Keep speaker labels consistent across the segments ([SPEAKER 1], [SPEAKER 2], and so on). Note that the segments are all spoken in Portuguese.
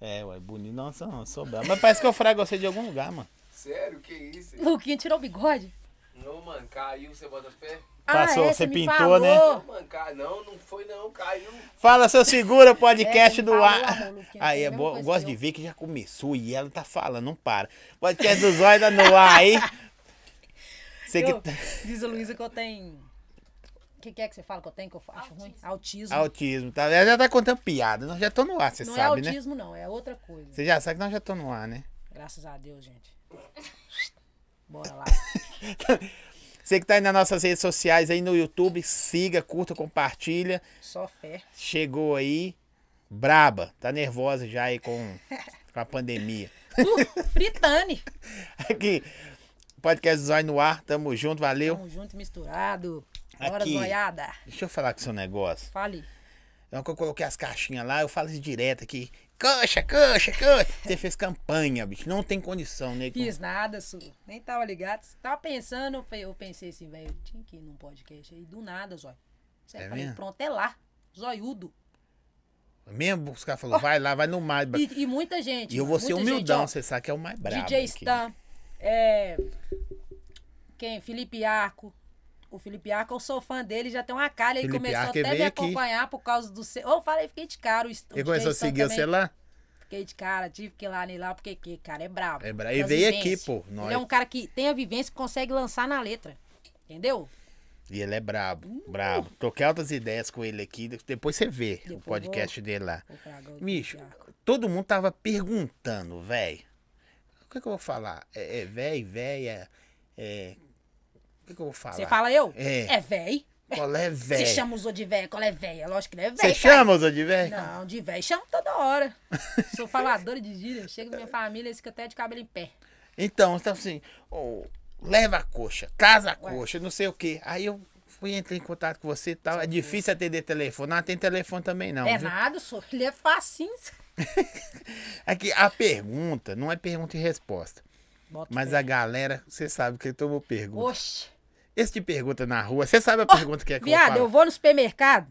[SPEAKER 1] É, ué, bonito. Nossa, não, sou brabo. Mas parece que eu frago você de algum lugar, mano.
[SPEAKER 2] Sério? Que isso?
[SPEAKER 3] Luquinha tirou o bigode? é,
[SPEAKER 2] Não, mano, caiu, você bota pé?
[SPEAKER 1] Ah, Passou, você
[SPEAKER 3] me
[SPEAKER 1] pintou,
[SPEAKER 3] falou.
[SPEAKER 1] né?
[SPEAKER 2] Não, mano, cai... não, não foi não, caiu.
[SPEAKER 1] Fala, seu segura, podcast
[SPEAKER 3] É,
[SPEAKER 1] do
[SPEAKER 3] ele falou,
[SPEAKER 1] ar.
[SPEAKER 3] amor, Luquinha,
[SPEAKER 1] Aí,
[SPEAKER 3] foi
[SPEAKER 1] é
[SPEAKER 3] a mesma
[SPEAKER 1] bom. Eu
[SPEAKER 3] coisa
[SPEAKER 1] gosto
[SPEAKER 3] que
[SPEAKER 1] de
[SPEAKER 3] eu.
[SPEAKER 1] ver que já começou e ela tá falando, não para. Podcast do Zóio da no ar aí. Você que
[SPEAKER 3] Eu-
[SPEAKER 1] tá...
[SPEAKER 3] Diz a Luísa que eu tenho. O que, que é que você fala que eu tenho que eu acho ruim? Autismo.
[SPEAKER 1] Autismo, tá? Ela já tá contando piada. Nós já tô no ar, você
[SPEAKER 3] não
[SPEAKER 1] sabe,
[SPEAKER 3] é
[SPEAKER 1] né?
[SPEAKER 3] autismo, não, é outra coisa.
[SPEAKER 1] Você já sabe que nós já tô no ar, né?
[SPEAKER 3] Graças a Deus, gente. Bora lá.
[SPEAKER 1] Você que tá aí nas nossas redes sociais aí no YouTube, siga, curta, compartilha.
[SPEAKER 3] Só fé.
[SPEAKER 1] Chegou aí, braba. Tá nervosa já aí com, com a pandemia.
[SPEAKER 3] Uh, Fritane.
[SPEAKER 1] Aqui, podcast do Zóio no ar. Tamo junto, valeu.
[SPEAKER 3] Tamo junto e misturado. Bora,
[SPEAKER 1] Aqui.
[SPEAKER 3] zoiada.
[SPEAKER 1] Deixa eu falar com o seu negócio.
[SPEAKER 3] Fale.
[SPEAKER 1] Então, que eu coloquei as caixinhas lá, eu falo isso direto aqui. Coxa, coxa, coxa. Você fez campanha, bicho. Não tem condição, né?
[SPEAKER 3] Fiz nada, Su. Nem tava ligado. Cê Tava pensando, eu fe- eu pensei assim, velho, eu tinha que ir num podcast aí. Do nada, zóio. Você
[SPEAKER 1] É
[SPEAKER 3] falei,
[SPEAKER 1] mesmo?
[SPEAKER 3] pronto, é lá. Zoiudo.
[SPEAKER 1] Mesmo os caras falaram, vai lá, vai no mais. brabo.
[SPEAKER 3] E, e muita gente.
[SPEAKER 1] E eu
[SPEAKER 3] mano,
[SPEAKER 1] vou ser
[SPEAKER 3] muita gente,
[SPEAKER 1] humildão,
[SPEAKER 3] ó.
[SPEAKER 1] você sabe que é o mais brabo.
[SPEAKER 3] DJ
[SPEAKER 1] aqui.
[SPEAKER 3] Stan. É. Quem? Felipe Arco. O Felipe Arco, eu sou fã dele, já tem uma calha e
[SPEAKER 1] Felipe
[SPEAKER 3] começou
[SPEAKER 1] Arco, ele
[SPEAKER 3] até me
[SPEAKER 1] veio aqui.
[SPEAKER 3] acompanhar por causa do. seu. Eu falei, fiquei de cara. O, est- o
[SPEAKER 1] Ele
[SPEAKER 3] DJ
[SPEAKER 1] começou a
[SPEAKER 3] Stan
[SPEAKER 1] seguir
[SPEAKER 3] também.
[SPEAKER 1] você lá?
[SPEAKER 3] Fiquei de cara, tive que ir lá nele lá, porque que cara é brabo.
[SPEAKER 1] É brabo. Ele
[SPEAKER 3] Tem a
[SPEAKER 1] veio aqui,
[SPEAKER 3] vivência.
[SPEAKER 1] pô, nós.
[SPEAKER 3] Ele é um cara que tem a vivência e consegue lançar na letra. Entendeu?
[SPEAKER 1] E ele é brabo, brabo. Troquei altas ideias com ele aqui, depois você vê o
[SPEAKER 3] Uh. Depois
[SPEAKER 1] podcast dele lá.
[SPEAKER 3] Vou falar agora do
[SPEAKER 1] Bicho,
[SPEAKER 3] Felipe Arco.
[SPEAKER 1] todo mundo tava perguntando, velho. O que, que eu vou falar? É, é véi, véia, é... O que, que eu vou falar?
[SPEAKER 3] Você fala eu?
[SPEAKER 1] É.
[SPEAKER 3] É véi.
[SPEAKER 1] Qual é
[SPEAKER 3] Você
[SPEAKER 1] véi?
[SPEAKER 3] chama os outros de véia, qual é véia? Lógico que não é véia.
[SPEAKER 1] Você chama, os de véi?
[SPEAKER 3] Não, de velho chamo toda hora. Sou faladora de gíria. Chega na minha família, eles ficam até de cabelo em pé.
[SPEAKER 1] Então, então assim, ô, leva a coxa, casa a coxa, não sei o quê. Aí eu fui entrei em contato com você e tal. É difícil atender telefone. Não tem telefone também, não.
[SPEAKER 3] é
[SPEAKER 1] viu?
[SPEAKER 3] nada, sou. Ele é facinho.
[SPEAKER 1] Aqui, É a pergunta não é pergunta e resposta.
[SPEAKER 3] Bota
[SPEAKER 1] Mas a galera, você sabe que tomou pergunta.
[SPEAKER 3] Oxe.
[SPEAKER 1] Esse te pergunta na rua, você sabe a pergunta que é que
[SPEAKER 3] Viado,
[SPEAKER 1] eu
[SPEAKER 3] eu
[SPEAKER 1] falo?
[SPEAKER 3] vou no supermercado.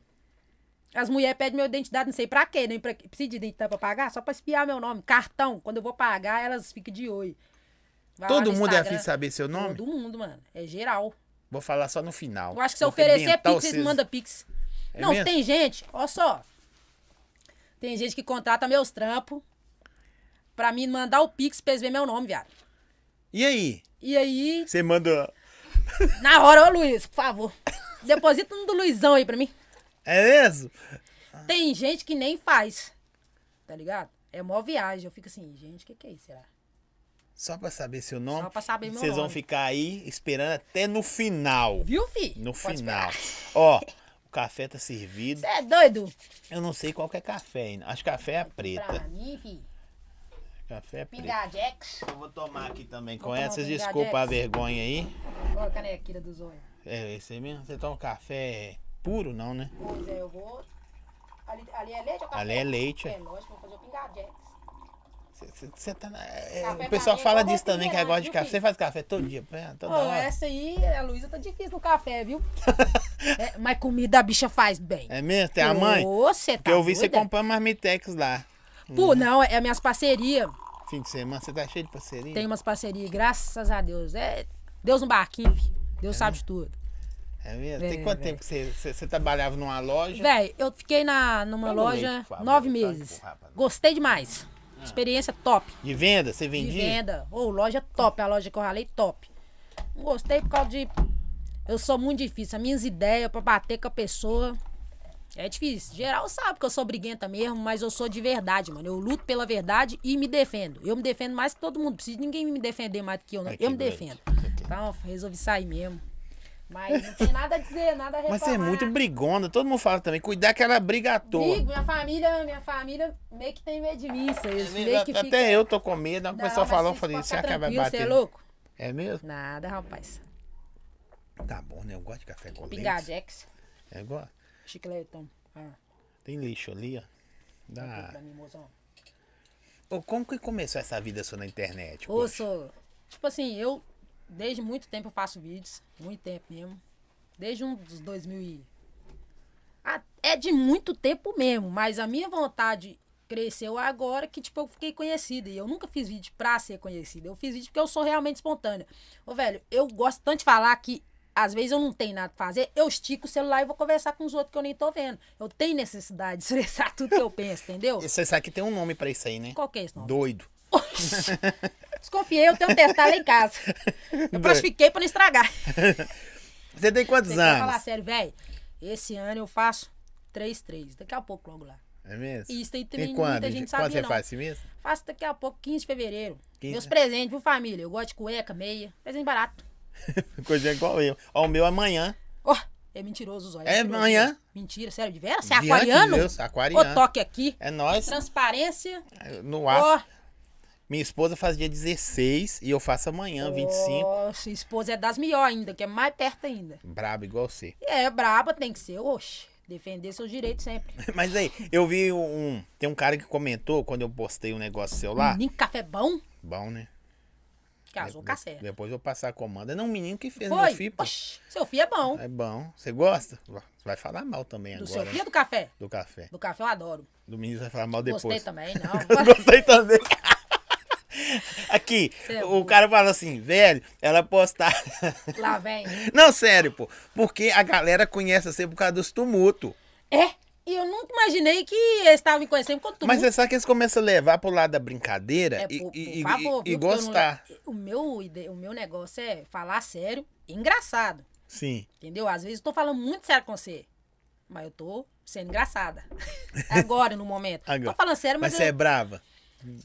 [SPEAKER 3] As mulheres pedem minha identidade, não sei pra quê, nem pra quê. Preciso de identidade pra pagar? Só pra espiar meu nome. Cartão. Quando eu vou pagar, elas ficam de olho. Vai lá
[SPEAKER 1] Todo
[SPEAKER 3] no
[SPEAKER 1] mundo é
[SPEAKER 3] Instagram.
[SPEAKER 1] afim de saber seu nome?
[SPEAKER 3] Todo mundo, mano. É geral.
[SPEAKER 1] Vou falar só no final.
[SPEAKER 3] Eu acho que se eu
[SPEAKER 1] Vou
[SPEAKER 3] oferecer
[SPEAKER 1] arrebentar
[SPEAKER 3] Pix, eles
[SPEAKER 1] vocês.
[SPEAKER 3] mandam Pix.
[SPEAKER 1] É
[SPEAKER 3] não,
[SPEAKER 1] mesmo?
[SPEAKER 3] tem gente, olha só. Tem gente que contrata meus trampos pra mim mandar o Pix pra eles verem meu nome, viado.
[SPEAKER 1] E aí?
[SPEAKER 3] E aí,
[SPEAKER 1] Você manda.
[SPEAKER 3] na hora, ô Luiz, por favor, deposita um do Luizão aí pra mim.
[SPEAKER 1] É mesmo?
[SPEAKER 3] Tem gente que nem faz, tá ligado? É mó viagem. Eu fico assim, gente, o que, que é isso, será?
[SPEAKER 1] Só pra saber seu nome.
[SPEAKER 3] Só pra saber meu
[SPEAKER 1] Vocês vão
[SPEAKER 3] nome.
[SPEAKER 1] ficar aí esperando até no final.
[SPEAKER 3] Viu, fi?
[SPEAKER 1] No
[SPEAKER 3] Pode
[SPEAKER 1] final.
[SPEAKER 3] esperar.
[SPEAKER 1] Ó, o café tá servido.
[SPEAKER 3] Você é doido?
[SPEAKER 1] Eu não sei qual que é café ainda. Acho que café é a preta.
[SPEAKER 3] Pra mim, fi,
[SPEAKER 1] Café é preta.
[SPEAKER 3] pingadex.
[SPEAKER 1] Eu vou tomar aqui também. Com
[SPEAKER 3] tomar
[SPEAKER 1] essas
[SPEAKER 3] vingar
[SPEAKER 1] desculpa a
[SPEAKER 3] Jack's.
[SPEAKER 1] vergonha aí.
[SPEAKER 3] Olha a canequinha do zóio.
[SPEAKER 1] É esse aí mesmo? Você toma café puro, não, né?
[SPEAKER 3] Pois é, eu vou... Ali, ali é leite ou café?
[SPEAKER 1] Ali é leite.
[SPEAKER 3] É, lógico, vou fazer o pingadex.
[SPEAKER 1] Você tá na- é,
[SPEAKER 3] Café
[SPEAKER 1] o
[SPEAKER 3] pra
[SPEAKER 1] pessoal
[SPEAKER 3] mim é
[SPEAKER 1] fala
[SPEAKER 3] igual
[SPEAKER 1] disso também, que
[SPEAKER 3] roupinha,
[SPEAKER 1] agora de
[SPEAKER 3] viu,
[SPEAKER 1] café. Você
[SPEAKER 3] filho?
[SPEAKER 1] faz café todo dia, então pá, toda
[SPEAKER 3] Ô,
[SPEAKER 1] hora.
[SPEAKER 3] essa aí, a Luísa tá difícil no café, viu? É, mas comida a bicha faz bem.
[SPEAKER 1] É mesmo? Tem a mãe?
[SPEAKER 3] Ô, cê tá
[SPEAKER 1] Porque eu vi você
[SPEAKER 3] doida?
[SPEAKER 1] comprando marmitex lá.
[SPEAKER 3] Pô, não, é minhas parcerias.
[SPEAKER 1] Fim de semana, você tá cheio de parceria?
[SPEAKER 3] Tem umas parcerias, graças a Deus. É Deus no barquinho, fi. Deus sabe de tudo.
[SPEAKER 1] É mesmo?
[SPEAKER 3] É,
[SPEAKER 1] Tem quanto
[SPEAKER 3] véi.
[SPEAKER 1] tempo que você, você, você trabalhava numa loja?
[SPEAKER 3] Véi, eu fiquei na, numa
[SPEAKER 1] Pega o leite,
[SPEAKER 3] loja
[SPEAKER 1] por favor,
[SPEAKER 3] nove
[SPEAKER 1] tá?
[SPEAKER 3] meses.
[SPEAKER 1] Porra, rapaz.
[SPEAKER 3] Gostei demais.
[SPEAKER 1] Ah.
[SPEAKER 3] Experiência top.
[SPEAKER 1] De venda? Você
[SPEAKER 3] De
[SPEAKER 1] vendia?
[SPEAKER 3] venda. Ô, loja top. A loja que eu ralei, top. Não gostei por causa de... Eu sou muito difícil. As minhas ideias pra bater com a pessoa... É difícil. Geral sabe que eu sou briguenta mesmo, mas eu sou de verdade, mano. Eu luto pela verdade e me defendo. Eu me defendo mais que todo mundo. Preciso de ninguém me defender mais do que eu, não.
[SPEAKER 1] Aqui,
[SPEAKER 3] eu me
[SPEAKER 1] doente.
[SPEAKER 3] defendo.
[SPEAKER 1] Aqui.
[SPEAKER 3] Então, resolvi sair mesmo. Mas não tem nada a dizer, nada a reclamar.
[SPEAKER 1] Mas você é muito brigona. Todo mundo fala também. Cuidar que ela é briga à toa.
[SPEAKER 3] Brigo, minha família, minha família meio que tem medo de mim, isso aí.
[SPEAKER 1] É
[SPEAKER 3] Eles
[SPEAKER 1] mesmo?
[SPEAKER 3] meio que
[SPEAKER 1] Até
[SPEAKER 3] fica-
[SPEAKER 1] eu tô com medo. Aí O
[SPEAKER 3] Não,
[SPEAKER 1] pessoal
[SPEAKER 3] mas
[SPEAKER 1] falou, eu
[SPEAKER 3] se
[SPEAKER 1] falei,
[SPEAKER 3] for
[SPEAKER 1] será
[SPEAKER 3] ficar
[SPEAKER 1] que ela vai
[SPEAKER 3] tranquilo,
[SPEAKER 1] bater?
[SPEAKER 3] Você é louco?
[SPEAKER 1] É mesmo?
[SPEAKER 3] Nada, rapaz.
[SPEAKER 1] Tá bom, né? Eu gosto de café com leite.
[SPEAKER 3] Pingadex,
[SPEAKER 1] É igual.
[SPEAKER 3] chicletão. Ah,
[SPEAKER 1] Tem lixo ali, ó.
[SPEAKER 3] ah.
[SPEAKER 1] Dá.
[SPEAKER 3] pra mim, mozão.
[SPEAKER 1] Ô, como que começou essa vida sua na internet?
[SPEAKER 3] Ô,
[SPEAKER 1] poxa?
[SPEAKER 3] sou. Tipo assim, eu desde muito tempo eu faço vídeos, muito tempo mesmo. Desde um dos 2000 e... Ah, É de muito tempo mesmo, mas a minha vontade cresceu agora que, tipo, eu fiquei conhecida. E eu nunca fiz vídeo pra ser conhecida. Eu fiz vídeo porque eu sou realmente espontânea. Ô, velho, eu gosto tanto de falar que às vezes eu não tenho nada pra fazer, eu estico o celular e vou conversar com os outros que eu nem tô vendo. Eu tenho necessidade de expressar tudo que eu penso, entendeu?
[SPEAKER 1] Você sabe que tem um nome pra isso aí, né?
[SPEAKER 3] Qual que é esse nome?
[SPEAKER 1] Doido.
[SPEAKER 3] Oxi! Desconfiei, eu tenho um testado lá em casa. Eu plastifiquei pra não estragar.
[SPEAKER 1] Você tem quantos
[SPEAKER 3] Tem que
[SPEAKER 1] anos?
[SPEAKER 3] falar "Ah, assim. sério, velho. Esse ano eu faço 3-3. Daqui a pouco logo lá.
[SPEAKER 1] É mesmo?
[SPEAKER 3] Isso aí
[SPEAKER 1] tem
[SPEAKER 3] também
[SPEAKER 1] quando?
[SPEAKER 3] muita
[SPEAKER 1] quando
[SPEAKER 3] gente sabe
[SPEAKER 1] você
[SPEAKER 3] não.
[SPEAKER 1] faz assim mesmo?
[SPEAKER 3] Faço daqui a pouco, 15 de fevereiro.
[SPEAKER 1] 15.
[SPEAKER 3] Meus presentes, viu, família? Eu gosto de cueca, meia. Presente barato.
[SPEAKER 1] Coisa igual eu. Ó, o meu amanhã.
[SPEAKER 3] Ó, é mentiroso, Zóia.
[SPEAKER 1] É
[SPEAKER 3] mentiroso.
[SPEAKER 1] amanhã?
[SPEAKER 3] Mentira, sério, de vera? Você é
[SPEAKER 1] Diante de
[SPEAKER 3] aquariano?
[SPEAKER 1] Deus, aquariano.
[SPEAKER 3] Ô, toque aqui.
[SPEAKER 1] É nós,
[SPEAKER 3] Transparência.
[SPEAKER 1] no ar.
[SPEAKER 3] Ó,
[SPEAKER 1] Minha esposa faz dia 16 e eu faço amanhã, 25.
[SPEAKER 3] ó, sua esposa é das melhor ainda, que é mais perto ainda.
[SPEAKER 1] Brabo igual você.
[SPEAKER 3] É, braba tem que ser, oxe. Defender seus direitos sempre.
[SPEAKER 1] Mas aí, eu vi um. Tem um cara que comentou quando eu postei um negócio seu lá. É,
[SPEAKER 3] Menino, café bom?
[SPEAKER 1] Bom, né?
[SPEAKER 3] Casou com a Sérgio.
[SPEAKER 1] Depois eu vou passar a comanda. Não, um menino que fez
[SPEAKER 3] Foi?
[SPEAKER 1] meu filho. pô.
[SPEAKER 3] Oxi, seu filho é bom.
[SPEAKER 1] É bom. Você gosta? Você vai falar mal também
[SPEAKER 3] Do seu
[SPEAKER 1] agora.
[SPEAKER 3] filho
[SPEAKER 1] né?
[SPEAKER 3] ou do café?
[SPEAKER 1] Do café.
[SPEAKER 3] Do café eu adoro.
[SPEAKER 1] Do menino você vai falar mal depois.
[SPEAKER 3] Gostei também, não.
[SPEAKER 1] Gostei também. Aqui,
[SPEAKER 3] Cê é
[SPEAKER 1] o
[SPEAKER 3] burro.
[SPEAKER 1] cara fala assim, velho, ela postar.
[SPEAKER 3] Lá vem.
[SPEAKER 1] Não, sério, pô. Porque a galera conhece você por causa dos tumultos.
[SPEAKER 3] É, e eu nunca imaginei que eles estavam me conhecendo com tudo.
[SPEAKER 1] Mas você sabe que eles começam a levar pro lado da brincadeira
[SPEAKER 3] É,
[SPEAKER 1] e,
[SPEAKER 3] por,
[SPEAKER 1] e-
[SPEAKER 3] por
[SPEAKER 1] e-
[SPEAKER 3] favor,
[SPEAKER 1] e
[SPEAKER 3] viu, porque eu não-
[SPEAKER 1] gostar.
[SPEAKER 3] o, meu, ide- o meu negócio é falar sério e engraçado,
[SPEAKER 1] Sim.
[SPEAKER 3] entendeu? Às vezes eu tô falando muito sério com você, mas eu tô sendo engraçada. Agora, no momento.
[SPEAKER 1] Agora.
[SPEAKER 3] Tô falando sério,
[SPEAKER 1] Mas
[SPEAKER 3] mas,
[SPEAKER 1] você é
[SPEAKER 3] eu,
[SPEAKER 1] brava.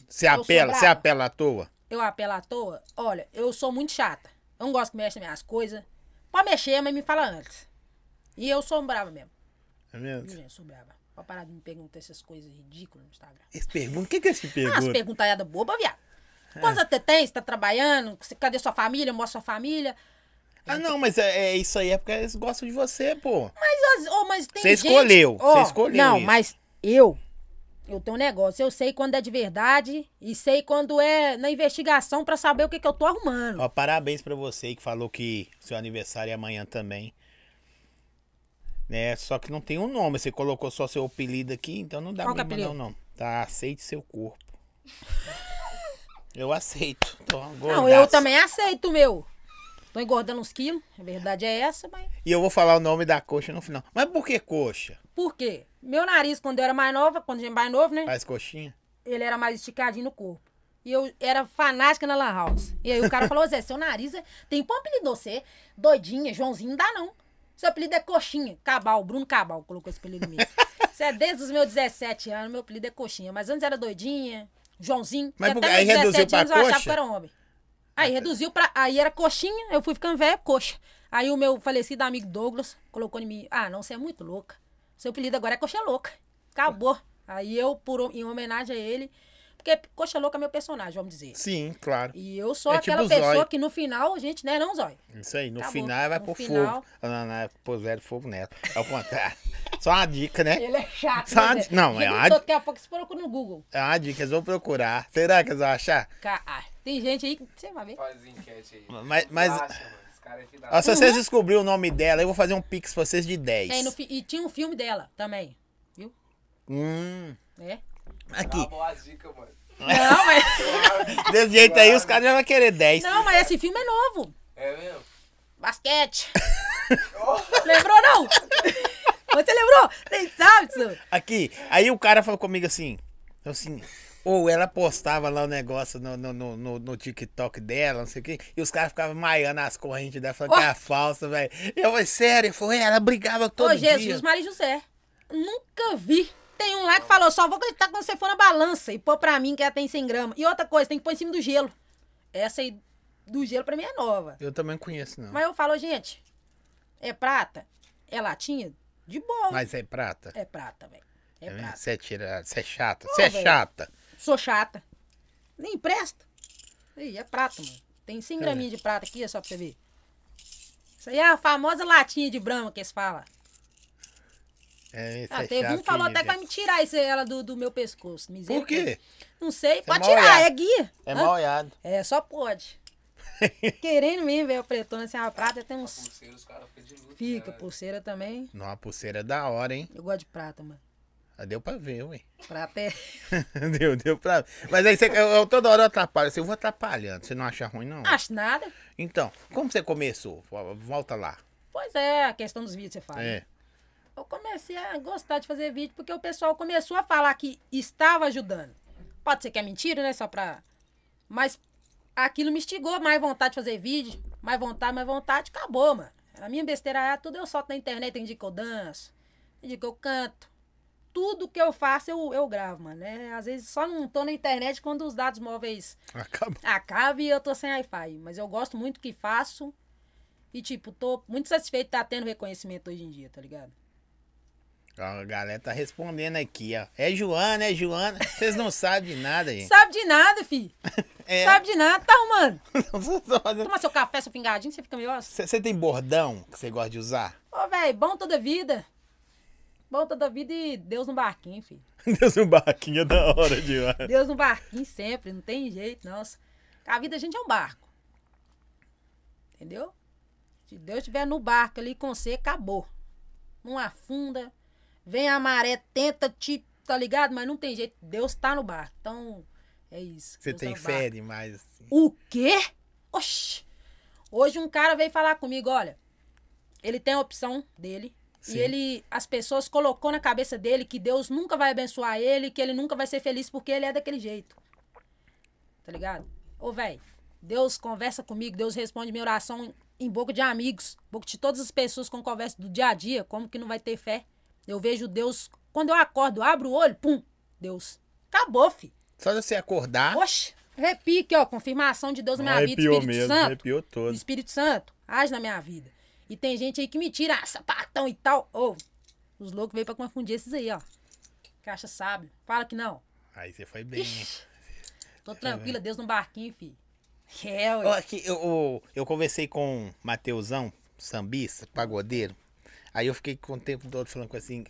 [SPEAKER 1] Você
[SPEAKER 3] Eu sou
[SPEAKER 1] apela, você
[SPEAKER 3] brava.
[SPEAKER 1] apela à toa.
[SPEAKER 3] eu apelo à toa. Olha, eu sou muito chata. Eu não gosto que mexa nas minhas coisas. Pode mexer, mas me fala antes. E eu sou brava mesmo.
[SPEAKER 1] Tá
[SPEAKER 3] Viu,
[SPEAKER 1] vendo?
[SPEAKER 3] gente? Eu sou brava. Pra parar de me perguntar essas coisas ridículas no Instagram.
[SPEAKER 1] Eles perguntam, o que que eles te
[SPEAKER 3] Ah, as
[SPEAKER 1] perguntam?
[SPEAKER 3] perguntadas bobas, viado.
[SPEAKER 1] É.
[SPEAKER 3] Quantos até tem? Você tá trabalhando? Você- Cadê sua família? Mostra sua família.
[SPEAKER 1] Ah, não, mas é, é isso aí, é porque eles gostam de você, pô.
[SPEAKER 3] Mas, as- ô, mas tem
[SPEAKER 1] Você
[SPEAKER 3] gente-
[SPEAKER 1] escolheu,
[SPEAKER 3] Ó,
[SPEAKER 1] você escolheu
[SPEAKER 3] Não,
[SPEAKER 1] isso.
[SPEAKER 3] mas eu, eu tenho um negócio. Eu sei quando é de verdade e sei quando é na investigação pra saber o que, que eu tô arrumando.
[SPEAKER 1] Ó, parabéns pra você aí que falou que seu aniversário é amanhã também. Né? Só que não tem um nome, você colocou só seu apelido aqui, então não dá
[SPEAKER 3] Qual que é
[SPEAKER 1] pra não,
[SPEAKER 3] apelido?
[SPEAKER 1] não. Tá, aceite seu corpo. Eu aceito. Tô
[SPEAKER 3] não, eu
[SPEAKER 1] gordaço.
[SPEAKER 3] também aceito o meu. Tô engordando uns quilos, a verdade é essa, mas
[SPEAKER 1] E eu vou falar o nome da coxa no final. Mas por que coxa?
[SPEAKER 3] por quê? Meu nariz, quando eu era mais nova, quando eu era mais novo, né?
[SPEAKER 1] Faz coxinha?
[SPEAKER 3] ele era mais esticadinho no corpo. E eu era fanática na Lan House. E aí o cara falou: Zé, seu nariz é... tem pra um apelido você. Doidinha, Joãozinho, não dá não. Seu apelido é Coxinha. Cabal, Bruno Cabal colocou esse apelido mesmo. Isso é desde os meus 17 anos, meu apelido é Coxinha. Mas antes era Doidinha, Joãozinho.
[SPEAKER 1] Mas
[SPEAKER 3] E
[SPEAKER 1] por-
[SPEAKER 3] meus
[SPEAKER 1] aí reduziu pra
[SPEAKER 3] anos eu achava
[SPEAKER 1] coxa?
[SPEAKER 3] que eu era homem. Aí reduziu pra. Aí era Coxinha, eu fui ficando velha, Coxa. Aí o meu falecido amigo Douglas colocou em mim: Ah, não, você é muito louca. Seu apelido agora é Coxa Louca. Acabou. Aí eu, por, em homenagem a ele, porque Coxa Louca é meu personagem, vamos dizer.
[SPEAKER 1] Sim, claro.
[SPEAKER 3] E eu sou
[SPEAKER 1] É tipo
[SPEAKER 3] aquela
[SPEAKER 1] o
[SPEAKER 3] pessoa
[SPEAKER 1] Zóio.
[SPEAKER 3] que no final a gente, né, não, Zóio?
[SPEAKER 1] Isso aí, no
[SPEAKER 3] Acabou.
[SPEAKER 1] final vai
[SPEAKER 3] No
[SPEAKER 1] pôr
[SPEAKER 3] final-
[SPEAKER 1] fogo. Não, não, não, pôr zero fogo nela. Ao contrário. Só uma dica, né?
[SPEAKER 3] Ele é chato.
[SPEAKER 1] Sabe?
[SPEAKER 3] né, Zé?
[SPEAKER 1] Não,
[SPEAKER 3] Ele
[SPEAKER 1] é
[SPEAKER 3] botou
[SPEAKER 1] ad-
[SPEAKER 3] Daqui a pouco você procura no Google.
[SPEAKER 1] É uma dica, eles vão procurar. Será que eles vão achar?
[SPEAKER 3] Ca- ah, tem gente aí que você vai ver.
[SPEAKER 2] Faz enquete aí.
[SPEAKER 1] Mas- mas- Assim,
[SPEAKER 2] Relaxa, mano. Esse cara é filha
[SPEAKER 1] Ó,
[SPEAKER 2] da-
[SPEAKER 1] se vocês descobrirem o nome dela, eu vou fazer um pix pra vocês de 10.
[SPEAKER 3] É, e, Uhum. no fi- e tinha um filme dela também, viu?
[SPEAKER 1] Hum.
[SPEAKER 3] É.
[SPEAKER 1] Aqui.
[SPEAKER 2] Dá boas dicas, mano.
[SPEAKER 3] Não, mas...
[SPEAKER 1] Desse jeito aí, os caras já vão querer 10.
[SPEAKER 3] não, mas esse filme é novo.
[SPEAKER 2] É mesmo?
[SPEAKER 3] Basquete. Lembrou, não? Você lembrou? Nem sabe disso.
[SPEAKER 1] Aqui. Aí o cara falou comigo assim. falou assim. Ou ela postava lá o negócio no, no, no, no- no TikTok dela, não sei o quê. E os caras ficavam maiando as correntes dela, falando
[SPEAKER 3] Ó.
[SPEAKER 1] que era falsa, velho. Eu falei, sério? Foi ela brigava todo
[SPEAKER 3] Oh. Ô,
[SPEAKER 1] dia.
[SPEAKER 3] Jesus, Maria José. Nunca vi. Tem um lá que falou, só vou acreditar quando você for na balança e pôr pra mim que ela tem 100 gramas. E outra coisa, tem que pôr em cima do gelo. Essa aí do gelo pra mim é nova.
[SPEAKER 1] Eu também não conheço, não. Mas,
[SPEAKER 3] Mas eu falo, gente, é prata? É latinha? De boa.
[SPEAKER 1] é prata.
[SPEAKER 3] É prata, velho. É,
[SPEAKER 1] É mesmo?
[SPEAKER 3] prata.
[SPEAKER 1] Você é tira- você é chata. Você é
[SPEAKER 3] velho.
[SPEAKER 1] chata.
[SPEAKER 3] Sou chata. Nem empresta. Ih, é prata, mano. Tem 100 graminhas de prata aqui, é só pra você ver. Isso aí é a famosa latinha de brama que eles falam.
[SPEAKER 1] É, você
[SPEAKER 3] Ah,
[SPEAKER 1] é
[SPEAKER 3] teve
[SPEAKER 1] chata
[SPEAKER 3] um que falou
[SPEAKER 1] mesmo.
[SPEAKER 3] até que vai me tirar isso, ela do, do meu pescoço.
[SPEAKER 1] Por
[SPEAKER 3] Misericórdia.
[SPEAKER 1] quê?
[SPEAKER 3] Não sei, pode
[SPEAKER 1] mal
[SPEAKER 3] tirar,
[SPEAKER 1] olhado.
[SPEAKER 3] é guia.
[SPEAKER 1] É
[SPEAKER 3] Hã?
[SPEAKER 1] mal olhado.
[SPEAKER 3] É, só pode. Querendo mesmo ver o pretona sem a prata, tem uns.
[SPEAKER 2] Pulseira, os caras ficam de luto.
[SPEAKER 3] Fica,
[SPEAKER 2] né?
[SPEAKER 3] pulseira também.
[SPEAKER 1] Não, a pulseira é da hora, hein?
[SPEAKER 3] Eu gosto de prata, mano. é-
[SPEAKER 1] Ah, Deu pra ver, ué.
[SPEAKER 3] Pra até.
[SPEAKER 1] deu, deu pra ver. Mas aí você, eu, eu toda hora eu atrapalho. Assim, eu vou atrapalhando. Você não acha ruim, não?
[SPEAKER 3] Acho nada.
[SPEAKER 1] Então, como você começou? Volta lá.
[SPEAKER 3] Pois é, a questão dos vídeos, você fala.
[SPEAKER 1] É.
[SPEAKER 3] Eu comecei a gostar de fazer vídeo porque o pessoal começou a falar que estava ajudando. Pode ser que é mentira, né? Só pra. Mas aquilo me instigou, mais vontade de fazer vídeo, mais vontade, mais vontade, acabou, mano. A minha besteira é tudo eu solto na internet, tem dia que eu danço, tem dia que eu canto. Tudo que eu faço eu, eu gravo, mano. né? às vezes só não tô na internet quando os dados móveis
[SPEAKER 1] Acabou.
[SPEAKER 3] acaba e eu tô sem Wi-Fi. Mas eu gosto muito do que faço. E, tipo, tô muito satisfeito de estar tendo reconhecimento hoje em dia, tá ligado?
[SPEAKER 1] Ó, A galera tá respondendo aqui, ó. É Joana, é Joana. Vocês não sabem de nada, gente.
[SPEAKER 3] Sabe de nada, fi.
[SPEAKER 1] É.
[SPEAKER 3] Sabe de nada, tá arrumando.
[SPEAKER 1] Você
[SPEAKER 3] Toma seu café, seu pingadinho, você fica meio assim.
[SPEAKER 1] você tem bordão que você gosta de usar?
[SPEAKER 3] Ô, velho, bom toda vida. Bom toda vida e Deus no barquinho, filho.
[SPEAKER 1] Deus, um barquinho é da hora demais.
[SPEAKER 3] Deus no barquinho sempre, não tem jeito, nossa. A vida a gente é um barco. Entendeu? Se Deus estiver no barco ali com você, acabou. Não afunda. Vem a maré, tenta te, tá ligado? Mas não tem jeito. Deus tá no barco. Então, é isso.
[SPEAKER 1] Você
[SPEAKER 3] Deus
[SPEAKER 1] tem
[SPEAKER 3] tá no barco.
[SPEAKER 1] fé demais, assim.
[SPEAKER 3] O quê? Oxi! Hoje um cara veio falar comigo, olha, ele tem a opção dele.
[SPEAKER 1] Sim.
[SPEAKER 3] E ele, as pessoas colocou na cabeça dele que Deus nunca vai abençoar ele, que ele nunca vai ser feliz porque ele é daquele jeito. Tá ligado? Ô, velho, Deus conversa comigo, Deus responde minha oração em, em boca de amigos, boca de todas as pessoas com conversa do dia a dia, como que não vai ter fé? Eu vejo Deus, quando eu acordo, eu abro o olho, pum, Deus. Acabou, fi.
[SPEAKER 1] Só de você acordar.
[SPEAKER 3] Oxe, repique, ó, confirmação de Deus na minha vida, Espírito Santo.
[SPEAKER 1] arrepiou
[SPEAKER 3] O
[SPEAKER 1] todo.
[SPEAKER 3] Espírito Santo age na minha vida. E tem gente aí que me tira, ah, sapatão e tal. Ô, os loucos veio pra confundir esses aí, ó. Caixa sábio. Fala que não.
[SPEAKER 1] Aí você foi bem, é. hein?
[SPEAKER 3] Tô tranquila, Deus no barquinho, filho. É,
[SPEAKER 1] Ó,
[SPEAKER 3] ué.
[SPEAKER 1] aqui, eu, eu, eu conversei com o Mateusão, sambista, pagodeiro. Aí eu fiquei com o tempo todo falando com assim,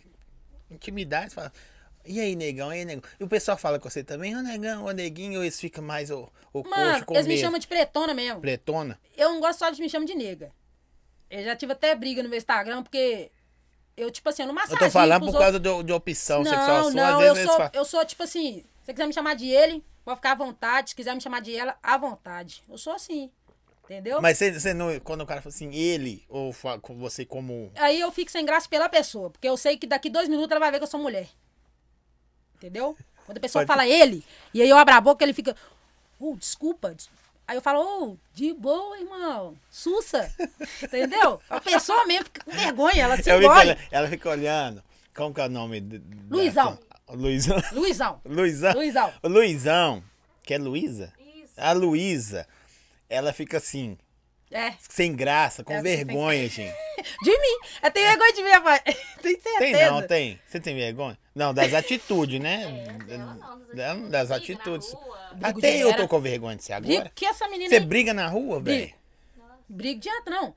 [SPEAKER 1] intimidade, fala. E aí, negão, e aí, negão? E o pessoal fala com você também, ô negão, ô neguinho, ou eles ficam mais o, o
[SPEAKER 3] Mano,
[SPEAKER 1] coxo com
[SPEAKER 3] eles me
[SPEAKER 1] medo?
[SPEAKER 3] chamam de pretona mesmo.
[SPEAKER 1] Pretona?
[SPEAKER 3] Eu não gosto só de me chamam de nega. Eu já tive até briga no meu Instagram, porque eu, tipo assim, eu não
[SPEAKER 1] Eu
[SPEAKER 3] massagio
[SPEAKER 1] tô falando
[SPEAKER 3] pros
[SPEAKER 1] por causa do- de opção sexual
[SPEAKER 3] Não,
[SPEAKER 1] sua, às
[SPEAKER 3] não,
[SPEAKER 1] vezes
[SPEAKER 3] eu
[SPEAKER 1] eles
[SPEAKER 3] sou,
[SPEAKER 1] falam.
[SPEAKER 3] eu sou tipo assim, se você quiser me chamar de ele, vou ficar à vontade. Se quiser me chamar de ela, à vontade. Eu sou assim, entendeu?
[SPEAKER 1] Mas você, você não, quando o cara fala assim, ele, ou fala com você como. um.
[SPEAKER 3] Aí eu fico sem graça pela pessoa, porque eu sei que daqui dois minutos ela vai ver que eu sou mulher. Entendeu? Quando a pessoa
[SPEAKER 1] Pode-
[SPEAKER 3] fala ele, e aí eu abro a boca, ele fica, oh, desculpa. des-" Aí eu falo, oh, de boa, irmão, sussa. Entendeu? A pessoa mesmo fica com vergonha, ela se
[SPEAKER 1] Eu fico
[SPEAKER 3] engole.
[SPEAKER 1] olhando- ela fica olhando. Como que é o nome? de- da-
[SPEAKER 3] Luizão.
[SPEAKER 1] Luizão.
[SPEAKER 3] Luizão.
[SPEAKER 1] Luizão.
[SPEAKER 3] Luizão.
[SPEAKER 1] O Luizão, que é Luísa?
[SPEAKER 4] Isso.
[SPEAKER 1] A Luísa, ela fica assim,
[SPEAKER 3] É,
[SPEAKER 1] sem graça, com
[SPEAKER 3] Ela fica sem-
[SPEAKER 1] vergonha, gente.
[SPEAKER 3] de mim. Eu tenho vergonha de mim, rapaz. Tem certeza.
[SPEAKER 1] Tem não, tem. Você tem vergonha? Não, das atitudes, né?
[SPEAKER 3] É,
[SPEAKER 4] dela não, das
[SPEAKER 1] Dela não,
[SPEAKER 4] atitudes.
[SPEAKER 1] das atitudes.
[SPEAKER 4] Briga na rua.
[SPEAKER 3] Brigo de
[SPEAKER 1] Até eu tô
[SPEAKER 3] galera. né?
[SPEAKER 1] com vergonha de você
[SPEAKER 3] Brigo
[SPEAKER 1] agora.
[SPEAKER 3] que essa menina
[SPEAKER 1] Você
[SPEAKER 3] aí-
[SPEAKER 1] briga na rua, velho?
[SPEAKER 3] Brigo. brigo de não.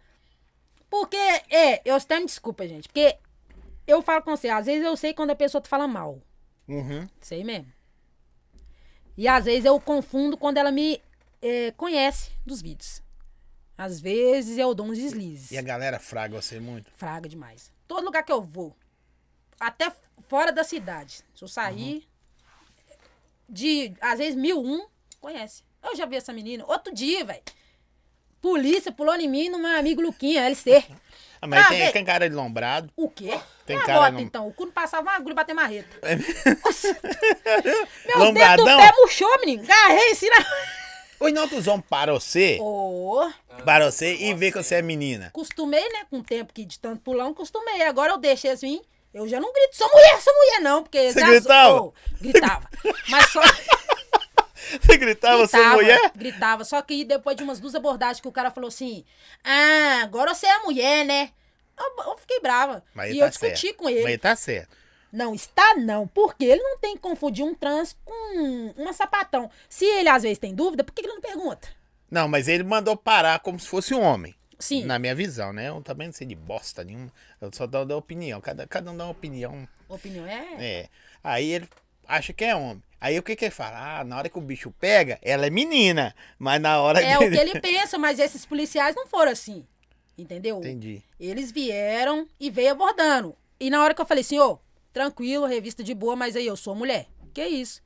[SPEAKER 3] Porque, é, eu até me desculpa, gente. Porque eu falo com você, às vezes eu sei quando a pessoa te fala mal.
[SPEAKER 1] Uhum.
[SPEAKER 3] Sei mesmo. E às vezes eu confundo quando ela me é, conhece dos vídeos. Às vezes eu dou uns deslizes.
[SPEAKER 1] E a galera fraga você muito.
[SPEAKER 3] Fraga demais. Todo lugar que eu vou, até fora da cidade, se eu sair, de às vezes mil um, conhece. Eu já vi essa menina. Outro dia, velho. Polícia pulou em mim no meu amigo Luquinha, LC.
[SPEAKER 1] Ah, mas
[SPEAKER 3] Ah,
[SPEAKER 1] tem,
[SPEAKER 3] velho.
[SPEAKER 1] tem cara de lombrado.
[SPEAKER 3] O quê?
[SPEAKER 1] Tem
[SPEAKER 3] Tem uma
[SPEAKER 1] cara É,
[SPEAKER 3] bota,
[SPEAKER 1] não-
[SPEAKER 3] então. O cu não passava uma agulha pra ter marreta. Meus dedos do
[SPEAKER 1] Lombradão?
[SPEAKER 3] pé murchou, menino. Garrei assim na...
[SPEAKER 1] Ou não que os homens para você,
[SPEAKER 3] Ô,
[SPEAKER 1] para você e vê que você é menina.
[SPEAKER 3] costumei, né? Com o tempo que de tanto pulão, costumei. Agora eu deixei assim. Eu já não grito, sou mulher, sou mulher, não. Porque
[SPEAKER 1] Você
[SPEAKER 3] já
[SPEAKER 1] gritava?
[SPEAKER 3] Ô, gritava. Mas só...
[SPEAKER 1] Você gritava, você é mulher?
[SPEAKER 3] Gritava. Só que depois de umas duas abordagens que o cara falou assim: Ah, agora você é mulher, né? Eu, eu fiquei brava.
[SPEAKER 1] Mas
[SPEAKER 3] e
[SPEAKER 1] ele tá
[SPEAKER 3] eu discuti
[SPEAKER 1] certo.
[SPEAKER 3] com ele.
[SPEAKER 1] Mas ele tá certo.
[SPEAKER 3] Não, está não. Porque ele não tem que confundir um trans com uma sapatão. Se ele às vezes tem dúvida, por que que ele não pergunta?
[SPEAKER 1] Não, mas ele mandou parar como se fosse um homem.
[SPEAKER 3] Sim.
[SPEAKER 1] Na minha visão, né? Eu também não sei de bosta nenhuma. Eu só dou, dou opinião. Cada, cada um dá uma opinião.
[SPEAKER 3] Opinião é.
[SPEAKER 1] É. Aí ele acha que é homem. Aí o que que ele fala? Ah, na hora que o bicho pega, ela é menina. Mas na hora
[SPEAKER 3] É o que ele pensa, mas esses policiais não foram assim. Entendeu?
[SPEAKER 1] Entendi.
[SPEAKER 3] Eles vieram e veio abordando. E na hora que eu falei assim, ô, tranquilo, revista de boa, mas aí eu sou mulher. Que isso?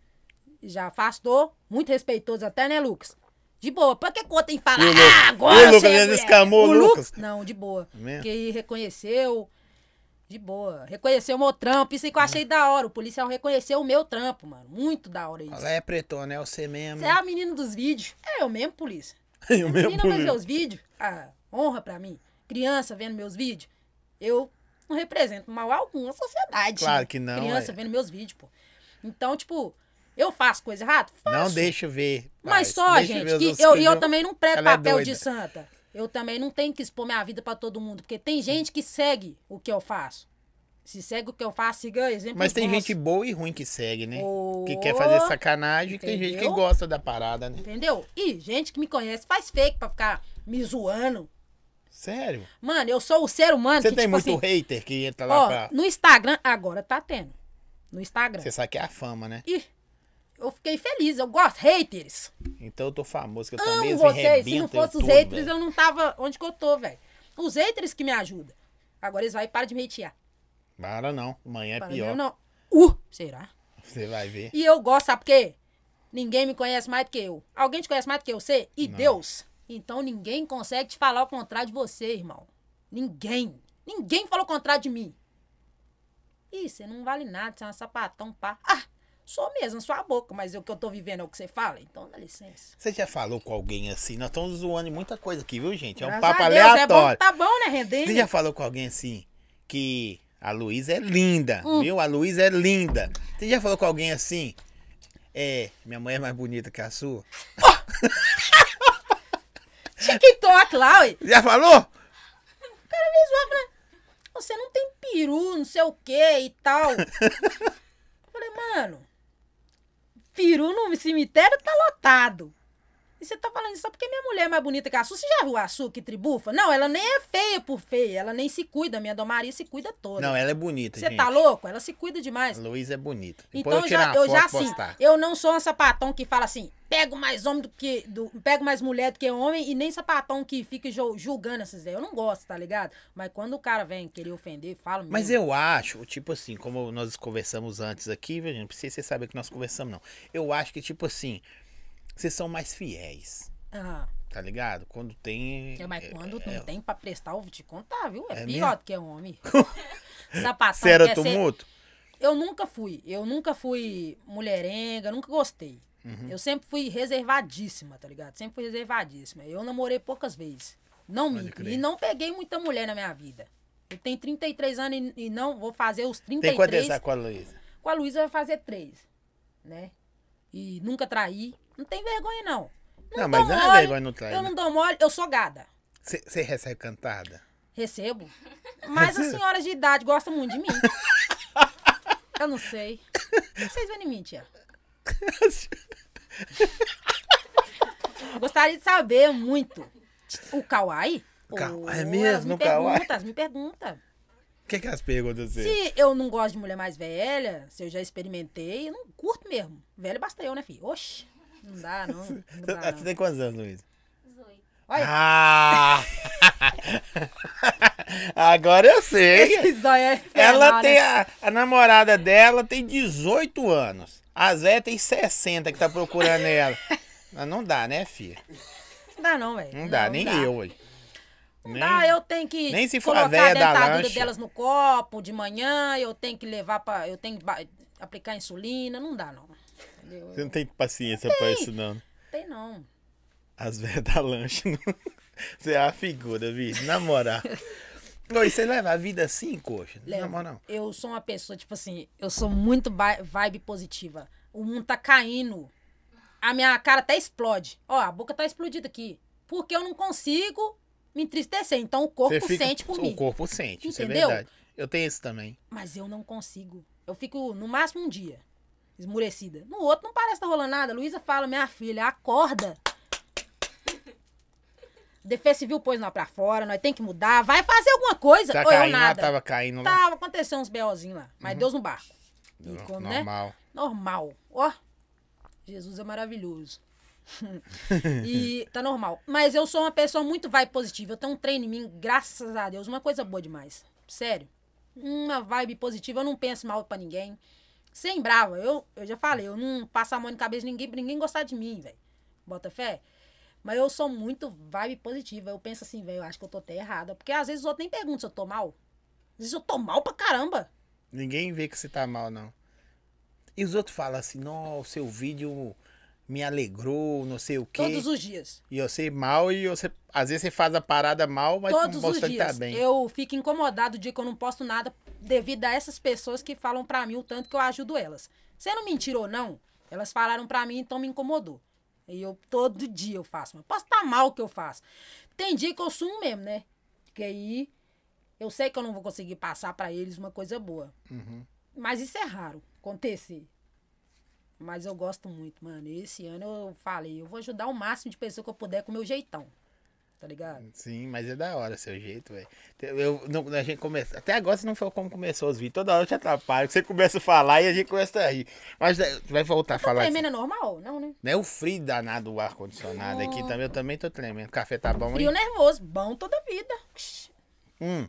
[SPEAKER 3] Já afastou, muito respeitoso até, né, Lucas? De boa. Pra que conta em falar?
[SPEAKER 1] E o Lucas?
[SPEAKER 3] ah, agora
[SPEAKER 1] E o Lucas?
[SPEAKER 3] você é
[SPEAKER 1] Ele
[SPEAKER 3] mulher."
[SPEAKER 1] escamou o Lucas? É
[SPEAKER 3] Não, de boa.
[SPEAKER 1] Mesmo?
[SPEAKER 3] Porque aí reconheceu. De boa. Reconheceu o meu trampo. Isso aí que eu achei da hora. O policial reconheceu o meu trampo, mano. Muito da hora isso.
[SPEAKER 1] Ela é pretona, é você mesmo.
[SPEAKER 3] Você é a menina dos vídeos. É eu mesmo, polícia.
[SPEAKER 1] Eu
[SPEAKER 3] A
[SPEAKER 1] mesmo
[SPEAKER 3] menina vê
[SPEAKER 1] polícia.
[SPEAKER 3] meus vídeos. Ah, honra pra mim. Criança vendo meus vídeos. Eu não represento mal algum à sociedade.
[SPEAKER 1] Claro que não,
[SPEAKER 3] Criança
[SPEAKER 1] é.
[SPEAKER 3] vendo meus vídeos, pô. Então, tipo, eu faço coisa errada? Faço.
[SPEAKER 1] Não deixa eu ver. parça.
[SPEAKER 3] Mas só,
[SPEAKER 1] Deixa ver
[SPEAKER 3] gente,
[SPEAKER 1] os outros
[SPEAKER 3] que eu, e eu
[SPEAKER 1] escrever.
[SPEAKER 3] também não preto
[SPEAKER 1] Ela é
[SPEAKER 3] papel de
[SPEAKER 1] doida.
[SPEAKER 3] santa. Eu também não tenho que expor minha vida pra todo mundo, porque tem gente que segue o que eu faço. Se segue o que eu faço, siga exemplo.
[SPEAKER 1] Mas tem gente boa e ruim que segue, né? Que quer
[SPEAKER 3] Ô,
[SPEAKER 1] fazer sacanagem, tem gente que
[SPEAKER 3] entendeu?
[SPEAKER 1] gosta da parada, né?
[SPEAKER 3] Entendeu? E gente que me conhece faz fake pra ficar me zoando.
[SPEAKER 1] Sério.
[SPEAKER 3] Mano, eu sou o ser humano
[SPEAKER 1] Você
[SPEAKER 3] que,
[SPEAKER 1] tem
[SPEAKER 3] tipo
[SPEAKER 1] muito
[SPEAKER 3] assim,
[SPEAKER 1] hater que entra lá
[SPEAKER 3] ó,
[SPEAKER 1] pra.
[SPEAKER 3] no Instagram, agora tá tendo. No Instagram.
[SPEAKER 1] Você sabe que é a fama, né?
[SPEAKER 3] Ih, eu fiquei feliz, eu gosto. Haters.
[SPEAKER 1] Então eu tô famoso, que eu
[SPEAKER 3] Amo
[SPEAKER 1] também
[SPEAKER 3] vocês. Se não fosse os haters,
[SPEAKER 1] velho.
[SPEAKER 3] eu não tava onde que eu tô, velho. Os haters que me ajudam. Agora eles vão e param de me hatear.
[SPEAKER 1] Para não, amanhã é
[SPEAKER 3] Para
[SPEAKER 1] pior.
[SPEAKER 3] mim, não. Uh, será?
[SPEAKER 1] Você vai ver.
[SPEAKER 3] E eu gosto, sabe por quê? Ninguém me conhece mais do que eu. Alguém te conhece mais do que você? E Deus. Então ninguém consegue te falar o contrário de você, irmão. Ninguém. Ninguém falou o contrário de mim. Ih, você não vale nada, você é uma sapatão, pá. Ah, sou mesmo, sua boca, mas o que eu tô vivendo é o que você fala, então dá licença.
[SPEAKER 1] Você já falou com alguém assim? Nós estamos zoando em muita coisa aqui, viu, gente? É um
[SPEAKER 3] Graças
[SPEAKER 1] papo
[SPEAKER 3] a Deus, É bom,
[SPEAKER 1] aleatório.
[SPEAKER 3] que tá bom, né, rendendo?
[SPEAKER 1] Você já falou com alguém assim que a Luísa é linda,
[SPEAKER 3] Hum.
[SPEAKER 1] viu? A Luísa é linda. Você já falou com alguém assim? É, minha mãe é mais bonita que a sua.
[SPEAKER 3] TikTok lá, ué.
[SPEAKER 1] Já falou?
[SPEAKER 3] Você não tem peru, não sei o que e tal. eu falei, mano, peru no cemitério tá lotado. E você tá falando isso só porque minha mulher é mais bonita que a sua. Você já viu a sua que tribufa? Não, ela nem é feia por feia. Ela nem se cuida. Minha Domaria se cuida toda.
[SPEAKER 1] Não, ela é bonita,
[SPEAKER 3] você
[SPEAKER 1] gente.
[SPEAKER 3] tá louco? Ela se cuida
[SPEAKER 1] A
[SPEAKER 3] demais.
[SPEAKER 1] Luísa é bonita. Depois
[SPEAKER 3] Então
[SPEAKER 1] eu
[SPEAKER 3] eu
[SPEAKER 1] tirar
[SPEAKER 3] já,
[SPEAKER 1] uma
[SPEAKER 3] eu
[SPEAKER 1] foto
[SPEAKER 3] já
[SPEAKER 1] e
[SPEAKER 3] assim,
[SPEAKER 1] postar.
[SPEAKER 3] eu não sou um sapatão que fala assim, pego mais homem do que. Do, pego mais mulher do que homem, e nem sapatão que fica ju- julgando essas ideias. Eu não gosto, tá ligado? Mas quando o cara vem querer ofender, fala
[SPEAKER 1] Mas
[SPEAKER 3] mesmo.
[SPEAKER 1] eu acho, tipo assim, como nós conversamos antes aqui, viu, gente? Não precisa você saber que nós conversamos, não. Eu acho que, tipo assim, vocês são mais fiéis,
[SPEAKER 3] Ah,
[SPEAKER 1] tá ligado? Quando tem.
[SPEAKER 3] é, mas quando
[SPEAKER 1] é,
[SPEAKER 3] não tem pra prestar, eu vou te contar, viu? É,
[SPEAKER 1] É
[SPEAKER 3] pior
[SPEAKER 1] mesmo?
[SPEAKER 3] do que homem. sapatão
[SPEAKER 1] Você era
[SPEAKER 3] quer ser-
[SPEAKER 1] tumulto?
[SPEAKER 3] Eu nunca fui. Eu nunca fui mulherenga, nunca gostei.
[SPEAKER 1] Uhum.
[SPEAKER 3] Eu sempre fui reservadíssima, tá ligado? Sempre fui reservadíssima. Eu namorei poucas vezes. Não
[SPEAKER 1] Pode
[SPEAKER 3] minto.
[SPEAKER 1] crer.
[SPEAKER 3] E não peguei muita mulher na minha vida. Eu tenho 33 anos e, e não vou fazer os
[SPEAKER 1] Tem quanto
[SPEAKER 3] 33.
[SPEAKER 1] essa tá com a Luísa?
[SPEAKER 3] com a Luísa vai fazer 3, né? E nunca traí. Não tem vergonha, não.
[SPEAKER 1] Não,
[SPEAKER 3] Não,
[SPEAKER 1] mas
[SPEAKER 3] dou
[SPEAKER 1] não é
[SPEAKER 3] mole,
[SPEAKER 1] vergonha não trair,
[SPEAKER 3] Eu
[SPEAKER 1] né?
[SPEAKER 3] não dou mole, eu sou gada.
[SPEAKER 1] Você você recebe cantada?
[SPEAKER 3] Recebo. Mas as senhoras de idade gostam muito de mim. Eu não sei. O que vocês vêem em mim, tia? Gostaria de saber muito. O Kawaii?
[SPEAKER 1] O ka-
[SPEAKER 3] Ô,
[SPEAKER 1] é mesmo?
[SPEAKER 3] elas me
[SPEAKER 1] O kawaii?
[SPEAKER 3] perguntam, elas me perguntam.
[SPEAKER 1] O que, que elas perguntam assim?
[SPEAKER 3] Se eu não gosto de mulher mais velha, se eu já experimentei, eu não curto mesmo. Velho basta eu, né, filho? Oxi, não dá, não. Não
[SPEAKER 1] Você
[SPEAKER 3] dá,
[SPEAKER 1] você
[SPEAKER 3] não.
[SPEAKER 1] tem quantos anos, Luísa?
[SPEAKER 4] Zoe.
[SPEAKER 3] Olha,
[SPEAKER 1] Ah! Agora eu sei.
[SPEAKER 3] esse zóio é
[SPEAKER 1] Ela
[SPEAKER 3] infernal,
[SPEAKER 1] tem
[SPEAKER 3] né?
[SPEAKER 1] a, a namorada dela tem 18 anos. A Zé tem 60 que tá procurando ela. Mas não dá, né, filha?
[SPEAKER 3] Não dá, não, velho.
[SPEAKER 1] Não dá, nem eu, ué.
[SPEAKER 3] Não
[SPEAKER 1] Nem-
[SPEAKER 3] dá, Ah, eu tenho que
[SPEAKER 1] nem se for a
[SPEAKER 3] colocar
[SPEAKER 1] véia
[SPEAKER 3] a
[SPEAKER 1] da
[SPEAKER 3] dentadura
[SPEAKER 1] lancha.
[SPEAKER 3] delas no copo de manhã, eu tenho que levar pra. Eu tenho que ba- aplicar insulina. Não dá, não. Entendeu?
[SPEAKER 1] Você não tem paciência pra isso, não.
[SPEAKER 3] Tem não.
[SPEAKER 1] As velhas da lanche. não. Você é uma figura, bicho. Na moral. Ô, e você leva a vida assim, coxa? Na
[SPEAKER 3] Levo.
[SPEAKER 1] moral.
[SPEAKER 3] Eu sou uma pessoa, tipo assim, eu sou muito ba- vibe positiva. O mundo tá caindo. A minha cara até explode. Ó, a boca tá explodida aqui. Porque eu não consigo me entristecer. Então o corpo
[SPEAKER 1] Você fica-
[SPEAKER 3] sente por
[SPEAKER 1] o
[SPEAKER 3] mim.
[SPEAKER 1] corpo sente, isso é
[SPEAKER 3] Entendeu?
[SPEAKER 1] verdade. Eu tenho isso também.
[SPEAKER 3] Mas eu não consigo. Eu fico no máximo um dia esmurecida. No outro não parece que tá rolando nada. Luísa fala, minha filha, acorda. Defesa Civil pôs nós pra fora, nós tem que mudar, vai fazer alguma coisa.
[SPEAKER 1] Tá
[SPEAKER 3] Ou eu
[SPEAKER 1] caindo lá,
[SPEAKER 3] nada.
[SPEAKER 1] tava Uhum. caindo lá.
[SPEAKER 3] Tava acontecendo uns BOzinhos lá, mas Deus no barco. E quando, né?
[SPEAKER 1] Normal.
[SPEAKER 3] Normal. Ó, Jesus é maravilhoso. e tá normal. Mas eu Então, sou uma pessoa muito vai positiva. Eu tenho um treino em mim, graças a Deus. Uma coisa boa demais. Sério. uma vibe positiva, eu não penso mal pra ninguém. Sem brava, eu, eu já falei, eu não passo a mão na cabeça de ninguém pra ninguém gostar de mim, velho. Bota fé? Mas eu sou muito vibe positiva. Eu penso assim, velho, eu acho que eu tô até errada. Porque às vezes os outros nem perguntam se eu tô mal. Às vezes eu tô mal pra caramba.
[SPEAKER 1] Ninguém vê que você tá mal, não. E os outros falam assim, não, o seu vídeo me alegrou, não sei o quê.
[SPEAKER 3] Todos os dias.
[SPEAKER 1] E você mal e você. Às vezes você faz a parada mal, mas
[SPEAKER 3] todos os
[SPEAKER 1] mostra que tá
[SPEAKER 3] dias.
[SPEAKER 1] bem.
[SPEAKER 3] Eu fico incomodado o dia que eu não posto nada devido a essas pessoas que falam pra mim o tanto que eu ajudo elas. Sendo mentira ou não, elas falaram pra mim, então me incomodou. E eu todo dia eu faço, mas posso estar mal o que eu faço. Tem dia que eu sumo mesmo, né? Porque aí eu sei que eu não vou conseguir passar pra eles uma coisa boa.
[SPEAKER 1] Uhum.
[SPEAKER 3] Mas isso é raro acontecer. Mas eu gosto muito, mano. E Esse ano eu falei, eu vou ajudar o máximo de pessoa que eu puder com o meu jeitão. Tá ligado?
[SPEAKER 1] Sim, mas é da hora seu jeito, velho. Eu, não, a gente começa, até agora você não foi como começou os vídeos. Toda hora eu te atrapalho, que você começa a falar e a gente começa a rir. Mas eh, vai voltar a falar. disso.
[SPEAKER 3] Tremendo é normal? Não, né?
[SPEAKER 1] Não é o frio danado o ar-condicionado aqui também. Eu também tô tremendo. O café tá bom aí?
[SPEAKER 3] Frio nervoso, bom toda vida. Ksh,
[SPEAKER 1] Hum.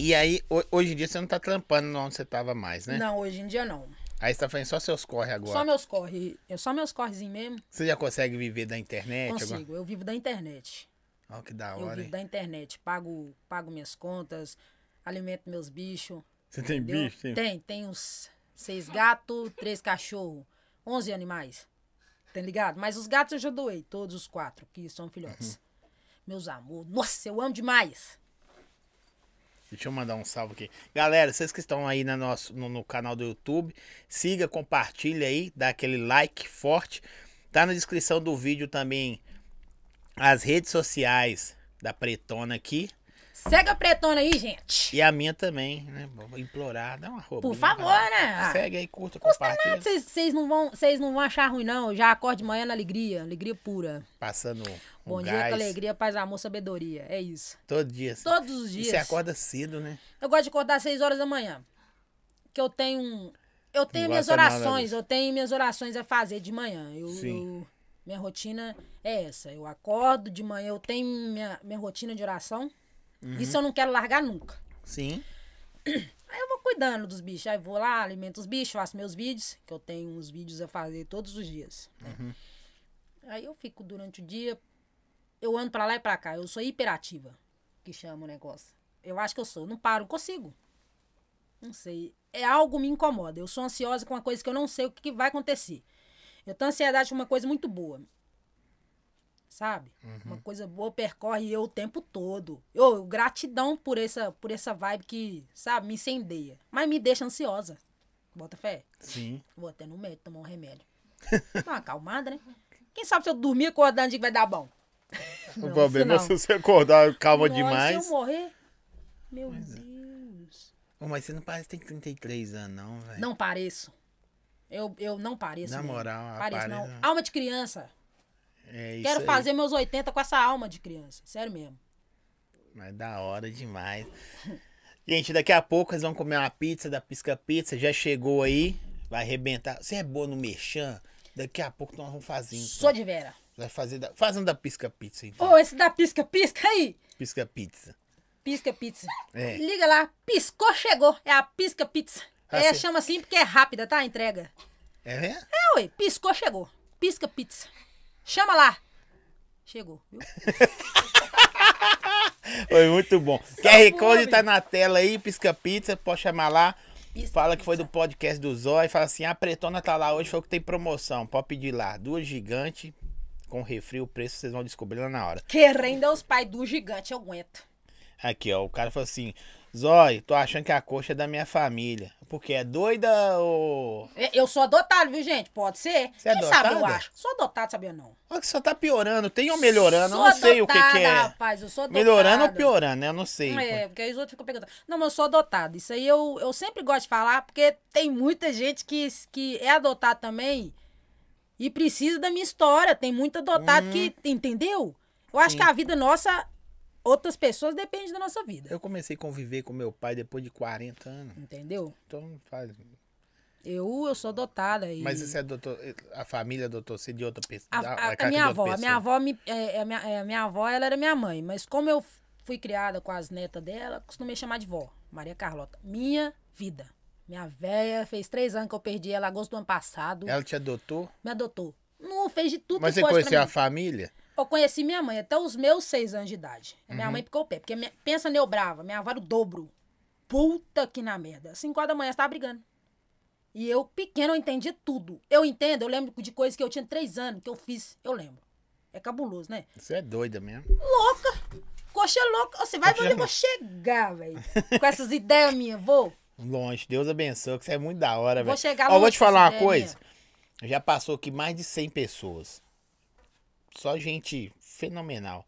[SPEAKER 1] E aí, ho- hoje em dia você não tá trampando onde você tava mais, né?
[SPEAKER 3] Não, hoje em dia não.
[SPEAKER 1] Aí você tá fazendo só seus corre agora.
[SPEAKER 3] Só meus corre. Eu só meus correzinhos mesmo
[SPEAKER 1] Você já consegue viver da internet? Agora?
[SPEAKER 3] consigo. Eu vivo da internet.
[SPEAKER 1] Olha que É, da
[SPEAKER 3] Eu
[SPEAKER 1] hora,
[SPEAKER 3] vivo
[SPEAKER 1] hein?
[SPEAKER 3] da internet. Pago, pago minhas contas, alimento meus bichos.
[SPEAKER 1] Você tem
[SPEAKER 3] entendeu?
[SPEAKER 1] bicho? Tem...
[SPEAKER 3] Tem, tem uns seis gatos, três cachorros, onze animais. Tá ligado? Mas os gatos eu já doei, todos os quatro, que são filhotes.
[SPEAKER 1] Uhum.
[SPEAKER 3] Meus amores. Nossa, eu amo demais.
[SPEAKER 1] Deixa eu mandar um salve aqui. Galera, vocês que estão aí na nosso, no, no canal do YouTube, siga, compartilha aí, dá aquele like forte. Tá na descrição do vídeo também as redes sociais da Pretona aqui.
[SPEAKER 3] Segue a pretona aí, gente.
[SPEAKER 1] E a minha também, né? Vou implorar, dá uma roupa.
[SPEAKER 3] Por favor, né?
[SPEAKER 1] Segue aí, curta,
[SPEAKER 3] custa
[SPEAKER 1] compartilha.
[SPEAKER 3] nada, vocês- vocês não vão, vocês não vão achar ruim não. Eu já acordo de manhã na alegria, alegria pura.
[SPEAKER 1] Passando um
[SPEAKER 3] Bom dia
[SPEAKER 1] gás
[SPEAKER 3] com alegria, paz, amor, sabedoria. É isso.
[SPEAKER 1] todo dia.
[SPEAKER 3] Todos os
[SPEAKER 1] E
[SPEAKER 3] dias.
[SPEAKER 1] você acorda cedo, né?
[SPEAKER 3] Eu gosto de acordar às 6 horas da manhã. Que eu tenho um- eu tenho
[SPEAKER 1] Não
[SPEAKER 3] minhas
[SPEAKER 1] gosta nada
[SPEAKER 3] orações,
[SPEAKER 1] disso.
[SPEAKER 3] eu tenho minhas orações a fazer de manhã. Eu,
[SPEAKER 1] Sim.
[SPEAKER 3] eu- minha rotina é essa. Eu acordo de manhã, eu tenho minha, minha rotina de oração.
[SPEAKER 1] Uhum.
[SPEAKER 3] Isso eu não quero largar nunca.
[SPEAKER 1] Sim.
[SPEAKER 3] Aí eu vou cuidando dos bichos. Aí vou lá, alimento os bichos, faço meus vídeos, que eu tenho uns vídeos a fazer todos os dias. né? Aí eu fico durante o dia, eu ando pra lá e pra cá. Eu sou hiperativa, que chama o negócio. Eu acho que eu sou, não paro, consigo. Não sei. É algo me incomoda. Eu sou ansiosa com uma coisa que eu não sei o que, que vai acontecer. Eu tenho ansiedade com uma coisa muito boa. Sabe?
[SPEAKER 1] Uhum.
[SPEAKER 3] Uma coisa boa percorre eu o tempo todo. Eu, gratidão por essa, por essa vibe que, sabe, me incendeia. Mas me deixa ansiosa. Bota fé.
[SPEAKER 1] Sim.
[SPEAKER 3] Vou até no médico tomar um remédio. Dá uma acalmada, né? Quem sabe se eu dormir acordando de que vai dar bom?
[SPEAKER 1] o
[SPEAKER 3] Não,
[SPEAKER 1] problema é
[SPEAKER 3] se
[SPEAKER 1] se
[SPEAKER 3] não.
[SPEAKER 1] você acordar calma
[SPEAKER 3] Nossa,
[SPEAKER 1] demais. é.
[SPEAKER 3] Se eu morrer. Meu Deus.
[SPEAKER 1] Ô, mas você não parece que tem 33 anos, não, velho.
[SPEAKER 3] Não pareço. Eu, eu não pareço.
[SPEAKER 1] Na
[SPEAKER 3] mesmo.
[SPEAKER 1] moral,
[SPEAKER 3] pareço
[SPEAKER 1] aparece-
[SPEAKER 3] não. Alma de criança.
[SPEAKER 1] É isso
[SPEAKER 3] Quero
[SPEAKER 1] aí.
[SPEAKER 3] fazer meus 80 com essa alma de criança. Sério mesmo.
[SPEAKER 1] Mas da hora demais. Gente, daqui a pouco eles vão comer uma pizza da Pisca Pizza. Já chegou aí. Vai arrebentar. Você é boa no merchan? Daqui a pouco nós vamos fazer. Então.
[SPEAKER 3] Sou de Vera.
[SPEAKER 1] Vai fazer da... Faz um da Pisca Pizza,
[SPEAKER 3] Ô,
[SPEAKER 1] então.
[SPEAKER 3] esse da pisca, pisca aí.
[SPEAKER 1] Pisca Pizza.
[SPEAKER 3] Pisca pizza.
[SPEAKER 1] É.
[SPEAKER 3] Liga lá. Piscou, chegou. É a pisca pizza.
[SPEAKER 1] Ah,
[SPEAKER 3] é,
[SPEAKER 1] sim.
[SPEAKER 3] chama assim porque é rápida, tá? A entrega.
[SPEAKER 1] É, né?
[SPEAKER 3] É, ué. Piscou, chegou. Pisca pizza. Chama lá. Chegou, viu?
[SPEAKER 1] Foi muito bom. QR
[SPEAKER 3] boa,
[SPEAKER 1] Code tá
[SPEAKER 3] menino.
[SPEAKER 1] na tela aí, Pisca Pizza, pode chamar lá.
[SPEAKER 3] Pisca
[SPEAKER 1] fala que foi do
[SPEAKER 3] Pizza.
[SPEAKER 1] podcast do Zói. Fala assim: a pretona tá lá hoje, foi o que tem promoção. Pode pedir lá. Duas gigantes com refri, o preço vocês vão descobrir lá na hora.
[SPEAKER 3] Querendo é os pais do gigante, eu aguento.
[SPEAKER 1] Aqui, ó. O cara falou assim: Zói, tô achando que a coxa é da minha família. Porque é doida ou.
[SPEAKER 3] É, Eu sou adotado, viu, gente? Pode ser.
[SPEAKER 1] Você é
[SPEAKER 3] Quem sabe eu
[SPEAKER 1] adotada?
[SPEAKER 3] acho. Sou adotado, sabia não.
[SPEAKER 1] Olha que só tá piorando. Tem ou melhorando? Eu
[SPEAKER 3] Sou
[SPEAKER 1] não sei o que,
[SPEAKER 3] adotada,
[SPEAKER 1] que é.
[SPEAKER 3] rapaz, eu sou adotada.
[SPEAKER 1] Melhorando ou piorando, né? Eu não sei.
[SPEAKER 3] É, porque aí os outros ficam perguntando. Não, mas eu sou adotada. Isso aí eu, eu sempre gosto de falar, porque tem muita gente que, que é adotada também e precisa da minha história. Tem muito adotado que, entendeu? Eu acho que a vida nossa, outras pessoas dependem da nossa vida.
[SPEAKER 1] Eu comecei a conviver com meu pai depois de 40 anos.
[SPEAKER 3] Entendeu?
[SPEAKER 1] Então não faz.
[SPEAKER 3] Eu, eu sou adotada. E...
[SPEAKER 1] Mas você adotou, a família adotou você é de outra pessoa?
[SPEAKER 3] A,
[SPEAKER 1] da-
[SPEAKER 3] a-
[SPEAKER 1] da
[SPEAKER 3] a
[SPEAKER 1] casa de
[SPEAKER 3] minha
[SPEAKER 1] outra
[SPEAKER 3] avó, a minha
[SPEAKER 1] pessoa?
[SPEAKER 3] avó, me, é, é, a minha, é, a minha avó, ela era minha mãe, mas como eu fui criada com as netas dela, costumei chamar de vó. Maria Carlota. Minha vida. Minha véia fez três anos que eu perdi ela, agosto do ano passado.
[SPEAKER 1] Ela te adotou?
[SPEAKER 3] Me adotou. Não fez de tudo
[SPEAKER 1] Mas você
[SPEAKER 3] que pôs pra
[SPEAKER 1] conheceu
[SPEAKER 3] mim.
[SPEAKER 1] a família?
[SPEAKER 3] Eu conheci minha mãe até os meus seis anos de idade. É, Minha
[SPEAKER 1] Uhum.
[SPEAKER 3] mãe picou o pé. Porque minha- pensa neu brava, minha avó era o dobro. Puta que na merda. Cinco horas da manhã, você tava brigando. E eu, pequeno, eu entendi tudo. Eu entendo, eu lembro de coisas que eu tinha três anos, que eu fiz, eu lembro. É cabuloso, né?
[SPEAKER 1] Você é doida mesmo.
[SPEAKER 3] Louca! Coxa louca. Você vai ver onde eu vou chegar, velho. Com essas ideias minhas, vou.
[SPEAKER 1] Longe. Deus abençoe, que você é muito da hora,
[SPEAKER 3] Vou
[SPEAKER 1] velho.
[SPEAKER 3] chegar
[SPEAKER 1] Ó, vou
[SPEAKER 3] longe
[SPEAKER 1] te
[SPEAKER 3] com
[SPEAKER 1] falar
[SPEAKER 3] essa
[SPEAKER 1] uma
[SPEAKER 3] ideia
[SPEAKER 1] coisa. Já passou aqui mais de 100 pessoas. Só gente fenomenal.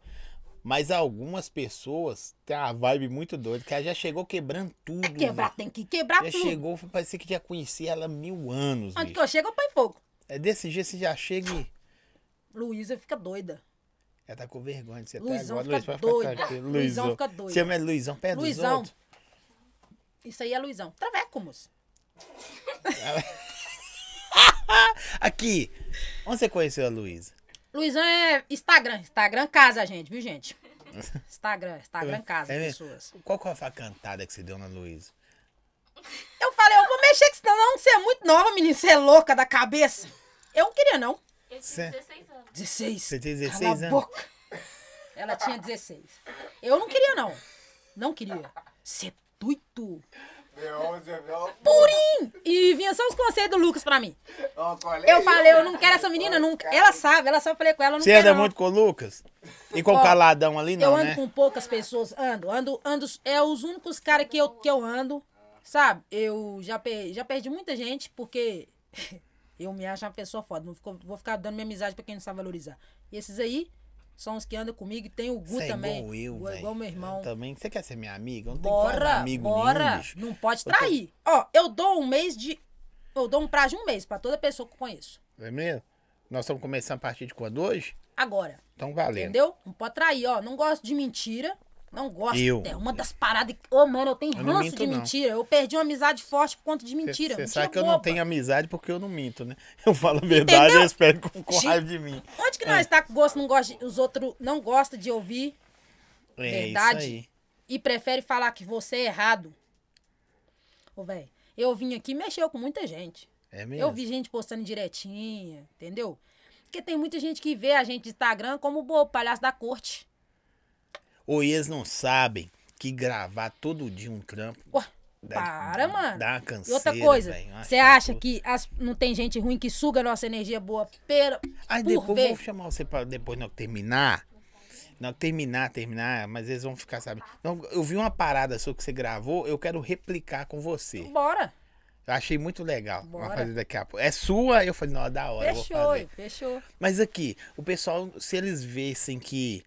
[SPEAKER 1] Mas algumas pessoas têm uma vibe muito doida, que ela já chegou quebrando tudo.
[SPEAKER 3] É quebrar,
[SPEAKER 1] velho.
[SPEAKER 3] tem que quebrar
[SPEAKER 1] Já
[SPEAKER 3] tudo.
[SPEAKER 1] chegou, parecia que já conhecia ela há mil anos,
[SPEAKER 3] Onde que
[SPEAKER 1] bicho.
[SPEAKER 3] eu chego, eu põe fogo.
[SPEAKER 1] É desse jeito você já chega e...
[SPEAKER 3] Luísa fica doida.
[SPEAKER 1] Ela tá com vergonha de você
[SPEAKER 3] Luizão
[SPEAKER 1] até agora.
[SPEAKER 3] fica
[SPEAKER 1] Luiz, pode
[SPEAKER 3] doido.
[SPEAKER 1] ficar tranquilo.
[SPEAKER 3] Luizão fica doido.
[SPEAKER 1] Chama ele é Luizão, pé dos
[SPEAKER 3] Luizão.
[SPEAKER 1] outros.
[SPEAKER 3] Isso aí é Luizão. Traveco, moço.
[SPEAKER 1] Aqui, onde você conheceu a Luísa?
[SPEAKER 3] Luizão é Instagram. Instagram casa, gente, viu, gente? Instagram, Instagram casa,
[SPEAKER 1] É mesmo?
[SPEAKER 3] pessoas.
[SPEAKER 1] Qual que foi a cantada que você deu na Luísa?
[SPEAKER 3] Eu falei, eu vou mexer com isso não, que você é muito nova, menina. Você é louca da cabeça. Eu não queria, não.
[SPEAKER 4] Eu tinha
[SPEAKER 1] Cê-
[SPEAKER 4] 16 anos.
[SPEAKER 3] 16.
[SPEAKER 1] Você tem 16
[SPEAKER 3] Cala a
[SPEAKER 1] anos?
[SPEAKER 3] boca. Ela tinha 16. Eu não queria, não. Não queria. Você é doido.
[SPEAKER 2] Meu 11, meu...
[SPEAKER 3] Purim! E vinha só os conselhos do Lucas pra mim.
[SPEAKER 2] Ó, qual é?
[SPEAKER 3] Eu falei, eu não quero essa menina nunca. Ela sabe, ela sabe, eu falei com ela, eu não
[SPEAKER 1] Você
[SPEAKER 3] quero
[SPEAKER 1] anda
[SPEAKER 3] é não.
[SPEAKER 1] muito com o Lucas? E com o
[SPEAKER 3] Ó,
[SPEAKER 1] caladão ali, não,
[SPEAKER 3] eu ando
[SPEAKER 1] né?
[SPEAKER 3] com poucas pessoas, ando, ando, ando. É os únicos caras que eu, que eu ando, sabe? Eu já, pe- já perdi muita gente porque eu me acho uma pessoa foda. Não fico- vou ficar dando minha amizade pra quem não sabe valorizar. E esses aí são os que andam comigo e tem o Gu
[SPEAKER 1] Você é
[SPEAKER 3] também.
[SPEAKER 1] igual eu,
[SPEAKER 3] Gu é
[SPEAKER 1] velho.
[SPEAKER 3] igual meu irmão.
[SPEAKER 1] Eu também. Você quer ser minha amiga? Eu Não tem cara de
[SPEAKER 3] Bora,
[SPEAKER 1] amigo nenhum,
[SPEAKER 3] bora.
[SPEAKER 1] bicho.
[SPEAKER 3] não pode
[SPEAKER 1] Eu tô-
[SPEAKER 3] trair. Ó, eu dou um mês de. Eu dou um prazo de um mês pra toda pessoa que eu conheço.
[SPEAKER 1] Não é mesmo? Nós estamos começando a partir de quando hoje?
[SPEAKER 3] Agora.
[SPEAKER 1] Então valendo.
[SPEAKER 3] Entendeu? Não pode trair, ó. Não gosto de mentira. Não gosto.
[SPEAKER 1] Eu.
[SPEAKER 3] É uma das paradas que. Ô, mano, eu tenho
[SPEAKER 1] Eu não
[SPEAKER 3] ranço
[SPEAKER 1] minto,
[SPEAKER 3] de
[SPEAKER 1] não.
[SPEAKER 3] mentira. Eu perdi uma amizade forte por conta de mentira.
[SPEAKER 1] Você
[SPEAKER 3] mentira
[SPEAKER 1] sabe que eu
[SPEAKER 3] boba.
[SPEAKER 1] não tenho amizade porque eu não minto, né? Eu falo a verdade e espero com, com
[SPEAKER 3] Gente,
[SPEAKER 1] raiva de mim.
[SPEAKER 3] Onde que
[SPEAKER 1] Ah.
[SPEAKER 3] nós tá com gosto, não gosta de, os outros não gosta de ouvir
[SPEAKER 1] É
[SPEAKER 3] Verdade.
[SPEAKER 1] isso aí.
[SPEAKER 3] e prefere falar que você é errado? Ô, velho, eu vim aqui e mexeu com muita gente.
[SPEAKER 1] É mesmo?
[SPEAKER 3] Eu vi gente postando direitinha, entendeu? Porque tem muita gente que vê a gente de Instagram como o bobo, palhaço da corte.
[SPEAKER 1] Ou eles não sabem que gravar todo dia um trampo.
[SPEAKER 3] Ué,
[SPEAKER 1] dá-
[SPEAKER 3] para, mano.
[SPEAKER 1] Dá uma
[SPEAKER 3] E outra
[SPEAKER 1] canseira,
[SPEAKER 3] coisa,
[SPEAKER 1] velho. tá Uma
[SPEAKER 3] você acha
[SPEAKER 1] chato.
[SPEAKER 3] que as- não tem gente ruim que suga nossa energia boa pera,
[SPEAKER 1] Aí
[SPEAKER 3] por
[SPEAKER 1] depois eu
[SPEAKER 3] ver?
[SPEAKER 1] vou chamar você pra depois não terminar. Não, terminar, terminar, mas eles vão ficar sabendo. Não, eu vi uma parada sua que você gravou, eu quero replicar com você.
[SPEAKER 3] Bora.
[SPEAKER 1] Eu achei muito legal. Vamos
[SPEAKER 3] Bora.
[SPEAKER 1] fazer daqui a pouco. É sua? Eu falei, não, é da hora. eu vou
[SPEAKER 3] Fechou,
[SPEAKER 1] fazer.
[SPEAKER 3] fechou.
[SPEAKER 1] Mas aqui, o pessoal, se eles vissem que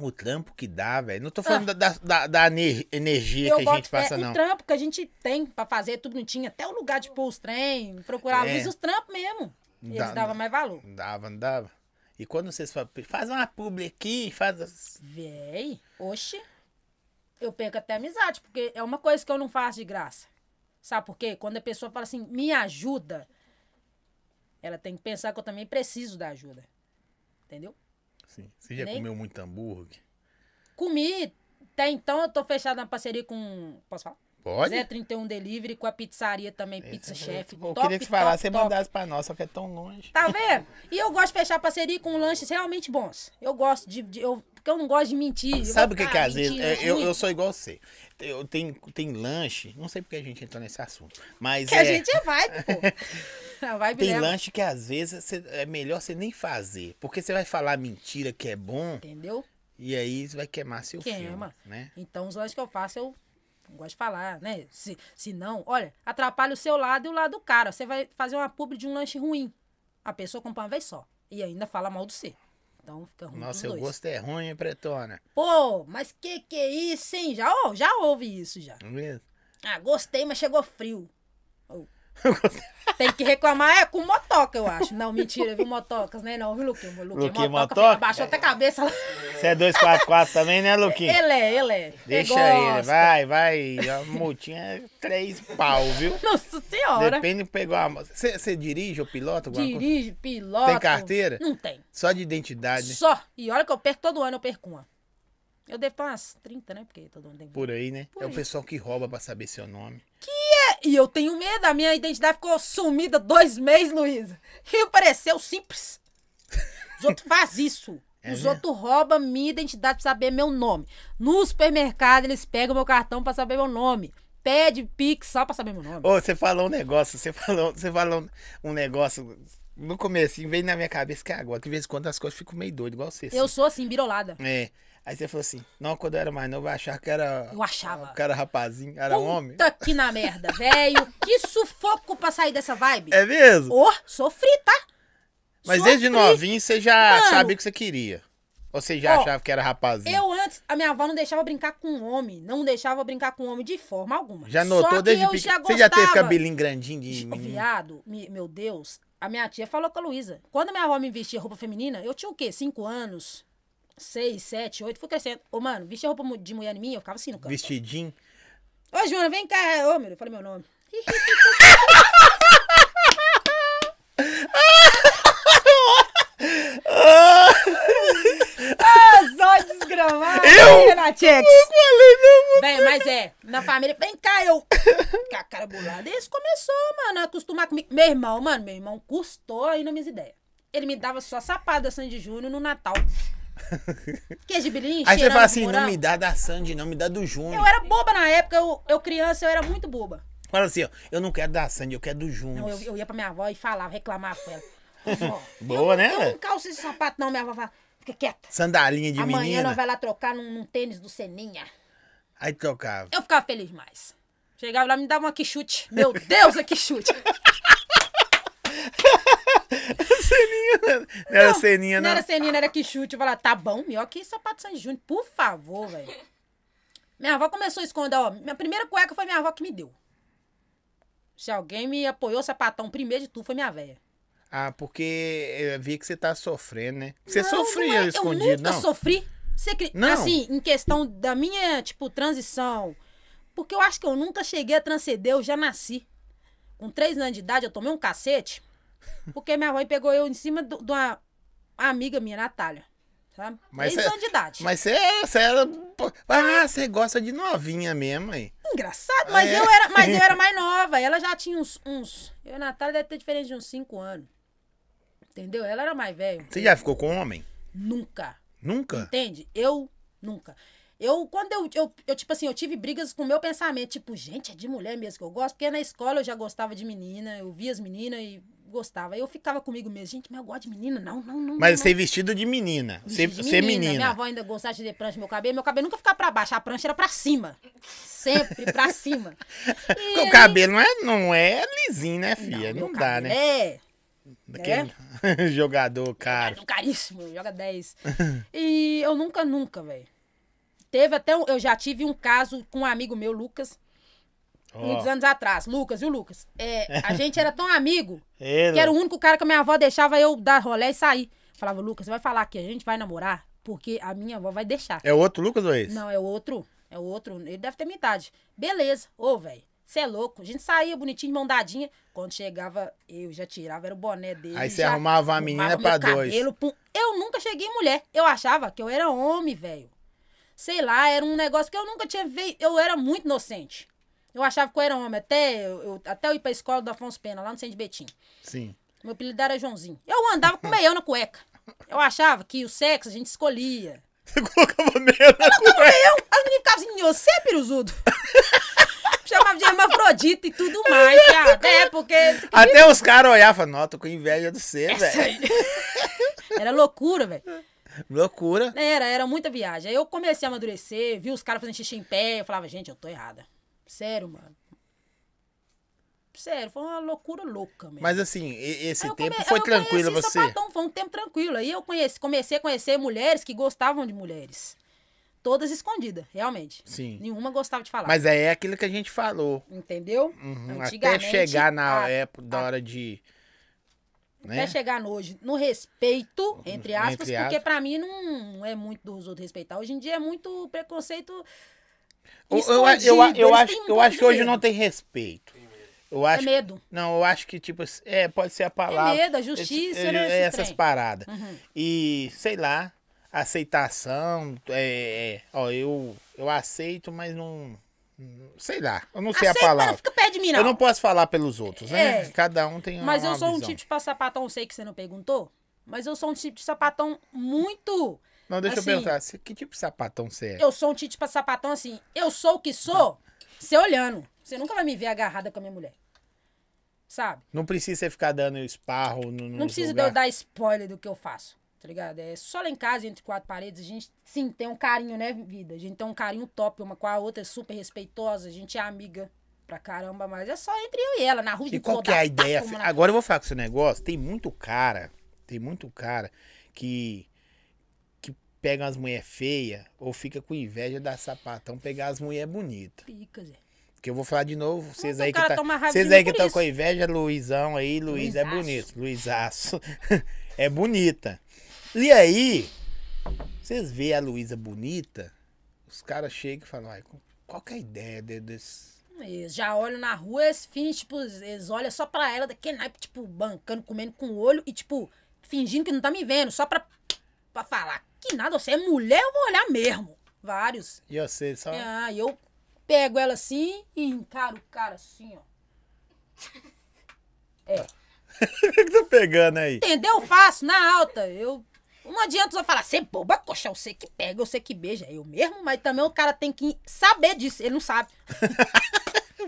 [SPEAKER 1] o trampo que dá, velho. Não tô falando da, da, da ener- energia
[SPEAKER 3] Ah. eu
[SPEAKER 1] é que a
[SPEAKER 3] boto
[SPEAKER 1] gente passa,
[SPEAKER 3] fé,
[SPEAKER 1] não.
[SPEAKER 3] o trampo que a gente tem pra fazer, tudo bonitinho, até o lugar de pôr os trem, procurar a
[SPEAKER 1] É.
[SPEAKER 3] luz, os trampos mesmo. Eles
[SPEAKER 1] Dá-
[SPEAKER 3] davam mais valor.
[SPEAKER 1] Não dava, não dava. E quando vocês falam, faz uma publi aqui, faz. as-"
[SPEAKER 3] Véi, oxe, eu perco até a amizade, porque é uma coisa que eu não faço de graça. Sabe por quê? Quando a pessoa fala assim, me ajuda, ela tem que pensar que eu também preciso da ajuda. Entendeu?
[SPEAKER 1] Sim. assim, Você já
[SPEAKER 3] Nem-
[SPEAKER 1] comeu muito hambúrguer?
[SPEAKER 3] Comi. Até então eu tô fechada na parceria com. Posso falar?
[SPEAKER 1] Pode? É,
[SPEAKER 3] Zé 31 Delivery, com a pizzaria também,
[SPEAKER 1] Esse
[SPEAKER 3] Pizza
[SPEAKER 1] eu-
[SPEAKER 3] Chef.
[SPEAKER 1] Eu
[SPEAKER 3] top,
[SPEAKER 1] queria te falar,
[SPEAKER 3] top,
[SPEAKER 1] você
[SPEAKER 3] top.
[SPEAKER 1] mandasse pra nós, só que é tão longe.
[SPEAKER 3] Tá vendo? E eu gosto de fechar parceria com lanches realmente bons. Eu gosto de. de- eu, porque eu não gosto de mentir. eu
[SPEAKER 1] Sabe o
[SPEAKER 3] vou
[SPEAKER 1] que que
[SPEAKER 3] ficar
[SPEAKER 1] às vezes...
[SPEAKER 3] mentindo,
[SPEAKER 1] é, eu,
[SPEAKER 3] ruim.
[SPEAKER 1] eu sou igual você. Eu tenho, tem lanche, não sei porque a gente entrou nesse assunto, mas
[SPEAKER 3] Que
[SPEAKER 1] é,
[SPEAKER 3] a gente né? é vibe, pô. A vibe
[SPEAKER 1] tem
[SPEAKER 3] leva,
[SPEAKER 1] lanche que às vezes você- é melhor você nem fazer, porque você vai falar mentira que é bom
[SPEAKER 3] Entendeu?
[SPEAKER 1] e aí você vai queimar seu
[SPEAKER 3] Queima.
[SPEAKER 1] filme, né?
[SPEAKER 3] Então os lanches que eu faço, eu não gosto de falar, né? Se, se não, olha, atrapalha o seu lado e o lado do cara. Você vai fazer uma publi de um lanche ruim. A pessoa compra uma vez só. E ainda fala mal do C. Então fica ruim
[SPEAKER 1] Nossa,
[SPEAKER 3] dos
[SPEAKER 1] eu
[SPEAKER 3] dois.
[SPEAKER 1] gosto é ruim, hein, Pretona?
[SPEAKER 3] Pô, mas que que é isso, hein? Já, ou- já ouvi isso já.
[SPEAKER 1] Não é mesmo?
[SPEAKER 3] Ah, gostei, mas chegou frio. Ou,
[SPEAKER 1] Eu gostei.
[SPEAKER 3] Tem que reclamar é com motoca, eu acho. Não, mentira, viu, motocas, né? Não, viu, Luquinha? Luquinha,
[SPEAKER 1] Luquinha,
[SPEAKER 3] motoca,
[SPEAKER 1] motoca?
[SPEAKER 3] baixou até a cabeça. lá.
[SPEAKER 1] Você é 244 também, né, Luquinha?
[SPEAKER 3] Ele é, ele é.
[SPEAKER 1] Deixa
[SPEAKER 3] Ele
[SPEAKER 1] ele,
[SPEAKER 3] gosta.
[SPEAKER 1] vai, vai. A multinha é três pau, viu?
[SPEAKER 3] Nossa senhora.
[SPEAKER 1] Depende de pegar uma. Você você dirige ou pilota alguma coisa?
[SPEAKER 3] Dirige, piloto.
[SPEAKER 1] Tem carteira?
[SPEAKER 3] Não tem.
[SPEAKER 1] Só de identidade, né?
[SPEAKER 3] Só. E olha que eu perco todo ano, eu perco uma. Eu devo ter umas 30, né? Porque todo mundo tem.
[SPEAKER 1] Por aí, né?
[SPEAKER 3] Por
[SPEAKER 1] é o
[SPEAKER 3] aí.
[SPEAKER 1] pessoal que rouba pra saber seu nome.
[SPEAKER 3] É, e eu tenho medo, a minha identidade ficou sumida dois meses, Luísa. E pareceu simples. Os outros fazem isso.
[SPEAKER 1] É
[SPEAKER 3] Os
[SPEAKER 1] mesmo?
[SPEAKER 3] outros roubam minha identidade pra saber meu nome. No supermercado, eles pegam meu cartão pra saber meu nome. Pede Pix só pra saber meu nome.
[SPEAKER 1] Ô, você falou um negócio, você falou, você falou um um negócio no começo, veio na minha cabeça que é agora, que de vez em quando as coisas ficam meio doido, igual você.
[SPEAKER 3] Eu
[SPEAKER 1] assim.
[SPEAKER 3] sou assim, birolada.
[SPEAKER 1] É. Aí você falou assim, não, quando eu era mais novo, eu achava que era.
[SPEAKER 3] Eu achava.
[SPEAKER 1] Que era rapazinho, era é um homem.
[SPEAKER 3] Puta que na merda, velho. Que sufoco pra sair dessa vibe.
[SPEAKER 1] É mesmo?
[SPEAKER 3] Ô, sofri, tá?
[SPEAKER 1] Mas
[SPEAKER 3] Sofri.
[SPEAKER 1] desde novinho você já
[SPEAKER 3] Mano.
[SPEAKER 1] sabia o que você queria. Ou você já
[SPEAKER 3] Ó,
[SPEAKER 1] achava que era rapazinho?
[SPEAKER 3] Eu antes, a minha avó não deixava brincar com um homem. Não deixava brincar com um homem de forma alguma.
[SPEAKER 1] Já
[SPEAKER 3] Só
[SPEAKER 1] notou
[SPEAKER 3] que
[SPEAKER 1] desde
[SPEAKER 3] eu
[SPEAKER 1] pequeno?
[SPEAKER 3] já
[SPEAKER 1] Você já teve
[SPEAKER 3] gostava.
[SPEAKER 1] cabelinho grandinho de
[SPEAKER 3] Ô,
[SPEAKER 1] menino?
[SPEAKER 3] Viado, me- meu Deus, a minha tia falou com a Luísa. Quando minha avó me vestia roupa feminina, eu tinha o quê? Cinco anos? Seis, sete, oito, fui crescendo. Ô, mano, vestia roupa mu- de mulher em mim, eu ficava assim no canto.
[SPEAKER 1] Vestidinho?
[SPEAKER 3] Ô, Júnior, vem cá. Ô, meu, eu falei meu nome. Ah, só desgramado. Eu? Renatex. Véi, mas é, na família, vem cá, eu. Com a cara bolada. E isso começou, mano, a acostumar comigo. Meu irmão, mano, meu irmão custou aí nas minhas ideias. Ele me dava só sapato da Sandy Júnior no Natal. Queijo de bilim,
[SPEAKER 1] Aí você
[SPEAKER 3] cheirando
[SPEAKER 1] fala
[SPEAKER 3] de
[SPEAKER 1] assim, não
[SPEAKER 3] morango.
[SPEAKER 1] me dá da Sandy, não me dá do Júnior.
[SPEAKER 3] Eu era boba na época, eu, eu criança, eu era muito boba.
[SPEAKER 1] Fala assim, ó, eu não quero da Sandy, eu quero do Júnior.
[SPEAKER 3] Não, eu, eu ia pra minha avó e falava, reclamava com ela. Vó,
[SPEAKER 1] Boa,
[SPEAKER 3] eu,
[SPEAKER 1] né,
[SPEAKER 3] Eu
[SPEAKER 1] velho?
[SPEAKER 3] não calço esse sapato, não, minha avó fala, fica quieta.
[SPEAKER 1] Sandalinha de
[SPEAKER 3] Amanhã
[SPEAKER 1] menina.
[SPEAKER 3] nós vai lá trocar num, num tênis do Seninha.
[SPEAKER 1] Aí trocava.
[SPEAKER 3] Eu ficava feliz demais. Chegava lá, me dava uma quichute. Meu Deus, é quichute.
[SPEAKER 1] Não era ceninha,
[SPEAKER 3] Não
[SPEAKER 1] não.
[SPEAKER 3] era Seninha, não era quichute. Eu falava, tá bom, melhor que sapato San Júnior, por favor, velho. Minha avó começou a esconder, ó. Minha primeira cueca foi minha avó que me deu. Se alguém me apoiou o sapatão primeiro de tudo, foi minha véia.
[SPEAKER 1] Ah, porque eu vi que você tá sofrendo, né? Você
[SPEAKER 3] Não,
[SPEAKER 1] sofria
[SPEAKER 3] não é- Eu
[SPEAKER 1] escondido,
[SPEAKER 3] nunca
[SPEAKER 1] não?
[SPEAKER 3] sofri. Você cri-
[SPEAKER 1] Não.
[SPEAKER 3] Assim, em questão da minha, tipo, transição. Porque eu acho que eu nunca cheguei a transcender, eu já nasci. Com três anos de idade, eu tomei um cacete. Porque minha mãe pegou eu em cima do- de uma amiga minha, Natália. Sabe?
[SPEAKER 1] Mas
[SPEAKER 3] três
[SPEAKER 1] cê-
[SPEAKER 3] anos de idade.
[SPEAKER 1] Mas você, você era. Ah, você gosta de novinha mesmo, aí.
[SPEAKER 3] Engraçado, mas,
[SPEAKER 1] É.
[SPEAKER 3] eu era, mas eu era mais nova. Ela já tinha uns. uns... Eu e a Natália deve ter diferença de uns cinco anos. Entendeu? Ela era mais velha.
[SPEAKER 1] Você já ficou com homem?
[SPEAKER 3] Nunca.
[SPEAKER 1] Nunca?
[SPEAKER 3] Entende? Eu nunca. Eu, quando eu, eu, eu, tipo assim, eu tive brigas com o meu pensamento. Tipo, gente, é de mulher mesmo que eu gosto. Porque na escola eu já gostava de menina, eu via as meninas e gostava. Eu ficava comigo mesmo, gente, mas eu gosto de menina. Não, não, não.
[SPEAKER 1] Mas
[SPEAKER 3] não,
[SPEAKER 1] você vestido de menina.
[SPEAKER 3] não.
[SPEAKER 1] Você,
[SPEAKER 3] Bicho né? de
[SPEAKER 1] você é menina.
[SPEAKER 3] Minha avó ainda gostava de ter prancha no meu cabelo. Meu cabelo nunca ficava pra baixo, a prancha era pra cima. Sempre pra cima. E
[SPEAKER 1] Porque o cabelo não é, não é lisinho, né, filha? Não,
[SPEAKER 3] meu
[SPEAKER 1] dá,
[SPEAKER 3] cabelo
[SPEAKER 1] né?
[SPEAKER 3] É. né?
[SPEAKER 1] Daquele jogador caro.
[SPEAKER 3] Jogador caríssimo, joga 10. e eu nunca, nunca, velho. Teve até. um- Eu já tive um caso com um amigo meu, Lucas, muitos
[SPEAKER 1] Ó,
[SPEAKER 3] anos atrás. Lucas, viu, Lucas? É, a gente era tão amigo
[SPEAKER 1] ele-
[SPEAKER 3] que era o único cara que a minha avó deixava eu dar rolé e sair. Falava, Lucas, você vai falar que a gente vai namorar, porque a minha avó vai deixar.
[SPEAKER 1] É outro Lucas ou é esse?
[SPEAKER 3] um- Não, é outro. É outro. Ele deve ter minha idade. Beleza. Ô, velho. Você é louco. A gente saía bonitinho, de mão dadinha. Quando chegava, eu já tirava, era o boné dele.
[SPEAKER 1] Aí você
[SPEAKER 3] já
[SPEAKER 1] arrumava a menina é
[SPEAKER 3] arrumava
[SPEAKER 1] pra
[SPEAKER 3] meu
[SPEAKER 1] dois.
[SPEAKER 3] cabelo, pum. Eu nunca cheguei em mulher. Eu achava que eu era homem, velho. Sei lá, era um negócio que eu nunca tinha visto. Eu era muito inocente. Eu achava que eu era homem. Até eu, eu- até eu ir pra escola do Afonso Pena, lá no centro de Betim.
[SPEAKER 1] Sim.
[SPEAKER 3] Meu apelido era Joãozinho. Eu andava com meião na cueca. Eu achava que o sexo a gente escolhia.
[SPEAKER 1] Você colocava meia na cueca.
[SPEAKER 3] Eu, as meninas ficavam assim, você é piruzudo. Chamava de hermafrodita e tudo mais. Ah, é, porque esse aqui-
[SPEAKER 1] Até os caras olhavam e falavam, não, tô com inveja do você,
[SPEAKER 3] Essa
[SPEAKER 1] velho.
[SPEAKER 3] aí. Era loucura, velho.
[SPEAKER 1] Loucura.
[SPEAKER 3] Era, era muita viagem. Aí eu comecei a amadurecer, vi os caras fazendo xixi em pé, eu falava, gente, eu tô errada. Sério, mano. Sério, foi uma loucura louca, mesmo.
[SPEAKER 1] Mas assim, e- esse
[SPEAKER 3] Aí eu
[SPEAKER 1] tempo
[SPEAKER 3] come-
[SPEAKER 1] foi
[SPEAKER 3] eu
[SPEAKER 1] tranquilo
[SPEAKER 3] conheci
[SPEAKER 1] você?
[SPEAKER 3] Sapatão, foi um tempo tranquilo. Aí eu conheci, comecei a conhecer mulheres que gostavam de mulheres. Todas escondidas, realmente.
[SPEAKER 1] Sim.
[SPEAKER 3] Nenhuma gostava de falar.
[SPEAKER 1] Mas aí é aquilo que a gente falou.
[SPEAKER 3] Entendeu? ah,
[SPEAKER 1] Uhum, Até chegar na
[SPEAKER 3] a-
[SPEAKER 1] época, da hora de... Né?
[SPEAKER 3] Até chegar no hoje, no respeito, entre aspas,
[SPEAKER 1] Entre aspas.
[SPEAKER 3] porque pra mim não é muito dos outros respeitar. Hoje em dia é muito preconceito.
[SPEAKER 1] Eu, eu, eu, eu,
[SPEAKER 3] escondido, eles
[SPEAKER 1] acho,
[SPEAKER 3] têm um
[SPEAKER 1] eu
[SPEAKER 3] pouco
[SPEAKER 1] acho
[SPEAKER 3] de
[SPEAKER 1] que hoje
[SPEAKER 3] medo.
[SPEAKER 1] não tem respeito. Eu acho,
[SPEAKER 3] medo.
[SPEAKER 1] Não, eu acho que, tipo, é, pode ser a palavra.
[SPEAKER 3] medo, a justiça,
[SPEAKER 1] esse-
[SPEAKER 3] né,
[SPEAKER 1] é,
[SPEAKER 3] esse
[SPEAKER 1] Essas
[SPEAKER 3] trem.
[SPEAKER 1] paradas.
[SPEAKER 3] Uhum.
[SPEAKER 1] E, sei lá, aceitação. É, é, ó, eu, eu aceito, mas não. Sei lá, eu não sei
[SPEAKER 3] Aceita,
[SPEAKER 1] a
[SPEAKER 3] mas
[SPEAKER 1] palavra.
[SPEAKER 3] não fica perto de mim, não.
[SPEAKER 1] Eu não posso falar pelos outros, né?
[SPEAKER 3] É.
[SPEAKER 1] Cada um tem uma.
[SPEAKER 3] Mas eu
[SPEAKER 1] uma
[SPEAKER 3] sou um
[SPEAKER 1] visão.
[SPEAKER 3] tipo de sapatão, sei que você não perguntou, mas eu sou um tipo de sapatão muito.
[SPEAKER 1] Não, deixa
[SPEAKER 3] assim,
[SPEAKER 1] eu perguntar. você- Que tipo de sapatão você é?
[SPEAKER 3] Eu sou um tipo de sapatão assim, eu sou o que sou, você olhando. Você nunca vai me ver agarrada com a minha mulher. Sabe?
[SPEAKER 1] Não precisa você ficar dando esparro no.
[SPEAKER 3] Não precisa de eu dar spoiler do que eu faço, tá ligado? É só lá em casa, entre quatro paredes, a gente, sim, tem um carinho, né, vida? A gente tem um carinho top uma com a outra, é super respeitosa, a gente é amiga pra caramba, mas é só entre eu e ela, na rua de
[SPEAKER 1] E qual que é a ideia? fi- Agora eu vou falar com esse negócio. Tem muito cara, tem muito cara que que pega umas mulher feia ou fica com inveja da sapatão pegar as mulher bonita.
[SPEAKER 3] Pica, Zé.
[SPEAKER 1] Que eu vou falar de novo, vocês
[SPEAKER 3] tem
[SPEAKER 1] aí que
[SPEAKER 3] cara
[SPEAKER 1] tá,
[SPEAKER 3] toma raiva de
[SPEAKER 1] vocês
[SPEAKER 3] mim
[SPEAKER 1] aí que
[SPEAKER 3] por
[SPEAKER 1] estão
[SPEAKER 3] isso.
[SPEAKER 1] com inveja, Luizão aí, Luiz é
[SPEAKER 3] Luizaço.
[SPEAKER 1] bonito, Luizaço. é bonita. E aí, vocês vê a Luísa bonita, os caras chegam e falam, "Ai, qual que é a ideia de- desse
[SPEAKER 3] Eles já olham na rua, eles fingem, tipo, eles olham só pra ela daquele naipe, tipo, bancando, comendo com o olho e, tipo, fingindo que não tá me vendo, só pra, pra falar que nada, você é mulher, eu vou olhar mesmo. Vários.
[SPEAKER 1] E você só
[SPEAKER 3] Ah, e eu pego ela assim e encaro o cara assim, ó.
[SPEAKER 1] O que que tá pegando aí?
[SPEAKER 3] Entendeu? Eu faço, na alta. Eu. Não adianta só falar, você é boba, coxa, eu sei que pega, eu sei que beija. Eu mesmo, mas também o cara tem que saber disso. Ele não sabe.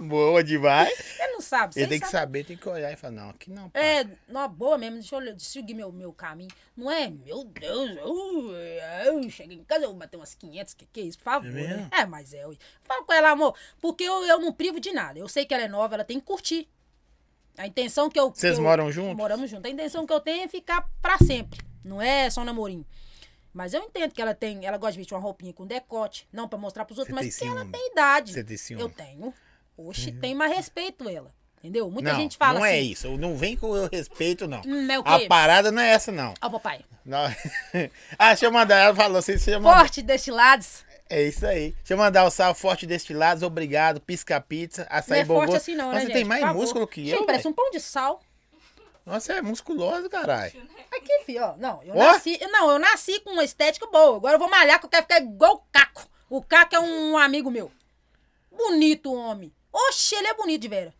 [SPEAKER 1] Boa demais.
[SPEAKER 3] Ele não
[SPEAKER 1] Ele
[SPEAKER 3] sabe. vocês
[SPEAKER 1] tem que
[SPEAKER 3] sabem.
[SPEAKER 1] saber, tem que olhar e falar, não, aqui não. pá.
[SPEAKER 3] É, numa boa mesmo, deixa eu, olhar, deixa eu seguir meu, meu caminho. Não é, meu Deus, eu, eu cheguei em casa, eu vou bater umas 500, que que é isso, por favor.
[SPEAKER 1] É
[SPEAKER 3] É,
[SPEAKER 1] mesmo?
[SPEAKER 3] né? é mas é, ui. Fala com ela, amor, porque eu, eu não privo de nada. Eu sei que ela é nova, ela tem que curtir. A intenção que eu... que
[SPEAKER 1] Vocês
[SPEAKER 3] eu-
[SPEAKER 1] moram juntos?
[SPEAKER 3] Moramos juntos. A intenção que eu tenho é ficar pra sempre, não é só um namorinho. Mas eu entendo que ela tem, ela gosta de vestir uma roupinha com decote, não pra mostrar pros outros,
[SPEAKER 1] Você
[SPEAKER 3] mas
[SPEAKER 1] tem
[SPEAKER 3] porque ela
[SPEAKER 1] ciúme?
[SPEAKER 3] tem idade.
[SPEAKER 1] Você tem ciúme? Hum.
[SPEAKER 3] Eu tenho. Oxe, tem, mas respeito ela. Entendeu? Muita
[SPEAKER 1] não,
[SPEAKER 3] gente fala
[SPEAKER 1] não
[SPEAKER 3] assim.
[SPEAKER 1] é isso. Eu Não vem com eu respeito, não.
[SPEAKER 3] Hum, é o
[SPEAKER 1] A
[SPEAKER 3] quê?
[SPEAKER 1] parada não é essa, não.
[SPEAKER 3] Ó, papai.
[SPEAKER 1] Não. ah, deixa eu mandar. Ela falou assim, deixa eu mandar.
[SPEAKER 3] Forte destilados.
[SPEAKER 1] É isso aí. Deixa eu mandar o sal forte destilados, obrigado. Pisca pizza,
[SPEAKER 3] Não
[SPEAKER 1] açaí
[SPEAKER 3] é
[SPEAKER 1] bogô.
[SPEAKER 3] forte assim, não,
[SPEAKER 1] Nossa,
[SPEAKER 3] né,
[SPEAKER 1] você
[SPEAKER 3] gente?
[SPEAKER 1] tem mais
[SPEAKER 3] Por favor.
[SPEAKER 1] músculo que
[SPEAKER 3] Gente,
[SPEAKER 1] eu.
[SPEAKER 3] parece
[SPEAKER 1] velho.
[SPEAKER 3] um pão de sal.
[SPEAKER 1] Nossa, é musculoso, caralho.
[SPEAKER 3] Aqui, fi, ó. Não, eu
[SPEAKER 1] Ó.
[SPEAKER 3] nasci. Não, eu nasci com uma estética boa. Agora eu vou malhar que eu quero ficar igual o Caco. O Caco é um amigo meu. Bonito o homem. Oxe, ele é bonito de vera.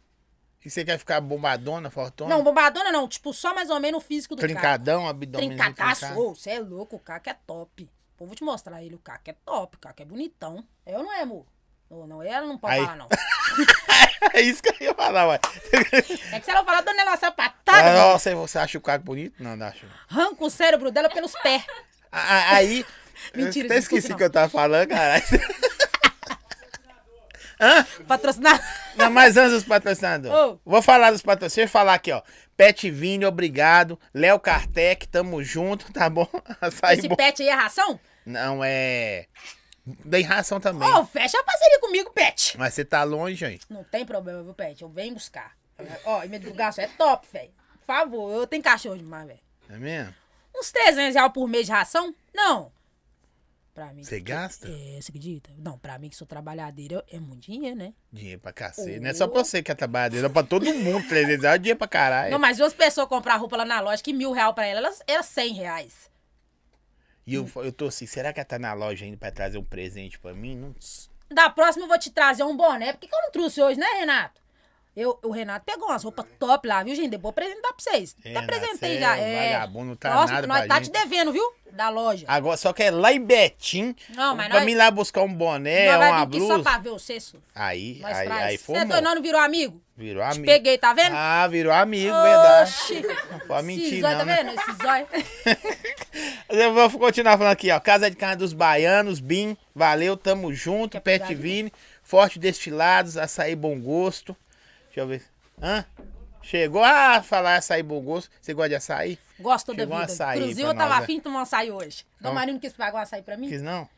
[SPEAKER 1] E você quer ficar bombadona, fortona?
[SPEAKER 3] Não, bombadona não. Tipo, só mais ou menos o físico do Caco.
[SPEAKER 1] Trincadão, abdômen.
[SPEAKER 3] Trincadaço. Ô, você é louco. O Caco é top. Pô, vou te mostrar ele. O Caco é top. O Caco é bonitão. Eu não é, amor. Não, não, ela não pode
[SPEAKER 1] Aí.
[SPEAKER 3] falar, não.
[SPEAKER 1] É isso que eu ia falar, ué.
[SPEAKER 3] É que se ela falar, dona Ela
[SPEAKER 1] Ah,
[SPEAKER 3] Sapatada,
[SPEAKER 1] Nossa, você acha o cara bonito? Não, não acho. não.
[SPEAKER 3] arranca o cérebro dela pelos pés.
[SPEAKER 1] A- a- Aí. eu
[SPEAKER 3] Mentira,
[SPEAKER 1] até
[SPEAKER 3] desculpa,
[SPEAKER 1] esqueci o
[SPEAKER 3] não.
[SPEAKER 1] que eu tava falando, caralho.
[SPEAKER 3] Patrocinar.
[SPEAKER 1] Não, mas antes dos patrocinadores.
[SPEAKER 3] Ô.
[SPEAKER 1] Vou falar dos patrocinadores. Deixa eu falar aqui, ó. Pet Vini, obrigado. Léo Kartek, tamo junto, tá bom? Açaí
[SPEAKER 3] Esse
[SPEAKER 1] bom.
[SPEAKER 3] pet aí é ração?
[SPEAKER 1] Não, é. Tem ração também.
[SPEAKER 3] Ô, fecha a parceria comigo, pet.
[SPEAKER 1] Mas você tá longe, gente.
[SPEAKER 3] Não tem problema, viu, pet? Eu venho buscar. Ó, e minha divulgação é top, velho. Por favor, eu tenho cachorro demais, velho.
[SPEAKER 1] É mesmo?
[SPEAKER 3] Uns 300 reais por mês de ração? Não. Pra mim.
[SPEAKER 1] Você gasta?
[SPEAKER 3] É, você acredita? Não, pra mim que sou trabalhadeira é muito dinheiro, né?
[SPEAKER 1] Dinheiro pra cacete. Não é só pra você que é trabalhadeira, é pra todo mundo. 300 reais é dinheiro pra caralho.
[SPEAKER 3] Não, mas duas pessoas comprar roupa lá na loja que mil reais pra ela, elas era 100 reais.
[SPEAKER 1] E eu, eu tô assim, será que ela tá na loja ainda pra trazer um presente pra mim? Não.
[SPEAKER 3] Da próxima eu vou te trazer um boné. Por que que eu não trouxe hoje, né, Renato? Eu, o Renato pegou umas roupas top lá, viu, gente? Depois eu apresentar pra vocês. Até
[SPEAKER 1] Renato,
[SPEAKER 3] apresentei
[SPEAKER 1] cê
[SPEAKER 3] já.
[SPEAKER 1] é um
[SPEAKER 3] É.
[SPEAKER 1] vagabundo, não tá
[SPEAKER 3] Próximo,
[SPEAKER 1] nada
[SPEAKER 3] nós
[SPEAKER 1] pra
[SPEAKER 3] tá
[SPEAKER 1] gente.
[SPEAKER 3] te devendo, viu? Da loja.
[SPEAKER 1] Agora, só que é lá em Betim.
[SPEAKER 3] Não, mas
[SPEAKER 1] pra
[SPEAKER 3] nós-
[SPEAKER 1] mim lá buscar um boné,
[SPEAKER 3] nós vai
[SPEAKER 1] uma
[SPEAKER 3] vir aqui só
[SPEAKER 1] blusa.
[SPEAKER 3] pra ver o cesso.
[SPEAKER 1] Aí,
[SPEAKER 3] Nós
[SPEAKER 1] aí,
[SPEAKER 3] traz.
[SPEAKER 1] aí
[SPEAKER 3] Cê é
[SPEAKER 1] formou.
[SPEAKER 3] doido, nós não virou amigo?
[SPEAKER 1] Virou
[SPEAKER 3] Te
[SPEAKER 1] amigo.
[SPEAKER 3] peguei, tá vendo?
[SPEAKER 1] Ah, virou amigo, verdade.
[SPEAKER 3] Oxi.
[SPEAKER 1] Não pode mentir,
[SPEAKER 3] Esse
[SPEAKER 1] não.
[SPEAKER 3] zóio, tá
[SPEAKER 1] né?
[SPEAKER 3] vendo? Esse zóio.
[SPEAKER 1] Eu vou continuar falando aqui, ó. Casa de Carne dos Baianos, BIM, valeu, tamo junto.
[SPEAKER 3] Quer
[SPEAKER 1] Pet
[SPEAKER 3] pegar aqui?
[SPEAKER 1] Vini, Forte Destilados, Açaí Bom Gosto. Deixa eu ver. Hã? Chegou a falar açaí bom gosto. Você gosta de açaí?
[SPEAKER 3] Gosto toda
[SPEAKER 1] Chegou um
[SPEAKER 3] vida.
[SPEAKER 1] açaí
[SPEAKER 3] Inclusive,
[SPEAKER 1] pra
[SPEAKER 3] eu tava
[SPEAKER 1] nós, né? Então,
[SPEAKER 3] afim de tomar um açaí hoje. Dom
[SPEAKER 1] Não.
[SPEAKER 3] Marinho não quis pagar um açaí pra mim?
[SPEAKER 1] Quis não?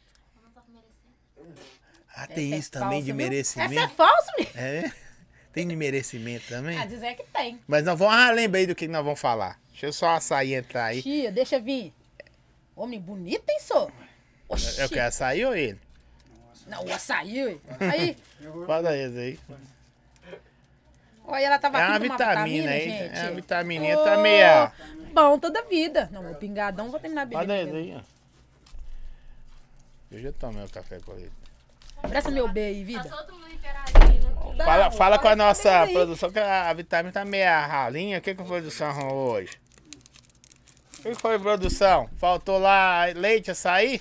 [SPEAKER 1] Ah, tem
[SPEAKER 3] Essa é
[SPEAKER 1] isso também
[SPEAKER 3] falsa,
[SPEAKER 1] de
[SPEAKER 3] viu?
[SPEAKER 1] merecimento.
[SPEAKER 3] Essa é falso, menino.
[SPEAKER 1] É? Tem de merecimento também?
[SPEAKER 3] Ah, dizer que tem.
[SPEAKER 1] Mas nós vamos. Ah, lembrei do que nós vamos falar. Deixa eu só açaí entrar aí.
[SPEAKER 3] Tia, deixa vir. Homem bonito, hein, sou? Oxi.
[SPEAKER 1] Eu quero É açaí ou ele?
[SPEAKER 3] Não, o açaí, ué. Aí,
[SPEAKER 1] Fala esse aí.
[SPEAKER 3] olha, ela tava
[SPEAKER 1] É
[SPEAKER 3] aqui
[SPEAKER 1] uma
[SPEAKER 3] tomar
[SPEAKER 1] vitamina aí.
[SPEAKER 3] gente.
[SPEAKER 1] É uma vitamininha também, ó.
[SPEAKER 3] Bom, toda vida. Não, meu pingadão, vou terminar a bebida.
[SPEAKER 1] Fala esse
[SPEAKER 3] primeiro.
[SPEAKER 1] aí, ó. Eu já tomei o café com leite.
[SPEAKER 3] Presta meu B aí, vida.
[SPEAKER 4] Tá todo mundo imperadinho.
[SPEAKER 1] Fala, fala com a nossa
[SPEAKER 3] aí.
[SPEAKER 1] produção, que a, a vitamina tá meia ralinha. O que, que a produção arrumou hoje? O que foi, produção? Faltou lá leite, açaí?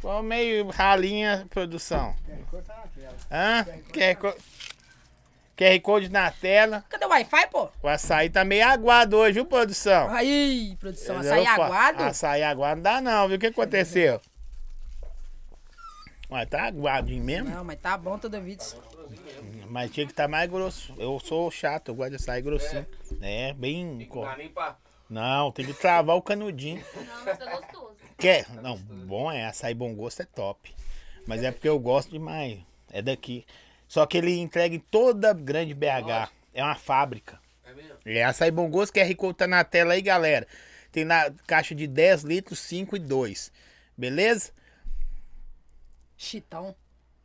[SPEAKER 1] Foi meio ralinha, produção. Hã? QR, co- QR Code na tela.
[SPEAKER 3] Cadê o Wi-Fi, pô?
[SPEAKER 1] O açaí tá meio aguado hoje, viu, produção?
[SPEAKER 3] Aí, produção,
[SPEAKER 1] Entendeu?
[SPEAKER 3] açaí
[SPEAKER 1] Fa- Ah,
[SPEAKER 3] aguado?
[SPEAKER 1] Açaí aguado não dá não, viu? O que aconteceu? Ué, tá aguadinho mesmo?
[SPEAKER 3] Não, mas tá bom toda vida.
[SPEAKER 1] Mas tinha que estar mais grosso. Eu sou chato, eu gosto de açaí grossinho. É, bem... co-
[SPEAKER 2] Não, nem pra...
[SPEAKER 1] Não, tem que travar o canudinho.
[SPEAKER 4] Não, mas tá gostoso.
[SPEAKER 1] Quer? Não, bom é, açaí bom gosto é top. Mas é porque eu gosto demais. É daqui. Só que ele entrega em toda grande BH. É uma fábrica.
[SPEAKER 2] É mesmo?
[SPEAKER 1] É, açaí bom gosto, QR Code tá na tela aí, galera. Tem na caixa de 10 litros, 5 e 2. Beleza?
[SPEAKER 3] Chitão.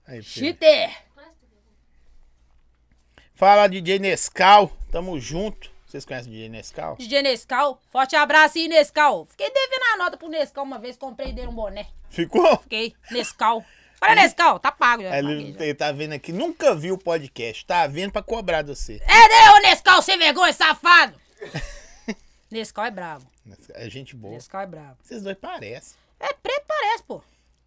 [SPEAKER 1] Aí, filho.
[SPEAKER 3] Cheater!
[SPEAKER 1] Fala, DJ Nescau. Tamo junto. Vocês conhecem o DJ Nescau?
[SPEAKER 3] DJ Nescau. Forte abraço aí, Nescau. Fiquei devendo a nota pro Nescau uma vez, comprei dele um boné.
[SPEAKER 1] Ficou?
[SPEAKER 3] Fiquei. Nescau. Olha, Nescau, tá pago. Já paguei,
[SPEAKER 1] Ele,
[SPEAKER 3] já.
[SPEAKER 1] ele tá vendo aqui, nunca viu o podcast. Tá vendo pra cobrar de você.
[SPEAKER 3] É, né, ô Nescau, sem vergonha, safado! Nescau é bravo.
[SPEAKER 1] É gente boa.
[SPEAKER 3] Nescau é bravo.
[SPEAKER 1] Vocês dois parecem.
[SPEAKER 3] É preto, parece, pô.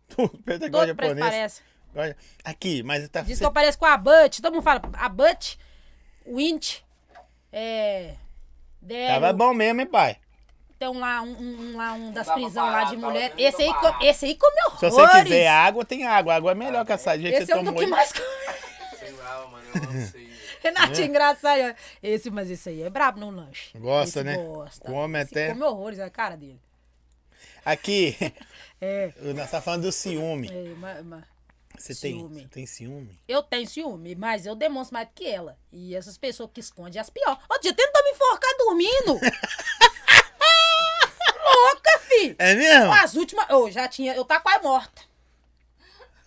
[SPEAKER 1] Tudo preto é igual
[SPEAKER 3] Todo preto
[SPEAKER 1] japonês.
[SPEAKER 3] parece.
[SPEAKER 1] Olha, Aqui, mas tá.
[SPEAKER 3] Diz
[SPEAKER 1] cê-
[SPEAKER 3] que eu pareço com a Butch. Todo mundo fala a Butch, o Int, é. Délio,
[SPEAKER 1] Tava bom mesmo, hein, pai?
[SPEAKER 3] Tem um lá, um, um- um lá, um das
[SPEAKER 2] Tava
[SPEAKER 3] prisão lá
[SPEAKER 2] barato,
[SPEAKER 3] de
[SPEAKER 2] tava
[SPEAKER 3] mulher.
[SPEAKER 2] muito
[SPEAKER 3] Esse aí, co-
[SPEAKER 2] barato.
[SPEAKER 3] esse aí comeu
[SPEAKER 1] Se
[SPEAKER 3] horrores.
[SPEAKER 1] você quiser água, tem água. Água é melhor que essa. gente
[SPEAKER 3] Esse
[SPEAKER 1] você
[SPEAKER 3] é um do
[SPEAKER 1] tomou.
[SPEAKER 3] que
[SPEAKER 1] aí.
[SPEAKER 3] mais come.
[SPEAKER 2] Sei lá, mano, eu não sei.
[SPEAKER 3] Renatinho,
[SPEAKER 1] Né?
[SPEAKER 3] engraçado. ó. Esse, mas esse aí é brabo no lanche.
[SPEAKER 1] Gosta,
[SPEAKER 3] Esse
[SPEAKER 1] né?
[SPEAKER 3] Gosta.
[SPEAKER 1] Come
[SPEAKER 3] Esse
[SPEAKER 1] até-
[SPEAKER 3] Come horrores, é a cara dele.
[SPEAKER 1] Aqui,
[SPEAKER 3] É.
[SPEAKER 1] nós tá falando do ciúme.
[SPEAKER 3] é, ma- ma-
[SPEAKER 1] Você tem,
[SPEAKER 3] Ciúme.
[SPEAKER 1] você tem ciúme?
[SPEAKER 3] Eu tenho ciúme, mas eu demonstro mais do que ela. E essas pessoas que escondem as piores. Outro dia tentou me enforcar dormindo. Louca, fi!
[SPEAKER 1] É mesmo?
[SPEAKER 3] As últimas. Eu já tinha. Eu tava quase morta.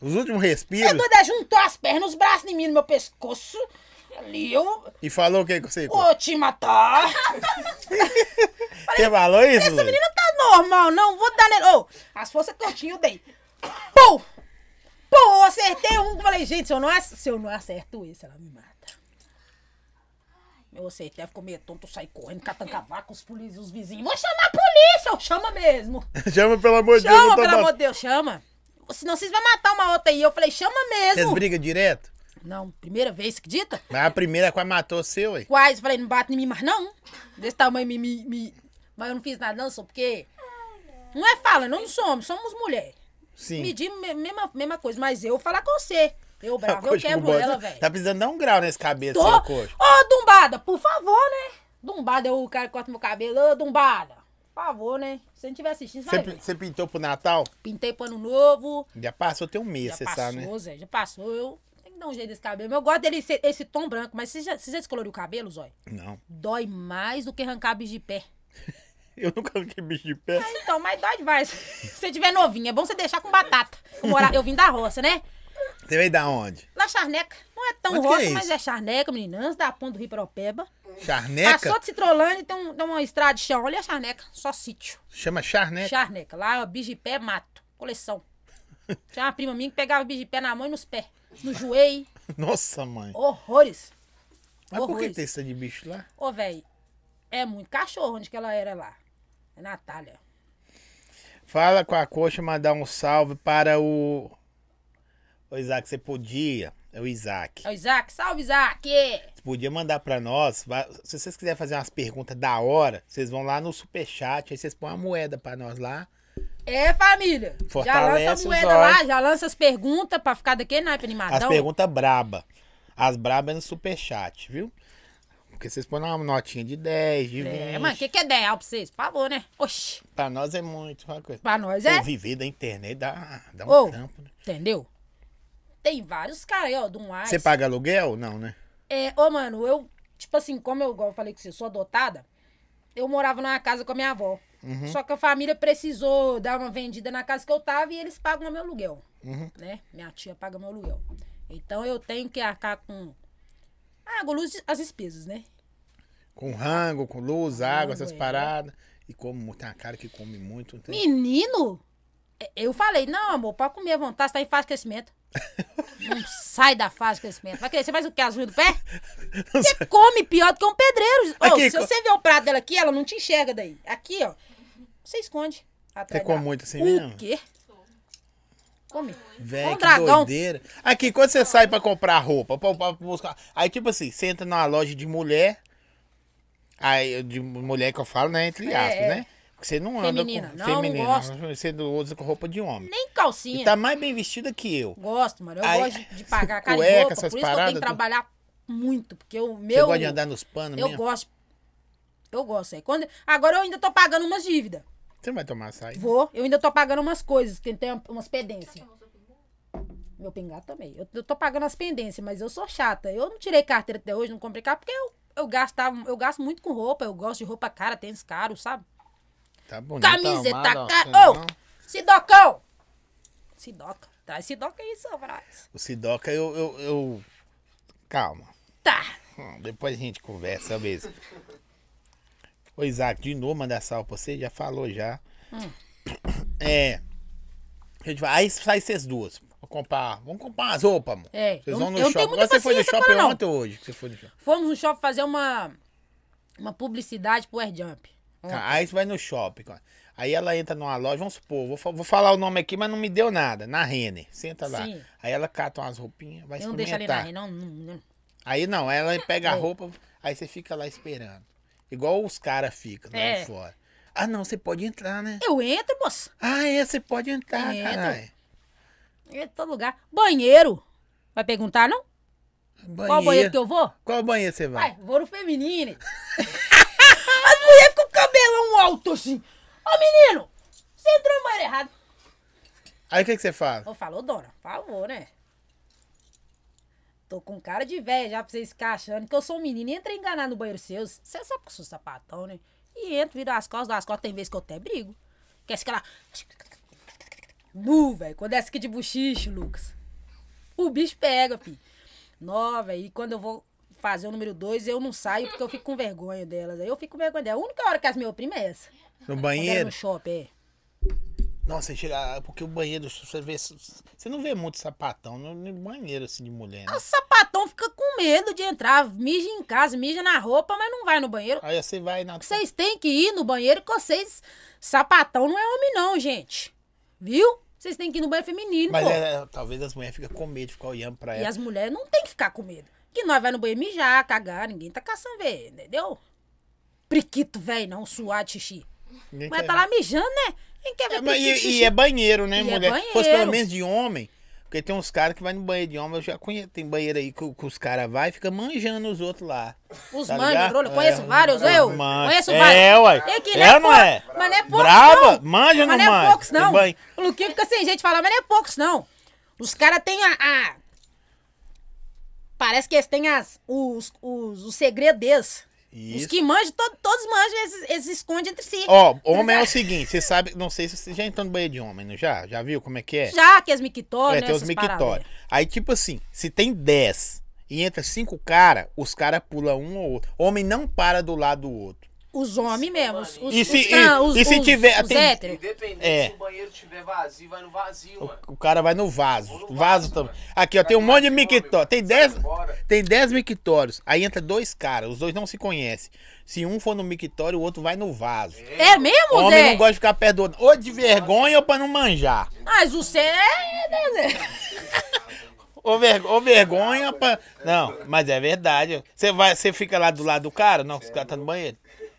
[SPEAKER 1] Os últimos
[SPEAKER 3] Você é
[SPEAKER 1] respiros.
[SPEAKER 3] doida juntou as pernas, os braços em mim no meu pescoço. Ali eu.
[SPEAKER 1] E falou o que que você.
[SPEAKER 3] Vou te matar.
[SPEAKER 1] Você falou isso?
[SPEAKER 3] Essa
[SPEAKER 1] Luiz?
[SPEAKER 3] menina tá normal, não. Vou dar nele. Ô, as forças que eu tinha, eu dei. Pum! Pum! Eu acertei um. Falei, gente, se eu não, ac- se eu não acerto isso, ela me mata. Eu acertei, ficou meio tonto, saí correndo, catando cavaco, os polícias, os vizinhos. Vou chamar a polícia! Eu chama mesmo.
[SPEAKER 1] Chama, pelo amor de Deus.
[SPEAKER 3] Chama,
[SPEAKER 1] eu tô
[SPEAKER 3] pelo
[SPEAKER 1] mal-
[SPEAKER 3] amor de Deus, chama. Senão vocês vão matar uma outra aí. Eu falei, chama
[SPEAKER 1] Vocês
[SPEAKER 3] mesmo.
[SPEAKER 1] brigam direto?
[SPEAKER 3] Não, primeira vez, acredita?
[SPEAKER 1] Mas a primeira quase matou o seu, ué.
[SPEAKER 3] Quase, eu falei, não bate em mim mais não. Desse tamanho, me, me, me- Mas eu não fiz nada não, só porque... Não é fala, não somos, somos mulher.
[SPEAKER 1] Sim.
[SPEAKER 3] Medir me- mesma, mesma coisa, mas eu falar com você. Eu bravo, eu
[SPEAKER 1] Coxa com
[SPEAKER 3] quebro
[SPEAKER 1] bola.
[SPEAKER 3] ela, velho.
[SPEAKER 1] Tá precisando dar um grau nesse cabeça,
[SPEAKER 3] Tô.
[SPEAKER 1] seu
[SPEAKER 3] Ô,
[SPEAKER 1] coxo.
[SPEAKER 3] Dumbada, por favor, né? Dumbada, eu, o cara que corta meu cabelo. Ô, Dumbada, por favor, né? Se você não tiver assistindo, você vai ver.
[SPEAKER 1] Você pintou pro Natal?
[SPEAKER 3] Pintei pano novo.
[SPEAKER 1] Já passou, tem um mês,
[SPEAKER 3] Já
[SPEAKER 1] você
[SPEAKER 3] passou,
[SPEAKER 1] sabe, né?
[SPEAKER 3] Zé, já passou. Eu tenho que dar um jeito desse cabelo. Eu gosto dele, ser- esse tom branco, mas você já, você já descoloriu o cabelo, Zói?
[SPEAKER 1] Não.
[SPEAKER 3] Dói mais do que arrancar bicho de pé.
[SPEAKER 1] Eu nunca coloquei bicho de pé.
[SPEAKER 3] Então, mas dói demais. Se você tiver novinho, é bom você deixar com batata. Eu, mora- eu vim da roça, né?
[SPEAKER 1] Você veio da onde?
[SPEAKER 3] Lá charneca. Não é tão
[SPEAKER 1] Mas que
[SPEAKER 3] roça,
[SPEAKER 1] é isso?
[SPEAKER 3] mas é charneca, menina. Antes da ponta do Rio Paropeba.
[SPEAKER 1] Charneca?
[SPEAKER 3] Passou de Citrolândia, tem, um, tem uma estrada de chão. Olha a charneca, só sítio.
[SPEAKER 1] Chama charneca?
[SPEAKER 3] Charneca. Lá, ó, bicho de pé, mato. Coleção. Tinha uma prima minha que pegava bicho de pé na mão e nos pés. No joelho.
[SPEAKER 1] Nossa, mãe.
[SPEAKER 3] Horrores.
[SPEAKER 1] Mas por que
[SPEAKER 3] horrores.
[SPEAKER 1] tem essa de bicho lá?
[SPEAKER 3] Ô, velho, é muito cachorro onde que ela era lá. É Natália.
[SPEAKER 1] Fala com a coxa, mandar um salve para o... O Isaac, você podia... É o Isaac.
[SPEAKER 3] É o Isaac. Salve, Isaac!
[SPEAKER 1] Você podia mandar pra nós. va- Se vocês quiserem fazer umas perguntas da hora, vocês vão lá no superchat, aí vocês põem uma moeda pra nós lá.
[SPEAKER 3] É, família.
[SPEAKER 1] Fortalece
[SPEAKER 3] já lança a moeda
[SPEAKER 1] os olhos.
[SPEAKER 3] lá, já lança as perguntas pra ficar daquele naipe
[SPEAKER 1] As
[SPEAKER 3] animadão.
[SPEAKER 1] perguntas braba. As braba é no superchat, viu? Porque vocês põem uma notinha de 10, de 20.
[SPEAKER 3] É, mano, o que, que é ideal pra vocês? Por favor, né? Oxi,
[SPEAKER 1] Pra nós é muito. Uma coisa.
[SPEAKER 3] pra nós
[SPEAKER 1] Pô,
[SPEAKER 3] é.
[SPEAKER 1] viver da internet dá, dá um
[SPEAKER 3] Ô.
[SPEAKER 1] trampo, né?
[SPEAKER 3] Entendeu? Tem vários caras aí, ó, do um
[SPEAKER 1] Você paga aluguel? Não, né?
[SPEAKER 3] É, ô, mano, eu, tipo assim, como eu, igual eu falei com você, sou adotada, eu morava numa casa com a minha avó.
[SPEAKER 1] Uhum.
[SPEAKER 3] Só que a família precisou dar uma vendida na casa que eu tava e eles pagam o meu aluguel.
[SPEAKER 1] Uhum.
[SPEAKER 3] Né? Minha tia paga meu aluguel. Então eu tenho que arcar com água, luz, e as despesas, né?
[SPEAKER 1] Com rango, com luz, água, essas
[SPEAKER 3] é.
[SPEAKER 1] paradas. E como tem uma cara que come muito. não tem?
[SPEAKER 3] Menino, É, Eu falei, não, amor, pode comer à vontade, você tá em fase de crescimento. Não sai da fase de crescimento. Vai crescer mais o que? As unhas do pé? Você come pior do que um pedreiro. Ô,
[SPEAKER 1] Aqui,
[SPEAKER 3] se
[SPEAKER 1] co-
[SPEAKER 3] você ver o prato dela aqui, ela não te enxerga daí. Aqui, ó. Você esconde.
[SPEAKER 1] Você
[SPEAKER 3] atrás
[SPEAKER 1] come
[SPEAKER 3] da-
[SPEAKER 1] muito assim
[SPEAKER 3] o
[SPEAKER 1] mesmo?
[SPEAKER 3] quê? Come.
[SPEAKER 1] Véi,
[SPEAKER 3] Ó, um
[SPEAKER 1] que
[SPEAKER 3] dragão.
[SPEAKER 1] doideira. Aqui, quando você sai pra comprar roupa, pra, pra buscar. Aí, tipo assim, você entra numa loja de mulher. Aí, de mulher que eu falo, né? Entre
[SPEAKER 3] É,
[SPEAKER 1] aspas,
[SPEAKER 3] é.
[SPEAKER 1] né? Porque você não anda
[SPEAKER 3] Feminina.
[SPEAKER 1] com
[SPEAKER 3] Não, não gosto.
[SPEAKER 1] Você usa com roupa de homem.
[SPEAKER 3] Nem calcinha.
[SPEAKER 1] E tá mais bem vestida que eu.
[SPEAKER 3] Gosto, mano. Eu
[SPEAKER 1] Aí-
[SPEAKER 3] gosto de- de pagar cara
[SPEAKER 1] Cueca,
[SPEAKER 3] de roupa. Por
[SPEAKER 1] essas
[SPEAKER 3] isso que eu
[SPEAKER 1] paradas,
[SPEAKER 3] tenho que
[SPEAKER 1] tu-
[SPEAKER 3] trabalhar muito. Porque o
[SPEAKER 1] Você
[SPEAKER 3] meu...
[SPEAKER 1] gosta de andar nos panos
[SPEAKER 3] Eu
[SPEAKER 1] mesmo?
[SPEAKER 3] gosto. Eu gosto. É. Quando... Agora eu ainda tô pagando umas dívidas.
[SPEAKER 1] Você não vai tomar açaí?
[SPEAKER 3] Vou. Eu ainda tô pagando umas coisas, que tem umas pendências. Meu pingato também. Eu, eu tô pagando as pendências, mas eu sou chata. Eu não tirei carteira até hoje, não comprei carro, porque eu, eu gastava, eu gasto muito com roupa. Eu gosto de roupa cara, tênis caro, sabe?
[SPEAKER 1] Tá bonito.
[SPEAKER 3] Camiseta
[SPEAKER 1] arrumado, ó,
[SPEAKER 3] cara. Ô!
[SPEAKER 1] senão-
[SPEAKER 3] Sidocão! Sidoca. Traz Sidoca aí, seu braço.
[SPEAKER 1] O Sidoca, eu, eu, eu- Calma.
[SPEAKER 3] Tá.
[SPEAKER 1] Hum, Depois a gente conversa é mesmo. Ô, Isaac, de novo mandar salve pra você, já falou já.
[SPEAKER 3] Hum.
[SPEAKER 1] É. A gente vai. Aí sai vocês duas. Vou comprar. Vamos comprar umas roupas, amor.
[SPEAKER 3] É,
[SPEAKER 1] Vocês
[SPEAKER 3] eu-
[SPEAKER 1] vão no
[SPEAKER 3] eu não
[SPEAKER 1] shopping.
[SPEAKER 3] tenho muita
[SPEAKER 1] Agora você foi no
[SPEAKER 3] paciência
[SPEAKER 1] shopping
[SPEAKER 3] agora, não.
[SPEAKER 1] ontem ou hoje? que Você foi no shopping.
[SPEAKER 3] Fomos no shopping fazer uma, uma publicidade pro Air Jump.
[SPEAKER 1] Tá, aí você vai no shopping. ó. Aí ela entra numa loja, vamos supor, vou, fa- vou falar o nome aqui, mas não me deu nada. Na Renner. Senta lá.
[SPEAKER 3] Sim.
[SPEAKER 1] Aí ela cata umas roupinhas, vai
[SPEAKER 3] Eu não deixo ali na
[SPEAKER 1] experimentar.
[SPEAKER 3] rede, não, não, não.
[SPEAKER 1] Aí não, ela pega a
[SPEAKER 3] É.
[SPEAKER 1] roupa, aí você fica lá esperando. Igual os caras ficam lá
[SPEAKER 3] É.
[SPEAKER 1] fora. Ah, não, você pode entrar, né?
[SPEAKER 3] Eu entro, moça.
[SPEAKER 1] Ah, é, você pode entrar,
[SPEAKER 3] Entro.
[SPEAKER 1] caralho.
[SPEAKER 3] Eu entro em todo lugar. Banheiro. Vai perguntar, não?
[SPEAKER 1] Banheiro.
[SPEAKER 3] Qual banheiro que eu vou?
[SPEAKER 1] Qual banheiro você vai?
[SPEAKER 3] Vai, vou no feminine. As mulheres ficam com o cabelão alto assim. Ô menino, você entrou no banheiro errado.
[SPEAKER 1] Aí o que, que você fala?
[SPEAKER 3] Ô, falou, dona, por favor, né? Tô com cara de velho já pra vocês ficarem achando que eu sou um menino e entrei enganado no banheiro seus. Você sabe que eu sou sapatão, né? E entro, viro as costas, das costas, tem vezes que eu até brigo. Que é aquela. Nu, velho, quando é essa aqui de buchicho, Lucas. O bicho pega, fi. Nó, velho, e quando eu vou fazer o número dois, eu não saio porque eu fico com vergonha delas. Aí eu fico com vergonha delas. A única hora que as minhas primas é essa.
[SPEAKER 1] No
[SPEAKER 3] Quando era
[SPEAKER 1] banheiro?
[SPEAKER 3] no shopping, é.
[SPEAKER 1] Nossa, você chega. ah, Porque o banheiro, você vê. Você não vê muito sapatão no, no banheiro assim de mulher, né?
[SPEAKER 3] O sapatão fica com medo de entrar, mija em casa, mija na roupa, mas não vai no banheiro.
[SPEAKER 1] Aí você vai na.
[SPEAKER 3] Vocês têm que ir no banheiro que vocês. Sapatão não é homem, não, gente. Viu? Vocês têm que ir no banheiro feminino,
[SPEAKER 1] Mas
[SPEAKER 3] pô.
[SPEAKER 1] é, talvez as mulheres ficam com medo de ficar olhando pra
[SPEAKER 3] E
[SPEAKER 1] ela.
[SPEAKER 3] as mulheres não tem que ficar com medo. Que nós vai no banheiro mijar, cagar, ninguém tá caçando ver, entendeu? Priquito, velho, não suar de xixi.
[SPEAKER 1] Ninguém
[SPEAKER 3] Mas
[SPEAKER 1] quer
[SPEAKER 3] tá lá mijando, né? Quem quer ver
[SPEAKER 1] É,
[SPEAKER 3] priquito
[SPEAKER 1] mas
[SPEAKER 3] de
[SPEAKER 1] e,
[SPEAKER 3] xixi?
[SPEAKER 1] e é banheiro, né,
[SPEAKER 3] E é
[SPEAKER 1] mulher?
[SPEAKER 3] banheiro.
[SPEAKER 1] Se fosse pelo menos de homem, porque tem uns caras que vai no banheiro de homem, eu já conheço, tem banheiro aí que, o- que os caras vai e fica manjando os outros lá.
[SPEAKER 3] Os
[SPEAKER 1] tá
[SPEAKER 3] manjos,
[SPEAKER 1] ligado?
[SPEAKER 3] Drolo, eu conheço vários,
[SPEAKER 1] É,
[SPEAKER 3] eu.
[SPEAKER 1] man-
[SPEAKER 3] Conheço
[SPEAKER 1] é,
[SPEAKER 3] vários.
[SPEAKER 1] uai.
[SPEAKER 3] E aqui,
[SPEAKER 1] É,
[SPEAKER 3] não é
[SPEAKER 1] não
[SPEAKER 3] pou-
[SPEAKER 1] é?
[SPEAKER 3] Mas não é poucos,
[SPEAKER 1] Brava?
[SPEAKER 3] não.
[SPEAKER 1] Manja ou
[SPEAKER 3] mas
[SPEAKER 1] não
[SPEAKER 3] não
[SPEAKER 1] manja?
[SPEAKER 3] é poucos, não.
[SPEAKER 1] Tem banho.
[SPEAKER 3] O Luquinho fica sem jeito de falar, mas não é poucos, não. Os caras têm a, a- Parece que eles têm as, os, os, os segredos deles. Os
[SPEAKER 1] Isso.
[SPEAKER 3] que manjam, to- todos manjam, eles, eles escondem entre si.
[SPEAKER 1] Ó, homem é o seguinte, você sabe, não sei se você já entrou no banheiro de homem, não já? Já viu como é que é?
[SPEAKER 3] Já que as miquitórias,
[SPEAKER 1] é,
[SPEAKER 3] né,
[SPEAKER 1] tem os
[SPEAKER 3] essas paradas,
[SPEAKER 1] mictórios. Aí, tipo assim, se tem 10 e entra cinco caras, os caras pulam um ou outro. Homem não para do lado do outro.
[SPEAKER 3] Os homens mesmo, os, os,
[SPEAKER 1] E
[SPEAKER 3] os
[SPEAKER 1] se- e-
[SPEAKER 3] trans, os,
[SPEAKER 1] e se
[SPEAKER 3] os-
[SPEAKER 1] tiver-
[SPEAKER 3] os
[SPEAKER 1] tem-
[SPEAKER 3] héteros.
[SPEAKER 2] Independente
[SPEAKER 1] É.
[SPEAKER 2] se o banheiro tiver vazio, vai no vazio, mano.
[SPEAKER 1] O cara vai no vaso.
[SPEAKER 2] Ou no
[SPEAKER 1] Vaso,
[SPEAKER 2] vaso,
[SPEAKER 1] também.
[SPEAKER 2] mano.
[SPEAKER 1] Aqui, ó, tem um monte de
[SPEAKER 2] Vai pro
[SPEAKER 1] mictório.
[SPEAKER 2] homem,
[SPEAKER 1] Tem
[SPEAKER 2] sai
[SPEAKER 1] 10.
[SPEAKER 2] fora.
[SPEAKER 1] Tem 10 mictórios. Aí entra dois caras, os dois não se conhecem. Se um for no mictório, o outro vai no vaso.
[SPEAKER 3] É mesmo,
[SPEAKER 1] O homem
[SPEAKER 3] Zé?
[SPEAKER 1] não gosta de ficar perto do outro. Ou de vergonha ou pra não manjar.
[SPEAKER 3] Mas o Zé é, né, Zé?
[SPEAKER 1] Ou, ver- ou vergonha pra. Não, mas é verdade. Você vai, você fica lá do lado do cara? Não, os caras tá no banheiro.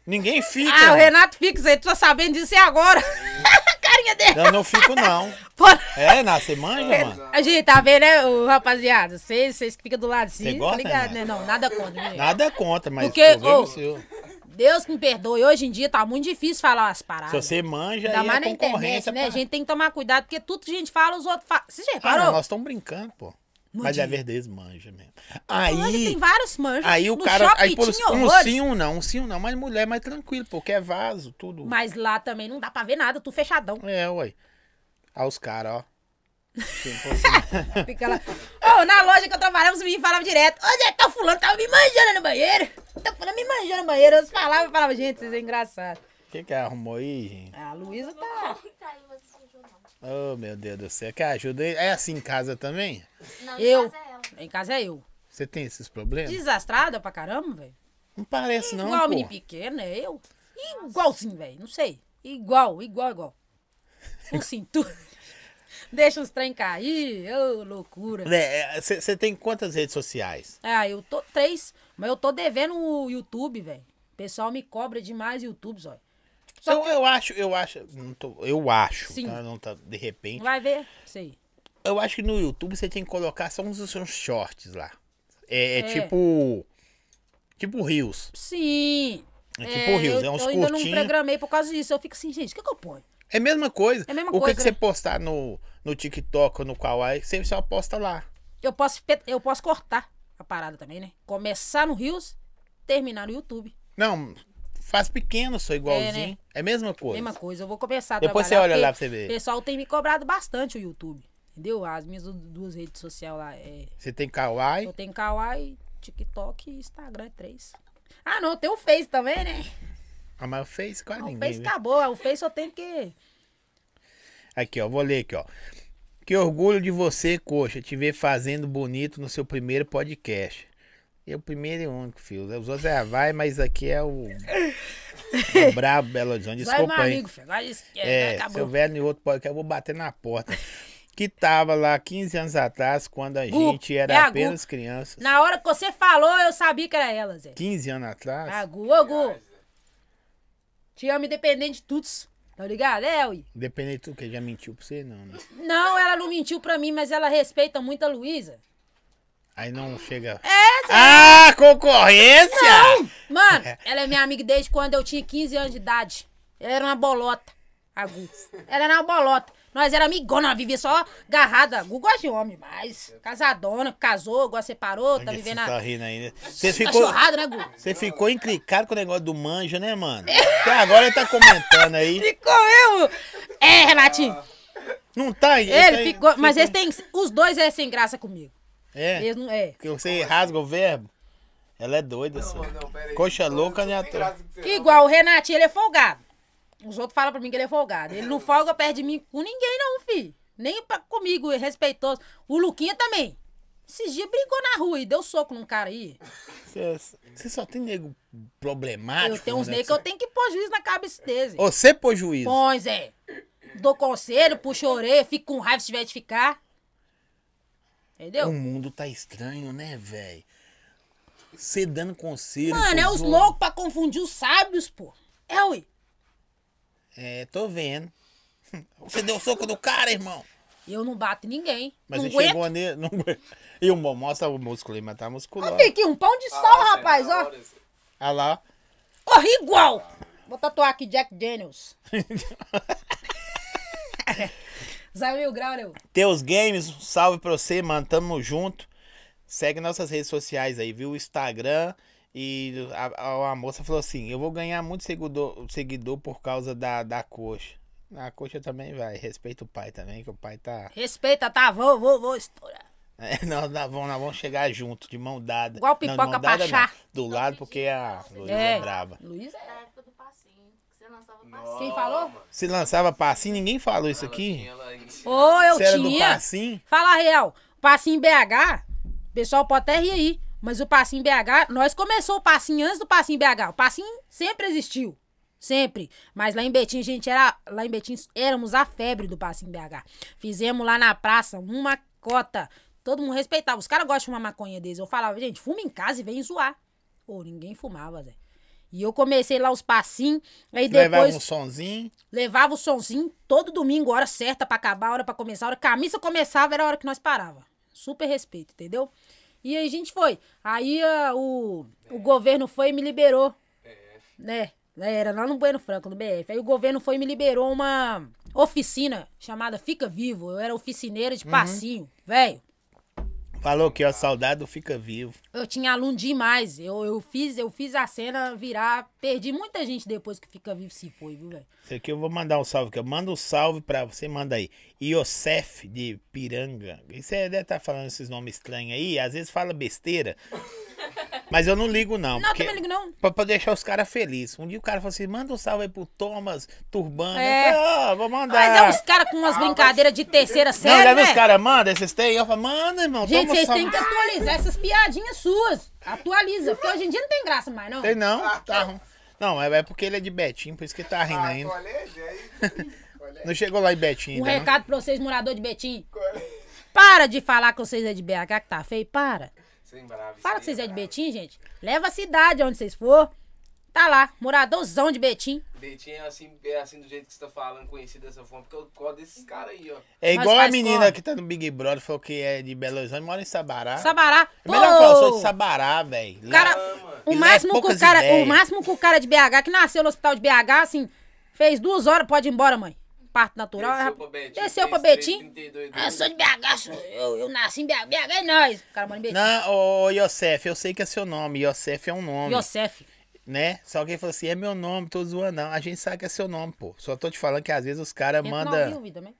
[SPEAKER 1] Ninguém fica.
[SPEAKER 3] Ah, o
[SPEAKER 1] mano.
[SPEAKER 3] Renato fica, Zé, tu tá sabendo disso é agora. Carinha dele.
[SPEAKER 1] Eu não fico, não.
[SPEAKER 3] Pô,
[SPEAKER 1] É, não, você manja, mano.
[SPEAKER 3] a gente tá vendo, né, ô, rapaziada? Vocês vocês que ficam do lado assim,
[SPEAKER 1] Você gosta,
[SPEAKER 3] tá ligado,
[SPEAKER 1] Renato?
[SPEAKER 3] né? Não, nada contra, gente.
[SPEAKER 1] Nada contra, mas
[SPEAKER 3] Porque,
[SPEAKER 1] problema é
[SPEAKER 3] ô,
[SPEAKER 1] seu.
[SPEAKER 3] Deus que me perdoe. Hoje em dia tá muito difícil falar umas paradas.
[SPEAKER 1] Se você manja,
[SPEAKER 3] Ainda
[SPEAKER 1] aí
[SPEAKER 3] mais
[SPEAKER 1] é
[SPEAKER 3] na internet,
[SPEAKER 1] concorrência.
[SPEAKER 3] né? A
[SPEAKER 1] pra-
[SPEAKER 3] gente tem que tomar cuidado, porque tudo que a gente fala, os outros falam. Você já
[SPEAKER 1] Ah, não,
[SPEAKER 3] reparou?
[SPEAKER 1] nós estamos brincando, pô. Mas é
[SPEAKER 3] Mandinha.
[SPEAKER 1] verdade, manja mesmo.
[SPEAKER 3] Hoje
[SPEAKER 1] Aí,
[SPEAKER 3] tem vários manjos.
[SPEAKER 1] aí o
[SPEAKER 3] No
[SPEAKER 1] cara.
[SPEAKER 3] shopping
[SPEAKER 1] Aí, por,
[SPEAKER 3] tinha
[SPEAKER 1] um
[SPEAKER 3] horrores,
[SPEAKER 1] sim, um não, um sim, um não. Mas mulher é mais tranquilo, porque é vaso, tudo.
[SPEAKER 3] Mas lá também não dá pra ver nada, tu fechadão.
[SPEAKER 1] É, ué. Aí os caras, ó. Tipo assim, Quem fosse-
[SPEAKER 3] Fica lá. Ô, na loja que eu trabalhava, os meninos falavam direto. Ô, Zé, tá o fulano, tava me manjando no banheiro. Tá o fulano me manjando no banheiro. Eu falava, falava, gente, vocês é engraçado.
[SPEAKER 1] Quem que arrumou aí, gente?
[SPEAKER 3] Ah, A Luísa tá.
[SPEAKER 4] Tá aí, mas não juro, não.
[SPEAKER 1] Oh, meu Deus do céu. Quer ajuda? aí? É assim em casa também?
[SPEAKER 4] Não, em
[SPEAKER 3] Eu.
[SPEAKER 4] casa é ela.
[SPEAKER 3] Em casa é eu.
[SPEAKER 1] Você tem esses problemas?
[SPEAKER 3] Desastrada pra caramba, velho.
[SPEAKER 1] Não parece, não.
[SPEAKER 3] Igual a menino
[SPEAKER 1] pô.
[SPEAKER 3] pequeno, é eu. Igualzinho, velho. Não sei. Igual, igual, igual. Com cintura. Deixa os trem cair. Ô, loucura.
[SPEAKER 1] Né? Você é, tem quantas redes sociais?
[SPEAKER 3] Ah, eu tô três, mas eu tô devendo o YouTube, velho. O pessoal me cobra demais YouTube, zóio. Só
[SPEAKER 1] Eu, eu acho, eu acho, não tô- eu acho,
[SPEAKER 3] Sim.
[SPEAKER 1] tá? Não tá, de repente.
[SPEAKER 3] Vai ver? Sei.
[SPEAKER 1] Eu acho que no YouTube você tem que colocar só uns, uns shorts lá. É, é
[SPEAKER 3] É.
[SPEAKER 1] tipo, tipo rios.
[SPEAKER 3] Sim.
[SPEAKER 1] É tipo rios, é
[SPEAKER 3] eu,
[SPEAKER 1] uns
[SPEAKER 3] eu ainda não
[SPEAKER 1] curtinhos.
[SPEAKER 3] programei por causa disso. Eu fico assim, gente, o que, que eu ponho?
[SPEAKER 1] É a mesma coisa.
[SPEAKER 3] É a mesma
[SPEAKER 1] o que
[SPEAKER 3] coisa,
[SPEAKER 1] que você
[SPEAKER 3] né?
[SPEAKER 1] postar no, no TikTok ou no Kawaii, você só posta lá.
[SPEAKER 3] Eu posso, pe- eu posso cortar a parada também, né? Começar no Rios, terminar no YouTube.
[SPEAKER 1] Não, faz pequeno, só igualzinho. É,
[SPEAKER 3] né?
[SPEAKER 1] a mesma coisa.
[SPEAKER 3] Mesma coisa, eu vou começar a
[SPEAKER 1] Depois você
[SPEAKER 3] trabalhar,
[SPEAKER 1] olha lá pra
[SPEAKER 3] porque
[SPEAKER 1] você ver.
[SPEAKER 3] O pessoal tem me cobrado bastante o YouTube, entendeu? As minhas du- duas redes sociais lá é...
[SPEAKER 1] Você tem Kawaii.
[SPEAKER 3] Eu tenho Kawaii, TikTok e Instagram, é três. Ah, não, eu tenho o Face também, né?
[SPEAKER 1] Ah, mas o Face quase
[SPEAKER 3] Ah, o
[SPEAKER 1] ninguém.
[SPEAKER 3] Face
[SPEAKER 1] vê.
[SPEAKER 3] acabou, o Face eu tenho que...
[SPEAKER 1] Aqui, ó, vou ler aqui, ó. Que orgulho de você, coxa, te ver fazendo bonito no seu primeiro podcast. É o primeiro e único, filho. Os outros é a vai, mas aqui é o. o brabo Belo Horizonte.
[SPEAKER 3] Vai,
[SPEAKER 1] Desculpa
[SPEAKER 3] meu
[SPEAKER 1] aí.
[SPEAKER 3] amigo, filho, vai, esquece,
[SPEAKER 1] É,
[SPEAKER 3] acabou.
[SPEAKER 1] se houver em outro podcast, eu vou bater na porta. Que tava lá 15 anos atrás, quando a
[SPEAKER 3] Gu,
[SPEAKER 1] gente
[SPEAKER 3] é a
[SPEAKER 1] era
[SPEAKER 3] Gu.
[SPEAKER 1] apenas criança.
[SPEAKER 3] Na hora que você falou, eu sabia que era ela, Zé.
[SPEAKER 1] 15 anos atrás?
[SPEAKER 3] Ah, Gu, ô Gu. Te amo independente de tudo. Tá ligado? É, ui.
[SPEAKER 1] Independente de tudo, que já mentiu pra você, não, né?
[SPEAKER 3] Não, ela não mentiu pra mim, mas ela respeita muito a Luísa.
[SPEAKER 1] Aí não chega.
[SPEAKER 3] É,
[SPEAKER 1] ah, concorrência!
[SPEAKER 3] Tá Mano, ela é minha amiga desde quando eu tinha 15 anos de idade. Ela era uma bolota, a Gu. Ela era uma bolota. Nós era amigona, nós vivia só agarrada. A Gu gosta de homem, mas casadona, casou, agora separou, tá
[SPEAKER 1] Olha,
[SPEAKER 3] vivendo
[SPEAKER 1] vocês
[SPEAKER 3] a
[SPEAKER 1] tá rindo ainda. Você ficou,
[SPEAKER 3] cachorrada, né, Gu?
[SPEAKER 1] você ficou enclicado com o negócio do manjo, né, mano? Até agora ele tá comentando aí.
[SPEAKER 3] Ficou eu! É, Renatinho.
[SPEAKER 1] Não tá isso
[SPEAKER 3] Ele
[SPEAKER 1] Ah, aí-
[SPEAKER 3] ficou, mas eles têm, os dois é sem graça comigo.
[SPEAKER 1] É,
[SPEAKER 3] Eles não é.
[SPEAKER 1] que você rasga o verbo. Ela é doida, só.
[SPEAKER 2] Não, pera aí.
[SPEAKER 1] Coxa louca, né,
[SPEAKER 2] Não
[SPEAKER 1] ator?
[SPEAKER 2] tem graça que você
[SPEAKER 3] Que igual o Renatinho, ele é folgado. Os outros falam pra mim que ele é folgado. Ele não folga perto de mim com ninguém, não, fi. Nem pra, comigo, é respeitoso. O Luquinha também. Esses dias brigou na rua e deu soco num cara aí.
[SPEAKER 1] Você é você só tem nego problemático.
[SPEAKER 3] Eu tenho uns
[SPEAKER 1] né?
[SPEAKER 3] negros que eu tenho que pôr juiz na cabeça deles.
[SPEAKER 1] Você pôs juízo.
[SPEAKER 3] Põe, Zé. Dou conselho, puxo a orelha, fico com raiva se tiver de ficar. Entendeu?
[SPEAKER 1] O mundo tá estranho, né, velho? Você dando conselho.
[SPEAKER 3] Mano, é
[SPEAKER 1] pros
[SPEAKER 3] os
[SPEAKER 1] outros.
[SPEAKER 3] loucos pra confundir os sábios, pô. É, ui.
[SPEAKER 1] É, tô vendo. Você deu soco do cara, irmão.
[SPEAKER 3] Eu não bato em ninguém.
[SPEAKER 1] Mas
[SPEAKER 3] não
[SPEAKER 1] ele
[SPEAKER 3] aguento.
[SPEAKER 1] chegou nele. Não... aguenta. E o mo- mostra o músculo aí, mas tá musculoso.
[SPEAKER 3] Ó, Fica aqui um pão de
[SPEAKER 2] Ah,
[SPEAKER 3] sal,
[SPEAKER 2] você é
[SPEAKER 3] rapaz,
[SPEAKER 5] tá
[SPEAKER 2] na
[SPEAKER 3] ó.
[SPEAKER 2] hora, você-
[SPEAKER 1] Olha lá.
[SPEAKER 3] Ó, igual. Vou tatuar aqui Jack Daniels. Zé Mil Grau, né?
[SPEAKER 1] Teus Games, um salve pra você, mano. Tamo junto. Segue nossas redes sociais aí, viu? Instagram. E a, a- a moça falou assim: eu vou ganhar muito seguidor, seguidor por causa da, da coxa. A coxa também vai. Respeita o pai também, que o pai tá.
[SPEAKER 3] Respeita, tá? Vou, vou, vou estourar.
[SPEAKER 1] É, nós, nós vamos, nós vamos chegar junto, de mão dada.
[SPEAKER 3] Igual
[SPEAKER 1] Não, de
[SPEAKER 3] pipoca
[SPEAKER 1] mão dada,
[SPEAKER 3] Pachá.
[SPEAKER 1] não. Do lado, porque a Luísa é.
[SPEAKER 3] É.
[SPEAKER 1] brava.
[SPEAKER 3] Luiz é.
[SPEAKER 4] Da época do passinho. Que você lançava passinho.
[SPEAKER 3] Quem falou?
[SPEAKER 1] Se lançava passinho, ninguém falou isso
[SPEAKER 2] Ela
[SPEAKER 1] aqui.
[SPEAKER 5] é
[SPEAKER 2] tinha, ela enchia.
[SPEAKER 3] Ô, eu
[SPEAKER 1] Você era do
[SPEAKER 3] tinha.
[SPEAKER 1] passinho?
[SPEAKER 3] Fala a real. Passinho BH, o pessoal pode até rir aí. Mas o passinho BH, nós começou o passinho antes do passinho BH. O passinho sempre existiu. Sempre. Mas lá em Betim, a gente era. Lá em Betim, éramos a febre do passinho BH. Fizemos lá na praça uma cota. Todo mundo respeitava. Os caras gostam de uma maconha deles. Eu falava, gente, fuma em casa e vem zoar. Pô, ninguém fumava, Zé. E eu comecei lá os passinhos. Aí
[SPEAKER 1] Levava
[SPEAKER 3] depois.
[SPEAKER 1] um sonzinho.
[SPEAKER 3] Levava o sonzinho todo domingo, hora certa pra acabar, hora pra começar. A hora que a missa começava era a hora que nós parava. Super respeito, entendeu? E aí a gente foi. Aí ah, o, o governo foi e me liberou. Né? Era lá no Bueno Franco, no BF. Aí o governo foi e me liberou uma oficina chamada Fica Vivo. Eu era oficineira
[SPEAKER 1] Uhum.
[SPEAKER 3] de passinho, velho.
[SPEAKER 1] Falou que ó, saudade do fica vivo.
[SPEAKER 3] Eu tinha aluno demais. Eu, eu, fiz, eu fiz a cena virar. Perdi muita gente depois que Fica Vivo se foi, viu, velho?
[SPEAKER 1] Isso aqui eu vou mandar um salve. Que eu mando um salve pra você, manda aí. Iosef de tá Piranga. E Você deve estar falando esses nomes estranhos aí, às vezes fala besteira. Mas eu não ligo, não.
[SPEAKER 3] Não,
[SPEAKER 1] porque-
[SPEAKER 3] também ligo não.
[SPEAKER 1] Pra, pra deixar os caras felizes. Um dia o cara falou assim: manda um salve aí pro Thomas Turbano.
[SPEAKER 3] É.
[SPEAKER 1] Eu falei, "Ah, vou mandar.
[SPEAKER 3] Mas é uns caras com umas brincadeiras de terceira
[SPEAKER 1] Não,
[SPEAKER 3] série,
[SPEAKER 1] leva
[SPEAKER 3] né?
[SPEAKER 1] os caras, manda, esses têm. Eu falo, manda, irmão.
[SPEAKER 3] Gente,
[SPEAKER 1] toma um
[SPEAKER 3] vocês
[SPEAKER 1] sal-
[SPEAKER 3] têm que atualizar essas piadinhas suas. Atualiza, porque hoje em dia não tem graça mais, não.
[SPEAKER 1] Tem não, tá ruim. Não, é, é porque ele é de Betim, por isso que ele tá rindo
[SPEAKER 5] Ah,
[SPEAKER 1] ainda.
[SPEAKER 5] colégio, aí. Colégio,
[SPEAKER 1] Não chegou lá em Betim
[SPEAKER 3] Um
[SPEAKER 1] ainda, não?
[SPEAKER 3] recado pra vocês, morador de Betim.
[SPEAKER 5] colégio.
[SPEAKER 3] Para de falar que vocês é de BH, que tá feio. Para.
[SPEAKER 5] Sem bravo.
[SPEAKER 3] Fala que vocês é de Betim, gente. Leva a cidade onde vocês for. Tá lá, moradorzão de Betim.
[SPEAKER 2] Betinho é assim, é assim do jeito que você tá falando, conhecido dessa forma, porque eu gosto desses caras aí, ó.
[SPEAKER 1] É
[SPEAKER 3] Mas
[SPEAKER 1] igual a
[SPEAKER 3] faz
[SPEAKER 1] menina
[SPEAKER 3] como?
[SPEAKER 1] que tá no Big Brother, falou que é de Belo Horizonte, mora em Sabará.
[SPEAKER 3] Sabará.
[SPEAKER 1] É Melhor falar, eu sou de
[SPEAKER 3] Pô!
[SPEAKER 1] Sabará, velho.
[SPEAKER 3] O cara, o
[SPEAKER 1] E lá é
[SPEAKER 3] máximo que o
[SPEAKER 1] poucas
[SPEAKER 3] cara, o
[SPEAKER 1] ideias.
[SPEAKER 3] máximo que o cara de BH que nasceu no hospital de BH, assim, fez duas horas, pode ir embora, mãe. Parto natural. é
[SPEAKER 2] Desceu
[SPEAKER 3] rap-
[SPEAKER 2] pra Betim.
[SPEAKER 3] Desceu pra
[SPEAKER 2] 33,
[SPEAKER 3] Betim.
[SPEAKER 2] 32,
[SPEAKER 3] Ah, eu sou de BH, sou- eu, eu nasci em BH, BH é nós. O cara mora em Betim.
[SPEAKER 1] Não, ô, ô Yosef, eu sei que é seu nome. Yosef é um nome,
[SPEAKER 3] Yosef.
[SPEAKER 1] né? Só que ele falou assim, é meu nome, tô zoando não. A gente sabe que é seu nome, pô. Só tô te falando que às vezes os caras
[SPEAKER 3] Entra no ao
[SPEAKER 1] mandam...
[SPEAKER 3] vivo aí também.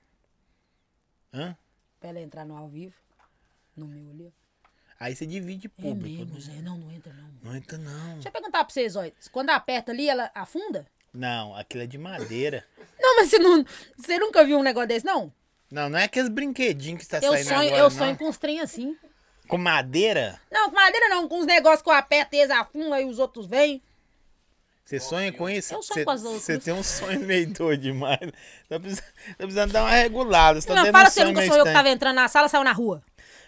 [SPEAKER 1] Hã?
[SPEAKER 3] Pra ela entrar no ao vivo. No meu ali.
[SPEAKER 1] Aí você divide
[SPEAKER 3] ó. É
[SPEAKER 1] público. né?
[SPEAKER 3] mesmo, Zé. Não, não entra não.
[SPEAKER 1] não entra não.
[SPEAKER 3] Deixa eu perguntar pra vocês, olha. Quando aperta ali, ela afunda?
[SPEAKER 1] Não, aquilo é de madeira.
[SPEAKER 3] Não, mas você, não, você nunca viu um negócio desse, não?
[SPEAKER 1] Não, não é aqueles brinquedinhos que tá
[SPEAKER 3] Eu
[SPEAKER 1] saindo
[SPEAKER 3] sonho,
[SPEAKER 1] agora,
[SPEAKER 3] eu
[SPEAKER 1] não.
[SPEAKER 3] sonho com os trem assim.
[SPEAKER 1] Com madeira?
[SPEAKER 3] Não, com madeira não, com os negócios que eu aperto e eles afundam e os outros vêm.
[SPEAKER 1] Você sonha com isso?
[SPEAKER 3] Eu sonho
[SPEAKER 1] Você-
[SPEAKER 3] com as outras.
[SPEAKER 1] Você tem um sonho meio doido demais. Tá precisando, tá precisando dar uma regulada. Você tá
[SPEAKER 3] Não,
[SPEAKER 1] tendo
[SPEAKER 3] fala
[SPEAKER 1] um
[SPEAKER 3] se eu
[SPEAKER 1] sonho
[SPEAKER 3] nunca
[SPEAKER 1] meio
[SPEAKER 3] sou eu que
[SPEAKER 1] estranho.
[SPEAKER 3] tava entrando na sala, saiu na rua.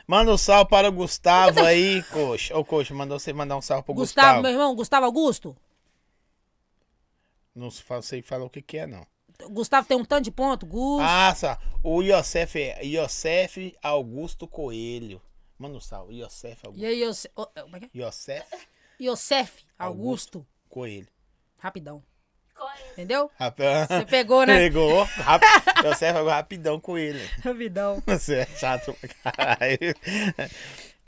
[SPEAKER 1] Manda um salve para o Gustavo aí, coxa. Ô, coxa, mandou você mandar um salve pro
[SPEAKER 3] Gustavo,
[SPEAKER 1] Gustavo.
[SPEAKER 3] meu irmão, Gustavo Augusto.
[SPEAKER 1] Não fa- sei falar o que que é, não.
[SPEAKER 3] Gustavo tem um tanto de ponto, Gus.
[SPEAKER 1] Ah, só. O Iosef é Iosef Augusto Coelho. Manda um salve. Iosef
[SPEAKER 3] E
[SPEAKER 1] Augusto.
[SPEAKER 3] aí, Iose- oh, é, como é que é?
[SPEAKER 1] Iosef
[SPEAKER 3] Iosef Augusto.
[SPEAKER 1] Coelho.
[SPEAKER 3] Rapidão.
[SPEAKER 4] Corre.
[SPEAKER 3] Entendeu?
[SPEAKER 1] Rapaz.
[SPEAKER 3] Você pegou, né?
[SPEAKER 1] Pegou. Rap... Iosef agora rapidão Coelho.
[SPEAKER 3] Rapidão.
[SPEAKER 1] Você é chato pra caralho.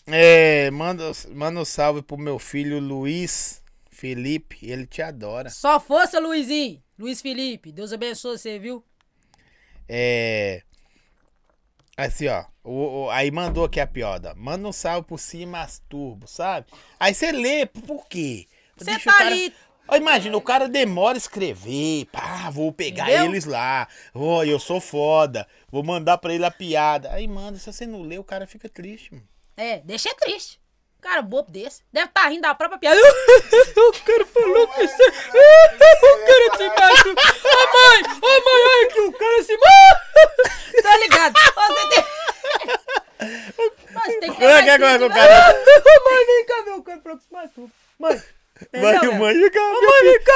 [SPEAKER 1] É, manda, manda um salve pro meu filho Luiz Felipe. Ele te adora.
[SPEAKER 3] Só força, Luizinho. Luiz Felipe. Deus abençoe você, viu?
[SPEAKER 1] É. Assim, ó. o- o- aí mandou aqui a piada. Manda um salve pro Si Masturbo, sabe? Aí você lê, por quê?
[SPEAKER 3] Você
[SPEAKER 1] Deixa o
[SPEAKER 3] tá
[SPEAKER 1] cara-
[SPEAKER 3] ali.
[SPEAKER 1] Ó, imagina, o cara demora a escrever. Pá, vou pegar
[SPEAKER 3] Entendeu?
[SPEAKER 1] eles lá. Ó, eu sou foda. Vou mandar pra ele a piada. Aí manda, se você não lê, o cara fica triste, mano.
[SPEAKER 3] É, deixa é triste. Cara, bobo desse. Deve estar rindo da própria piada. o cara falou que você. o cara se matou. Ô mãe, ô mãe, olha aqui, o cara se matou. tá ligado? Você tem. Você tem que
[SPEAKER 1] Como é que é, como é que é o cara-
[SPEAKER 3] Ô mãe, vem cá, meu cara falou que se matou. Mãe.
[SPEAKER 1] Vai,
[SPEAKER 3] entendeu,
[SPEAKER 1] mãe, fica-
[SPEAKER 3] Ô mãe, vem cá,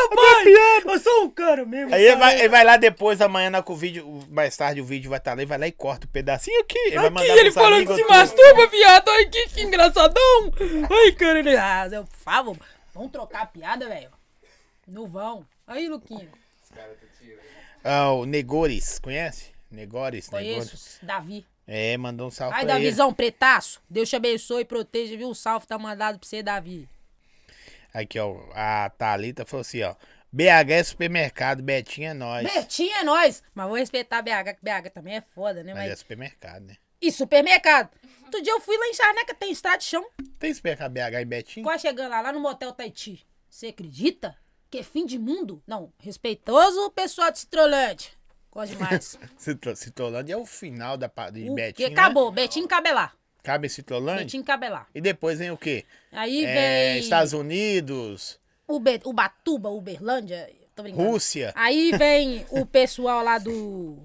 [SPEAKER 3] mãe. Eu sou um cara mesmo.
[SPEAKER 1] Aí ele vai, ele vai lá depois, amanhã na, com o vídeo, o- mais tarde o vídeo vai estar lá e vai lá e corta o pedacinho aqui. Ele vai
[SPEAKER 3] Aqui,
[SPEAKER 1] mandar
[SPEAKER 3] ele
[SPEAKER 1] pros
[SPEAKER 3] falando que
[SPEAKER 1] amigos
[SPEAKER 3] se
[SPEAKER 1] tudo.
[SPEAKER 3] masturba, viado. Ai, que, que engraçadão. Ai, cara, ele... Ah, eu falo, vão trocar a piada, velho. Não vão. Aí, Luquinho.
[SPEAKER 5] Esse cara tá tirando.
[SPEAKER 1] Ah, o Negores, conhece? Negores, Negores.
[SPEAKER 3] Conheço, Davi.
[SPEAKER 1] É, mandou um salve
[SPEAKER 3] Ai,
[SPEAKER 1] pra ele.
[SPEAKER 3] Davizão, pretaço. Deus te abençoe e proteja, viu? O salve tá mandado pra você, Davi.
[SPEAKER 1] Aqui, ó, a Thalita falou assim, ó. BH é supermercado, Betinho é nós.
[SPEAKER 3] Betinho é nós. Mas vou respeitar BH, que BH também é foda, né?
[SPEAKER 1] Mas é
[SPEAKER 3] Mas...
[SPEAKER 1] supermercado, né?
[SPEAKER 3] E supermercado. Outro dia eu fui lá em Charneca, tem estrada de chão.
[SPEAKER 1] Tem supermercado BH em Betinho?
[SPEAKER 3] Quase chegando lá, lá no motel Taiti. Você acredita? Que é fim de mundo? Não, respeitoso pessoal de Citrolândia. Gosto demais.
[SPEAKER 1] Citro- Citrolândia é o final da pa- de
[SPEAKER 3] O que
[SPEAKER 1] Betinho, né?
[SPEAKER 3] acabou, Betinho Cabelar.
[SPEAKER 1] Cabe em Citrolândia?
[SPEAKER 3] Betinho Cabelar.
[SPEAKER 1] E depois vem o quê?
[SPEAKER 3] Aí
[SPEAKER 1] É,
[SPEAKER 3] vem
[SPEAKER 1] Estados Unidos,
[SPEAKER 3] Ube- Ubatuba, Uberlândia. Tô brincando.
[SPEAKER 1] Rússia.
[SPEAKER 3] Aí vem o pessoal lá do,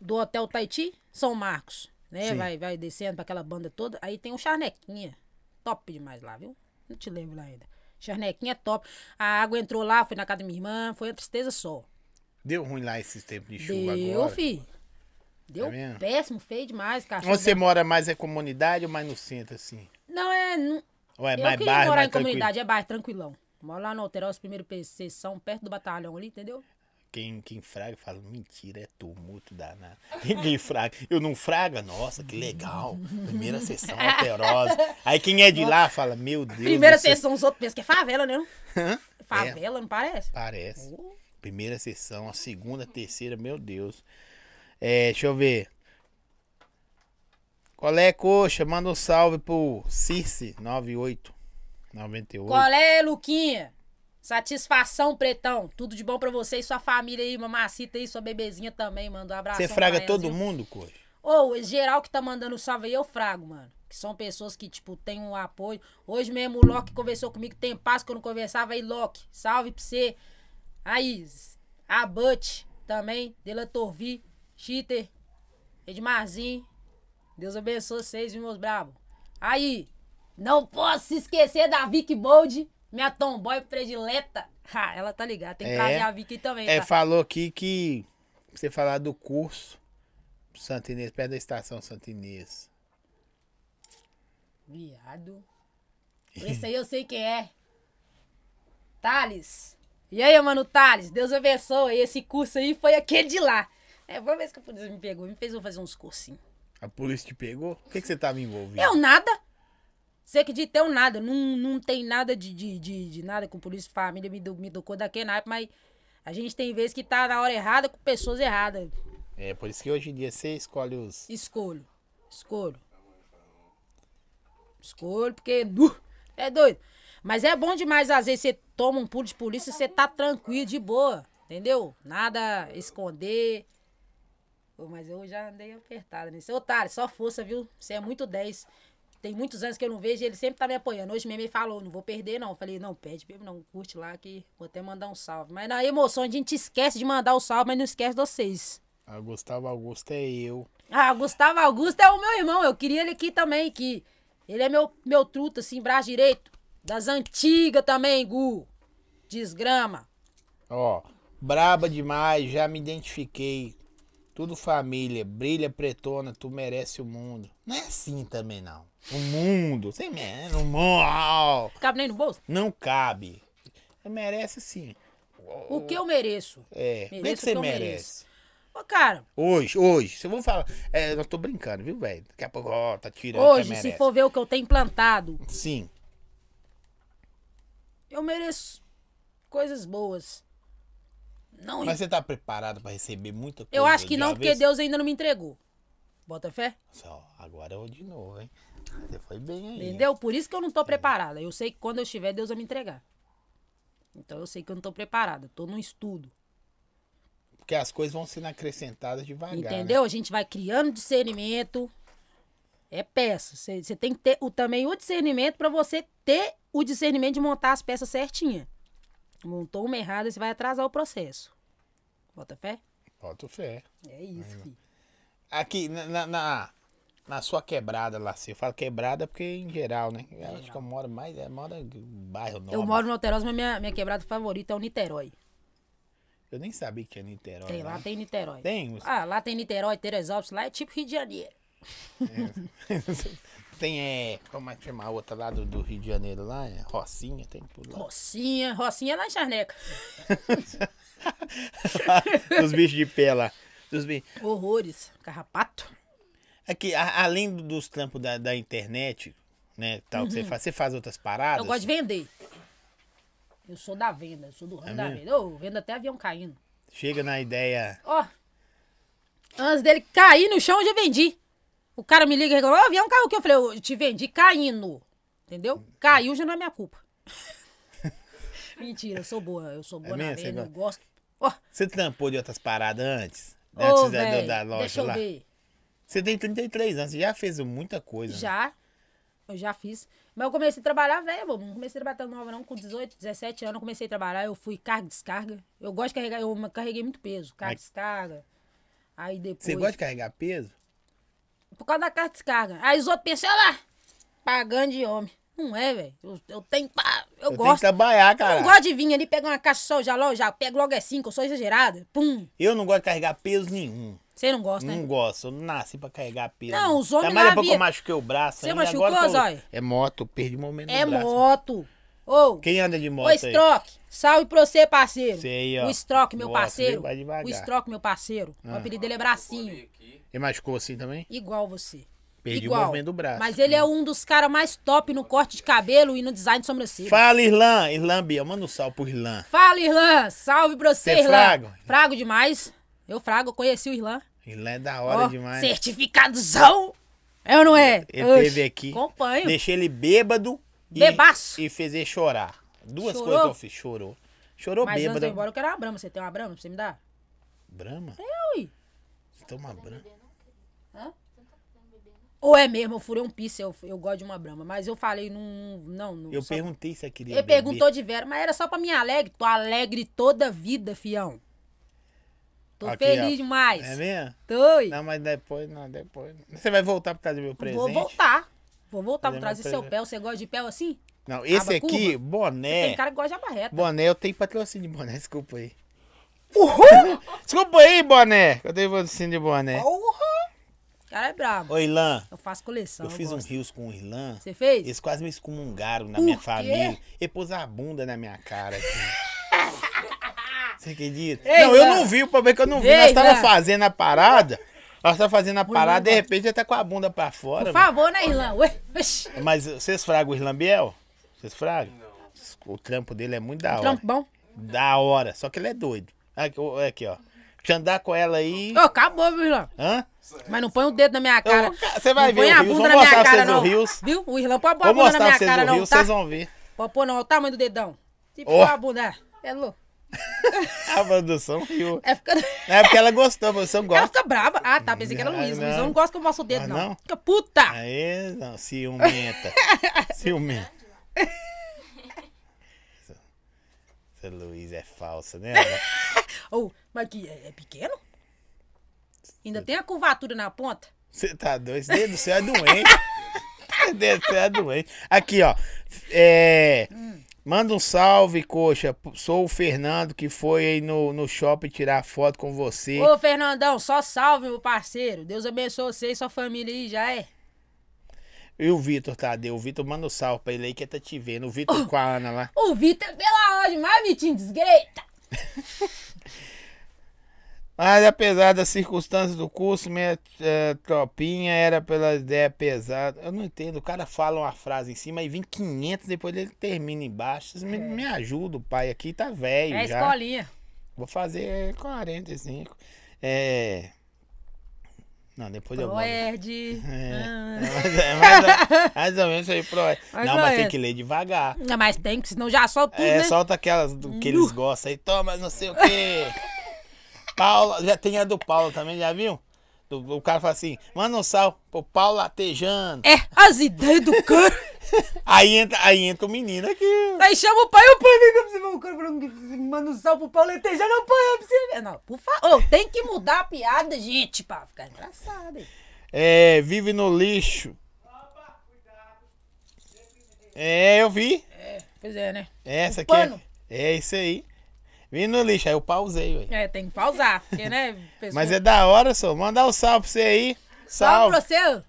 [SPEAKER 3] do Hotel Taiti, São Marcos. Né?
[SPEAKER 1] Sim.
[SPEAKER 3] Vai, vai descendo pra aquela banda toda. Aí tem um Charnequinha. Top demais lá, viu? Não te lembro lá ainda. Charnequinha é top. A água entrou lá, foi na casa da minha irmã, foi uma tristeza só.
[SPEAKER 1] Deu ruim lá esse tempo de chuva
[SPEAKER 3] Deu,
[SPEAKER 1] agora.
[SPEAKER 3] fi. Deu
[SPEAKER 1] Tá vendo?
[SPEAKER 3] péssimo, feio demais, cachorro.
[SPEAKER 1] Onde você mora mais é comunidade ou mais no centro, assim?
[SPEAKER 3] Não, é. Não...
[SPEAKER 1] Ou é
[SPEAKER 3] eu
[SPEAKER 1] mais
[SPEAKER 3] queria
[SPEAKER 1] bairro,
[SPEAKER 3] morar
[SPEAKER 1] mais
[SPEAKER 3] em comunidade, é bairro, tranquilão. Moro lá no Alterosa, primeiro PC, são um perto do batalhão ali, entendeu?
[SPEAKER 1] tranquilo? Quem, quem fraga fala, mentira, é tumulto danado. Quem, quem fraga, eu não fraga? Nossa, que legal. Primeira sessão alterosa. Aí quem é de lá fala, meu Deus
[SPEAKER 3] primeira
[SPEAKER 1] do céu, É.
[SPEAKER 3] sessão, os outros pensam que é favela, né? Favela, não parece?
[SPEAKER 1] Parece.
[SPEAKER 3] Oh.
[SPEAKER 1] Primeira sessão, a segunda, a terceira, meu Deus. É, deixa eu ver. Qual é, coxa? Manda um salve pro Circe98. 98.
[SPEAKER 3] Qual é, Luquinha? Satisfação, pretão. Tudo de bom pra você e sua família aí, mamacita aí, sua bebezinha também, mano. Um abraço.
[SPEAKER 1] Você fraga todo mundo, Coxa?
[SPEAKER 3] Ou, geral que tá mandando salve aí, eu frago, mano. Que são pessoas que, tipo, tem um apoio. Hoje mesmo o Loki conversou comigo, tem paz que eu não conversava aí, Loki. Salve pra você. Aí, a Butch também, Dela Torvi, Cheater, Edmarzinho. Deus abençoe vocês, viu, meus bravos. Aí, não posso esquecer da Vicky Bold, minha tomboy predileta. Ha, ela tá ligada, tem que
[SPEAKER 1] É.
[SPEAKER 3] trazer a Vicky também,
[SPEAKER 1] É,
[SPEAKER 3] tá?
[SPEAKER 1] falou aqui que pra você falar do curso Santo Inês, perto da estação Santo Inês.
[SPEAKER 3] Viado. Esse aí eu sei quem é. Thales. E aí, mano, Thales, Deus abençoe. Esse curso aí foi aquele de lá. É, uma vez que a polícia me pegou, me fez eu fazer uns cursinhos.
[SPEAKER 1] A polícia te pegou? Por que, que você tava envolvido?
[SPEAKER 3] Eu nada. Você acredita, eu nada. Não, não tem nada de, de, de, de nada com polícia, família, me, do- me tocou daquele naipe, mas a gente tem vezes que tá na hora errada com pessoas erradas.
[SPEAKER 1] É, por isso que hoje em dia você escolhe os.
[SPEAKER 3] Escolho. Escolho. Escolho, porque. nu, é doido. Mas é bom demais, às vezes, você toma um pulo de polícia e você tá tranquilo, de boa. Entendeu? Nada esconder. Pô, mas eu já andei apertada nesse. Otário, só força, viu? Você é muito 10. Tem muitos anos que eu não vejo, ele sempre tá me apoiando. Hoje mesmo ele falou, não vou perder, não. Eu falei, não, perde mesmo, não. Curte lá que vou até mandar um salve. Mas na emoção a gente esquece de mandar o salve, mas não esquece de vocês.
[SPEAKER 1] Ah, Gustavo Augusto é eu.
[SPEAKER 3] Ah, Gustavo Augusto é o meu irmão. Eu queria ele aqui também, que ele é meu, meu truto, assim, braço direito. Das antigas também, Gu. Desgrama.
[SPEAKER 1] Ó, braba demais, já me identifiquei. Tudo família, brilha pretona, tu merece o mundo. Não é assim também não. O mundo, sem merece, o mundo.
[SPEAKER 3] Cabe nem no bolso?
[SPEAKER 1] Não cabe. Merece sim.
[SPEAKER 3] O que eu mereço?
[SPEAKER 1] É, nem
[SPEAKER 3] Mereço
[SPEAKER 1] que você
[SPEAKER 3] o que eu
[SPEAKER 1] merece.
[SPEAKER 3] Ô, cara,
[SPEAKER 1] Hoje, hoje, se eu vou falar. É, eu tô brincando, viu, velho? Daqui a pouco, ó, tá tirando.
[SPEAKER 3] hoje,
[SPEAKER 1] quem
[SPEAKER 3] se
[SPEAKER 1] merece.
[SPEAKER 3] for ver o que eu tenho plantado,
[SPEAKER 1] Sim,
[SPEAKER 3] eu mereço coisas boas. Não
[SPEAKER 1] mas você tá preparado pra receber muita coisa?
[SPEAKER 3] Eu acho que
[SPEAKER 1] de uma
[SPEAKER 3] não, porque
[SPEAKER 1] vez?
[SPEAKER 3] Deus ainda não me entregou. Bota fé?
[SPEAKER 1] Só, agora eu de novo, hein? Você foi bem aí. hein?
[SPEAKER 3] Entendeu? Por isso que eu não tô preparada. Eu sei que quando eu estiver, Deus vai me entregar. Então eu sei que eu não tô preparada. Eu Tô num estudo.
[SPEAKER 1] né? Porque as coisas vão sendo acrescentadas devagar. né?
[SPEAKER 3] Entendeu? A gente vai criando discernimento. É peça. Você tem que ter o, também o discernimento para você ter o discernimento de montar as peças certinha. Montou uma errada, você vai atrasar o processo. Bota fé?
[SPEAKER 1] Bota o fé.
[SPEAKER 3] É isso, filho.
[SPEAKER 1] Aqui, na, na, na, na sua quebrada lá, se eu falo quebrada porque em geral, né? Eu acho que eu moro mais, é, moro em bairro novo.
[SPEAKER 3] Eu moro no Alterosa, mas minha, minha quebrada favorita é o Niterói.
[SPEAKER 1] Eu nem sabia que tinha Niterói.
[SPEAKER 3] Tem lá, tem Niterói.
[SPEAKER 1] Tem? um os-
[SPEAKER 3] Ah, lá tem Niterói, Teresópolis, lá é tipo Rio de Janeiro.
[SPEAKER 1] Tem, é, como é que chama a outra lá do, do Rio de Janeiro lá? É Rocinha, tem tudo lá.
[SPEAKER 3] Rocinha, Rocinha é lá em Charneca.
[SPEAKER 1] Dos bichos de pé lá. Dos bichos.
[SPEAKER 3] Horrores, carrapato.
[SPEAKER 1] Aqui, a- além do- dos trampos da, da internet, né, tal, que você faz, você faz outras paradas?
[SPEAKER 3] Uhum. Eu gosto de vender. Eu sou da venda, eu sou do ramo
[SPEAKER 1] É
[SPEAKER 3] da
[SPEAKER 1] mesmo?
[SPEAKER 3] venda. Ô, vendo até avião caindo.
[SPEAKER 1] Chega na ideia,
[SPEAKER 3] Ó, antes dele cair no chão, eu já vendi. O cara me liga e reclama, ó, o avião caiu que eu falei, eu te vendi caindo. Entendeu? Caiu já não é minha culpa. Mentira, eu sou boa, eu sou boa
[SPEAKER 1] É
[SPEAKER 3] na
[SPEAKER 1] mesmo? Você
[SPEAKER 3] venda, eu
[SPEAKER 1] gosta?
[SPEAKER 3] gosto. Ó,
[SPEAKER 1] você trampou de outras paradas antes?
[SPEAKER 3] ô,
[SPEAKER 1] antes da,
[SPEAKER 3] véi,
[SPEAKER 1] da loja
[SPEAKER 3] deixa eu
[SPEAKER 1] lá?
[SPEAKER 3] ver.
[SPEAKER 1] Você tem 33 anos, você já fez muita coisa. né?
[SPEAKER 3] Já. Eu já fiz. Mas eu comecei a trabalhar velho, bobo. não comecei a trabalhar tão nova não, com 18, 17 anos eu comecei a trabalhar, eu fui carga e descarga. Eu gosto de carregar, eu carreguei muito peso, carga e
[SPEAKER 1] Mas-
[SPEAKER 3] descarga. Aí depois...
[SPEAKER 1] Você gosta de carregar peso?
[SPEAKER 3] Por causa da carta de descarga. Aí os outros pensam, olha lá, pagando de homem. Não é, velho. Eu, eu tenho pá, eu,
[SPEAKER 1] tenho que
[SPEAKER 3] gosto.
[SPEAKER 1] trabalhar,
[SPEAKER 3] Eu
[SPEAKER 1] cara.
[SPEAKER 3] não gosto de vir ali, pegar uma caixa só, já logo, já pego logo é cinco, eu sou exagerada. Pum.
[SPEAKER 1] Eu não gosto de carregar peso nenhum.
[SPEAKER 3] Você não gosta,
[SPEAKER 1] Não
[SPEAKER 3] né?
[SPEAKER 1] gosto, eu não nasci pra carregar peso.
[SPEAKER 3] Não, os homens
[SPEAKER 1] Ainda mais
[SPEAKER 3] lá
[SPEAKER 1] depois que eu
[SPEAKER 3] via-
[SPEAKER 1] machuquei o braço.
[SPEAKER 3] Você
[SPEAKER 1] ainda,
[SPEAKER 3] machucou,
[SPEAKER 1] agora que eu-
[SPEAKER 3] Zói?
[SPEAKER 1] É moto, eu perdi um momento
[SPEAKER 3] É
[SPEAKER 1] no braço.
[SPEAKER 3] moto. Ô,
[SPEAKER 1] Quem anda de moto
[SPEAKER 3] ô
[SPEAKER 1] aí?
[SPEAKER 3] Stroke, salve pra você, parceiro.
[SPEAKER 1] Você aí, ó.
[SPEAKER 3] O Stroke, meu
[SPEAKER 1] Gosto,
[SPEAKER 3] parceiro.
[SPEAKER 1] viu? Vai devagar. Ah.
[SPEAKER 3] O Stroke, meu parceiro. O apelido dele é Bracinho.
[SPEAKER 5] aqui.
[SPEAKER 1] Ele machucou assim também?
[SPEAKER 3] Igual você.
[SPEAKER 1] Perdi o
[SPEAKER 3] Igual.
[SPEAKER 1] movimento do braço.
[SPEAKER 3] Mas ele é um dos caras mais top no corte de cabelo e no design de sobrancelha.
[SPEAKER 1] Fala, Irlan. Irlan Biel, manda um salve pro Irlan.
[SPEAKER 3] Fala, Irlan! Salve pra você,
[SPEAKER 1] Cê
[SPEAKER 3] Irlan!
[SPEAKER 1] é frago?
[SPEAKER 3] Frago demais. Eu frago, eu conheci o Irlan.
[SPEAKER 1] Irlan é da hora
[SPEAKER 3] Ó,
[SPEAKER 1] demais.
[SPEAKER 3] Certificadozão! É ou não é?
[SPEAKER 1] Ele
[SPEAKER 3] Oxe,
[SPEAKER 1] teve aqui.
[SPEAKER 3] Acompanho.
[SPEAKER 1] Deixei ele bêbado E-
[SPEAKER 3] Bebaço.
[SPEAKER 1] E, fez ele chorar. Duas
[SPEAKER 3] Chorou?
[SPEAKER 1] coisas que eu fiz. Chorou. Chorou
[SPEAKER 3] Mas antes de
[SPEAKER 1] bêbada.
[SPEAKER 3] eu ir embora, É. eu quero uma brama. Você tem uma brama pra você me dar?
[SPEAKER 1] Brama?
[SPEAKER 3] Ui.
[SPEAKER 1] Toma brama.
[SPEAKER 3] Ou é mesmo, eu furei um piso, eu, eu gosto de uma brama. Mas eu falei, num, não, não.
[SPEAKER 1] Eu
[SPEAKER 3] só-
[SPEAKER 1] perguntei se é ela queria
[SPEAKER 3] Ele
[SPEAKER 1] beber.
[SPEAKER 3] perguntou de vera, mas era só pra mim alegre. Tô alegre toda a vida, fião. Tô
[SPEAKER 1] Aqui,
[SPEAKER 3] feliz
[SPEAKER 1] ó.
[SPEAKER 3] demais.
[SPEAKER 1] É mesmo?
[SPEAKER 3] Tô. e
[SPEAKER 1] Não, mas depois, não, depois. Você vai voltar por causa do meu presente?
[SPEAKER 3] Vou voltar. Vou voltar, vou
[SPEAKER 1] Fazer
[SPEAKER 3] trazer
[SPEAKER 1] meu
[SPEAKER 3] seu
[SPEAKER 1] presente.
[SPEAKER 3] pé. Você gosta de pé assim?
[SPEAKER 1] Não, esse
[SPEAKER 3] Aba
[SPEAKER 1] aqui,
[SPEAKER 3] curva?
[SPEAKER 1] boné.
[SPEAKER 3] Tem cara que gosta de abarreta.
[SPEAKER 1] Boné, eu tenho patrocínio de boné, desculpa aí. Desculpa aí, boné. Eu tenho patrocínio de boné.
[SPEAKER 3] Porra! O cara é brabo.
[SPEAKER 1] Ô, Ilan,
[SPEAKER 3] Eu faço coleção.
[SPEAKER 1] eu fiz um
[SPEAKER 3] gosto.
[SPEAKER 1] rios com o Ilan.
[SPEAKER 3] Você fez?
[SPEAKER 1] Eles quase me excomungaram na
[SPEAKER 3] Por
[SPEAKER 1] minha
[SPEAKER 3] quê?
[SPEAKER 1] família. Ele pôs a bunda na minha cara aqui. Você acredita?
[SPEAKER 3] Ei,
[SPEAKER 1] não, eu
[SPEAKER 3] Ilan.
[SPEAKER 1] não vi, o problema é que eu não vi.
[SPEAKER 3] Ei,
[SPEAKER 1] Nós estávamos
[SPEAKER 3] Ilan.
[SPEAKER 1] fazendo a parada. Nós estávamos fazendo a
[SPEAKER 3] Ilan
[SPEAKER 1] parada, de
[SPEAKER 3] vai-
[SPEAKER 1] repente ele tá com a bunda pra fora.
[SPEAKER 3] Por
[SPEAKER 1] mano.
[SPEAKER 3] favor, né, Irlan? Ué, oxi.
[SPEAKER 1] Mas vocês fragam o Irlan Biel? Vocês fragam?
[SPEAKER 5] Não.
[SPEAKER 1] O trampo dele é muito da hora.
[SPEAKER 3] Trampo bom.
[SPEAKER 1] Da hora. Só que ele é doido. Aqui, ó. aqui, ó. Deixa eu andar com ela aí.
[SPEAKER 3] Ô, acabou, viu, Irlan?
[SPEAKER 1] Hã?
[SPEAKER 3] Mas não põe o dedo na minha cara.
[SPEAKER 1] Eu- você vai
[SPEAKER 3] Não
[SPEAKER 1] ver
[SPEAKER 3] põe
[SPEAKER 1] o
[SPEAKER 3] a
[SPEAKER 1] Rios,
[SPEAKER 3] bunda
[SPEAKER 1] vou
[SPEAKER 3] na minha
[SPEAKER 1] mostrar pra
[SPEAKER 3] cara,
[SPEAKER 1] vocês o
[SPEAKER 3] não.
[SPEAKER 1] Rios.
[SPEAKER 3] Viu? O Irlan põe a
[SPEAKER 1] Vou
[SPEAKER 3] bunda na
[SPEAKER 1] mostrar pra
[SPEAKER 3] minha
[SPEAKER 1] vocês
[SPEAKER 3] cara,
[SPEAKER 1] o
[SPEAKER 3] não,
[SPEAKER 1] Rio,
[SPEAKER 3] tá?
[SPEAKER 1] vocês vão ver.
[SPEAKER 3] Pode pôr, não. Olha o tamanho do dedão. Se
[SPEAKER 1] Ó.
[SPEAKER 3] pôr a bunda. É louco.
[SPEAKER 1] A produção riu.
[SPEAKER 3] É ficando...
[SPEAKER 1] É porque ela gostou, a produção
[SPEAKER 3] Ela
[SPEAKER 1] gosta.
[SPEAKER 3] fica brava. Ah, tá. Pensei que era
[SPEAKER 1] Não,
[SPEAKER 3] Luiz.
[SPEAKER 1] não.
[SPEAKER 3] Luiz, eu não gosto que eu mostre o dedo,
[SPEAKER 1] Ah,
[SPEAKER 3] não.
[SPEAKER 1] não? É.
[SPEAKER 3] Fica puta.
[SPEAKER 1] Aí, não, ciumenta. ciumenta. Essa Luiz é falsa, né? Ela-
[SPEAKER 3] Ô, mas que é, é pequeno? Ainda tem a curvatura na ponta?
[SPEAKER 1] Você tá doido? Esse dedo seu é doente. Esse dedo seu é doente. Aqui, ó. É, Manda um salve, coxa. Sou o Fernando que foi aí no, no shopping tirar foto com você.
[SPEAKER 3] Ô, Fernandão, só salve, meu parceiro. Deus abençoe você e sua família aí, já é.
[SPEAKER 1] E o Vitor, Tadeu? O Vitor manda um salve pra ele aí que tá te vendo. O Vitor com a Ana lá.
[SPEAKER 3] O Vitor, pela onde? Mas, Vitinho, desgreita.
[SPEAKER 1] Mas apesar das circunstâncias do curso, minha eh, tropinha era pela ideia pesada. Eu não entendo. O cara fala uma frase em cima e vem 500, depois ele termina embaixo. Vocês Me, me ajuda, o pai aqui tá velho
[SPEAKER 3] É a
[SPEAKER 1] já.
[SPEAKER 3] escolinha.
[SPEAKER 1] Vou fazer 45. É... Não, depois eu vou.
[SPEAKER 3] Perde.
[SPEAKER 1] É mais, é mais ou- mais ou menos isso aí, pro.
[SPEAKER 3] Mais
[SPEAKER 1] Não,
[SPEAKER 3] ou
[SPEAKER 1] mas tem
[SPEAKER 3] menos.
[SPEAKER 1] que ler devagar.
[SPEAKER 3] Ah, Mas tem, que senão já solta tudo,
[SPEAKER 1] É,
[SPEAKER 3] né?
[SPEAKER 1] solta aquelas do que eles gostam aí. Toma, não sei o quê. Paula, já tem a do Paula também, já viu? Do- o cara fala assim, manda um sal pro Paulo latejando.
[SPEAKER 3] É, as ideias do cara.
[SPEAKER 1] Aí entra, aí entra o menino aqui.
[SPEAKER 3] Aí Tá, chama o pai, o pai vem cá pra você ver o cara falando que manda um sal pro Paulo Leite, já não pai, é pra você ver. Não, por favor, Ô, tem que mudar a piada, gente, pra ficar engraçado. hein?
[SPEAKER 1] É, vive no lixo. É, eu vi.
[SPEAKER 3] Pois é, né?
[SPEAKER 1] É Essa
[SPEAKER 3] O
[SPEAKER 1] aqui. É,
[SPEAKER 3] pano.
[SPEAKER 1] é isso aí. Vive no lixo, aí eu pausei, ué.
[SPEAKER 3] É, tem que pausar, porque, né, pessoa...
[SPEAKER 1] Mas é da hora, só. Mandar o sal pra você aí. Sal.
[SPEAKER 3] pra você, ó.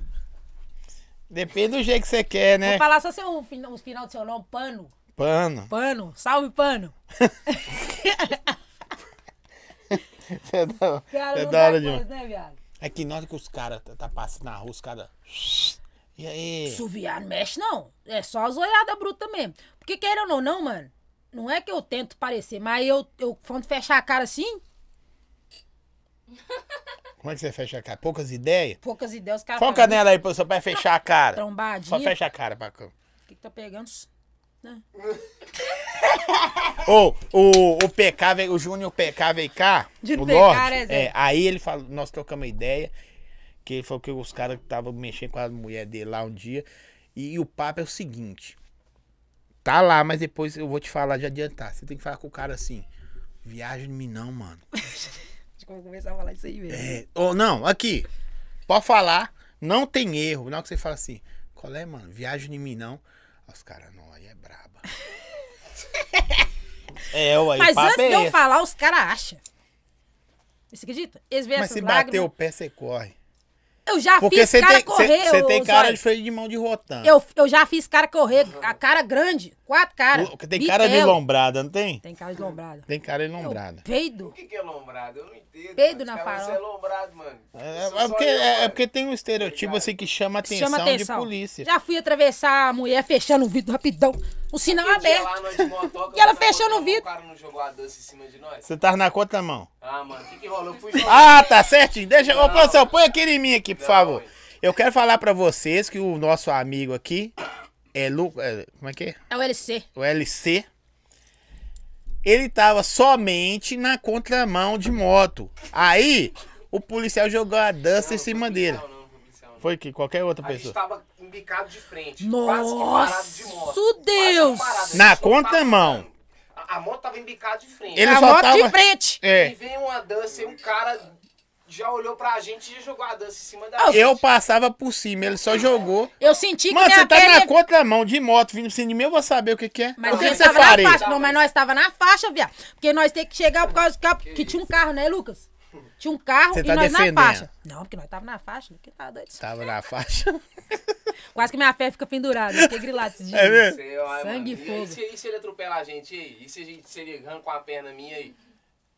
[SPEAKER 1] Depende do jeito que você quer,
[SPEAKER 3] vou
[SPEAKER 1] né?
[SPEAKER 3] falar só seu, fin- o final do seu nome, Pano.
[SPEAKER 1] Pano.
[SPEAKER 3] Pano, salve, Pano.
[SPEAKER 1] É da,
[SPEAKER 3] Cara,
[SPEAKER 1] é
[SPEAKER 3] não
[SPEAKER 1] da
[SPEAKER 3] dá
[SPEAKER 1] hora
[SPEAKER 3] coisa,
[SPEAKER 1] demais.
[SPEAKER 3] né, viado?
[SPEAKER 1] É que na hora que os caras tá, tá passando na rua, os caras. E aí?
[SPEAKER 3] Isso, viado, mexe não. É só a zoiada bruta mesmo. Porque, querendo ou não, mano, não é que eu tento parecer, mas eu, eu quando fechar a cara assim,
[SPEAKER 1] Como é que você fecha a cara? Poucas ideias?
[SPEAKER 3] poucas ideias, os caras
[SPEAKER 1] Foca
[SPEAKER 3] falam,
[SPEAKER 1] nela aí pro seu pai fechar a cara.
[SPEAKER 3] trombadinha.
[SPEAKER 1] Só fecha a cara pra cá.
[SPEAKER 3] O que, que tá pegando?
[SPEAKER 1] Ô, o, o PK, veio- o Júnior PK veio cá.
[SPEAKER 3] Júnior
[SPEAKER 1] o
[SPEAKER 3] PK,
[SPEAKER 1] Lorde,
[SPEAKER 3] né, Zé?
[SPEAKER 1] é, Aí ele falou, nós trocamos uma ideia. Que ele falou que os caras que estavam mexendo com a mulher dele lá um dia. E, o papo é o seguinte. Tá lá, mas depois eu vou te falar de adiantar. Você tem que falar com o cara assim. Viagem em mim não, mano.
[SPEAKER 3] Acho que eu vou começar a falar isso aí mesmo.
[SPEAKER 1] É, ou não, aqui. Pode falar, não tem erro. Na hora que você fala assim, qual é, mano? Viagem em mim, não. Os caras, não, aí é braba. é, ué,
[SPEAKER 3] Mas
[SPEAKER 1] o papo
[SPEAKER 3] antes
[SPEAKER 1] é
[SPEAKER 3] de eu
[SPEAKER 1] esse.
[SPEAKER 3] falar, os caras acham. Você acredita? Eles veem
[SPEAKER 1] Mas
[SPEAKER 3] essas
[SPEAKER 1] se
[SPEAKER 3] lágrimas.
[SPEAKER 1] bater o pé, você corre.
[SPEAKER 3] Eu já
[SPEAKER 1] Porque
[SPEAKER 3] fiz
[SPEAKER 1] você
[SPEAKER 3] cara
[SPEAKER 1] tem, você-
[SPEAKER 3] correr.
[SPEAKER 1] você
[SPEAKER 3] ô,
[SPEAKER 1] tem
[SPEAKER 3] ô,
[SPEAKER 1] cara
[SPEAKER 3] Zóio.
[SPEAKER 1] de freio de mão de rotan.
[SPEAKER 3] eu, eu já fiz cara correr, a cara grande, quatro caras.
[SPEAKER 1] Tem cara de
[SPEAKER 3] bitelo.
[SPEAKER 1] lombrada, não tem?
[SPEAKER 3] Tem cara de lombrada.
[SPEAKER 1] Tem cara de
[SPEAKER 3] Eu
[SPEAKER 1] lombrada.
[SPEAKER 3] Peido.
[SPEAKER 5] O que, que é lombrado? Eu não entendo.
[SPEAKER 3] Peido
[SPEAKER 5] mano.
[SPEAKER 3] na
[SPEAKER 5] Os caras,
[SPEAKER 3] farofa.
[SPEAKER 5] Você é lombrado, mano.
[SPEAKER 1] É,
[SPEAKER 5] Eu sou
[SPEAKER 1] é
[SPEAKER 5] só
[SPEAKER 1] porque,
[SPEAKER 5] eu,
[SPEAKER 1] é, é
[SPEAKER 5] mano.
[SPEAKER 1] porque tem um estereotipo assim que chama atenção,
[SPEAKER 3] Chama
[SPEAKER 1] de
[SPEAKER 3] atenção.
[SPEAKER 1] polícia.
[SPEAKER 3] Já fui atravessar a mulher fechando o vidro rapidão. O sinal
[SPEAKER 5] Um dia
[SPEAKER 3] aberto.
[SPEAKER 5] lá, nós de motoca,
[SPEAKER 3] E ela
[SPEAKER 5] o cara
[SPEAKER 3] fechando o
[SPEAKER 5] botou-
[SPEAKER 3] vidro.
[SPEAKER 5] O um cara não jogou a dança em cima de nós?
[SPEAKER 1] Você tá na conta mão.
[SPEAKER 5] Ah, mano, o que, que rolou? Eu fui jogar.
[SPEAKER 1] Ah, tá certo. Deixa. Ô,
[SPEAKER 5] Não.
[SPEAKER 1] produção, põe aquele em mim aqui, por
[SPEAKER 5] Não.
[SPEAKER 1] favor. Eu quero falar pra vocês que o nosso amigo aqui é, Lu, é, como é que é?
[SPEAKER 3] É o LC.
[SPEAKER 1] o LC, ele tava somente na contramão de moto. Aí, o policial jogou a dança em cima dele.
[SPEAKER 5] Não, não, policial, não.
[SPEAKER 1] Foi que qualquer outra
[SPEAKER 5] A gente
[SPEAKER 1] pessoa.
[SPEAKER 5] tava embicado de frente. quase que parado de moto.
[SPEAKER 3] Nossa,
[SPEAKER 5] Quase que
[SPEAKER 3] Deus!
[SPEAKER 5] parado, a gente
[SPEAKER 1] Na
[SPEAKER 5] não tava
[SPEAKER 1] contramão.
[SPEAKER 5] parando. A, a moto tava embicada de frente.
[SPEAKER 1] Ele
[SPEAKER 3] a
[SPEAKER 1] só
[SPEAKER 3] moto de
[SPEAKER 1] tava-
[SPEAKER 3] frente.
[SPEAKER 5] E
[SPEAKER 1] É,
[SPEAKER 5] vem uma dança e um cara já olhou pra gente e já jogou a dança em cima da
[SPEAKER 1] eu
[SPEAKER 5] gente.
[SPEAKER 1] passava por cima, ele só jogou.
[SPEAKER 3] Eu senti que
[SPEAKER 1] Mano,
[SPEAKER 3] minha
[SPEAKER 1] você tá
[SPEAKER 3] perna... é
[SPEAKER 1] na contramão de moto vindo em cima de mim, eu vou saber o que que é.
[SPEAKER 3] né? Mas
[SPEAKER 1] o que,
[SPEAKER 3] nós
[SPEAKER 1] que você
[SPEAKER 3] tava na
[SPEAKER 1] faria?
[SPEAKER 3] faixa. Não, mas nós tava na faixa, viado. Porque nós tem que chegar por causa do carro. Que, tinha um carro, né, Lucas? Tinha um carro
[SPEAKER 1] Você
[SPEAKER 3] e
[SPEAKER 1] tá
[SPEAKER 3] nós
[SPEAKER 1] defendendo.
[SPEAKER 3] na faixa. Não, porque nós tava na faixa. Que tá doido.
[SPEAKER 1] Tava na faixa.
[SPEAKER 3] Quase que minha fé fica pendurada. eu Fiquei grilado esses dias.
[SPEAKER 1] É mesmo?
[SPEAKER 5] Sei lá,
[SPEAKER 3] Sangue e
[SPEAKER 5] mano. E aí,
[SPEAKER 3] fogo.
[SPEAKER 5] se, e se ele atropela a gente e aí? E se, a gente, se ele arranca uma perna minha aí?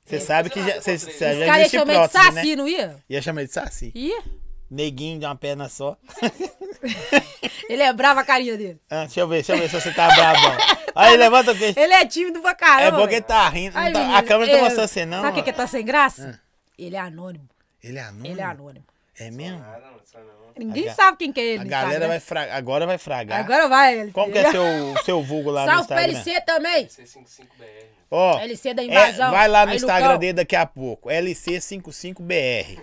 [SPEAKER 1] Você sabe que já, você, você
[SPEAKER 5] Os
[SPEAKER 3] Os
[SPEAKER 1] já
[SPEAKER 3] caras
[SPEAKER 1] existe
[SPEAKER 3] chamam de
[SPEAKER 1] prótese, né?
[SPEAKER 3] saci, não ia?
[SPEAKER 1] Ia chamar de saci.
[SPEAKER 3] Ia.
[SPEAKER 1] Neguinho de uma perna só.
[SPEAKER 3] Ele é bravo a carinha dele.
[SPEAKER 1] Ah, deixa eu ver, deixa eu ver se você tá brabão. Aí, levanta o queixo.
[SPEAKER 3] Ele é tímido pra caramba.
[SPEAKER 1] É bom que
[SPEAKER 3] velho.
[SPEAKER 1] ele tá rindo. não
[SPEAKER 3] Ai,
[SPEAKER 1] tá- a
[SPEAKER 3] menino,
[SPEAKER 1] câmera não tá
[SPEAKER 3] eu-
[SPEAKER 1] mostrando você, não.
[SPEAKER 3] Sabe o que, que
[SPEAKER 1] ó. Hum.
[SPEAKER 3] tá sem graça? Ele é anônimo.
[SPEAKER 1] Ele é anônimo?
[SPEAKER 3] Ele é anônimo.
[SPEAKER 1] É mesmo?
[SPEAKER 5] Ah, não, isso não.
[SPEAKER 3] Ninguém
[SPEAKER 1] A ga-
[SPEAKER 3] sabe quem que é ele.
[SPEAKER 1] A
[SPEAKER 3] no
[SPEAKER 1] galera
[SPEAKER 3] Instagram.
[SPEAKER 1] vai fragar. Agora vai fragar.
[SPEAKER 3] Agora vai ele.
[SPEAKER 1] Como que é seu, seu vulgo lá no
[SPEAKER 3] Salve pra
[SPEAKER 1] Instagram?
[SPEAKER 3] LC também.
[SPEAKER 5] é C55BR.
[SPEAKER 1] Ó,
[SPEAKER 3] LC da
[SPEAKER 1] é,
[SPEAKER 3] invasão.
[SPEAKER 1] vai lá no
[SPEAKER 3] Aí,
[SPEAKER 1] Instagram
[SPEAKER 3] Lucão.
[SPEAKER 1] dele daqui a pouco. LC55BR.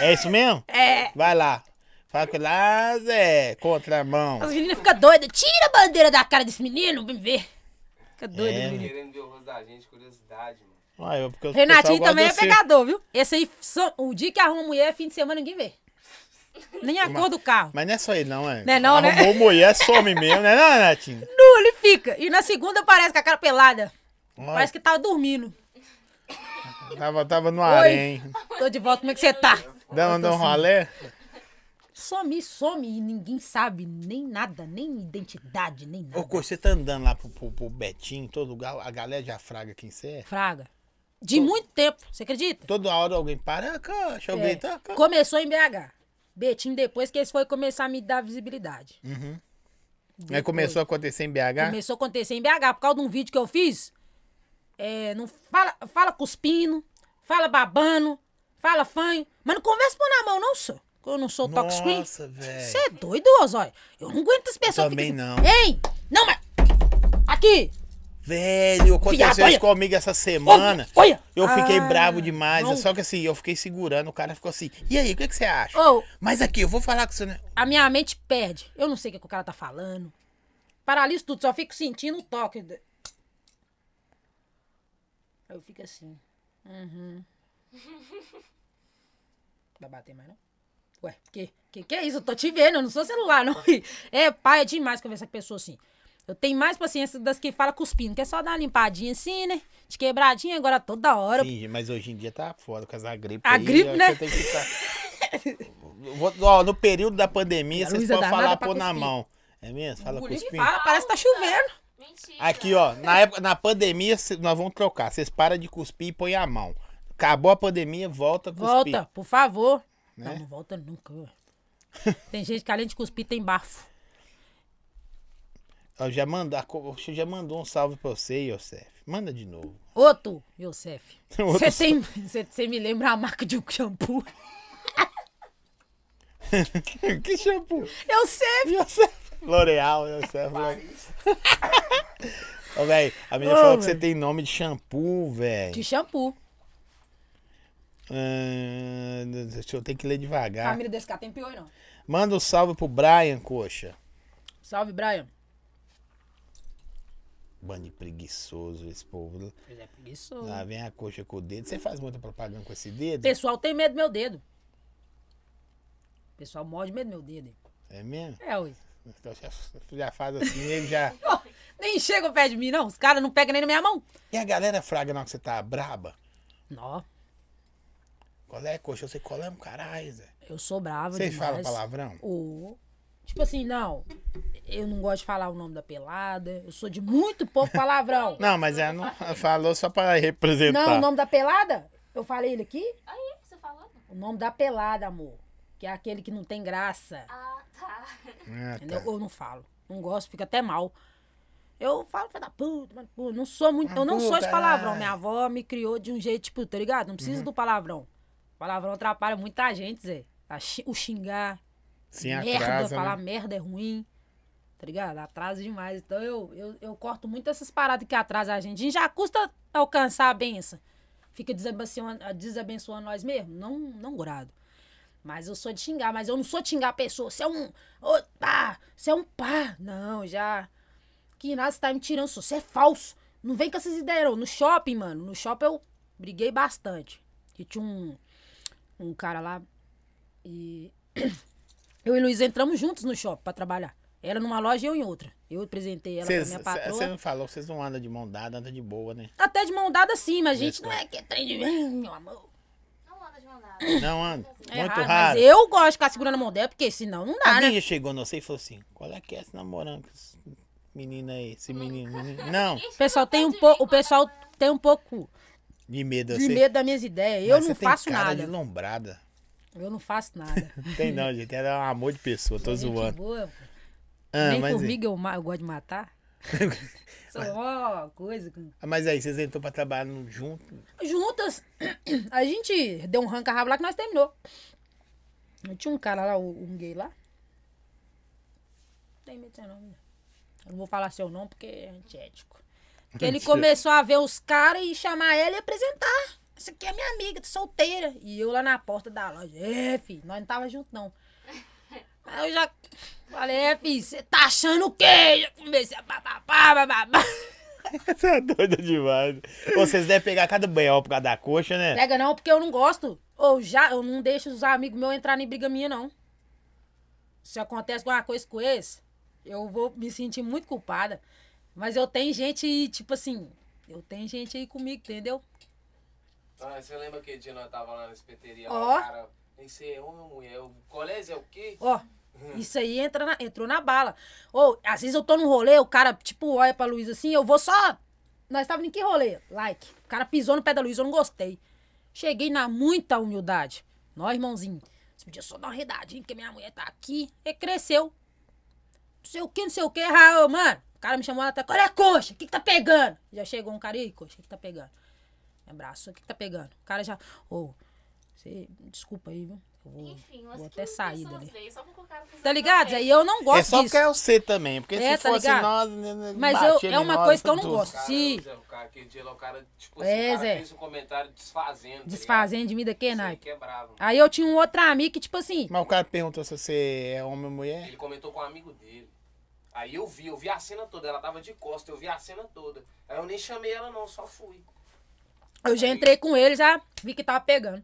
[SPEAKER 1] é isso mesmo?
[SPEAKER 3] É.
[SPEAKER 1] Vai lá. Fala com ele. Ah, Zé, contramão.
[SPEAKER 3] As meninas ficam doidas. Tira a bandeira da cara desse menino, vem ver. Fica doido,
[SPEAKER 1] É,
[SPEAKER 3] menino.
[SPEAKER 5] Querendo ver o rosto da gente, curiosidade, mano.
[SPEAKER 1] Ah, eu- porque o pessoal
[SPEAKER 3] Renatinho
[SPEAKER 1] gosta
[SPEAKER 3] também é
[SPEAKER 1] de você.
[SPEAKER 3] pegador, viu? Esse aí, só- o dia que arruma mulher, fim de semana ninguém vê. Nem a cor do carro.
[SPEAKER 1] Mas não é só ele, não, é?
[SPEAKER 3] Não é não, né?
[SPEAKER 1] Arrumou mulher, some mesmo, né, não, Renatinho?
[SPEAKER 3] Nu, ele fica. E na segunda parece com a cara pelada.
[SPEAKER 1] Ó,
[SPEAKER 3] Parece que tava dormindo.
[SPEAKER 1] Tava, tava no
[SPEAKER 3] Oi.
[SPEAKER 1] arém.
[SPEAKER 3] Tô de volta, como é que você tá?
[SPEAKER 1] Dando um rolé.
[SPEAKER 3] Some, some e ninguém sabe nem nada, nem identidade, nem nada.
[SPEAKER 1] Ô, Cor, você tá andando lá pro, pro, pro Betinho, em todo lugar, a galera já fraga quem você é?
[SPEAKER 3] Fraga. De muito tempo, você acredita?
[SPEAKER 1] Toda hora alguém para, ah, coxa,
[SPEAKER 3] É,
[SPEAKER 1] alguém tá. co-
[SPEAKER 3] Começou em BH. Betinho, depois que eles foram começar a me dar visibilidade.
[SPEAKER 1] Uhum. Aí começou a acontecer em BH?
[SPEAKER 3] Começou a acontecer em BH por causa de um vídeo que eu fiz. É, não fala, fala cuspindo, fala babando, fala fanho, mas não conversa por na mão, não sou. Eu não sou touchscreen.
[SPEAKER 1] Nossa, velho.
[SPEAKER 3] Você é doido, Osório? Eu não aguento as pessoas que
[SPEAKER 1] também
[SPEAKER 3] ficam
[SPEAKER 1] não.
[SPEAKER 3] assim, Ei! Não, mas. Aqui!
[SPEAKER 1] Velho, aconteceu
[SPEAKER 3] Viado, olha.
[SPEAKER 1] isso comigo essa semana.
[SPEAKER 3] olha.
[SPEAKER 1] Eu fiquei
[SPEAKER 3] Ah,
[SPEAKER 1] bravo demais.
[SPEAKER 3] não.
[SPEAKER 1] Só que assim, eu fiquei segurando, o cara ficou assim. E aí, o que, que você acha?
[SPEAKER 3] Ô.
[SPEAKER 1] Mas aqui, eu vou falar com você. né?
[SPEAKER 3] A minha mente perde. Eu não sei o que, que o cara tá falando. Paraliso tudo, só fico sentindo o toque. de- Aí eu fico assim. Uhum. Vai bater mais, não? Ué, que, que que é isso? Eu tô te vendo, eu não sou celular, não. É, pai, é demais conversar com pessoa assim. Eu tenho mais paciência das que fala cuspindo, que é só dar uma limpadinha assim, né? De quebradinha, agora toda hora.
[SPEAKER 1] Sim, mas hoje em dia tá foda, por causa da gripe.
[SPEAKER 3] A
[SPEAKER 1] aí,
[SPEAKER 3] gripe,
[SPEAKER 1] ó,
[SPEAKER 3] né?
[SPEAKER 1] Você tem que ficar... Eu vou- ó, no período da pandemia,
[SPEAKER 3] A
[SPEAKER 1] vocês
[SPEAKER 3] Luísa
[SPEAKER 1] podem
[SPEAKER 3] danada
[SPEAKER 1] falar
[SPEAKER 3] pra
[SPEAKER 1] pôr na
[SPEAKER 3] cuspir.
[SPEAKER 1] mão. É mesmo? Fala
[SPEAKER 3] O Lili
[SPEAKER 1] cuspir.
[SPEAKER 3] fala, parece que tá chovendo.
[SPEAKER 4] Mentira.
[SPEAKER 1] Aqui, ó, na época, na pandemia, cê- nós vamos trocar. Vocês param de cuspir e põem a mão. Acabou a pandemia, volta a cuspir.
[SPEAKER 3] Volta, por favor.
[SPEAKER 1] Né?
[SPEAKER 3] Não, não volta nunca. ué. tem gente que além de cuspir tem bafo.
[SPEAKER 1] Eu já mando, a co- eu já mandou um salve pra você, Yosef. Manda de novo.
[SPEAKER 3] Outro, Yosef.
[SPEAKER 1] Outro
[SPEAKER 3] Você tem- você- você me lembra a marca de um shampoo?
[SPEAKER 1] que shampoo?
[SPEAKER 3] Yosef!
[SPEAKER 1] Yosef. L'Oreal, Yosef. Ô, velho, a menina
[SPEAKER 3] Ô,
[SPEAKER 1] falou que você
[SPEAKER 3] véi.
[SPEAKER 1] tem nome de shampoo,
[SPEAKER 3] De
[SPEAKER 1] velho.
[SPEAKER 3] shampoo.
[SPEAKER 1] Ah, deixa eu ter que ler devagar.
[SPEAKER 3] Família desse cara tem pior, não.
[SPEAKER 1] Manda um salve pro Brian, coxa.
[SPEAKER 3] Salve, Brian.
[SPEAKER 1] Bando de preguiçoso esse povo.
[SPEAKER 3] Ele é preguiçoso.
[SPEAKER 1] Lá vem a coxa com o dedo. Você faz muita propaganda com esse dedo?
[SPEAKER 3] O pessoal tem medo do meu dedo. O pessoal morde medo do meu dedo. hein?
[SPEAKER 1] É mesmo?
[SPEAKER 3] É, ui.
[SPEAKER 1] Então já, já faz assim, ele já.
[SPEAKER 3] Ó, Nem chega perto de mim, não. Os caras não pegam nem na minha mão.
[SPEAKER 1] E a galera fraga não que você tá braba?
[SPEAKER 3] Não,
[SPEAKER 1] Qual é, coxa? Você colamos, caralho, Zé.
[SPEAKER 3] eu sou brava
[SPEAKER 1] Vocês
[SPEAKER 3] demais.
[SPEAKER 1] falam palavrão?
[SPEAKER 3] Ou, tipo assim, não, eu não gosto de falar o nome da pelada, eu sou de muito pouco palavrão.
[SPEAKER 1] Não, mas ela não ela falou só pra representar.
[SPEAKER 3] não, o nome da pelada, eu falei ele aqui,
[SPEAKER 4] Aí, você falou?
[SPEAKER 3] o nome da pelada, amor, que é aquele que não tem graça,
[SPEAKER 4] Ah, tá.
[SPEAKER 1] Ah, tá.
[SPEAKER 3] entendeu? Eu não falo, não gosto, fica até mal. Eu falo, filho da puta, mas, pô, não sou muito, eu não
[SPEAKER 1] Pô,
[SPEAKER 3] sou de palavrão,
[SPEAKER 1] caralho.
[SPEAKER 3] minha avó me criou de um jeito, tipo, tá ligado? Não
[SPEAKER 1] Uhum.
[SPEAKER 3] precisa do palavrão. Palavrão atrapalha muita gente, Zé. A xi- O xingar,
[SPEAKER 1] Sim, a
[SPEAKER 3] merda,
[SPEAKER 1] crasa,
[SPEAKER 3] falar
[SPEAKER 1] né?
[SPEAKER 3] merda é ruim. Tá ligado? Atrasa demais. Então eu, eu, eu corto muito essas paradas que atrasam a gente. A gente já custa alcançar a benção. Fica desabençoando, desabençoando nós mesmos? Não, não grado. Mas eu sou de xingar, mas eu não sou de xingar a pessoa. Você é um. Ô, pá! Você é um pá! Não, já. Que nada, você tá me tirando. Você é falso. Não vem com essas ideias, não. No shopping, mano. No shopping eu briguei bastante. E tinha um. Um cara lá. E. Eu e Luiz entramos juntos no shopping pra trabalhar. Ela numa loja e eu em outra. Eu apresentei ela pra
[SPEAKER 1] Vocês-
[SPEAKER 3] minha
[SPEAKER 1] cê-
[SPEAKER 3] patroa.
[SPEAKER 1] Você me falou que vocês não andam de mão dada, andam de boa, né?
[SPEAKER 3] Até de mão dada sim, mas a gente
[SPEAKER 1] Isso. né?
[SPEAKER 3] não é que é trem de. Ai, Meu amor.
[SPEAKER 4] Não anda de mandar.
[SPEAKER 1] Não anda.
[SPEAKER 3] É
[SPEAKER 1] Muito
[SPEAKER 3] raro,
[SPEAKER 1] raro.
[SPEAKER 3] Mas eu gosto de ficar segurando a mão dela, porque senão não dá,
[SPEAKER 1] A
[SPEAKER 3] né?
[SPEAKER 1] minha chegou, não sei, e falou assim: qual é que é esse namorando com esse menino aí? Esse menino, menino. Não,
[SPEAKER 3] O pessoal tem um pouco. O pessoal tem um pouco
[SPEAKER 1] de medo, eu
[SPEAKER 3] de
[SPEAKER 1] sei.
[SPEAKER 3] medo das minhas ideias.
[SPEAKER 1] Mas
[SPEAKER 3] Eu
[SPEAKER 1] você
[SPEAKER 3] não
[SPEAKER 1] tem
[SPEAKER 3] faço
[SPEAKER 1] cara de
[SPEAKER 3] nada.
[SPEAKER 1] lombrada.
[SPEAKER 3] Eu não faço nada.
[SPEAKER 1] Não tem não, gente. Ela é um amor de pessoa, tô
[SPEAKER 3] Gente
[SPEAKER 1] zoando.
[SPEAKER 3] boa,
[SPEAKER 1] Ah,
[SPEAKER 3] Nem
[SPEAKER 1] mas,
[SPEAKER 3] formiga eu, ma- eu gosto de matar. Sou ó, coisa. com-
[SPEAKER 1] Ah, mas aí, vocês entrou pra trabalhar no- junto.
[SPEAKER 3] Juntas, a gente deu um ranca-rabo lá que nós terminou. Não Tinha um cara lá, um um gay lá. Não tem medo de ser nome, não. né? Eu não vou falar seu nome porque é antiético. Que ele começou a ver os caras e chamar ela e apresentar. Essa aqui é minha amiga, tô solteira. E eu lá na porta da loja. É, filho, nós não tava junto, não. Aí eu já falei, é, filho, você tá achando o quê? Já comecei a bababá, bababá.
[SPEAKER 1] Você é doida demais. Ô, Vocês devem pegar cada banhol por causa da coxa, né?
[SPEAKER 3] Pega não, porque É, eu não gosto. Ou já, eu não deixo os amigos meus entrarem em briga minha, não. Se acontece alguma coisa com esse, eu vou me sentir muito culpada. Mas eu tenho gente, aí, tipo assim, eu tenho gente aí comigo, entendeu?
[SPEAKER 2] Ah, você lembra que dia nós tava lá na espeteria?
[SPEAKER 3] Ó.
[SPEAKER 2] Ó. O cara, nem sei, é homem ou mulher? O colégio é o quê?
[SPEAKER 3] Ó, isso aí entra na- entrou na bala. Ou, às vezes eu tô num rolê, o cara, tipo, olha pra Luiz assim, eu vou só. Nós estávamos em que rolê? Like. O cara pisou no pé da Luiz, eu não gostei. Cheguei na muita humildade. Nós, irmãozinho, você podia só dar uma redadinha, porque minha mulher tá aqui. E cresceu. Não sei o que, não sei o que, Raul, mano. O cara me chamou até, olha a coxa, o que, que tá pegando? Já chegou um cara, e aí, coxa, o que, que tá pegando? Me abraçou, o que, que tá pegando? O cara já, ô, você, desculpa aí, viu? Eu vou,
[SPEAKER 4] Enfim, umas
[SPEAKER 3] vou
[SPEAKER 4] 15
[SPEAKER 3] até sair
[SPEAKER 4] pessoas
[SPEAKER 3] dali.
[SPEAKER 4] veio só pra colocar no
[SPEAKER 3] Tá ligado?
[SPEAKER 4] papel.
[SPEAKER 3] Aí eu não
[SPEAKER 1] É
[SPEAKER 3] gosto
[SPEAKER 1] só
[SPEAKER 3] disso.
[SPEAKER 1] porque é você também. Porque
[SPEAKER 3] É,
[SPEAKER 1] se
[SPEAKER 3] tá
[SPEAKER 1] fosse
[SPEAKER 3] ligado?
[SPEAKER 1] nós. né,
[SPEAKER 3] Mas eu-
[SPEAKER 1] batia
[SPEAKER 3] é
[SPEAKER 1] em
[SPEAKER 3] uma
[SPEAKER 1] nós,
[SPEAKER 3] coisa que eu não
[SPEAKER 1] tudo.
[SPEAKER 3] gosto.
[SPEAKER 2] Cara,
[SPEAKER 3] Sim.
[SPEAKER 2] o Zé, o cara, aquele dia lá, o cara, tipo
[SPEAKER 3] É,
[SPEAKER 2] assim, o cara
[SPEAKER 3] Zé.
[SPEAKER 2] fez um comentário desfazendo. tá
[SPEAKER 3] Desfazendo de mim daqui,
[SPEAKER 2] né?
[SPEAKER 3] naipe.
[SPEAKER 2] Que é bravo.
[SPEAKER 3] Aí eu tinha um outro amigo que, tipo assim,
[SPEAKER 1] Mas o cara perguntou se você é homem ou mulher.
[SPEAKER 2] Ele comentou com um amigo dele. Aí eu vi, eu vi a cena toda. Ela tava de costa, eu vi a cena toda. Aí eu nem chamei ela não, só fui.
[SPEAKER 3] eu já entrei com ele, já vi que tava pegando.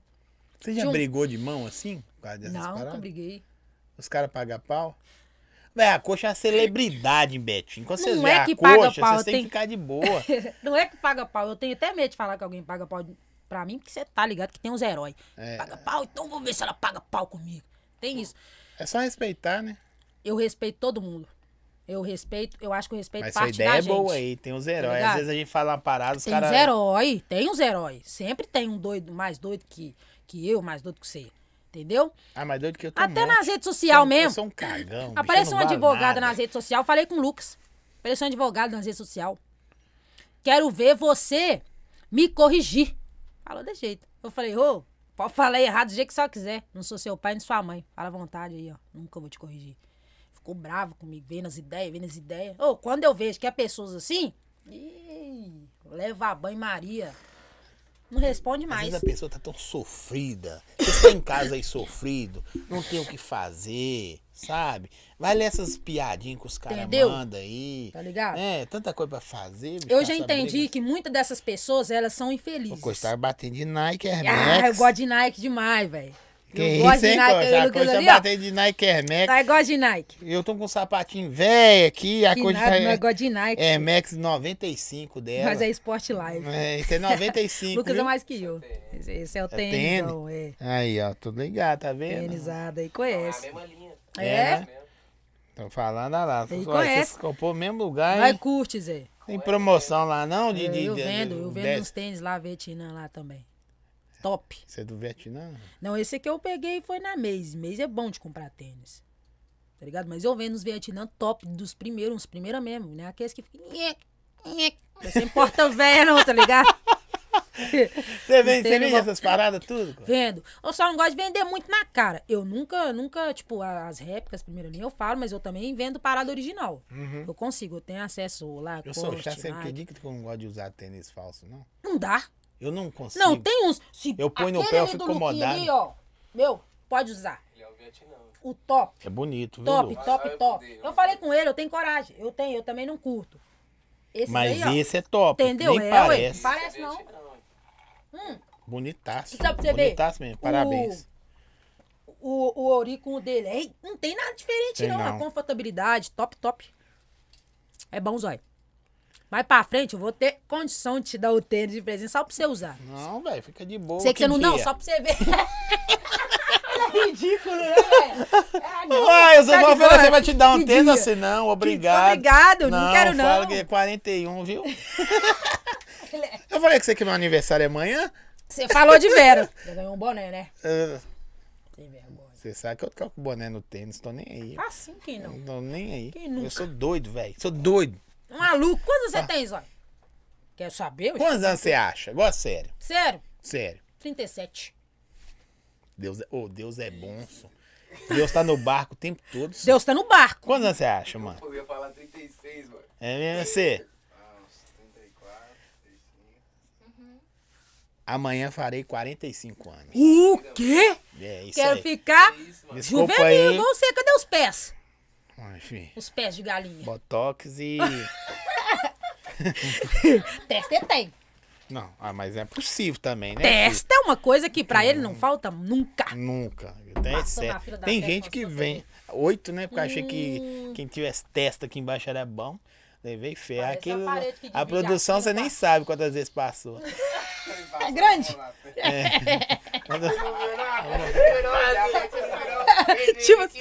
[SPEAKER 1] Você já
[SPEAKER 3] Tinha um-
[SPEAKER 1] brigou de mão assim? Por causa dessas
[SPEAKER 3] não, nunca
[SPEAKER 1] paradas?
[SPEAKER 3] briguei.
[SPEAKER 1] Os caras pagam pau. Véi, a coxa é uma celebridade, Betinho. Quando vocês
[SPEAKER 3] Não
[SPEAKER 1] veem
[SPEAKER 3] é
[SPEAKER 1] a
[SPEAKER 3] que paga
[SPEAKER 1] coxa,
[SPEAKER 3] pau,
[SPEAKER 1] vocês têm que
[SPEAKER 3] tem-
[SPEAKER 1] ficar de boa.
[SPEAKER 3] Não é que paga pau. Eu tenho até medo de falar que alguém paga pau de- pra mim, porque você tá ligado que tem uns heróis. Paga pau, então vou ver se ela paga pau comigo. Tem isso.
[SPEAKER 1] É só respeitar, né?
[SPEAKER 3] Eu respeito todo mundo. Eu respeito, eu acho que eu respeito
[SPEAKER 1] Mas sua
[SPEAKER 3] parte
[SPEAKER 1] ideia
[SPEAKER 3] da
[SPEAKER 1] é
[SPEAKER 3] gente. Tá
[SPEAKER 1] boa aí, tem os heróis.
[SPEAKER 3] ligado?
[SPEAKER 1] Às vezes a gente fala uma parada, os
[SPEAKER 3] Tem
[SPEAKER 1] caras.
[SPEAKER 3] uns heróis, tem uns heróis. Sempre tem um doido, mais doido que, que eu, mais doido que você. Entendeu?
[SPEAKER 1] Ah, mas doido que eu tô
[SPEAKER 3] Até
[SPEAKER 1] um monte.
[SPEAKER 3] nas redes sociais
[SPEAKER 1] Eu
[SPEAKER 3] mesmo.
[SPEAKER 1] sou um cagão. bicho,
[SPEAKER 3] Aparece
[SPEAKER 1] eu
[SPEAKER 3] um
[SPEAKER 1] não valo
[SPEAKER 3] advogado
[SPEAKER 1] nada.
[SPEAKER 3] nas redes sociais. Eu falei com o Lucas. Aparece um advogado nas redes sociais. Quero ver você me corrigir. Falou de jeito. Eu falei, ô, pode falar errado do jeito que só quiser. Não sou seu pai nem sua mãe. Fala à vontade aí, ó. Nunca vou te corrigir. Ficou bravo comigo, vendo as ideias, vendo as ideias. Ô, quando eu vejo que é pessoas assim, ih, leva a banho-maria. Não responde
[SPEAKER 1] Às
[SPEAKER 3] mais.
[SPEAKER 1] vezes a pessoa tá tão sofrida. Você está em casa aí sofrido, não tem o que fazer, sabe? Vai ler essas piadinhas que os caras
[SPEAKER 3] Entendeu?
[SPEAKER 1] mandam aí.
[SPEAKER 3] Tá ligado?
[SPEAKER 1] É, tanta coisa pra fazer. bicho,
[SPEAKER 3] Eu
[SPEAKER 1] com
[SPEAKER 3] já
[SPEAKER 1] essa
[SPEAKER 3] entendi
[SPEAKER 1] briga.
[SPEAKER 3] que muitas dessas pessoas, elas são infelizes.
[SPEAKER 1] O Coxa tá batendo de Nike Air Max.
[SPEAKER 3] Ah, eu gosto de Nike demais, velho.
[SPEAKER 1] Que
[SPEAKER 3] eu
[SPEAKER 1] isso,
[SPEAKER 3] gosto de
[SPEAKER 1] hein,
[SPEAKER 3] Nike, eu e o
[SPEAKER 1] Coxa? A
[SPEAKER 3] Lucas
[SPEAKER 1] Coxa
[SPEAKER 3] ali, ó.
[SPEAKER 1] batendo de Nike Air Max.
[SPEAKER 3] Nós gosta de Nike.
[SPEAKER 1] Eu tô com um sapatinho velho aqui, a
[SPEAKER 3] Que
[SPEAKER 1] Coxa
[SPEAKER 3] nada,
[SPEAKER 1] tá...
[SPEAKER 3] nós gosta de Nike.
[SPEAKER 1] Air Max 95 dela.
[SPEAKER 3] mas é Sport Live.
[SPEAKER 1] É, isso é 95,
[SPEAKER 3] Lucas
[SPEAKER 1] viu?
[SPEAKER 3] é mais que eu. Esse, esse é o tênis,
[SPEAKER 1] tênis.
[SPEAKER 3] então, é.
[SPEAKER 1] Aí, ó, tudo ligado, tá vendo?
[SPEAKER 3] Tênisada aí,
[SPEAKER 2] É a
[SPEAKER 3] conhece.
[SPEAKER 2] mesma linha.
[SPEAKER 1] É,
[SPEAKER 3] É?
[SPEAKER 1] né? Tô falando olha lá.
[SPEAKER 3] Ele
[SPEAKER 1] Olha,
[SPEAKER 3] conhece.
[SPEAKER 1] Vocês comprou o mesmo lugar,
[SPEAKER 3] Vai,
[SPEAKER 1] hein?
[SPEAKER 3] curte, Zé.
[SPEAKER 1] Tem promoção lá, não? De, de,
[SPEAKER 3] É, eu
[SPEAKER 1] de-
[SPEAKER 3] vendo,
[SPEAKER 1] de-
[SPEAKER 3] eu vendo
[SPEAKER 1] dez-
[SPEAKER 3] uns tênis lá, Vietnã lá também. Top.
[SPEAKER 1] Você é do Vietnã?
[SPEAKER 3] Não, esse aqui eu peguei e foi na Maze. Maze é bom de comprar tênis. Tá ligado? Mas eu vendo os Vietnã top dos primeiros, os primeiros mesmo, né? Aqueles que ficam. Nhec, nhec. Tá Sem porta velha, não, tá ligado?
[SPEAKER 1] Você vende, você
[SPEAKER 3] Esteira
[SPEAKER 1] vende
[SPEAKER 3] igual-
[SPEAKER 1] essas paradas tudo? cara?
[SPEAKER 3] Vendo. Eu só não gosto de vender muito na cara. Eu nunca, nunca, tipo, a- as réplicas, primeiro linha eu falo, mas eu também vendo parada original. Eu consigo, eu tenho acesso lá,
[SPEAKER 1] Uhum. Eu sou chato,
[SPEAKER 3] corte,
[SPEAKER 1] você
[SPEAKER 3] Nike.
[SPEAKER 1] acredita que eu não gosto de usar tênis falso, não?
[SPEAKER 3] Não dá.
[SPEAKER 1] Eu não consigo.
[SPEAKER 3] Não, tem uns. Se
[SPEAKER 1] Eu ponho no
[SPEAKER 3] aquele
[SPEAKER 1] pé, eu
[SPEAKER 3] ali
[SPEAKER 1] fico
[SPEAKER 3] do Luquinha Ali,
[SPEAKER 1] incomodado.
[SPEAKER 3] ó, meu, pode usar.
[SPEAKER 5] Ele é o Vietnã.
[SPEAKER 3] O top.
[SPEAKER 1] É bonito, viu?
[SPEAKER 3] Top,
[SPEAKER 1] Lu?
[SPEAKER 5] Mas
[SPEAKER 3] top,
[SPEAKER 5] eu
[SPEAKER 3] top.
[SPEAKER 5] odeio.
[SPEAKER 3] Eu falei com ele, eu tenho coragem. Eu tenho, eu também não curto. Esse
[SPEAKER 1] Mas
[SPEAKER 3] aí, ó,
[SPEAKER 1] esse é top.
[SPEAKER 3] Entendeu?
[SPEAKER 1] Nem
[SPEAKER 3] é, ué,
[SPEAKER 1] parece.
[SPEAKER 3] parece não.
[SPEAKER 1] Bonitaço.
[SPEAKER 3] Sabe pra você ver?
[SPEAKER 1] Bonitaço mesmo. Parabéns.
[SPEAKER 3] O, o Ori com o dele. Ei, não tem nada diferente,
[SPEAKER 1] Tem
[SPEAKER 3] não.
[SPEAKER 1] não.
[SPEAKER 3] A confortabilidade, top, top. É bom, zóio. Mais pra frente, eu vou ter condição de te dar o tênis de presente só pra você usar.
[SPEAKER 1] Não, velho, fica de boa.
[SPEAKER 3] Sei que você não, não,
[SPEAKER 1] dia.
[SPEAKER 3] só pra você ver. Ele é ridículo, né, velho? Ah, não.
[SPEAKER 1] Ah, eu só
[SPEAKER 3] Tá
[SPEAKER 1] vou
[SPEAKER 3] de boa.
[SPEAKER 1] oferecer, vai te dar um
[SPEAKER 3] Que
[SPEAKER 1] tênis
[SPEAKER 3] dia.
[SPEAKER 1] assim, não, obrigado.
[SPEAKER 3] obrigado, não quero, não.
[SPEAKER 1] fala que é 41, viu?
[SPEAKER 3] Ele é-
[SPEAKER 1] Eu falei com você que meu aniversário é amanhã.
[SPEAKER 3] Você falou de Vera. Você ganhou um boné, né?
[SPEAKER 1] Ah,
[SPEAKER 3] Tem vergonha.
[SPEAKER 1] Você sabe que eu troco boné no tênis, tô nem aí.
[SPEAKER 3] Assim que não.
[SPEAKER 1] Não tô nem aí.
[SPEAKER 3] Quem nunca?
[SPEAKER 1] Eu sou doido, velho. Sou doido.
[SPEAKER 3] Maluco, quantos
[SPEAKER 1] Tá.
[SPEAKER 3] você tem, Zóio? Quer saber? ué?
[SPEAKER 1] Quantos anos você acha? Agora sério.
[SPEAKER 3] Sério?
[SPEAKER 1] Sério.
[SPEAKER 3] 37.
[SPEAKER 1] Deus é, oh, Deus é bom, só. Deus tá no barco o tempo todo. só.
[SPEAKER 3] Deus tá no barco.
[SPEAKER 1] Quantos anos você acha, mano?
[SPEAKER 5] Eu ia falar 36, mano.
[SPEAKER 1] É mesmo você?
[SPEAKER 5] Ah, uns 34, 35.
[SPEAKER 1] Amanhã farei 45 anos.
[SPEAKER 3] O quê?
[SPEAKER 1] É isso
[SPEAKER 3] Quero
[SPEAKER 1] aí.
[SPEAKER 3] ficar
[SPEAKER 5] Isso, mano.
[SPEAKER 1] Desculpa
[SPEAKER 3] juvenil,
[SPEAKER 1] aí.
[SPEAKER 3] igual você. Cadê os pés?
[SPEAKER 1] Ai, fi.
[SPEAKER 3] Os pés de galinha.
[SPEAKER 1] Botox e.
[SPEAKER 3] Testa ele tem.
[SPEAKER 1] Não, ah, mas é possível também, né? fi?
[SPEAKER 3] Testa é uma coisa que pra ele não falta nunca.
[SPEAKER 1] Nunca. Até é
[SPEAKER 3] Passou na fila
[SPEAKER 1] certo.
[SPEAKER 3] da
[SPEAKER 1] Tem
[SPEAKER 3] festa,
[SPEAKER 1] gente que
[SPEAKER 3] passou
[SPEAKER 1] vem. Oito, né? Porque eu achei
[SPEAKER 3] Hum.
[SPEAKER 1] que quem tivesse testa aqui embaixo era bom. Levei fé.
[SPEAKER 3] Parece
[SPEAKER 1] Aquilo,
[SPEAKER 3] uma parede que
[SPEAKER 1] a
[SPEAKER 3] divide
[SPEAKER 1] produção
[SPEAKER 3] a
[SPEAKER 1] você
[SPEAKER 3] fila.
[SPEAKER 1] nem sabe quantas vezes passou.
[SPEAKER 3] É grande. É né? Tipo assim.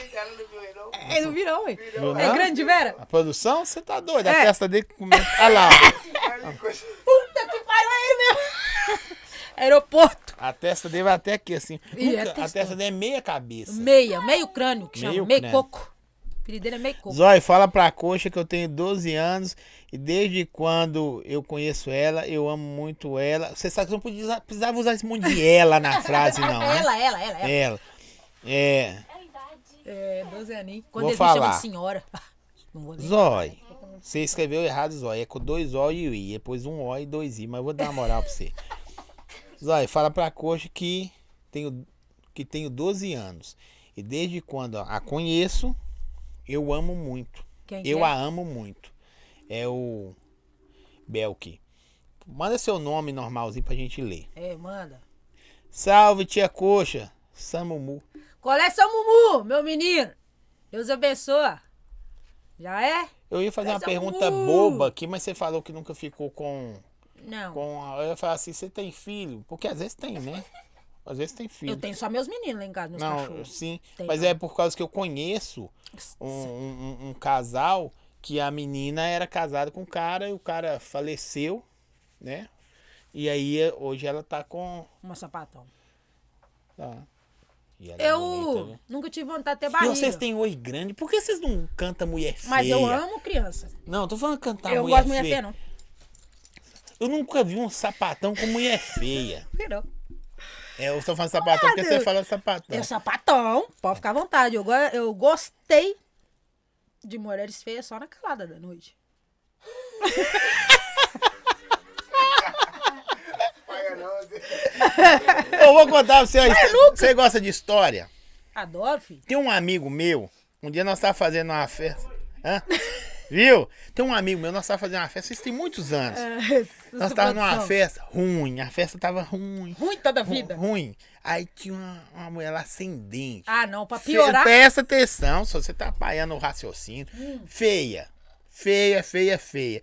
[SPEAKER 3] É, não virou, ué.
[SPEAKER 1] Viu,
[SPEAKER 3] É
[SPEAKER 1] não?
[SPEAKER 3] grande, Vera?
[SPEAKER 1] A produção, você tá doido. A
[SPEAKER 3] É.
[SPEAKER 1] testa dele comendo. Olha lá. ó.
[SPEAKER 3] Puta que pariu, é ele mesmo. Aeroporto.
[SPEAKER 1] A testa dele vai até aqui, assim.
[SPEAKER 3] Ih,
[SPEAKER 1] Nunca-
[SPEAKER 3] é
[SPEAKER 1] a
[SPEAKER 3] testoso.
[SPEAKER 1] testa dele é meia cabeça.
[SPEAKER 3] Meia, meio crânio, que chama.
[SPEAKER 1] Meio
[SPEAKER 3] Meio
[SPEAKER 1] crânio.
[SPEAKER 3] coco. O apelido dele é meio coco.
[SPEAKER 1] Zói, fala pra coxa que eu tenho 12 anos e desde quando eu conheço ela, eu amo muito ela. Você sabe que eu não podia usar- precisava usar esse monte de ela na frase, não, né?
[SPEAKER 3] Ah, é Ela, ela, ela, ela.
[SPEAKER 1] Ela. É.
[SPEAKER 4] É a idade.
[SPEAKER 3] É, 12 aninhos. Quando
[SPEAKER 1] Vou
[SPEAKER 3] eles me chamam
[SPEAKER 1] falar.
[SPEAKER 3] de senhora. Não vou nem.
[SPEAKER 1] Zói. Você escreveu errado, Zói. É com dois O e o I. Depois um O e dois I, mas eu vou dar uma moral pra você. Zói, fala pra coxa que tenho, que tenho 12 anos. E desde quando a conheço, eu amo muito.
[SPEAKER 3] Quem que
[SPEAKER 1] Eu
[SPEAKER 3] é?
[SPEAKER 1] a amo muito. É o Belk. Manda seu nome normalzinho pra gente ler.
[SPEAKER 3] É, manda.
[SPEAKER 1] Salve, tia Coxa. Samumu.
[SPEAKER 3] Qual é seu Mumu, meu menino? Deus abençoa. Já é?
[SPEAKER 1] Eu ia fazer uma
[SPEAKER 3] Samumu.
[SPEAKER 1] pergunta boba aqui, mas você falou que nunca ficou com.
[SPEAKER 3] Não.
[SPEAKER 1] com a- eu ia falar assim: você tem filho? Porque às vezes tem, né? Às vezes tem filho.
[SPEAKER 3] Eu tenho só meus meninos lá em casa, meus
[SPEAKER 1] Não,
[SPEAKER 3] cachorros.
[SPEAKER 1] sim.
[SPEAKER 3] Tem,
[SPEAKER 1] mas
[SPEAKER 3] não.
[SPEAKER 1] é por causa que eu conheço um, um- um- um casal que a menina era casada com o cara e o cara faleceu, né? E aí eh, hoje ela tá com.
[SPEAKER 3] Uma sapatão.
[SPEAKER 1] tá. E ela é
[SPEAKER 3] Eu
[SPEAKER 1] bonita, né?
[SPEAKER 3] nunca tive vontade de ter
[SPEAKER 1] E
[SPEAKER 3] barriga.
[SPEAKER 1] vocês têm oi grande. Por que vocês não cantam mulher feia? Tá
[SPEAKER 3] Mas eu amo criança.
[SPEAKER 1] Não, tô falando cantar
[SPEAKER 3] eu
[SPEAKER 1] mulher,
[SPEAKER 3] gosto de mulher feia, não.
[SPEAKER 1] Eu nunca vi um sapatão com mulher feia.
[SPEAKER 3] Virou.
[SPEAKER 1] É, eu tô falando sapatão porque você
[SPEAKER 3] Nada.
[SPEAKER 1] fala sapatão.
[SPEAKER 3] Eu sapatão, pode ficar à vontade. Eu, go- eu gostei de mulheres feias só na calada da noite.
[SPEAKER 1] Eu vou contar pra você. uma história. Você gosta de história?
[SPEAKER 3] Adoro, filho.
[SPEAKER 1] Tem um amigo meu, um dia nós estávamos fazendo uma festa. Hã? Viu? Tem um amigo meu, nós estávamos fazendo uma festa, isso tem muitos anos.
[SPEAKER 3] É,
[SPEAKER 1] nós estávamos numa festa ruim, a festa tava ruim.
[SPEAKER 3] Ruim toda a
[SPEAKER 1] ru-
[SPEAKER 3] vida.
[SPEAKER 1] Ruim. Aí tinha uma, uma mulher lá sem dente.
[SPEAKER 3] Ah, não, pra
[SPEAKER 1] Fe-
[SPEAKER 3] piorar. Hum.
[SPEAKER 1] Presta atenção, se você tá apanhando o raciocínio. Feia. Feia, feia, feia.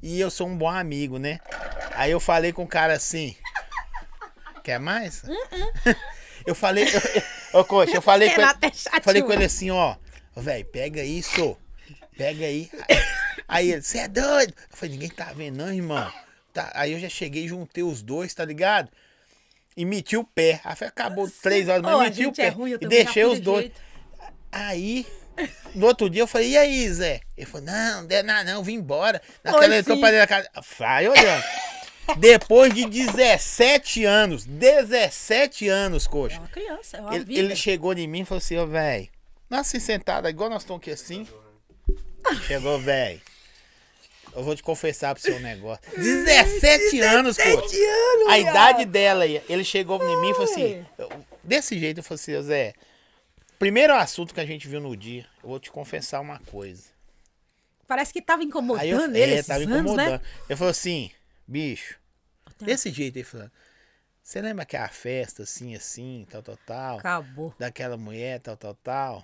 [SPEAKER 1] E eu sou um bom amigo, né? Aí eu falei com o cara assim. Quer mais?
[SPEAKER 3] Hum,
[SPEAKER 1] eu falei. Ô, coxa, eu falei
[SPEAKER 3] Sei
[SPEAKER 1] com
[SPEAKER 3] lá,
[SPEAKER 1] ele.
[SPEAKER 3] até chateou.
[SPEAKER 1] Falei com ele assim, ó. Velho, pega isso. Pega aí. Aí ele, você é doido? Eu falei, ninguém tá vendo, não, irmão. Tá, aí eu já cheguei, juntei os dois, tá ligado? E meti o pé. Aí foi- acabou três horas, mas
[SPEAKER 3] Ô, a
[SPEAKER 1] meti o
[SPEAKER 3] gente
[SPEAKER 1] pé.
[SPEAKER 3] é ruim, eu
[SPEAKER 1] e
[SPEAKER 3] também já
[SPEAKER 1] deixei
[SPEAKER 3] fui
[SPEAKER 1] os
[SPEAKER 3] do
[SPEAKER 1] dois.
[SPEAKER 3] jeito.
[SPEAKER 1] Aí, no outro dia eu falei, e aí, Zé? Ele falou, não, não deu nada não, eu vim embora. Naquela ele entrou
[SPEAKER 3] sim.
[SPEAKER 1] pra dentro da casa. Vai olhando. Depois de 17 anos, 17 anos,
[SPEAKER 3] É
[SPEAKER 1] coxa.
[SPEAKER 3] uma criança, é uma
[SPEAKER 1] Ele,
[SPEAKER 3] vida.
[SPEAKER 1] ele chegou em mim e falou assim, ó, velho. Nós assim sentado, igual nós estamos aqui assim. Chegou, velho. Eu vou te confessar pro seu negócio. 17 anos, pô.
[SPEAKER 3] anos,
[SPEAKER 1] A
[SPEAKER 3] viado.
[SPEAKER 1] idade dela. Ele chegou em mim e falou assim.
[SPEAKER 3] Ai.
[SPEAKER 1] eu- Desse jeito, eu falei assim, ô, Zé. Primeiro assunto que a gente viu no dia, eu vou te confessar uma coisa.
[SPEAKER 3] Parece que tava incomodando
[SPEAKER 1] Aí eu,
[SPEAKER 3] ele
[SPEAKER 1] é,
[SPEAKER 3] esses
[SPEAKER 1] tava
[SPEAKER 3] anos,
[SPEAKER 1] incomodando.
[SPEAKER 3] né?
[SPEAKER 1] Eu falei assim, bicho,
[SPEAKER 3] Tá.
[SPEAKER 1] desse jeito ele falando. Você lembra que a festa, assim, assim, tal, tal, tal?
[SPEAKER 3] Acabou.
[SPEAKER 1] daquela mulher, tal, tal, tal.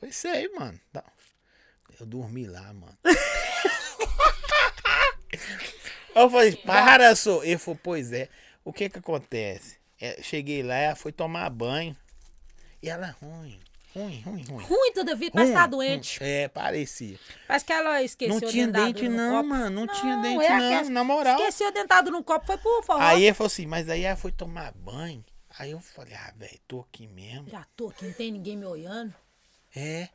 [SPEAKER 1] Foi isso aí, mano. Tá. Eu dormi lá, mano. Aí eu falei, para, sou. Ele falou, pois é. O que que acontece? É, cheguei lá, ela foi tomar banho. E ela ruim, ruim, ruim, ruim.
[SPEAKER 3] Ruim toda vida, parece que tá
[SPEAKER 1] Ruim,
[SPEAKER 3] doente.
[SPEAKER 1] ruim. É, parecia.
[SPEAKER 3] Parece que ela esqueceu
[SPEAKER 1] não tinha
[SPEAKER 3] dentado
[SPEAKER 1] dente
[SPEAKER 3] no
[SPEAKER 1] não,
[SPEAKER 3] copo.
[SPEAKER 1] mano. Não, tinha
[SPEAKER 3] Não,
[SPEAKER 1] dente
[SPEAKER 3] é
[SPEAKER 1] não,
[SPEAKER 3] aquelas-
[SPEAKER 1] na moral.
[SPEAKER 3] Esqueceu dentado no copo, foi pro forró.
[SPEAKER 1] Aí ele falou assim, mas aí ela foi tomar banho. Aí eu falei, ah, velho, tô aqui mesmo.
[SPEAKER 3] Já tô aqui, não tem ninguém me olhando.
[SPEAKER 1] É.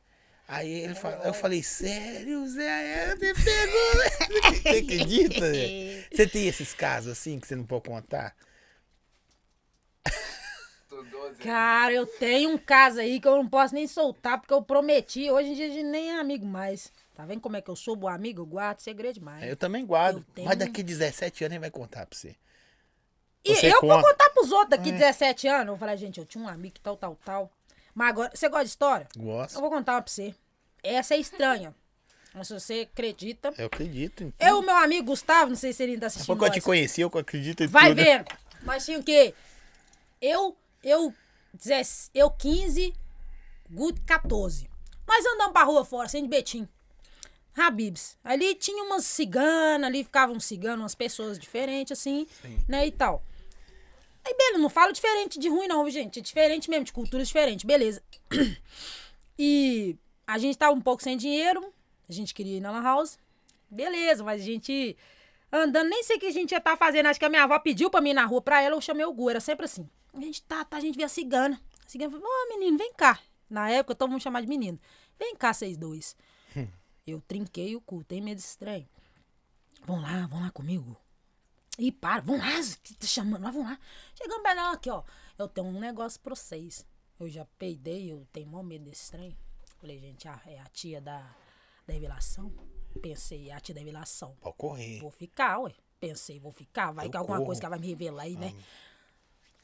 [SPEAKER 1] Aí ele fala, eu falei, sério, Zé? É, Você pegou. Você acredita, Zé? Você tem esses casos assim que você não pode contar?
[SPEAKER 5] Tô doze.
[SPEAKER 3] Cara, eu tenho um caso aí que eu não posso nem soltar, porque eu prometi. Hoje em dia a gente nem é amigo mais. Tá vendo como é que eu sou bom amigo? Eu guardo segredo demais.
[SPEAKER 1] Eu também guardo.
[SPEAKER 3] Eu tenho.
[SPEAKER 1] Mas daqui 17 anos ele vai contar pra você.
[SPEAKER 3] E
[SPEAKER 1] Você
[SPEAKER 3] eu vou
[SPEAKER 1] conta.
[SPEAKER 3] contar pros outros
[SPEAKER 1] É.
[SPEAKER 3] daqui 17 anos. Eu vou falar, gente, eu tinha um amigo que tal, tal, tal. Mas agora, você gosta de história? Eu
[SPEAKER 1] Gosto.
[SPEAKER 3] vou contar uma pra você. Essa é estranha. Mas se você acredita.
[SPEAKER 1] Eu acredito. Então.
[SPEAKER 3] Eu, meu amigo Gustavo, não sei se ele ainda tá
[SPEAKER 1] Daqui a
[SPEAKER 3] assistindo.
[SPEAKER 1] pouco eu te
[SPEAKER 3] nós.
[SPEAKER 1] conheci, eu acredito em
[SPEAKER 3] Vai
[SPEAKER 1] tudo.
[SPEAKER 3] vendo. Mas tinha o quê? Eu, eu, 10 eu 15, Guto 14. Nós andamos pra rua fora, sem de Betim. Habibs. Ali tinha umas ciganas, ali ficavam ciganos, umas pessoas diferentes, assim, né, e tal. Aí, beleza, não falo diferente de ruim, não, viu, gente. É diferente mesmo, de cultura diferente, beleza. E a gente tava um pouco sem dinheiro, a gente queria ir na Lan House. Beleza, mas a gente andando, nem sei o que a gente ia estar fazendo. Acho que a minha avó pediu pra mim ir na rua pra ela, eu chamei o Gu, era sempre assim. A gente tá, tá, a gente via a cigana. A cigana falou, ô menino, vem cá. Na época, todo mundo chamava de menino. Vem cá, vocês dois. Eu trinquei o cu, tem medo estranho. Vão lá, vão lá comigo. E para, vão lá, que tá chamando, lá, vão lá. Chegamos pra ela, aqui, ó. Eu tenho um negócio pra vocês. Eu já peidei, eu tenho mó medo desse trem. Falei, gente, ah, é a tia da, da revelação. Pensei, é a tia da revelação.
[SPEAKER 1] Pode correr.
[SPEAKER 3] Vou ficar, ué. Pensei, vou ficar. Vai
[SPEAKER 1] É. Eu
[SPEAKER 3] que alguma
[SPEAKER 1] corro.
[SPEAKER 3] coisa que ela vai me revelar aí, né?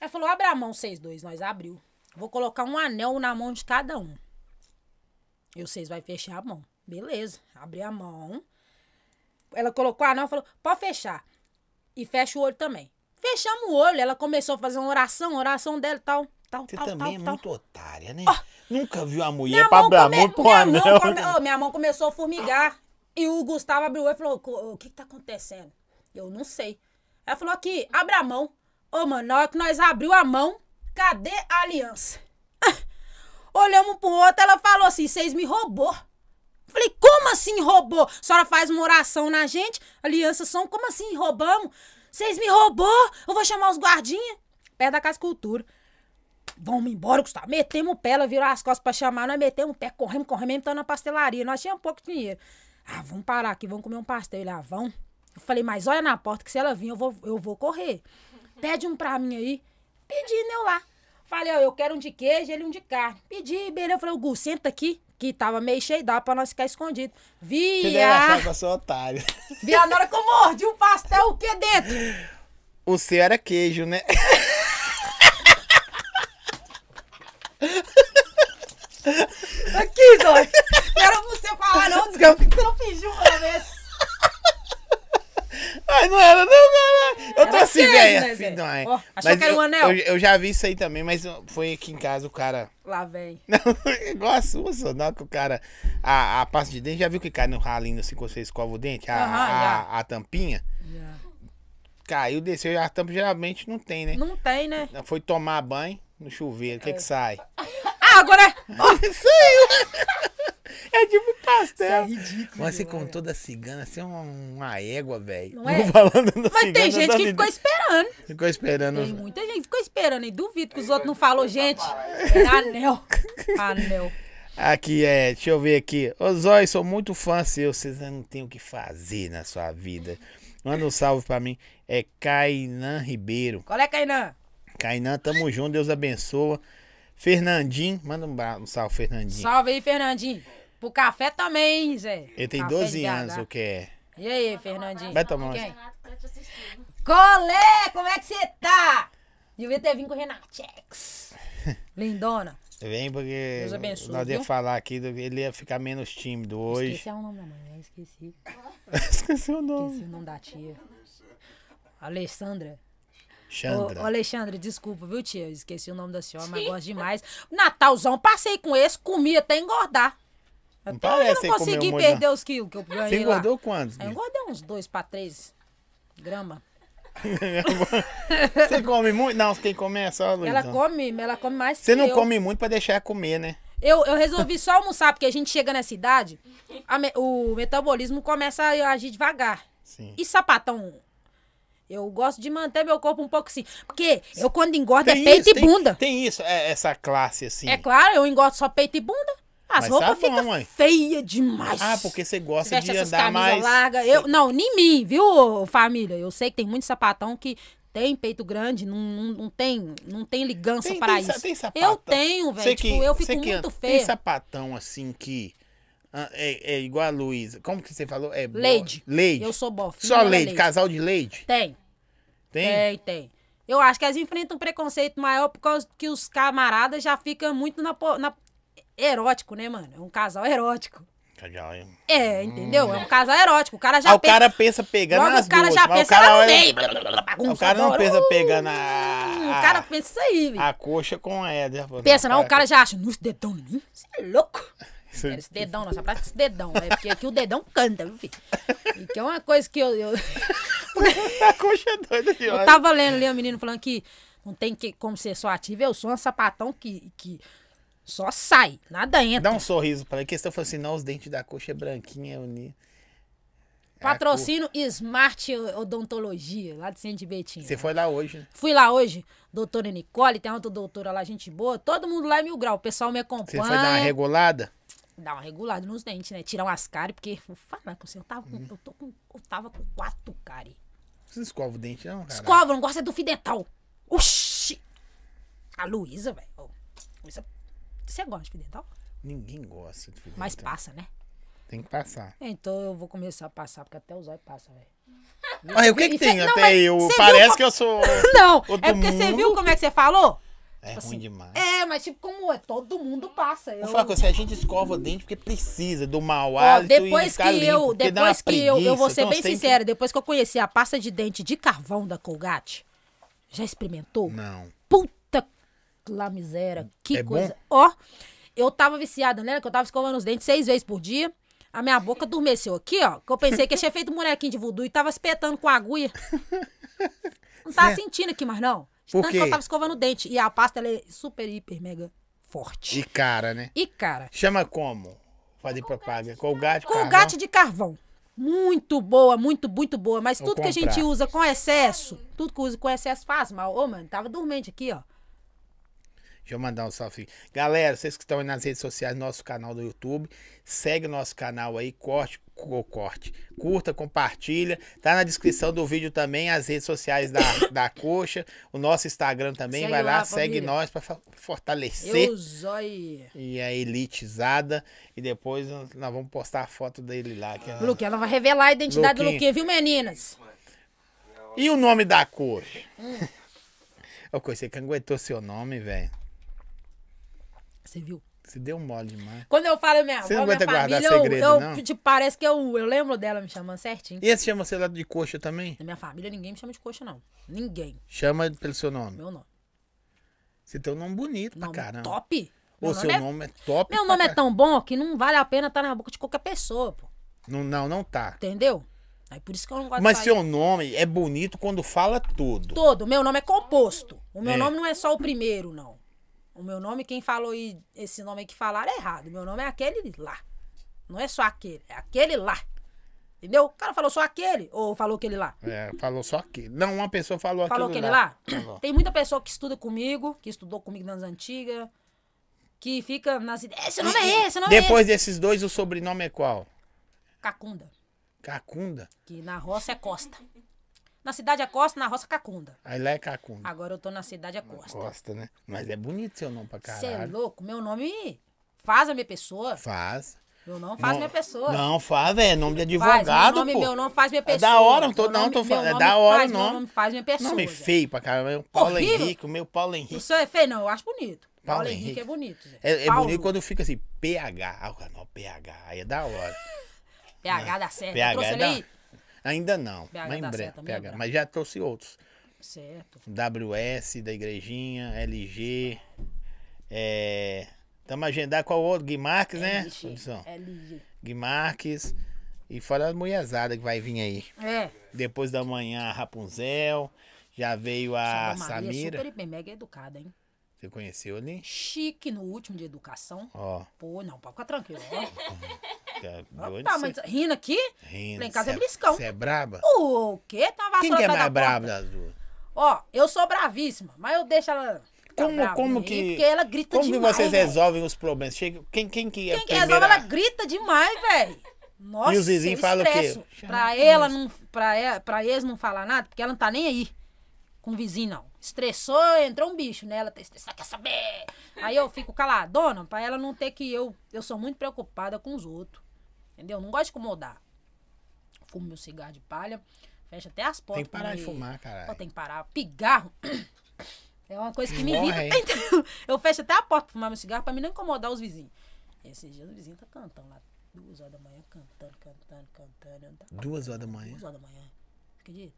[SPEAKER 3] Ela falou, abre a mão, vocês dois. Nós abriu. Vou colocar um anel na mão de cada um. E vocês vai fechar a mão. Beleza. Abri a mão. Ela colocou o anel e falou, pode fechar. E fecha o olho também. Fechamos o olho. Ela começou a fazer uma oração, oração dela e tal. Tal,
[SPEAKER 1] Você
[SPEAKER 3] tal, tal,
[SPEAKER 1] também é
[SPEAKER 3] tal.
[SPEAKER 1] muito otária, né? Nunca viu a mulher
[SPEAKER 3] Minha
[SPEAKER 1] pra
[SPEAKER 3] mão,
[SPEAKER 1] abrir
[SPEAKER 3] come...
[SPEAKER 1] muito com
[SPEAKER 3] minha,
[SPEAKER 1] anel.
[SPEAKER 3] mão come- Ô, minha mão começou a formigar. E o Gustavo abriu o olho e falou: "Co- O que, que tá acontecendo? Eu não sei. Ela falou aqui: abre a mão. Ô, mano, na hora que nós abriu a mão, cadê a aliança? Olhamos um pro outro, ela falou assim: vocês me roubou. Falei, como assim roubou? A senhora faz uma oração na gente, alianças são, como assim roubamos? Vocês me roubou, eu vou chamar os guardinhas. Perto da Casa Cultura. Vamos embora, Gustavo. Metemos o pé, ela virou as costas pra chamar, nós metemos o pé, corremos, corremos, mesmo na pastelaria. Nós tínhamos pouco dinheiro. Ah, vamos parar aqui, vamos comer um pastel. Ele, ah, vamos. Eu falei, mas olha na porta que se ela vir, eu vou, eu vou correr. Pede um pra mim aí. Pedindo eu lá. Falei, ó, eu quero um de queijo, ele um de carne. Pedi, beleza. Eu falei, o Gu, senta aqui, que tava meio cheio, dava pra nós ficar escondido.
[SPEAKER 1] Você deve achar
[SPEAKER 3] Via,
[SPEAKER 1] que eu sou otária.
[SPEAKER 3] via na hora que eu mordi o pastel, o que dentro?
[SPEAKER 1] O seu era queijo, né?
[SPEAKER 3] Aqui, Zói. Não era você falar, não, desculpa, que você não fingiu uma vez.
[SPEAKER 1] Ai, não era, não, cara. Eu tô
[SPEAKER 3] Era
[SPEAKER 1] assim,
[SPEAKER 3] queijo, né,
[SPEAKER 1] velho.
[SPEAKER 3] Zé?
[SPEAKER 1] Assim, não é.
[SPEAKER 3] Ó, achou que era
[SPEAKER 1] eu,
[SPEAKER 3] um anel?
[SPEAKER 1] Eu, eu já vi isso aí também, mas foi aqui em casa o cara.
[SPEAKER 3] Lá vem.
[SPEAKER 1] Não, é igual a sua, só não, que o cara. A, a pasta de dente, já viu que cai no ralinho assim quando você escova o dente? A,
[SPEAKER 3] Aham,
[SPEAKER 1] a,
[SPEAKER 3] já.
[SPEAKER 1] a tampinha? Caiu, desceu, e a tampa geralmente não tem, né?
[SPEAKER 3] Não É. tem, né?
[SPEAKER 1] Foi tomar banho no chuveiro, o que que sai?
[SPEAKER 3] Água, né?
[SPEAKER 1] Saiu! É tipo pastel.
[SPEAKER 3] ridículo. né?
[SPEAKER 1] Mas você contou da cigana, você é uma, uma égua, velho.
[SPEAKER 3] Não é?
[SPEAKER 1] falando da
[SPEAKER 3] Mas
[SPEAKER 1] cigana.
[SPEAKER 3] tem gente
[SPEAKER 1] da
[SPEAKER 3] que
[SPEAKER 1] vida.
[SPEAKER 3] ficou esperando.
[SPEAKER 1] Ficou esperando.
[SPEAKER 3] Tem muita gente que ficou esperando, e duvido que os outros não falaram, gente. É anel. Anel.
[SPEAKER 1] Aqui é, deixa eu ver aqui. Ô Zói, sou muito fã seu. Vocês não tem o que fazer na sua vida. Manda um salve pra mim. É Kainan Ribeiro.
[SPEAKER 3] Qual é, Kainan?
[SPEAKER 1] Kainan, tamo junto, Deus abençoa. Fernandinho, manda um, bra- um salve, Fernandinho.
[SPEAKER 3] Salve aí, Fernandinho. Pro café também, hein, Zé.
[SPEAKER 1] Ele tem
[SPEAKER 3] Café de
[SPEAKER 1] 12
[SPEAKER 3] BH.
[SPEAKER 1] anos, o que é?
[SPEAKER 3] E aí, Fernandinho?
[SPEAKER 1] Vai tomar um-
[SPEAKER 3] Quem?
[SPEAKER 4] Renato tá te assistindo.
[SPEAKER 3] Colê, como é que você tá? Devia ter vindo com o Renatex. Lindona.
[SPEAKER 1] Vem Tá porque
[SPEAKER 3] Deus abençoe,
[SPEAKER 1] nós ia
[SPEAKER 3] viu?
[SPEAKER 1] falar aqui, do- ele ia ficar menos tímido hoje.
[SPEAKER 3] Esqueci o nome da mãe, né? Esqueci.
[SPEAKER 1] Esqueci o nome.
[SPEAKER 3] Esqueci o nome da tia. Alessandra. Ô, ô,
[SPEAKER 1] Chandra.
[SPEAKER 3] Alexandre, desculpa, viu, tia? Eu esqueci o nome da senhora, mas gosto demais. Natalzão, passei com esse, comi até engordar.
[SPEAKER 1] Não
[SPEAKER 3] Até hoje eu
[SPEAKER 1] parece que
[SPEAKER 3] não
[SPEAKER 1] comeu
[SPEAKER 3] consegui
[SPEAKER 1] muito,
[SPEAKER 3] perder os quilos que eu
[SPEAKER 1] Você
[SPEAKER 3] ganhei lá. É um
[SPEAKER 1] engordou quantos?
[SPEAKER 3] Eu engordei uns 2 para 3 gramas.
[SPEAKER 1] Você come muito? Não, quem come é só a
[SPEAKER 3] Ela
[SPEAKER 1] Luizona.
[SPEAKER 3] come, ela come mais
[SPEAKER 1] Você
[SPEAKER 3] que
[SPEAKER 1] não
[SPEAKER 3] eu.
[SPEAKER 1] come muito pra deixar comer, né?
[SPEAKER 3] Eu, eu resolvi só almoçar, porque a gente chega nessa idade, a me- o metabolismo começa a agir devagar.
[SPEAKER 1] Sim.
[SPEAKER 3] E sapatão? Eu gosto de manter meu corpo um pouco assim. Porque eu quando engordo é
[SPEAKER 1] Tem
[SPEAKER 3] peito
[SPEAKER 1] isso,
[SPEAKER 3] e
[SPEAKER 1] tem-
[SPEAKER 3] bunda.
[SPEAKER 1] Tem isso, é- essa classe assim.
[SPEAKER 3] É claro, eu engordo só peito e bunda. As
[SPEAKER 1] Mas
[SPEAKER 3] roupas
[SPEAKER 1] tá bom,
[SPEAKER 3] ficam
[SPEAKER 1] mãe.
[SPEAKER 3] feias demais.
[SPEAKER 1] Ah, porque você
[SPEAKER 3] você
[SPEAKER 1] gosta
[SPEAKER 3] veste
[SPEAKER 1] de
[SPEAKER 3] essas
[SPEAKER 1] andar
[SPEAKER 3] camisas
[SPEAKER 1] mais.
[SPEAKER 3] largas. Eu, não, nem mim, viu, ô, família? Eu sei que tem muito sapatão que tem peito grande, não, não, não tem, não tem ligança
[SPEAKER 1] Tem-
[SPEAKER 3] para
[SPEAKER 1] tem sa-
[SPEAKER 3] isso.
[SPEAKER 1] tem sapatão.
[SPEAKER 3] eu tenho,
[SPEAKER 1] Você
[SPEAKER 3] velho. Tipo, eu fico
[SPEAKER 1] você que
[SPEAKER 3] muito
[SPEAKER 1] anda- Tem
[SPEAKER 3] feia.
[SPEAKER 1] sapatão assim que. ah, É, é igual a Luísa. Como que você falou? É bo-
[SPEAKER 3] Leide.
[SPEAKER 1] Leide.
[SPEAKER 3] Eu sou bofinha.
[SPEAKER 1] Só
[SPEAKER 3] ela é
[SPEAKER 1] leide, casal de leide?
[SPEAKER 3] Tem,
[SPEAKER 1] Tem?
[SPEAKER 3] tem, tem. Eu acho que elas enfrentam um preconceito maior por causa que os camaradas já ficam muito na, po- na- erótico, né, mano? É um casal erótico.
[SPEAKER 1] Legal, hein?
[SPEAKER 3] É, entendeu? É um casal erótico. O cara já
[SPEAKER 1] Aí Hum. Ah, o
[SPEAKER 3] pensa-
[SPEAKER 1] cara pensa pegando
[SPEAKER 3] Logo
[SPEAKER 1] as
[SPEAKER 3] o cara
[SPEAKER 1] duas,
[SPEAKER 3] já
[SPEAKER 1] mas
[SPEAKER 3] pensa
[SPEAKER 1] o cara
[SPEAKER 3] lá no
[SPEAKER 1] olha-
[SPEAKER 3] meio. blá, blá, blá, blá, bagunça,
[SPEAKER 1] O cara não
[SPEAKER 3] adora.
[SPEAKER 1] pensa pegando
[SPEAKER 3] Hum,
[SPEAKER 1] a,
[SPEAKER 3] O cara pensa isso aí, velho.
[SPEAKER 1] a coxa com a hélia. pô.
[SPEAKER 3] Pensa não, o cara já acha, nos dedão em mim? Você é louco?
[SPEAKER 1] Isso-
[SPEAKER 3] Era esse dedão, nossa, prática esse dedão, velho. Porque aqui o dedão canta, viu, filho? Então é uma coisa que eu- eu...
[SPEAKER 1] A coxa é doida de
[SPEAKER 3] Eu
[SPEAKER 1] olho.
[SPEAKER 3] tava lendo ali um menino falando que não tem que, como ser só ativa, eu sou um sapatão que, que só sai, nada entra.
[SPEAKER 1] Dá um sorriso pra ele, que estão falando assim, não, os dentes da coxa é branquinha, é uni- é a
[SPEAKER 3] Patrocínio Smart Odontologia, lá de Centro de Betim.
[SPEAKER 1] cor. Você foi lá hoje, né?
[SPEAKER 3] Fui lá hoje, doutora Nicole, tem outra doutora lá, gente boa, todo mundo lá é mil grau, o pessoal me
[SPEAKER 1] Você
[SPEAKER 3] acompanha.
[SPEAKER 1] foi dar uma regulada?
[SPEAKER 3] Dá uma regulada nos dentes, né? Tirar umas cáries, porque, vou falar com você, eu tava
[SPEAKER 1] Uhum.
[SPEAKER 3] com, eu tô com, eu tava com quatro cáries.
[SPEAKER 1] Você escova o dente, não, cara?
[SPEAKER 3] Escova, não gosta é do fio dental. Oxi! A Luísa, velho. ô, Luísa, você gosta de fio dental?
[SPEAKER 1] Ninguém gosta de fio
[SPEAKER 3] Mas
[SPEAKER 1] dental.
[SPEAKER 3] passa, né?
[SPEAKER 1] Tem que passar.
[SPEAKER 3] Então eu vou começar a passar, porque até os olhos passam, velho.
[SPEAKER 1] Olha, o que que
[SPEAKER 3] Isso é-
[SPEAKER 1] tem?
[SPEAKER 3] não,
[SPEAKER 1] Até
[SPEAKER 3] mas
[SPEAKER 1] eu.
[SPEAKER 3] você viu
[SPEAKER 1] Parece
[SPEAKER 3] como-
[SPEAKER 1] que eu sou.
[SPEAKER 3] Não,
[SPEAKER 1] Outro
[SPEAKER 3] é porque você
[SPEAKER 1] mundo.
[SPEAKER 3] viu como é que você falou?
[SPEAKER 1] É
[SPEAKER 3] Tipo
[SPEAKER 1] ruim
[SPEAKER 3] assim,
[SPEAKER 1] demais.
[SPEAKER 3] É, mas tipo, como é? Todo mundo passa. Eu...
[SPEAKER 1] Vou falar com você, a gente escova o dente porque precisa do mau
[SPEAKER 3] Ó,
[SPEAKER 1] hálito e
[SPEAKER 3] depois
[SPEAKER 1] ficar
[SPEAKER 3] que
[SPEAKER 1] limpo,
[SPEAKER 3] eu,
[SPEAKER 1] porque dá uma
[SPEAKER 3] depois que eu, eu
[SPEAKER 1] preguiça.
[SPEAKER 3] vou ser
[SPEAKER 1] Então,
[SPEAKER 3] bem
[SPEAKER 1] você tem que-
[SPEAKER 3] sincera, depois que eu conheci a pasta de dente de carvão da Colgate, já experimentou?
[SPEAKER 1] Não.
[SPEAKER 3] Puta lá miséria, que
[SPEAKER 1] É bom?
[SPEAKER 3] coisa. Ó, eu tava viciada, né? Que eu tava escovando os dentes seis vezes por dia. A minha boca adormeceu aqui, ó. Que eu pensei que eu tinha feito um bonequinho de voodoo e tava espetando com a agulha. Não tava sentindo aqui mais, não.
[SPEAKER 1] é
[SPEAKER 3] De
[SPEAKER 1] Por
[SPEAKER 3] tanto
[SPEAKER 1] quê?
[SPEAKER 3] que eu tava escovando o dente. E a pasta, ela é super, hiper, mega forte.
[SPEAKER 1] E cara, né?
[SPEAKER 3] E, cara,
[SPEAKER 1] Chama como? Fazer propaganda. Colgate,
[SPEAKER 3] colgate
[SPEAKER 1] carvão.
[SPEAKER 3] de carvão. Muito boa, muito, muito boa. Mas
[SPEAKER 1] Vou
[SPEAKER 3] tudo que a gente
[SPEAKER 1] comprar.
[SPEAKER 3] usa com excesso, tudo que usa com excesso faz mal. Ô, mano, tava dormente aqui, ó.
[SPEAKER 1] Deixa eu mandar um salve. aqui. Galera, vocês que estão aí nas redes sociais, nosso canal do YouTube, segue o nosso canal aí, corte, co- corte, curta, compartilha. Tá na descrição do vídeo também as redes sociais da, da Coxa, o nosso Instagram também.
[SPEAKER 3] Segue
[SPEAKER 1] Vai lá,
[SPEAKER 3] lá,
[SPEAKER 1] segue
[SPEAKER 3] família.
[SPEAKER 1] nós pra fa- fortalecer.
[SPEAKER 3] Eu zói.
[SPEAKER 1] E a elitizada. E depois nós nós vamos postar a foto dele lá. que é-
[SPEAKER 3] Luquinha, ela vai revelar a identidade
[SPEAKER 1] Luquinha.
[SPEAKER 3] do Luquinha, viu, meninas?
[SPEAKER 1] E o nome da coxa?
[SPEAKER 3] Hum.
[SPEAKER 1] Ô, coisa, você que aguentou seu nome, velho.
[SPEAKER 3] Você viu?
[SPEAKER 1] Você deu mole demais.
[SPEAKER 3] Quando eu falo minha
[SPEAKER 1] Você
[SPEAKER 3] avó,
[SPEAKER 1] não
[SPEAKER 3] minha
[SPEAKER 1] aguenta guardar
[SPEAKER 3] família, eu,
[SPEAKER 1] segredo,
[SPEAKER 3] eu-
[SPEAKER 1] não?
[SPEAKER 3] tipo, parece que eu, eu lembro dela me chamando certinho.
[SPEAKER 1] E esse chama seu lado de coxa também?
[SPEAKER 3] Na minha família, ninguém me chama de coxa, não. Ninguém.
[SPEAKER 1] Chama pelo seu nome.
[SPEAKER 3] Meu nome.
[SPEAKER 1] Você tem um nome bonito pra
[SPEAKER 3] Nome
[SPEAKER 1] caramba.
[SPEAKER 3] top. Meu
[SPEAKER 1] Ô, seu
[SPEAKER 3] é-
[SPEAKER 1] nome é, top.
[SPEAKER 3] Meu
[SPEAKER 1] pra
[SPEAKER 3] nome é
[SPEAKER 1] car-
[SPEAKER 3] tão bom que não vale a pena estar na boca de qualquer pessoa, pô.
[SPEAKER 1] Não, não, não tá.
[SPEAKER 3] Entendeu? Aí por isso que eu não gosto
[SPEAKER 1] Mas
[SPEAKER 3] de falar
[SPEAKER 1] seu nome é bonito quando fala tudo.
[SPEAKER 3] todo. Meu nome é composto. O meu
[SPEAKER 1] É.
[SPEAKER 3] nome não é só o primeiro, não. O meu nome, quem falou aí, esse nome aí que falaram é errado. O meu nome é aquele lá. Não é só aquele, é aquele lá. Entendeu? O cara falou só aquele ou falou aquele lá?
[SPEAKER 1] É, falou só que. Não, uma pessoa falou
[SPEAKER 3] Falou
[SPEAKER 1] aquilo
[SPEAKER 3] aquele lá? Tá
[SPEAKER 1] Falou.
[SPEAKER 3] Tem muita pessoa que estuda comigo, que estudou comigo nas antigas, que fica nas ideias. Esse nome é esse, esse nome é
[SPEAKER 1] Depois desses dois, o sobrenome é qual?
[SPEAKER 3] esse. Cacunda.
[SPEAKER 1] Cacunda?
[SPEAKER 3] Que na roça é costa. Na cidade é costa, na roça é cacunda.
[SPEAKER 1] Aí lá é Cacunda.
[SPEAKER 3] Agora eu tô na cidade é costa.
[SPEAKER 1] Costa, né? Mas é bonito seu nome pra
[SPEAKER 3] Você é
[SPEAKER 1] caralho.
[SPEAKER 3] louco? Meu nome faz a minha pessoa.
[SPEAKER 1] Faz.
[SPEAKER 3] Meu nome faz
[SPEAKER 1] Não-
[SPEAKER 3] minha pessoa.
[SPEAKER 1] Não, faz, é nome de
[SPEAKER 3] Faz.
[SPEAKER 1] advogado,
[SPEAKER 3] meu nome,
[SPEAKER 1] pô.
[SPEAKER 3] Meu nome faz minha
[SPEAKER 1] É
[SPEAKER 3] pessoa.
[SPEAKER 1] da hora, não tô,
[SPEAKER 3] Meu
[SPEAKER 1] não
[SPEAKER 3] nome-
[SPEAKER 1] tô
[SPEAKER 3] meu
[SPEAKER 1] falando. É
[SPEAKER 3] nome
[SPEAKER 1] da hora o
[SPEAKER 3] faz- Meu
[SPEAKER 1] nome.
[SPEAKER 3] nome faz minha pessoa.
[SPEAKER 1] Nome
[SPEAKER 3] Zé.
[SPEAKER 1] feio pra caramba. Paulo
[SPEAKER 3] é Horrível.
[SPEAKER 1] Henrique, o meu Paulo
[SPEAKER 3] O
[SPEAKER 1] Henrique.
[SPEAKER 3] seu é feio? Não, eu acho bonito. Paulo,
[SPEAKER 1] Paulo
[SPEAKER 3] Henrique
[SPEAKER 1] Henrique.
[SPEAKER 3] é bonito. Zé.
[SPEAKER 1] É, é
[SPEAKER 3] Paulo,
[SPEAKER 1] bonito quando fica assim, PH. Ah, o canal PH. Aí é da hora.
[SPEAKER 3] PH da certo.
[SPEAKER 1] PH
[SPEAKER 3] Trouxe
[SPEAKER 1] é
[SPEAKER 3] ele
[SPEAKER 1] da...
[SPEAKER 3] aí?
[SPEAKER 1] Ainda não.
[SPEAKER 3] PH
[SPEAKER 1] mas em
[SPEAKER 3] dá
[SPEAKER 1] breve.
[SPEAKER 3] certo,
[SPEAKER 1] PH.
[SPEAKER 3] lembra?
[SPEAKER 1] Mas já trouxe outros.
[SPEAKER 3] Certo.
[SPEAKER 1] WS da igrejinha, LG. É. Tamo agendar com o outro, Gui
[SPEAKER 3] É
[SPEAKER 1] Marques, né?
[SPEAKER 3] Ixi,
[SPEAKER 1] produção?
[SPEAKER 3] LG.
[SPEAKER 1] Gui Marques. E fora a mulherzada que vai vir aí.
[SPEAKER 3] É.
[SPEAKER 1] Depois da manhã, a Rapunzel. Já veio a
[SPEAKER 3] Sandra Maria é
[SPEAKER 1] Ah, Samira.
[SPEAKER 3] super, hiper, mega educada, hein?
[SPEAKER 1] Você conheceu ali?
[SPEAKER 3] Chique no último de educação.
[SPEAKER 1] Ó,
[SPEAKER 3] Pô, não, pode ficar tranquilo. ó.
[SPEAKER 1] tá
[SPEAKER 3] Ó,
[SPEAKER 1] doido.
[SPEAKER 3] tá,
[SPEAKER 1] cê-
[SPEAKER 3] mas rindo aqui?
[SPEAKER 1] rindo,
[SPEAKER 3] lá em casa é
[SPEAKER 1] cê
[SPEAKER 3] briscão.
[SPEAKER 1] Você é braba?
[SPEAKER 3] O quê? Tá uma vassoura
[SPEAKER 1] Quem que é
[SPEAKER 3] atrás da
[SPEAKER 1] mais brabo
[SPEAKER 3] porta.
[SPEAKER 1] das duas?
[SPEAKER 3] Ó, eu sou bravíssima, mas eu deixo ela. ficar
[SPEAKER 1] Como,
[SPEAKER 3] brava
[SPEAKER 1] como
[SPEAKER 3] aí,
[SPEAKER 1] que.
[SPEAKER 3] Porque ela grita
[SPEAKER 1] como
[SPEAKER 3] demais. né?
[SPEAKER 1] que vocês
[SPEAKER 3] velho.
[SPEAKER 1] resolvem os problemas? Chega, quem, quem que é
[SPEAKER 3] Quem que
[SPEAKER 1] primeira...
[SPEAKER 3] resolve, ela grita demais, velho. Nossa,
[SPEAKER 1] E os vizinhos
[SPEAKER 3] eu
[SPEAKER 1] falam o quê?
[SPEAKER 3] estresso.
[SPEAKER 1] Chama
[SPEAKER 3] Pra
[SPEAKER 1] a
[SPEAKER 3] ela não. Pra, ela, pra eles não falar nada, porque ela não tá nem aí com o vizinho, não. Estressou, entrou um bicho nela, tá estressada, quer saber? Aí eu fico caladona pra ela não ter que eu. Eu sou muito preocupada com os outros. Entendeu? Não gosto de incomodar. Fumo meu cigarro de palha, fecho até as portas.
[SPEAKER 1] Tem que parar de
[SPEAKER 3] porque-
[SPEAKER 1] fumar,
[SPEAKER 3] Pô,
[SPEAKER 1] caralho.
[SPEAKER 3] tem que parar. Pigarro. É uma coisa que me irrita.
[SPEAKER 1] Morre.
[SPEAKER 3] entendeu? Eu fecho até a porta pra fumar meu cigarro pra mim não incomodar os vizinhos. Esses dias o vizinho tá cantando lá. Duas horas da manhã, cantando, cantando, cantando. Eu não tava-
[SPEAKER 1] Duas horas da manhã.
[SPEAKER 3] Duas horas da manhã. Acredita?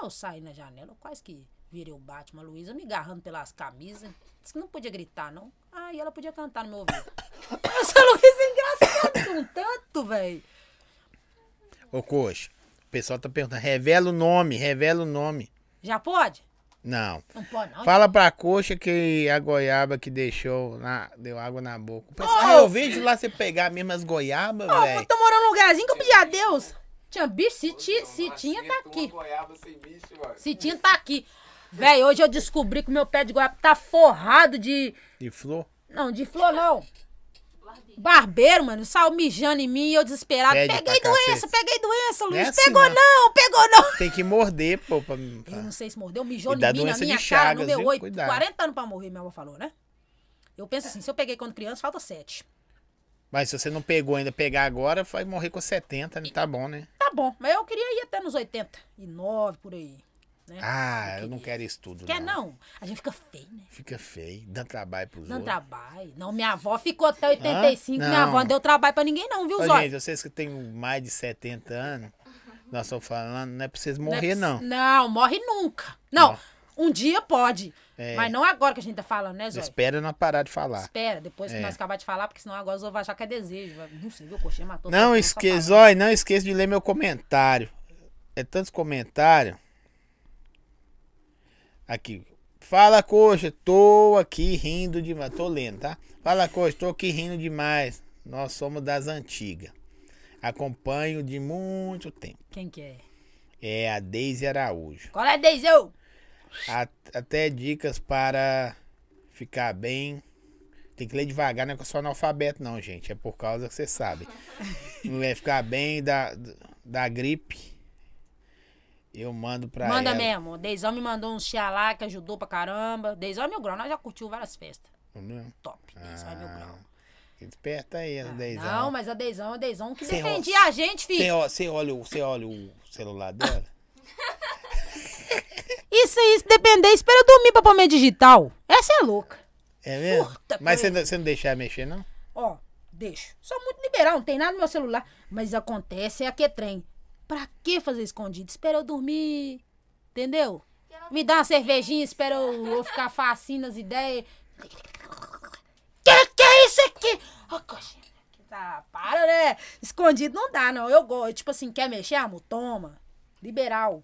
[SPEAKER 3] Eu saí na janela, eu quase que virei o Batman, a Luísa, me agarrando pelas camisas. Disse que não podia gritar, não. Aí ela podia cantar no meu ouvido. Essa Luísa é engraçada um tanto, velho.
[SPEAKER 1] Ô, coxa, o pessoal tá perguntando. Revela o nome, revela o nome.
[SPEAKER 3] Já pode?
[SPEAKER 1] Não.
[SPEAKER 3] Não pode, não.
[SPEAKER 1] Fala pra coxa que a goiaba que deixou na- deu água na boca. O pessoal, ah, eu vejo lá você pegar mesmo as goiabas,
[SPEAKER 3] Ô,
[SPEAKER 1] velho.
[SPEAKER 3] eu tô morando num lugarzinho que eu pedi a Deus. Tinha bicho, se, ti, se
[SPEAKER 5] Maceto,
[SPEAKER 3] tinha, tá
[SPEAKER 5] uma
[SPEAKER 3] aqui.
[SPEAKER 5] goiaba sem bicho, mano.
[SPEAKER 3] Se tinha, tá aqui. Véi, hoje eu descobri que o meu pé de goiaba tá forrado de.
[SPEAKER 1] De flor.
[SPEAKER 3] Não, de flor não. Barbeiro, mano, saiu mijando em mim, eu desesperado.
[SPEAKER 1] Fede
[SPEAKER 3] peguei
[SPEAKER 1] pra
[SPEAKER 3] doença,
[SPEAKER 1] cacete.
[SPEAKER 3] peguei doença, Luiz.
[SPEAKER 1] é assim,
[SPEAKER 3] pegou
[SPEAKER 1] não. Tá.
[SPEAKER 3] não. pegou não.
[SPEAKER 1] Tem que morder, pô. Pra, pra-
[SPEAKER 3] Eu não sei se mordeu, mijou
[SPEAKER 1] E
[SPEAKER 3] em
[SPEAKER 1] dá
[SPEAKER 3] mim, na
[SPEAKER 1] doença de
[SPEAKER 3] minha cara,
[SPEAKER 1] Chagas,
[SPEAKER 3] não deu
[SPEAKER 1] viu?
[SPEAKER 3] oito.
[SPEAKER 1] Cuidado.
[SPEAKER 3] 40 anos pra morrer, minha avó falou, né? Eu penso assim, se eu peguei quando criança, falta sete.
[SPEAKER 1] Mas se você não pegou ainda, pegar agora, vai morrer com 70, né? Tá bom, né?
[SPEAKER 3] Tá bom, mas eu queria ir até nos 89, por aí. Né?
[SPEAKER 1] Ah, eu não quero isso tudo,
[SPEAKER 3] Quer não? A gente fica feio, né?
[SPEAKER 1] Fica feio, dá trabalho pros
[SPEAKER 3] Não
[SPEAKER 1] outros.
[SPEAKER 3] trabalho. Não, minha avó ficou até 85. Minha
[SPEAKER 1] Ah, Não.
[SPEAKER 3] avó não deu trabalho pra ninguém, não, viu,
[SPEAKER 1] Ô,
[SPEAKER 3] Zóio?
[SPEAKER 1] gente, vocês que têm mais de 70 anos, nós estamos falando, não é pra vocês
[SPEAKER 3] é
[SPEAKER 1] morrer,
[SPEAKER 3] poss-
[SPEAKER 1] não.
[SPEAKER 3] Não, morre nunca. Não, um dia pode.
[SPEAKER 1] É.
[SPEAKER 3] Mas não agora que a gente tá falando, né, Zóio?
[SPEAKER 1] Espera não parar de falar.
[SPEAKER 3] Espera, depois que
[SPEAKER 1] É.
[SPEAKER 3] nós acabar de falar, porque senão agora os outros vão achar que é desejo. Vai, Não sei, viu? O coxinha matou.
[SPEAKER 1] Não
[SPEAKER 3] todo mundo, só
[SPEAKER 1] esqueça,
[SPEAKER 3] falando.
[SPEAKER 1] olha, não esqueça de ler meu comentário. É tantos comentários. Aqui. Fala, coxa, tô aqui rindo demais. Tô lendo, tá? Fala, coxa, tô aqui rindo demais. Nós somos das antigas. Acompanho de muito tempo.
[SPEAKER 3] Quem que é?
[SPEAKER 1] É a Deise Araújo.
[SPEAKER 3] Qual é, Deiseu?
[SPEAKER 1] A- até dicas para ficar bem. Tem que ler devagar, não é que eu sou analfabeto, não, gente. É por causa que você sabe. Não é ficar bem da, da gripe. Eu mando pra
[SPEAKER 3] Manda
[SPEAKER 1] ela.
[SPEAKER 3] mesmo. Deisão me mandou um chia lá que ajudou pra caramba. Deisão é meu grau, nós já curtiu várias festas.
[SPEAKER 1] mesmo.
[SPEAKER 3] Top. Deisão é meu grau.
[SPEAKER 1] Ah, Desperta aí, ah,
[SPEAKER 3] Não, mas a Deisão é a Deisão que
[SPEAKER 1] Sem ro-
[SPEAKER 3] defendia a gente, filho.
[SPEAKER 1] Você olha, você olha, o- você olha o celular dela?
[SPEAKER 3] Isso aí, se depender, espera eu dormir pra pôr minha digital. Essa é louca.
[SPEAKER 1] É mesmo?
[SPEAKER 3] Furta
[SPEAKER 1] mas
[SPEAKER 3] com
[SPEAKER 1] você, não- você não deixa ela mexer, não?
[SPEAKER 3] Ó, deixo. Sou muito liberal, não tem nada no meu celular. Mas acontece, é que é trem. Pra que fazer escondido? Espera eu dormir. Entendeu? Me dá uma cervejinha, espera eu, eu ficar facinho nas ideias. Que que é isso aqui? Ó, coxinha. Tá, para, né? Escondido não dá, não. Eu gosto. Tipo assim, quer mexer, amor? Toma. Liberal.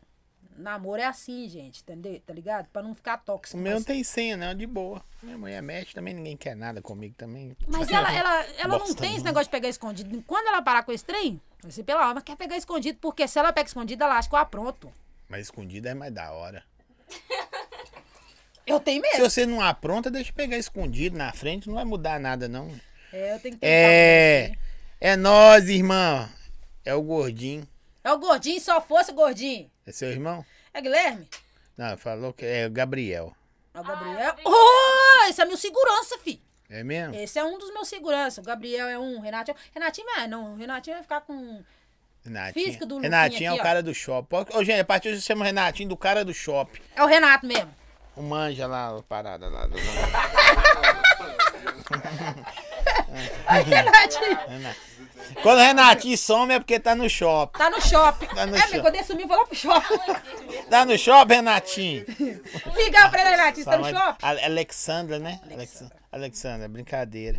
[SPEAKER 3] Namoro é assim, gente, entendeu? Tá ligado? Pra não ficar
[SPEAKER 1] O
[SPEAKER 3] tóxico.
[SPEAKER 1] meu
[SPEAKER 3] mas-
[SPEAKER 1] não tem senha, não, de boa. Minha mulher mexe também, ninguém quer nada comigo também.
[SPEAKER 3] Mas ela, ela, ela não
[SPEAKER 1] Bosta né?
[SPEAKER 3] tem esse
[SPEAKER 1] nenhuma.
[SPEAKER 3] negócio de pegar escondido. E Quando ela parar com esse trem, vai ser pela alma, quer pegar escondido, porque se ela pega escondido, ela acha que eu apronto.
[SPEAKER 1] Mas escondida é mais da hora.
[SPEAKER 3] Eu tenho
[SPEAKER 1] Se
[SPEAKER 3] medo.
[SPEAKER 1] você não apronta, deixa eu pegar escondido na frente, não vai mudar nada, não.
[SPEAKER 3] É, eu tenho que ter
[SPEAKER 1] É. É nós, irmão. É o gordinho.
[SPEAKER 3] É o gordinho, só fosse o gordinho.
[SPEAKER 1] É seu irmão?
[SPEAKER 3] É Guilherme?
[SPEAKER 1] Não, falou que é o Gabriel.
[SPEAKER 3] É o
[SPEAKER 4] é
[SPEAKER 3] Gabriel.
[SPEAKER 4] o Gabriel.
[SPEAKER 3] Oh, esse é meu segurança, fi.
[SPEAKER 1] É mesmo?
[SPEAKER 3] Esse é um dos meus segurança. O Gabriel é um, o Renatinho. Renatinho não é, não. O Renatinho vai ficar com. um-
[SPEAKER 1] Renatinho.
[SPEAKER 3] Física do Luquinha
[SPEAKER 1] Renatinho é
[SPEAKER 3] aqui,
[SPEAKER 1] o
[SPEAKER 3] ó.
[SPEAKER 1] cara do shopping. Ô, gente, a partir de hoje chama Renatinho do cara do shopping.
[SPEAKER 3] É o Renato mesmo.
[SPEAKER 1] O manja lá, a parada lá. Do...
[SPEAKER 3] É o Renatinho.
[SPEAKER 1] Quando o Renatinho some é porque tá no shopping.
[SPEAKER 3] Tá no shopping.
[SPEAKER 1] Tá no
[SPEAKER 3] é,
[SPEAKER 1] shopping.
[SPEAKER 3] meu, quando ele sumir, eu vou lá pro shopping.
[SPEAKER 1] Tá no shopping, Renatinho?
[SPEAKER 3] Ligar pra ele, Renatinho, você tá no
[SPEAKER 1] Fala-
[SPEAKER 3] shopping?
[SPEAKER 1] Ale- Alexandra, né? Alexandra. Alexandra, brincadeira.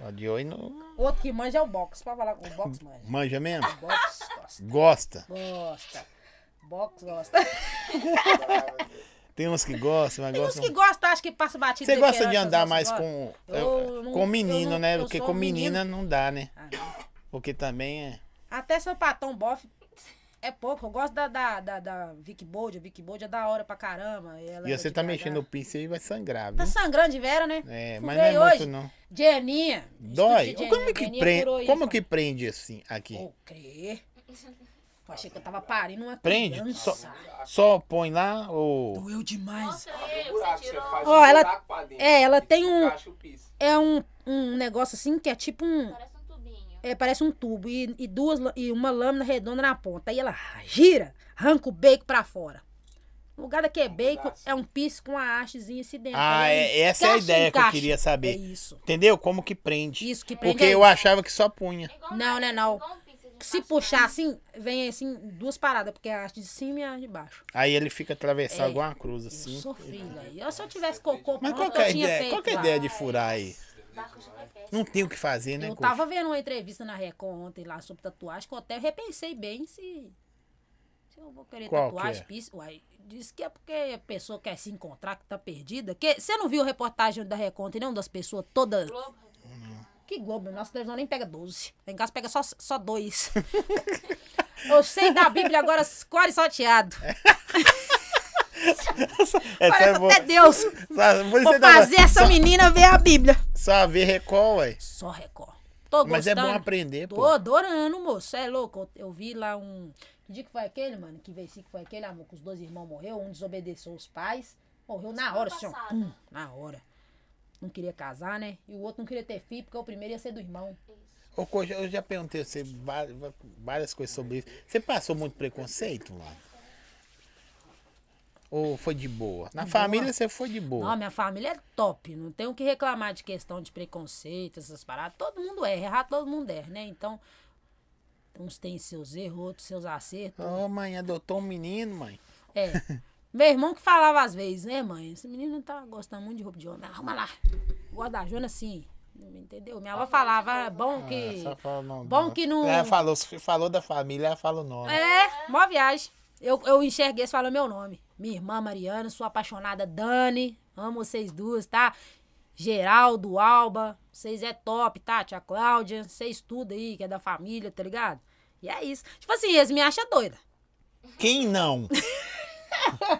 [SPEAKER 1] Ó, de oi no...
[SPEAKER 3] O outro que manja é o box. Pode falar com o box, manja.
[SPEAKER 1] Manja mesmo?
[SPEAKER 3] Box gosta.
[SPEAKER 1] Gosta.
[SPEAKER 3] Gosta. Box gosta.
[SPEAKER 1] Tem uns que gostam, mas
[SPEAKER 3] Tem uns
[SPEAKER 1] gostam...
[SPEAKER 3] que gostam, acho que passa batido.
[SPEAKER 1] Você
[SPEAKER 3] assim,
[SPEAKER 1] gosta de
[SPEAKER 3] perante as
[SPEAKER 1] andar
[SPEAKER 3] nossas
[SPEAKER 1] mais
[SPEAKER 3] horas.
[SPEAKER 1] com,
[SPEAKER 3] Eu não-
[SPEAKER 1] com menino,
[SPEAKER 3] eu não-
[SPEAKER 1] né?
[SPEAKER 3] eu
[SPEAKER 1] Porque
[SPEAKER 3] sou um
[SPEAKER 1] com
[SPEAKER 3] menino.
[SPEAKER 1] menina não dá, né?
[SPEAKER 3] Ah, não.
[SPEAKER 1] Porque também é.
[SPEAKER 3] Até sapatão bofe é pouco. Eu gosto da, da, da, da Vic Bold. A Vic Bold é da hora pra caramba. Ela
[SPEAKER 1] E
[SPEAKER 3] é
[SPEAKER 1] você
[SPEAKER 3] de
[SPEAKER 1] tá
[SPEAKER 3] BH.
[SPEAKER 1] mexendo no pince aí, vai sangrar, viu?
[SPEAKER 3] Tá sangrando de vera, né?
[SPEAKER 1] É,
[SPEAKER 3] Furei
[SPEAKER 1] mas não é muito, não.
[SPEAKER 3] Jeaninha.
[SPEAKER 1] Dói?
[SPEAKER 3] Estúdio de
[SPEAKER 1] Como é
[SPEAKER 3] Jeaninha.
[SPEAKER 1] que
[SPEAKER 3] Jeaninha
[SPEAKER 1] prende?
[SPEAKER 3] furou isso.
[SPEAKER 1] Como que prende assim aqui?
[SPEAKER 3] Vou crer. Eu achei que eu tava parindo uma
[SPEAKER 1] Prende?
[SPEAKER 3] criança.
[SPEAKER 1] Só, só põe lá ou.
[SPEAKER 3] Doeu demais.
[SPEAKER 4] Nossa, eu,
[SPEAKER 5] um Buraco,
[SPEAKER 4] você tirou.
[SPEAKER 5] faz
[SPEAKER 3] Ó,
[SPEAKER 5] um
[SPEAKER 3] ela-
[SPEAKER 5] buraco pra dentro.
[SPEAKER 3] é, ela tem um-
[SPEAKER 5] Encaixa o piso.
[SPEAKER 3] É um, um negócio assim que é tipo um...
[SPEAKER 4] Parece um tubinho.
[SPEAKER 3] é, parece um tubo e, e duas lã- e uma lâmina redonda na ponta. Aí ela gira, arranca o bacon pra fora. O lugar daqui é bacon,
[SPEAKER 5] pedaço.
[SPEAKER 3] é um piso com a hastezinha assim dentro.
[SPEAKER 1] Ah,
[SPEAKER 3] Aí
[SPEAKER 1] é- essa é a
[SPEAKER 3] encaixa,
[SPEAKER 1] ideia que eu
[SPEAKER 3] encaixa.
[SPEAKER 1] queria saber.
[SPEAKER 3] É isso.
[SPEAKER 1] Entendeu? Como que prende?
[SPEAKER 3] Isso que prende
[SPEAKER 1] Porque
[SPEAKER 3] é
[SPEAKER 1] eu
[SPEAKER 3] isso.
[SPEAKER 1] achava que só punha.
[SPEAKER 4] É igual
[SPEAKER 3] Não,
[SPEAKER 4] um-
[SPEAKER 3] né, não.
[SPEAKER 4] igual um pincel de
[SPEAKER 3] Se
[SPEAKER 4] encaixe,
[SPEAKER 3] puxar
[SPEAKER 4] né?
[SPEAKER 3] assim, vem assim duas paradas, porque é a haste de cima e a haste de baixo.
[SPEAKER 1] Aí ele fica atravessado
[SPEAKER 3] É.
[SPEAKER 1] igual uma cruz
[SPEAKER 3] Eu
[SPEAKER 1] assim.
[SPEAKER 3] sou filha. Eu, se eu tivesse cocô,
[SPEAKER 1] Mas
[SPEAKER 3] pronto,
[SPEAKER 1] qual que é a
[SPEAKER 3] eu tinha
[SPEAKER 1] ideia?
[SPEAKER 3] feito
[SPEAKER 1] Qual que é a
[SPEAKER 3] lá.
[SPEAKER 1] ideia de furar aí?
[SPEAKER 4] Barco de pepé.
[SPEAKER 1] Não tem o que fazer, né,
[SPEAKER 3] Eu
[SPEAKER 1] Coco?
[SPEAKER 3] tava vendo uma entrevista na Record ontem lá sobre tatuagem, que eu até repensei bem se, se eu vou querer
[SPEAKER 1] Qual que
[SPEAKER 3] tatuagem.
[SPEAKER 1] é?
[SPEAKER 3] Pis, uai, diz que é porque a pessoa quer se encontrar, que tá perdida. Que, você não viu a reportagem da Record ontem, não? Das pessoas todas.
[SPEAKER 4] Globo.
[SPEAKER 3] Que Globo, nossa televisão nem pega 12. Lá em casa pega só, só dois. eu sei da Bíblia agora, quase salteado.
[SPEAKER 1] É,
[SPEAKER 3] Parece
[SPEAKER 1] sabe, vou-
[SPEAKER 3] até Deus.
[SPEAKER 1] Só, por isso
[SPEAKER 3] Vou
[SPEAKER 1] você tava-
[SPEAKER 3] fazer essa menina ver a Bíblia.
[SPEAKER 1] só ver recol, ué.
[SPEAKER 3] Só Record. Tô
[SPEAKER 1] Mas é bom
[SPEAKER 3] gostando.
[SPEAKER 1] aprender,
[SPEAKER 3] Tô
[SPEAKER 1] pô.
[SPEAKER 3] adorando, moço. Cê é louco. Eu, eu vi lá um. Que dia que foi aquele, mano? Que versículo foi aquele, amor? Que os dois irmãos morreu, um desobedeceu os pais. Morreu na hora, assim, ó.
[SPEAKER 4] passado.
[SPEAKER 3] Pum, na hora. Não queria casar, né? E o outro não queria ter filho, porque o primeiro ia ser do irmão.
[SPEAKER 1] Ô, Coxa, eu já perguntei a você va- va- várias coisas sobre isso. Você passou muito preconceito, mano? Ou foi de boa? Na família você foi de
[SPEAKER 3] Não,
[SPEAKER 1] boa.
[SPEAKER 3] minha família é top. Não tenho o que reclamar de questão de preconceito, essas paradas. Todo mundo erra, errar todo mundo erra, né? Então, uns têm seus erros, outros seus acertos.
[SPEAKER 1] Ô, mãe, adotou um menino, mãe.
[SPEAKER 3] É. Meu irmão que falava às vezes, né, mãe? Esse menino tá gostando muito de roupa de homem. Arruma lá. Gosta da Jona, sim. Entendeu? Minha avó falava, "Ah, bom
[SPEAKER 1] Ah,
[SPEAKER 3] que.
[SPEAKER 1] só fala o nome
[SPEAKER 3] bom
[SPEAKER 1] dela.
[SPEAKER 3] que não-
[SPEAKER 1] Ela falou, se falou da família, ela fala o nome.
[SPEAKER 3] É, mó viagem. Eu, eu enxerguei, você falou meu nome. Minha irmã Mariana, sua apaixonada Dani. Amo vocês duas, tá? Geraldo, Alba. Vocês é top, tá? Tia Cláudia. Vocês tudo aí, que é da família, tá ligado? E é isso. Tipo assim, eles me acham doida.
[SPEAKER 1] Quem não?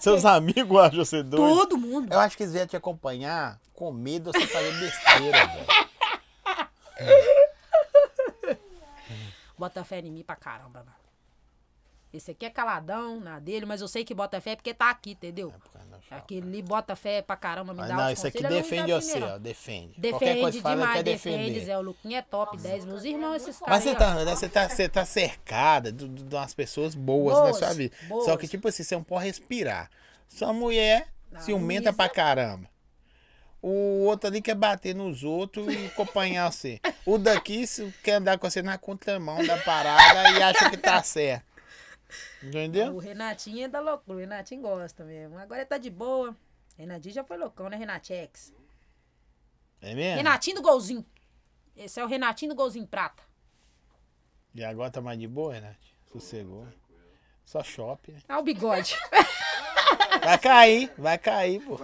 [SPEAKER 1] Seus amigos acham você doido?
[SPEAKER 3] Todo mundo.
[SPEAKER 1] Eu acho que eles vieram te acompanhar com medo de você fazer besteira, velho.
[SPEAKER 3] bota fé em mim pra caramba, mano. Esse aqui é caladão na dele, mas eu sei que bota fé porque tá aqui, entendeu? Aquele ali bota fé pra caramba, me
[SPEAKER 1] Ah,
[SPEAKER 3] dá
[SPEAKER 1] É, não,
[SPEAKER 3] uns
[SPEAKER 1] isso aqui
[SPEAKER 3] conselhos, eu não
[SPEAKER 1] defende
[SPEAKER 3] dou
[SPEAKER 1] você,
[SPEAKER 3] opinião,
[SPEAKER 1] ó.
[SPEAKER 3] não.
[SPEAKER 1] Defende. Qualquer coisa
[SPEAKER 3] Defende
[SPEAKER 1] que fala, ele quer
[SPEAKER 3] demais,
[SPEAKER 1] defender.
[SPEAKER 3] defende, Zé. O Luquinha é top 10. Meus irmãos, esses caras.
[SPEAKER 1] Mas você
[SPEAKER 3] aí, ó.
[SPEAKER 1] tá, né, você tá, você tá cercada de, de- de umas pessoas boas,
[SPEAKER 3] Boas,
[SPEAKER 1] na sua vida.
[SPEAKER 3] boas.
[SPEAKER 1] Só que, tipo assim, você não pode respirar. Sua mulher
[SPEAKER 3] Não,
[SPEAKER 1] ciumenta
[SPEAKER 3] isso
[SPEAKER 1] pra
[SPEAKER 3] é-
[SPEAKER 1] caramba. O outro ali quer bater nos outros e acompanhar você. O daqui se- quer andar com você na contramão da parada e acha que tá certo.
[SPEAKER 3] O
[SPEAKER 1] Entendeu?
[SPEAKER 3] Renatinho é da loucura, o Renatinho gosta mesmo. Agora ele tá de boa. Renatinho já foi loucão, né, Renatex?
[SPEAKER 1] É mesmo?
[SPEAKER 3] Renatinho do golzinho. Esse é o Renatinho do golzinho prata.
[SPEAKER 1] E agora tá mais de boa, Renato? Sossegou. Só shopping. né?
[SPEAKER 3] Ah, o bigode.
[SPEAKER 1] Vai cair, vai cair, pô.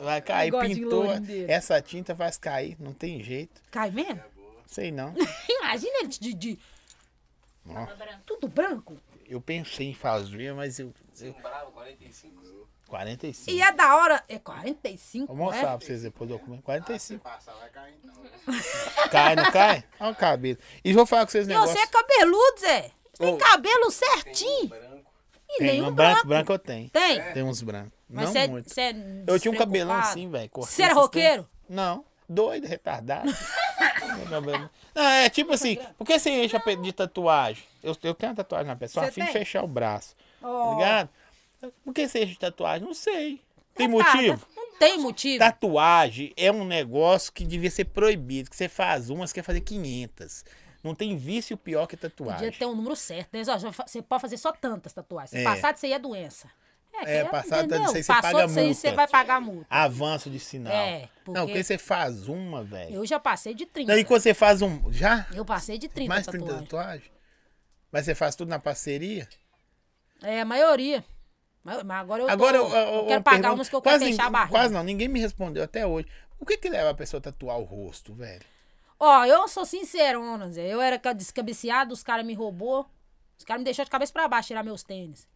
[SPEAKER 1] Vai cair,
[SPEAKER 3] Bigodinho
[SPEAKER 1] pintou.
[SPEAKER 3] lourinho dele.
[SPEAKER 1] Essa tinta faz cair, não tem jeito.
[SPEAKER 3] Cai mesmo?
[SPEAKER 1] Sei não.
[SPEAKER 3] Imagina ele de, de
[SPEAKER 4] Tava branco.
[SPEAKER 3] tudo branco.
[SPEAKER 5] um
[SPEAKER 1] Eu pensei em fazer, mas eu, eu-
[SPEAKER 5] Desembrava 45.
[SPEAKER 1] 45.
[SPEAKER 3] E é da hora. É 45?
[SPEAKER 1] Vou
[SPEAKER 3] né?
[SPEAKER 1] mostrar pra vocês depois o documento.
[SPEAKER 5] Ah, se
[SPEAKER 1] 45.
[SPEAKER 5] passar, vai cair então.
[SPEAKER 1] Cai, não cai? Olha o cabelo. E vou falar com vocês um
[SPEAKER 3] E
[SPEAKER 1] negócio.
[SPEAKER 3] você é cabeludo, Zé. Você Tem
[SPEAKER 1] Ô.
[SPEAKER 3] cabelo
[SPEAKER 5] Tem um
[SPEAKER 3] certinho.
[SPEAKER 5] branco.
[SPEAKER 3] E
[SPEAKER 1] Tem,
[SPEAKER 3] nem
[SPEAKER 1] um
[SPEAKER 3] um
[SPEAKER 1] branco,
[SPEAKER 3] branco.
[SPEAKER 1] branco eu tenho.
[SPEAKER 3] Tem.
[SPEAKER 1] Tem uns brancos.
[SPEAKER 3] Mas
[SPEAKER 1] É. não
[SPEAKER 3] cê-
[SPEAKER 1] muito.
[SPEAKER 3] cê é
[SPEAKER 1] eu tinha um cabelão
[SPEAKER 3] despreocupado.
[SPEAKER 1] assim, velho. cortei
[SPEAKER 3] Você era
[SPEAKER 1] esses
[SPEAKER 3] roqueiro?
[SPEAKER 1] tempos. Não. Doido, retardado. Meu cabelo- não, é tipo assim, por que você enche a pe- de tatuagem? Eu, eu tenho uma tatuagem na pessoa,
[SPEAKER 3] Cê
[SPEAKER 1] a fim de
[SPEAKER 3] tem?
[SPEAKER 1] fechar o braço. Tá
[SPEAKER 3] Ó.
[SPEAKER 1] ligado? Por que você enche de tatuagem? Não sei. Tem
[SPEAKER 3] Tá,
[SPEAKER 1] motivo?
[SPEAKER 3] tá. Não tem motivo.
[SPEAKER 1] Tatuagem é um negócio que devia ser proibido. Que você faz uma, você quer fazer 500. Não tem vício pior que tatuagem.
[SPEAKER 3] Podia ter um número certo. né? Ó, Você pode fazer só tantas tatuagens. Se
[SPEAKER 1] É.
[SPEAKER 3] passar disso aí é doença.
[SPEAKER 1] É,
[SPEAKER 3] que
[SPEAKER 1] passar disso aí
[SPEAKER 3] entendeu?
[SPEAKER 1] você
[SPEAKER 3] Passou
[SPEAKER 1] paga
[SPEAKER 3] disso aí,
[SPEAKER 1] multa.
[SPEAKER 3] você vai pagar multa.
[SPEAKER 1] Avanço de sinal.
[SPEAKER 3] É, porque-
[SPEAKER 1] Não, porque você faz uma, velho.
[SPEAKER 3] Eu já passei de 30.
[SPEAKER 1] Não, e quando você faz um. Já?
[SPEAKER 3] Eu passei de 30
[SPEAKER 1] Mais 30
[SPEAKER 3] tatuagens.
[SPEAKER 1] tatuagens? Mas você faz tudo na parceria?
[SPEAKER 3] É, a maioria. Mas mas agora eu, tô-
[SPEAKER 1] Agora eu, eu,
[SPEAKER 3] eu
[SPEAKER 1] eu
[SPEAKER 3] quero pagar
[SPEAKER 1] pergunto-
[SPEAKER 3] umas que eu quero
[SPEAKER 1] quase
[SPEAKER 3] fechar a
[SPEAKER 1] ninguém-
[SPEAKER 3] barriga.
[SPEAKER 1] Quase não, ninguém me respondeu até hoje. O que que leva a pessoa a tatuar o rosto, velho?
[SPEAKER 3] Ó, eu sou sincerona, Zé. Eu era ca- descabeceada, os caras me roubou. Os caras me deixaram de cabeça pra baixo tirar meus tênis.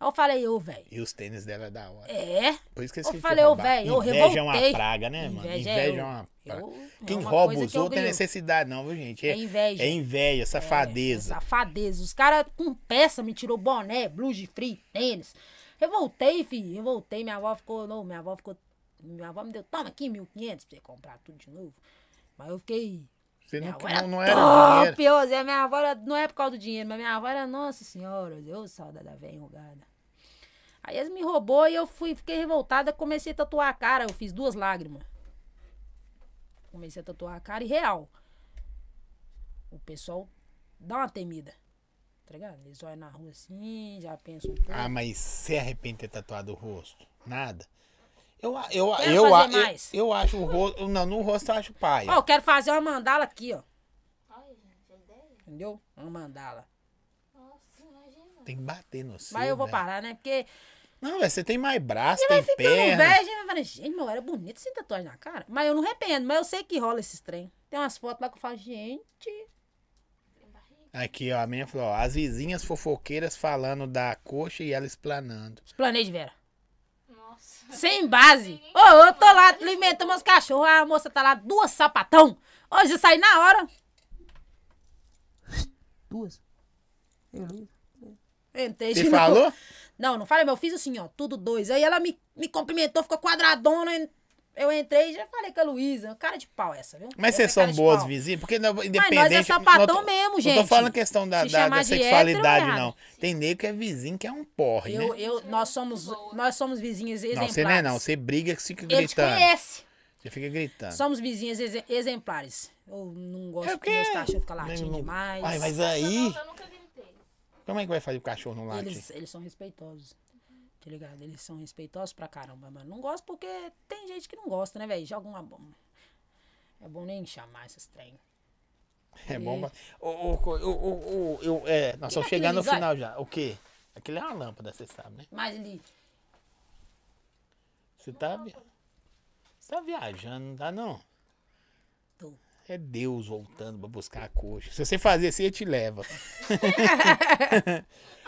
[SPEAKER 3] Aí eu falei, eu, velho.
[SPEAKER 1] E os tênis dela é da hora.
[SPEAKER 3] É?
[SPEAKER 1] Por isso que
[SPEAKER 3] Eu
[SPEAKER 1] eles
[SPEAKER 3] falei, ô, velho, eu
[SPEAKER 1] Inveja é uma
[SPEAKER 3] revoltei.
[SPEAKER 1] praga, né, mano?
[SPEAKER 3] Inveja
[SPEAKER 1] Inveja,
[SPEAKER 3] é
[SPEAKER 1] é
[SPEAKER 3] eu-
[SPEAKER 1] uma praga.
[SPEAKER 3] eu- é
[SPEAKER 1] Quem
[SPEAKER 3] uma
[SPEAKER 1] rouba
[SPEAKER 3] coisa
[SPEAKER 1] os
[SPEAKER 3] que eu
[SPEAKER 1] outros é
[SPEAKER 3] grilo.
[SPEAKER 1] necessidade, não, viu, gente?
[SPEAKER 3] É inveja. É
[SPEAKER 1] É inveja, safadeza.
[SPEAKER 3] Safadeza. Os caras com peça me tirou boné, blusa de frio, tênis. Revoltei, filho. Revoltei. Minha avó ficou. Não, minha avó ficou. Minha avó me deu, toma aqui 1.500 pra você comprar tudo de novo. Mas eu fiquei.
[SPEAKER 1] Você
[SPEAKER 3] Minha
[SPEAKER 1] não,
[SPEAKER 3] avó era
[SPEAKER 1] não, não era
[SPEAKER 3] é top,
[SPEAKER 1] dinheiro.
[SPEAKER 3] ô Zé. Minha avó era- não é por causa do dinheiro, mas minha avó era, nossa senhora, eu saudade da velha enrugada. Aí eles me roubou e eu fui, fiquei revoltada, comecei a tatuar a cara, eu fiz duas lágrimas. Comecei a tatuar a cara e real. O pessoal dá uma temida. Tá ligado? Eles olham na rua assim, já pensam um pouco.
[SPEAKER 1] Ah, mas você arrepende de ter tatuado o rosto? Nada. Eu, a- eu, a-
[SPEAKER 3] Quero
[SPEAKER 1] eu, a-
[SPEAKER 3] fazer
[SPEAKER 1] eu,
[SPEAKER 3] mais.
[SPEAKER 1] eu acho o rosto. Não, no rosto eu acho
[SPEAKER 3] Ó,
[SPEAKER 1] paia.
[SPEAKER 3] eu quero fazer uma mandala aqui, ó.
[SPEAKER 4] Olha, gente, a ideia.
[SPEAKER 3] Entendeu? Uma mandala.
[SPEAKER 4] Nossa, imagina.
[SPEAKER 1] Tem que bater no seu.
[SPEAKER 3] Mas eu vou
[SPEAKER 1] velho.
[SPEAKER 3] parar, né? Porque
[SPEAKER 1] Não, velho, você tem mais braço,
[SPEAKER 3] Você vai
[SPEAKER 1] tem
[SPEAKER 3] ficando
[SPEAKER 1] perna.
[SPEAKER 3] velho, a gente um vai falando, gente, meu, era bonito sem tatuagem na cara. Mas eu não arrependo, mas eu sei que rola esse trem. Tem umas fotos lá que eu falo, gente.
[SPEAKER 4] Tem barriga.
[SPEAKER 1] Aqui, ó, a minha falou, ó, as vizinhas fofoqueiras falando da coxa e ela explanando.
[SPEAKER 3] Os planejos, Vera.
[SPEAKER 4] Nossa.
[SPEAKER 3] Sem base. Ô, eu tô lá alimentando meus cachorros. A moça tá lá, duas sapatão. Hoje eu saí na hora. Duas. Entrei de
[SPEAKER 1] Você
[SPEAKER 3] novo.
[SPEAKER 1] falou?
[SPEAKER 3] Não, não falei, mas eu fiz assim, ó, tudo dois. Aí ela me, me cumprimentou, ficou quadradona. en- Eu entrei e já falei com a Luísa. Cara de pau essa, viu?
[SPEAKER 1] Mas
[SPEAKER 3] Essa é
[SPEAKER 1] vocês são
[SPEAKER 3] cara de
[SPEAKER 1] boas
[SPEAKER 3] pau.
[SPEAKER 1] vizinhas? Porque não, independente...
[SPEAKER 3] Mas nós é
[SPEAKER 1] não
[SPEAKER 3] sapatão
[SPEAKER 1] tô-
[SPEAKER 3] mesmo,
[SPEAKER 1] Não tô
[SPEAKER 3] gente.
[SPEAKER 1] falando é questão da,
[SPEAKER 3] Se
[SPEAKER 1] da- da
[SPEAKER 3] chamar de hétero,
[SPEAKER 1] sexualidade,
[SPEAKER 3] é
[SPEAKER 1] não. Tem nego que é vizinho que é um porre,
[SPEAKER 3] Eu,
[SPEAKER 1] né?
[SPEAKER 3] eu, nós somos, nós somos vizinhas
[SPEAKER 1] Não,
[SPEAKER 3] exemplares.
[SPEAKER 1] você não é não. Você briga que fica
[SPEAKER 3] Ele te
[SPEAKER 1] gritando.
[SPEAKER 3] conhece.
[SPEAKER 1] Você fica gritando.
[SPEAKER 3] Somos vizinhas exe- exemplares. Eu não gosto
[SPEAKER 1] É
[SPEAKER 3] que
[SPEAKER 1] porque-
[SPEAKER 3] meus cachorros ficam latindo
[SPEAKER 1] Não-
[SPEAKER 3] demais.
[SPEAKER 1] Ai, mas aí...
[SPEAKER 4] Eu nunca gritei.
[SPEAKER 1] Como é que vai fazer o cachorro não latir?
[SPEAKER 3] eles, eles são respeitosos. Tá ligado? Eles são respeitosos pra caramba, mano. Não gosto porque tem gente que não gosta, né, velho? Joga uma bomba. É bom nem chamar esses trem.
[SPEAKER 1] É bom pra... Ô, ô, co- ô, ô, ô, eu, é, nós estamos chegando no
[SPEAKER 3] aquilo
[SPEAKER 1] final
[SPEAKER 3] ali,
[SPEAKER 1] já. O quê? Aquilo é uma lâmpada, você sabe, né?
[SPEAKER 3] Mas ele.
[SPEAKER 1] Você tá, vi- você tá viajando, não tá não?
[SPEAKER 3] Tô.
[SPEAKER 1] É Deus voltando pra buscar a coxa. Se você fazer assim, ele te leva.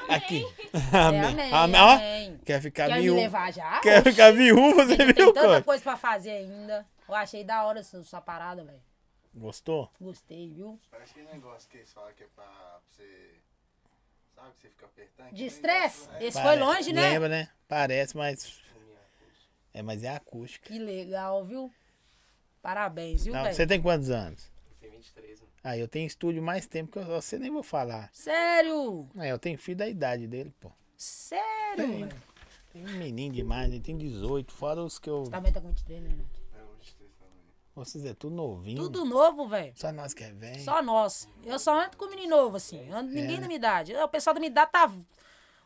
[SPEAKER 1] Aqui. Amém.
[SPEAKER 3] É, amém,
[SPEAKER 1] Amém. Ó,
[SPEAKER 3] amém.
[SPEAKER 1] Quer ficar
[SPEAKER 3] Quer me
[SPEAKER 1] viúva?
[SPEAKER 3] levar já?
[SPEAKER 1] Quer ficar viúva, você
[SPEAKER 3] Ainda
[SPEAKER 1] viu,
[SPEAKER 3] tem tanta
[SPEAKER 1] coxa?
[SPEAKER 3] coisa pra fazer ainda. Eu achei da hora essa, essa parada, velho.
[SPEAKER 1] Gostou?
[SPEAKER 3] Gostei, viu?
[SPEAKER 5] Parece que negócio que eles falam que é pra você. Sabe que você fica apertando? né?
[SPEAKER 3] De estresse? Esse foi
[SPEAKER 1] Parece-
[SPEAKER 3] longe, né?
[SPEAKER 1] Lembra, né? Parece, mas. É, mas é acústica.
[SPEAKER 3] Que legal, viu? Parabéns, viu,
[SPEAKER 1] Não,
[SPEAKER 3] velho?
[SPEAKER 1] você tem quantos anos?
[SPEAKER 2] Tem 23, né?
[SPEAKER 1] Ah, eu tenho estúdio mais tempo que eu. Você nem vou falar.
[SPEAKER 3] Sério?
[SPEAKER 1] Ah, eu tenho filho da idade dele, pô.
[SPEAKER 3] Sério,
[SPEAKER 1] Tem.
[SPEAKER 3] velho?
[SPEAKER 1] Tem um menino demais, ele tem 18, fora os que eu.
[SPEAKER 3] Também tá com 23, né, Nath?
[SPEAKER 5] Não, de estresse também.
[SPEAKER 1] Vocês é tudo novinho.
[SPEAKER 3] Tudo novo, velho.
[SPEAKER 1] Só nós que é velho.
[SPEAKER 3] Só nós. Eu só ando com menino novo, assim. Ando ninguém
[SPEAKER 1] É.
[SPEAKER 3] da minha idade. O pessoal da minha idade tá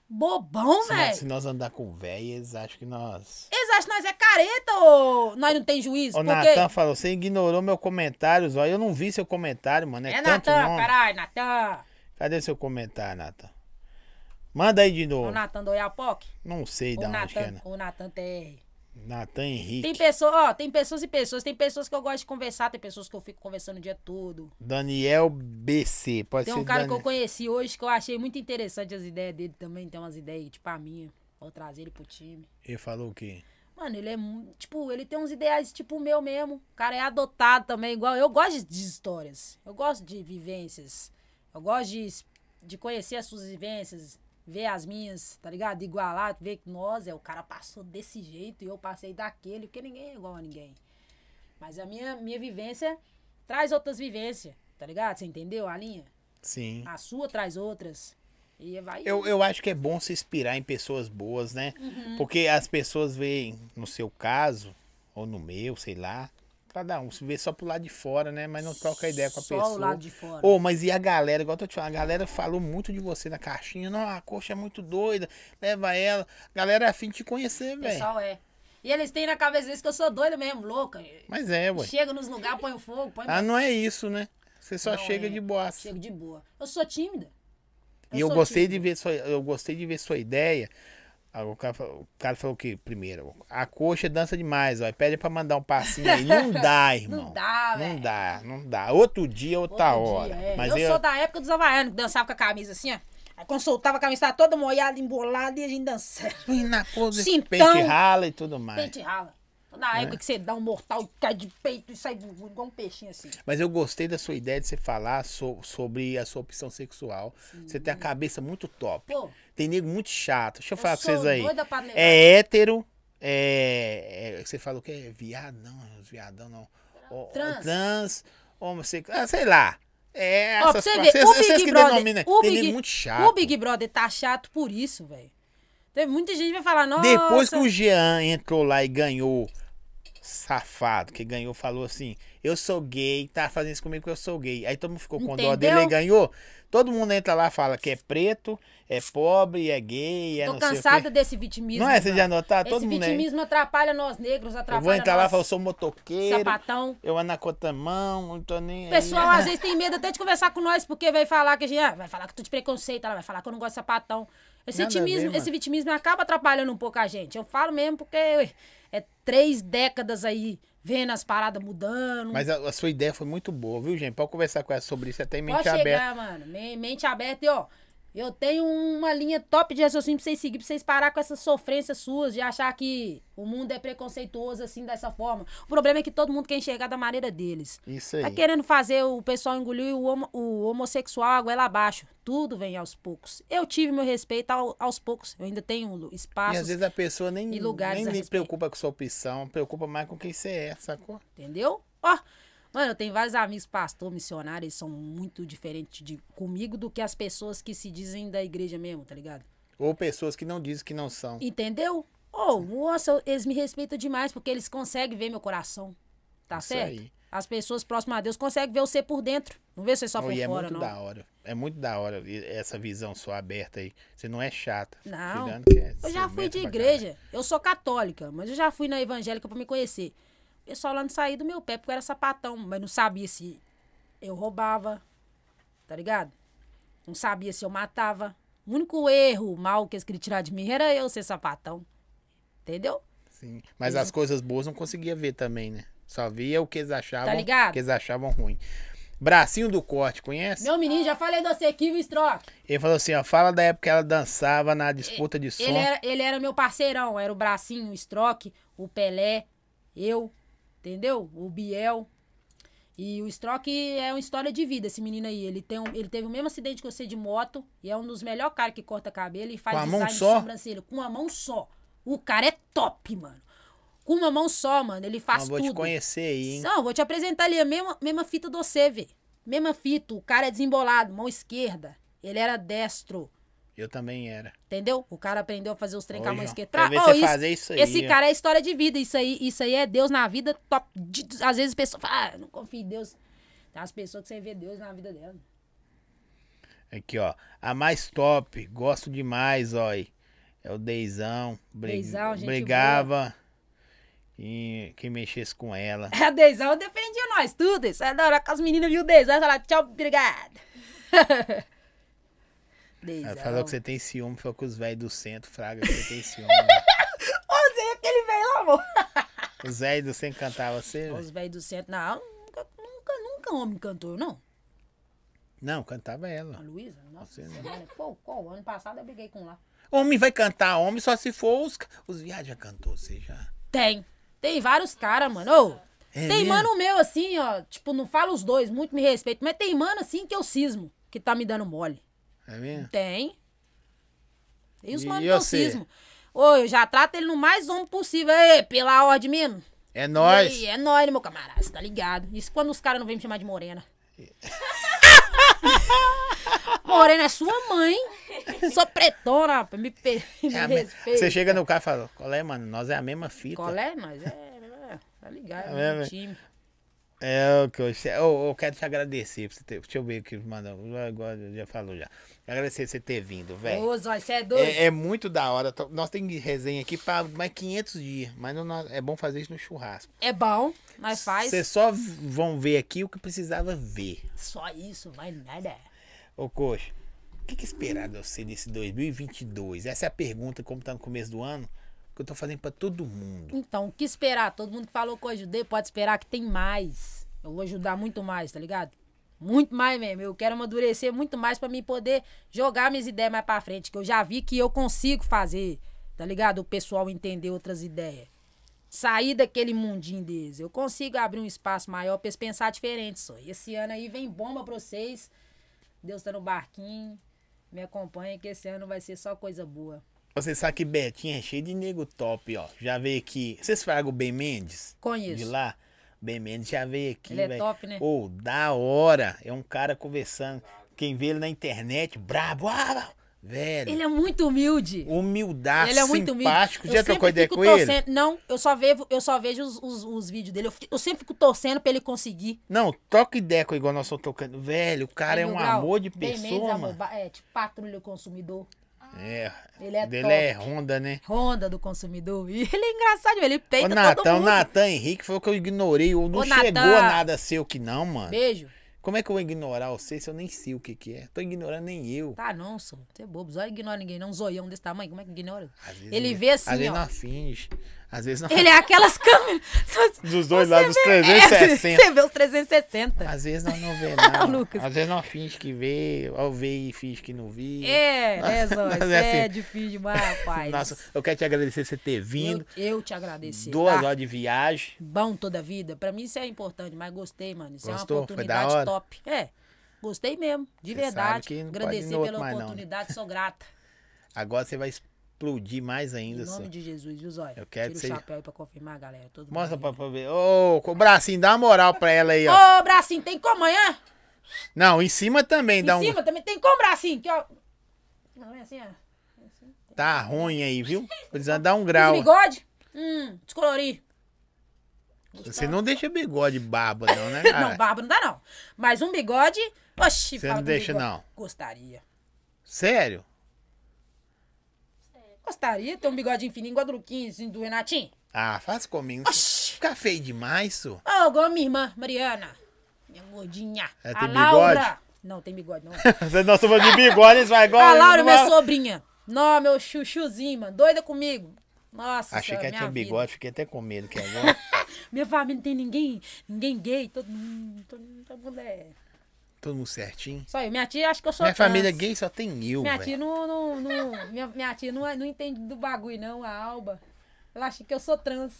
[SPEAKER 3] bobão,
[SPEAKER 1] Se nós, se
[SPEAKER 3] um velho.
[SPEAKER 1] nós andar com velho, eles acham que nós.
[SPEAKER 3] Eles acham que nós é careta ou nós não tem juízo?
[SPEAKER 1] O
[SPEAKER 3] porque...
[SPEAKER 1] Natan falou, você ignorou meu comentário, Zóio. Eu não vi seu comentário, mano. É,
[SPEAKER 3] É
[SPEAKER 1] tanto
[SPEAKER 3] Natan,
[SPEAKER 1] nome.
[SPEAKER 3] caralho, Natan.
[SPEAKER 1] Cadê seu comentário, Natan? Manda aí de
[SPEAKER 3] O
[SPEAKER 1] novo.
[SPEAKER 3] Natan do Oiapoque.
[SPEAKER 1] Não sei de
[SPEAKER 3] O
[SPEAKER 1] onde que é.
[SPEAKER 3] Natan, o Natan TR.
[SPEAKER 1] Natan Henrique.
[SPEAKER 3] Tem pessoas, ó, tem pessoas e pessoas. Tem pessoas que eu gosto de conversar, tem pessoas que eu fico conversando o dia todo.
[SPEAKER 1] Daniel BC. Pode
[SPEAKER 3] Tem
[SPEAKER 1] ser
[SPEAKER 3] um cara que eu
[SPEAKER 1] Daniel.
[SPEAKER 3] conheci hoje que eu achei muito interessante as ideias dele também. Tem umas ideias, tipo a minha. Pra eu trazer ele pro time.
[SPEAKER 1] Ele falou o quê?
[SPEAKER 3] Mano, ele é mu- tipo, ele tem uns ideais tipo o meu mesmo. O cara é adotado também, igual. Eu gosto de- de histórias. Eu gosto de vivências. Eu gosto de, es- de conhecer as suas vivências, ver as minhas, tá ligado? Igualar, ver que nós, é, o cara passou desse jeito e eu passei daquele, porque ninguém é igual a ninguém. Mas a minha, minha vivência traz outras vivências, tá ligado? Você entendeu a linha?
[SPEAKER 1] Sim.
[SPEAKER 3] A sua traz outras. E vai.
[SPEAKER 1] Eu, eu acho que é bom se inspirar em pessoas boas, né?
[SPEAKER 3] Uhum.
[SPEAKER 1] Porque as pessoas veem, no seu caso, ou no meu, sei lá, cada um se vê só pro lado de fora, né? Mas não troca ideia com a
[SPEAKER 3] Só o
[SPEAKER 1] pessoa.
[SPEAKER 3] lado de fora.
[SPEAKER 1] Ô, mas e a galera, igual eu tô te falando, a galera falou muito de você na caixinha. Não, a coxa é muito doida, leva ela. A galera é afim de te conhecer,
[SPEAKER 3] O
[SPEAKER 1] velho.
[SPEAKER 3] pessoal é. E eles têm na cabeça deles que eu sou doida mesmo, louca.
[SPEAKER 1] Mas é, ué.
[SPEAKER 3] Chega nos lugares, põe o fogo, põe.
[SPEAKER 1] Ah, não é isso, né? Você só
[SPEAKER 3] Não,
[SPEAKER 1] chega
[SPEAKER 3] é.
[SPEAKER 1] de bosta.
[SPEAKER 3] Chego de boa. Eu sou tímida.
[SPEAKER 1] E eu
[SPEAKER 3] sou
[SPEAKER 1] gostei de
[SPEAKER 3] tímida.
[SPEAKER 1] ver sua, eu gostei de ver sua ideia. Ah, O cara, falou- o cara falou que primeiro, a coxa dança demais, ó. e Pede pra mandar um passinho aí. Não dá, irmão.
[SPEAKER 3] Não dá,
[SPEAKER 1] Não
[SPEAKER 3] velho.
[SPEAKER 1] dá, não dá. Outro dia, outra
[SPEAKER 3] Outro
[SPEAKER 1] Tá hora.
[SPEAKER 3] dia, é.
[SPEAKER 1] Mas
[SPEAKER 3] eu,
[SPEAKER 1] eu,
[SPEAKER 3] sou da época dos havaianos, que dançava com a camisa assim, ó. Aí consultava a camisa, tava toda molhada, embolada, e a gente dançava.
[SPEAKER 1] E na pose,
[SPEAKER 3] Cintão.
[SPEAKER 1] pente rala e tudo mais.
[SPEAKER 3] Peito e rala. Na
[SPEAKER 1] É.
[SPEAKER 3] época que você dá um mortal e cai de peito e sai bu- bu- igual um peixinho assim.
[SPEAKER 1] Mas eu gostei da sua ideia de você falar so- sobre a sua opção sexual. Você tem a cabeça muito top.
[SPEAKER 3] Pô.
[SPEAKER 1] Tem nego muito chato. Deixa eu
[SPEAKER 3] Eu
[SPEAKER 1] falar pra
[SPEAKER 3] sou
[SPEAKER 1] vocês aí.
[SPEAKER 3] doida pra levar.
[SPEAKER 1] É hétero. É, é- Você falou que é viado? Não, é uns viadão não. Ó, ó,
[SPEAKER 3] Trans.
[SPEAKER 1] Trans. Homossexual. Ah, sei lá. É,
[SPEAKER 3] Ó, pra
[SPEAKER 1] essas
[SPEAKER 3] você
[SPEAKER 1] coisas.
[SPEAKER 3] ver, o
[SPEAKER 1] Vocês
[SPEAKER 3] Big
[SPEAKER 1] que
[SPEAKER 3] Brother.
[SPEAKER 1] denominam.
[SPEAKER 3] O
[SPEAKER 1] Tem nego
[SPEAKER 3] Big,
[SPEAKER 1] muito chato.
[SPEAKER 3] o Big Brother tá chato por isso, velho. Tem muita gente que vai falar, nossa.
[SPEAKER 1] Depois que o Jean entrou lá e ganhou, safado, que ganhou, falou assim: Eu sou gay, tá fazendo isso comigo porque eu sou gay. Aí todo mundo ficou com dó
[SPEAKER 3] Entendeu?
[SPEAKER 1] dele e ganhou. Todo mundo entra lá e fala que é preto, é pobre, é gay, é
[SPEAKER 3] Tô
[SPEAKER 1] não
[SPEAKER 3] cansada
[SPEAKER 1] sei o quê.
[SPEAKER 3] desse vitimismo.
[SPEAKER 1] Não é? Você
[SPEAKER 3] mano.
[SPEAKER 1] já notaram?
[SPEAKER 3] Esse
[SPEAKER 1] Todo mundo é.
[SPEAKER 3] vitimismo atrapalha nós negros, atrapalha
[SPEAKER 1] Eu vou entrar lá e
[SPEAKER 3] nós
[SPEAKER 1] falar: Eu sou motoqueiro,
[SPEAKER 3] sapatão.
[SPEAKER 1] eu anacotamão, não tô nem.
[SPEAKER 3] O
[SPEAKER 1] aí." É.
[SPEAKER 3] pessoal às vezes tem medo até de conversar com nós, porque vai falar que a gente ah, vai falar que eu tô de preconceito, ela vai falar que eu não gosto de sapatão. Esse,
[SPEAKER 1] Nada a ver,
[SPEAKER 3] vitimismo,
[SPEAKER 1] mano.
[SPEAKER 3] esse vitimismo acaba atrapalhando um pouco a gente. Eu falo mesmo porque ué, é três décadas aí vendo as paradas mudando.
[SPEAKER 1] Mas a, a sua ideia foi muito boa, viu, gente? Pode conversar com ela sobre isso é até em mente
[SPEAKER 3] Pode chegar,
[SPEAKER 1] aberta.
[SPEAKER 3] mano. Me- Mente aberta. E, ó, eu tenho uma linha top de raciocínio pra vocês seguir, pra vocês parar com essas sofrências suas de achar que o mundo é preconceituoso assim, dessa forma. O problema é que todo mundo quer enxergar da maneira deles.
[SPEAKER 1] Isso aí.
[SPEAKER 3] Tá querendo fazer o pessoal engolir o, homo- o homossexual a goela abaixo. Tudo vem aos poucos. Eu tive meu respeito ao- aos poucos. Eu ainda tenho
[SPEAKER 1] E
[SPEAKER 3] espaço,
[SPEAKER 1] às vezes a pessoa nem,
[SPEAKER 3] e lugares
[SPEAKER 1] nem
[SPEAKER 3] a
[SPEAKER 1] se
[SPEAKER 3] respeito.
[SPEAKER 1] preocupa com sua opção, preocupa mais com quem você é, sacou?
[SPEAKER 3] entendeu? Ó, mano, eu tenho vários amigos pastor, missionário, eles são muito diferentes de, comigo do que as pessoas que se dizem da igreja mesmo, tá ligado?
[SPEAKER 1] Ou pessoas que não dizem que não são.
[SPEAKER 3] Entendeu? Ou, nossa, eles me respeitam demais porque eles conseguem ver meu coração. Tá
[SPEAKER 1] Isso
[SPEAKER 3] certo?
[SPEAKER 1] aí.
[SPEAKER 3] As pessoas próximas a Deus conseguem ver você por dentro. Não vê você só
[SPEAKER 1] Oh,
[SPEAKER 3] por
[SPEAKER 1] e é
[SPEAKER 3] fora,
[SPEAKER 1] muito
[SPEAKER 3] não.
[SPEAKER 1] da hora. É muito da hora e- essa visão sua aberta aí. Você não é chata.
[SPEAKER 3] Não.
[SPEAKER 1] Tirando que é
[SPEAKER 3] Eu já fui
[SPEAKER 1] ciumenta
[SPEAKER 3] de
[SPEAKER 1] pra
[SPEAKER 3] igreja. Eu sou católica, mas eu já fui na evangélica pra me conhecer. O pessoal lá não saía do meu pé porque eu era sapatão, mas não sabia se eu roubava, tá ligado? Não sabia se eu matava. O único erro, mal que eles queriam tirar de mim era eu ser sapatão. Entendeu?
[SPEAKER 1] caralho. Sim.
[SPEAKER 3] Uhum.
[SPEAKER 1] Mas as coisas boas não conseguia ver também, né? Só via o que eles achavam,
[SPEAKER 3] Tá ligado?
[SPEAKER 1] que eles achavam ruim. Bracinho do corte, conhece?
[SPEAKER 3] Meu menino, já falei de você aqui, viu, Strock?
[SPEAKER 1] Ele falou assim, ó, fala da época que ela dançava na disputa de som.
[SPEAKER 3] Ele era, ele era meu parceirão, era o Bracinho, o Strock, o Pelé, eu, entendeu? O Biel. E o Strock é uma história de vida, esse menino aí. Ele, tem um- ele teve o mesmo acidente que você de moto e é um dos melhores caras que corta cabelo e faz
[SPEAKER 1] Com a mão
[SPEAKER 3] design de
[SPEAKER 1] só?
[SPEAKER 3] sobrancelha. Com uma mão só. O cara é top, mano. Com uma mão só, mano. Ele faz
[SPEAKER 1] Não, vou
[SPEAKER 3] tudo.
[SPEAKER 1] te conhecer aí, hein?
[SPEAKER 3] Não, vou te apresentar ali. A mesma, mesma fita do você, vê. Mesma fita. O cara é desembolado, mão esquerda. Ele era destro.
[SPEAKER 1] Eu também era.
[SPEAKER 3] Entendeu? O cara aprendeu a fazer os trem com a
[SPEAKER 1] Ô,
[SPEAKER 3] mão
[SPEAKER 1] João,
[SPEAKER 3] esquerda.
[SPEAKER 1] quero
[SPEAKER 3] Tra-
[SPEAKER 1] ver
[SPEAKER 3] Ó,
[SPEAKER 1] você fazer isso aí,
[SPEAKER 3] Esse
[SPEAKER 1] ó.
[SPEAKER 3] cara é história de vida. Isso aí, isso aí é Deus na vida top. De- Às vezes a pessoa fala, ah, eu não confio em Deus. Tem umas pessoas que você vê Deus na vida dela.
[SPEAKER 1] Aqui, ó. A mais top. Gosto demais, ó. É o Deizão. Brig...
[SPEAKER 3] Deizão, gente
[SPEAKER 1] brigava. E quem mexesse com ela.
[SPEAKER 3] A Deizão defendia nós, tudo. Isso é da hora que as meninas viu o Deizão e falaram, tchau, obrigado. Deizão.
[SPEAKER 1] Ela falou que você tem ciúme, falou que os velhos do centro, fraga, que você tem ciúme. né?
[SPEAKER 3] Ô, Zé, que ele veio lá, amor.
[SPEAKER 1] Os velhos do centro cantavam você? velho?
[SPEAKER 3] Os velhos do centro, não, nunca, nunca, nunca homem cantor, não.
[SPEAKER 1] Não, cantava
[SPEAKER 3] A
[SPEAKER 1] ela.
[SPEAKER 3] Luísa, nossa
[SPEAKER 1] Você não.
[SPEAKER 3] senhora. Pô, qual? Ano passado eu briguei com lá.
[SPEAKER 1] Homem vai cantar homem só se for os, os viados já cantou, você já.
[SPEAKER 3] Tem. Tem vários caras, mano. Ô,
[SPEAKER 1] É
[SPEAKER 3] tem
[SPEAKER 1] mesmo?
[SPEAKER 3] mano meu assim, ó. Tipo, não falo os dois, muito me respeito. Mas tem mano assim que eu cismo, que tá me dando mole.
[SPEAKER 1] É mesmo?
[SPEAKER 3] Tem. Tem os
[SPEAKER 1] E
[SPEAKER 3] mano que eu
[SPEAKER 1] você?
[SPEAKER 3] cismo. Ô, eu já trato ele no mais homem possível. Ei, pela ordem mesmo.
[SPEAKER 1] É
[SPEAKER 3] Nós.
[SPEAKER 1] nóis.
[SPEAKER 3] é nóis, meu camarada, cê tá ligado? Isso quando os caras não vêm me chamar de morena. morena é sua mãe. Sou pretona, rapaz. Me, pe... me
[SPEAKER 1] É a me-
[SPEAKER 3] respeita.
[SPEAKER 1] Você chega no carro e fala, qual é, mano? Nós é a mesma fita.
[SPEAKER 3] Qual é, nós? É, é, tá ligado,
[SPEAKER 1] É,
[SPEAKER 3] é,
[SPEAKER 1] velho.
[SPEAKER 3] time.
[SPEAKER 1] É o que eu, eu, eu quero te agradecer por você ter. Deixa eu ver o que mandou. Agora já falou já. Agradecer você ter vindo, velho.
[SPEAKER 3] Ô, Zói, você é doido.
[SPEAKER 1] É, é muito da hora. Tô- Nós temos resenha aqui para mais 500 dias, mas não- nós- é bom fazer isso no churrasco.
[SPEAKER 3] É, bom, nós faz.
[SPEAKER 1] Vocês só v- vão ver aqui o que precisava ver.
[SPEAKER 3] Só isso, vai nada.
[SPEAKER 1] Ô, Coxa, o que, é que esperar de você nesse 2022? Essa é a pergunta, como tá no começo do ano, que eu tô fazendo para todo mundo.
[SPEAKER 3] Então, o que esperar? Todo mundo que falou que eu ajudei, pode esperar que tem mais. Eu vou ajudar muito mais, tá ligado? Muito mais mesmo. Eu quero amadurecer muito mais pra mim poder jogar minhas ideias mais pra frente, que eu já vi que eu consigo fazer, tá ligado? O pessoal entender outras ideias. Sair daquele mundinho deles. Eu consigo abrir um espaço maior pra eles pensar diferente só. E Esse ano aí vem bomba pra vocês. Deus tá no barquinho. Me acompanha que esse ano vai ser só coisa boa.
[SPEAKER 1] Você sabe que Betinha é cheio de nego top, ó. Já veio aqui. Vocês fragam o Ben Mendes?
[SPEAKER 3] Conheço.
[SPEAKER 1] De lá? Ben Mendes já veio aqui.
[SPEAKER 3] Ele é
[SPEAKER 1] velho.
[SPEAKER 3] top, né?
[SPEAKER 1] Ô, da hora. É um cara conversando. Quem vê ele na internet, brabo. Ah, velho.
[SPEAKER 3] Ele é muito humilde.
[SPEAKER 1] Humildade,
[SPEAKER 3] Ele é muito
[SPEAKER 1] Ah, simpático.
[SPEAKER 3] humilde.
[SPEAKER 1] Já
[SPEAKER 3] Eu
[SPEAKER 1] trocou
[SPEAKER 3] sempre
[SPEAKER 1] ideia
[SPEAKER 3] fico
[SPEAKER 1] com ele?
[SPEAKER 3] torcendo- Não, eu só vejo, eu só vejo os, os- os vídeos dele. Eu, fi- eu sempre fico torcendo pra ele conseguir.
[SPEAKER 1] Não, troca ideia com igual nós estamos tocando. Velho, o cara é
[SPEAKER 3] Mil
[SPEAKER 1] um
[SPEAKER 3] Grau,
[SPEAKER 1] amor de
[SPEAKER 3] Bem
[SPEAKER 1] pessoa,
[SPEAKER 3] menos amor,
[SPEAKER 1] mano.
[SPEAKER 3] ba- É, tipo, patrulha do consumidor.
[SPEAKER 1] É.
[SPEAKER 3] Ele é
[SPEAKER 1] dele
[SPEAKER 3] top.
[SPEAKER 1] é Honda, né?
[SPEAKER 3] Honda do consumidor. E ele é engraçado, ele peita
[SPEAKER 1] Ô, Natan,
[SPEAKER 3] todo
[SPEAKER 1] o
[SPEAKER 3] mundo.
[SPEAKER 1] Natan Henrique falou que eu ignorei. Ou não
[SPEAKER 3] Ô,
[SPEAKER 1] chegou
[SPEAKER 3] Natan.
[SPEAKER 1] nada seu que não, mano.
[SPEAKER 3] Beijo.
[SPEAKER 1] Como é que eu vou ignorar você se eu nem sei o que que é? Tô ignorando nem eu.
[SPEAKER 3] Tá, não, sou. Você é bobo. Zóio ignora ninguém, não. Um zoião desse tamanho, como é que ignora?
[SPEAKER 1] Às vezes
[SPEAKER 3] Ele
[SPEAKER 1] não-
[SPEAKER 3] vê assim,
[SPEAKER 1] Às vezes
[SPEAKER 3] ó.
[SPEAKER 1] nós finge. Às vezes nós...
[SPEAKER 3] Ele é aquelas câmeras.
[SPEAKER 1] Dos dois lados, dos
[SPEAKER 3] Você vê- é,
[SPEAKER 1] 360.
[SPEAKER 3] Você vê os 360.
[SPEAKER 1] Às vezes nós não vê nada.
[SPEAKER 3] Lucas.
[SPEAKER 1] Às vezes nós finge que vê, ou vê e finge que não vi.
[SPEAKER 3] É, né, Zóio?
[SPEAKER 1] Nós
[SPEAKER 3] Você
[SPEAKER 1] é
[SPEAKER 3] é
[SPEAKER 1] assim.
[SPEAKER 3] difícil demais, rapaz.
[SPEAKER 1] Nossa, eu quero te agradecer você ter
[SPEAKER 3] eu,
[SPEAKER 1] vindo.
[SPEAKER 3] eu te agradecer.
[SPEAKER 1] Duas
[SPEAKER 3] tá?
[SPEAKER 1] horas de viagem.
[SPEAKER 3] bom toda a vida. Pra mim isso é importante, mas gostei, mano. Isso é
[SPEAKER 1] Gostou?
[SPEAKER 3] uma
[SPEAKER 1] Foi da hora?
[SPEAKER 3] oportunidade top. É. Gostei mesmo, de
[SPEAKER 1] Você sabe
[SPEAKER 3] verdade.
[SPEAKER 1] que não pode ir no
[SPEAKER 3] Agradecer
[SPEAKER 1] outro
[SPEAKER 3] pela
[SPEAKER 1] mais não, né?
[SPEAKER 3] oportunidade, sou grata.
[SPEAKER 1] Agora você vai explodir mais
[SPEAKER 3] Em
[SPEAKER 1] ainda.
[SPEAKER 3] nome
[SPEAKER 1] só.
[SPEAKER 3] de Jesus, viu, Zóia?
[SPEAKER 1] Eu quero
[SPEAKER 3] Tira
[SPEAKER 1] que
[SPEAKER 3] o
[SPEAKER 1] você-
[SPEAKER 3] chapéu aí pra confirmar, galera. Todo mundo
[SPEAKER 1] Mostra
[SPEAKER 3] aí.
[SPEAKER 1] pra, pra ver. Ô, com o bracinho, dá uma moral pra ela aí, ó.
[SPEAKER 3] Ô, bracinho, tem como amanhã?
[SPEAKER 1] Não, em cima também
[SPEAKER 3] Em
[SPEAKER 1] dá um.
[SPEAKER 3] cima também tem como, bracinho? Que, ó... Não é assim, ó.
[SPEAKER 1] Tá ruim aí, viu? Precisando dar um
[SPEAKER 3] Esse
[SPEAKER 1] grau.
[SPEAKER 3] bigode? Hum, descolori.
[SPEAKER 1] Você não deixa bigode barba, não, né, cara?
[SPEAKER 3] tá- Não, barba não dá, não. Mas um bigode... Oxi,
[SPEAKER 1] Você
[SPEAKER 3] fala
[SPEAKER 1] não
[SPEAKER 3] com
[SPEAKER 1] deixa,
[SPEAKER 3] bigode.
[SPEAKER 1] não?
[SPEAKER 3] Gostaria.
[SPEAKER 1] Sério?
[SPEAKER 3] Gostaria de ter um bigodinho fininho igual do Luquinho, assim, do Renatinho.
[SPEAKER 1] Ah, faz comigo.
[SPEAKER 3] Oxi.
[SPEAKER 1] Fica feio demais, isso.
[SPEAKER 3] Ô, Ah, igual a minha irmã, Mariana. Minha gordinha.
[SPEAKER 1] É,
[SPEAKER 3] a
[SPEAKER 1] tem
[SPEAKER 3] Laura.
[SPEAKER 1] bigode?
[SPEAKER 3] Não, tem bigode, não.
[SPEAKER 1] Vocês não estão de bigode, eles vai igual.
[SPEAKER 3] a Laura, é minha sobrinha. Não, meu chuchuzinho, mano. Doida comigo. Nossa,
[SPEAKER 1] Achei que
[SPEAKER 3] senhora,
[SPEAKER 1] ela tinha
[SPEAKER 3] minha vida.
[SPEAKER 1] bigode, fiquei até com medo que agora.
[SPEAKER 3] Minha família não tem ninguém, ninguém gay, todo mundo, todo mundo, todo mundo é.
[SPEAKER 1] Todo mundo certinho.
[SPEAKER 3] Só eu. Minha tia acha que eu sou
[SPEAKER 1] Minha
[SPEAKER 3] trans.
[SPEAKER 1] família é gay só tem eu,
[SPEAKER 3] Minha tia
[SPEAKER 1] velho.
[SPEAKER 3] não, não, não- minha, minha tia não, é- não entende do bagulho, não, a Alba. Ela acha que eu sou trans.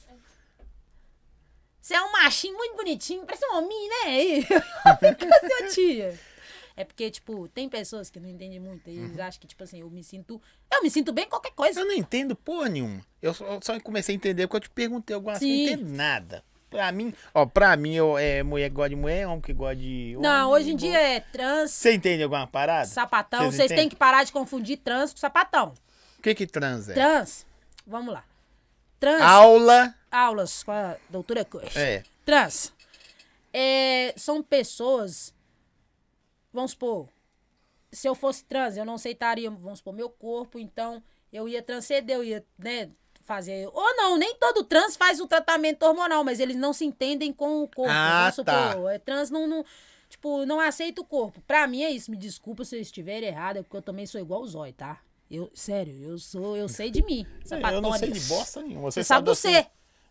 [SPEAKER 3] Você é um machinho muito bonitinho, parece um homem, né? E assim Eu fico com a sua tia. É porque, tipo, tem pessoas que não entendem muito. E eles acham que, tipo assim, eu me sinto. Eu me sinto bem em qualquer coisa.
[SPEAKER 1] Eu não entendo porra nenhuma. Eu só, eu só comecei a entender porque eu te perguntei algumas coisas.
[SPEAKER 3] Sim.
[SPEAKER 1] Não entendo nada. Pra mim, ó, pra mim, eu, é mulher que gosta de mulher, homem que gosta de.
[SPEAKER 3] Não,
[SPEAKER 1] homem,
[SPEAKER 3] hoje em
[SPEAKER 1] bo-
[SPEAKER 3] dia é trans,
[SPEAKER 1] Você entende alguma parada?
[SPEAKER 3] sapatão.
[SPEAKER 1] Vocês
[SPEAKER 3] Vocês têm
[SPEAKER 1] entendem?
[SPEAKER 3] que parar de confundir trans com sapatão.
[SPEAKER 1] O que que trans é?
[SPEAKER 3] Trans, vamos lá. Trans.
[SPEAKER 1] Aula.
[SPEAKER 3] aulas com a doutora Coxa.
[SPEAKER 1] É.
[SPEAKER 3] Trans. É, são pessoas. Vamos supor. Se eu fosse trans, eu não aceitaria, vamos supor, meu corpo, então eu ia transcender, eu ia, né, fazer. Ou não, nem todo trans faz o tratamento hormonal, mas eles não se entendem com o corpo.
[SPEAKER 1] Ah,
[SPEAKER 3] vamos
[SPEAKER 1] tá.
[SPEAKER 3] supor. É, trans não, não. Tipo, não aceita o corpo. Pra mim é isso. Me desculpa se eu estiver errada, porque eu também sou igual o Zói, tá? Eu, sério, eu sou, eu sei de mim.
[SPEAKER 1] Eu não sei de
[SPEAKER 3] sapatônia.
[SPEAKER 1] bosta nenhuma.
[SPEAKER 3] Você
[SPEAKER 1] Você assim,
[SPEAKER 3] sabe do
[SPEAKER 1] do
[SPEAKER 3] C.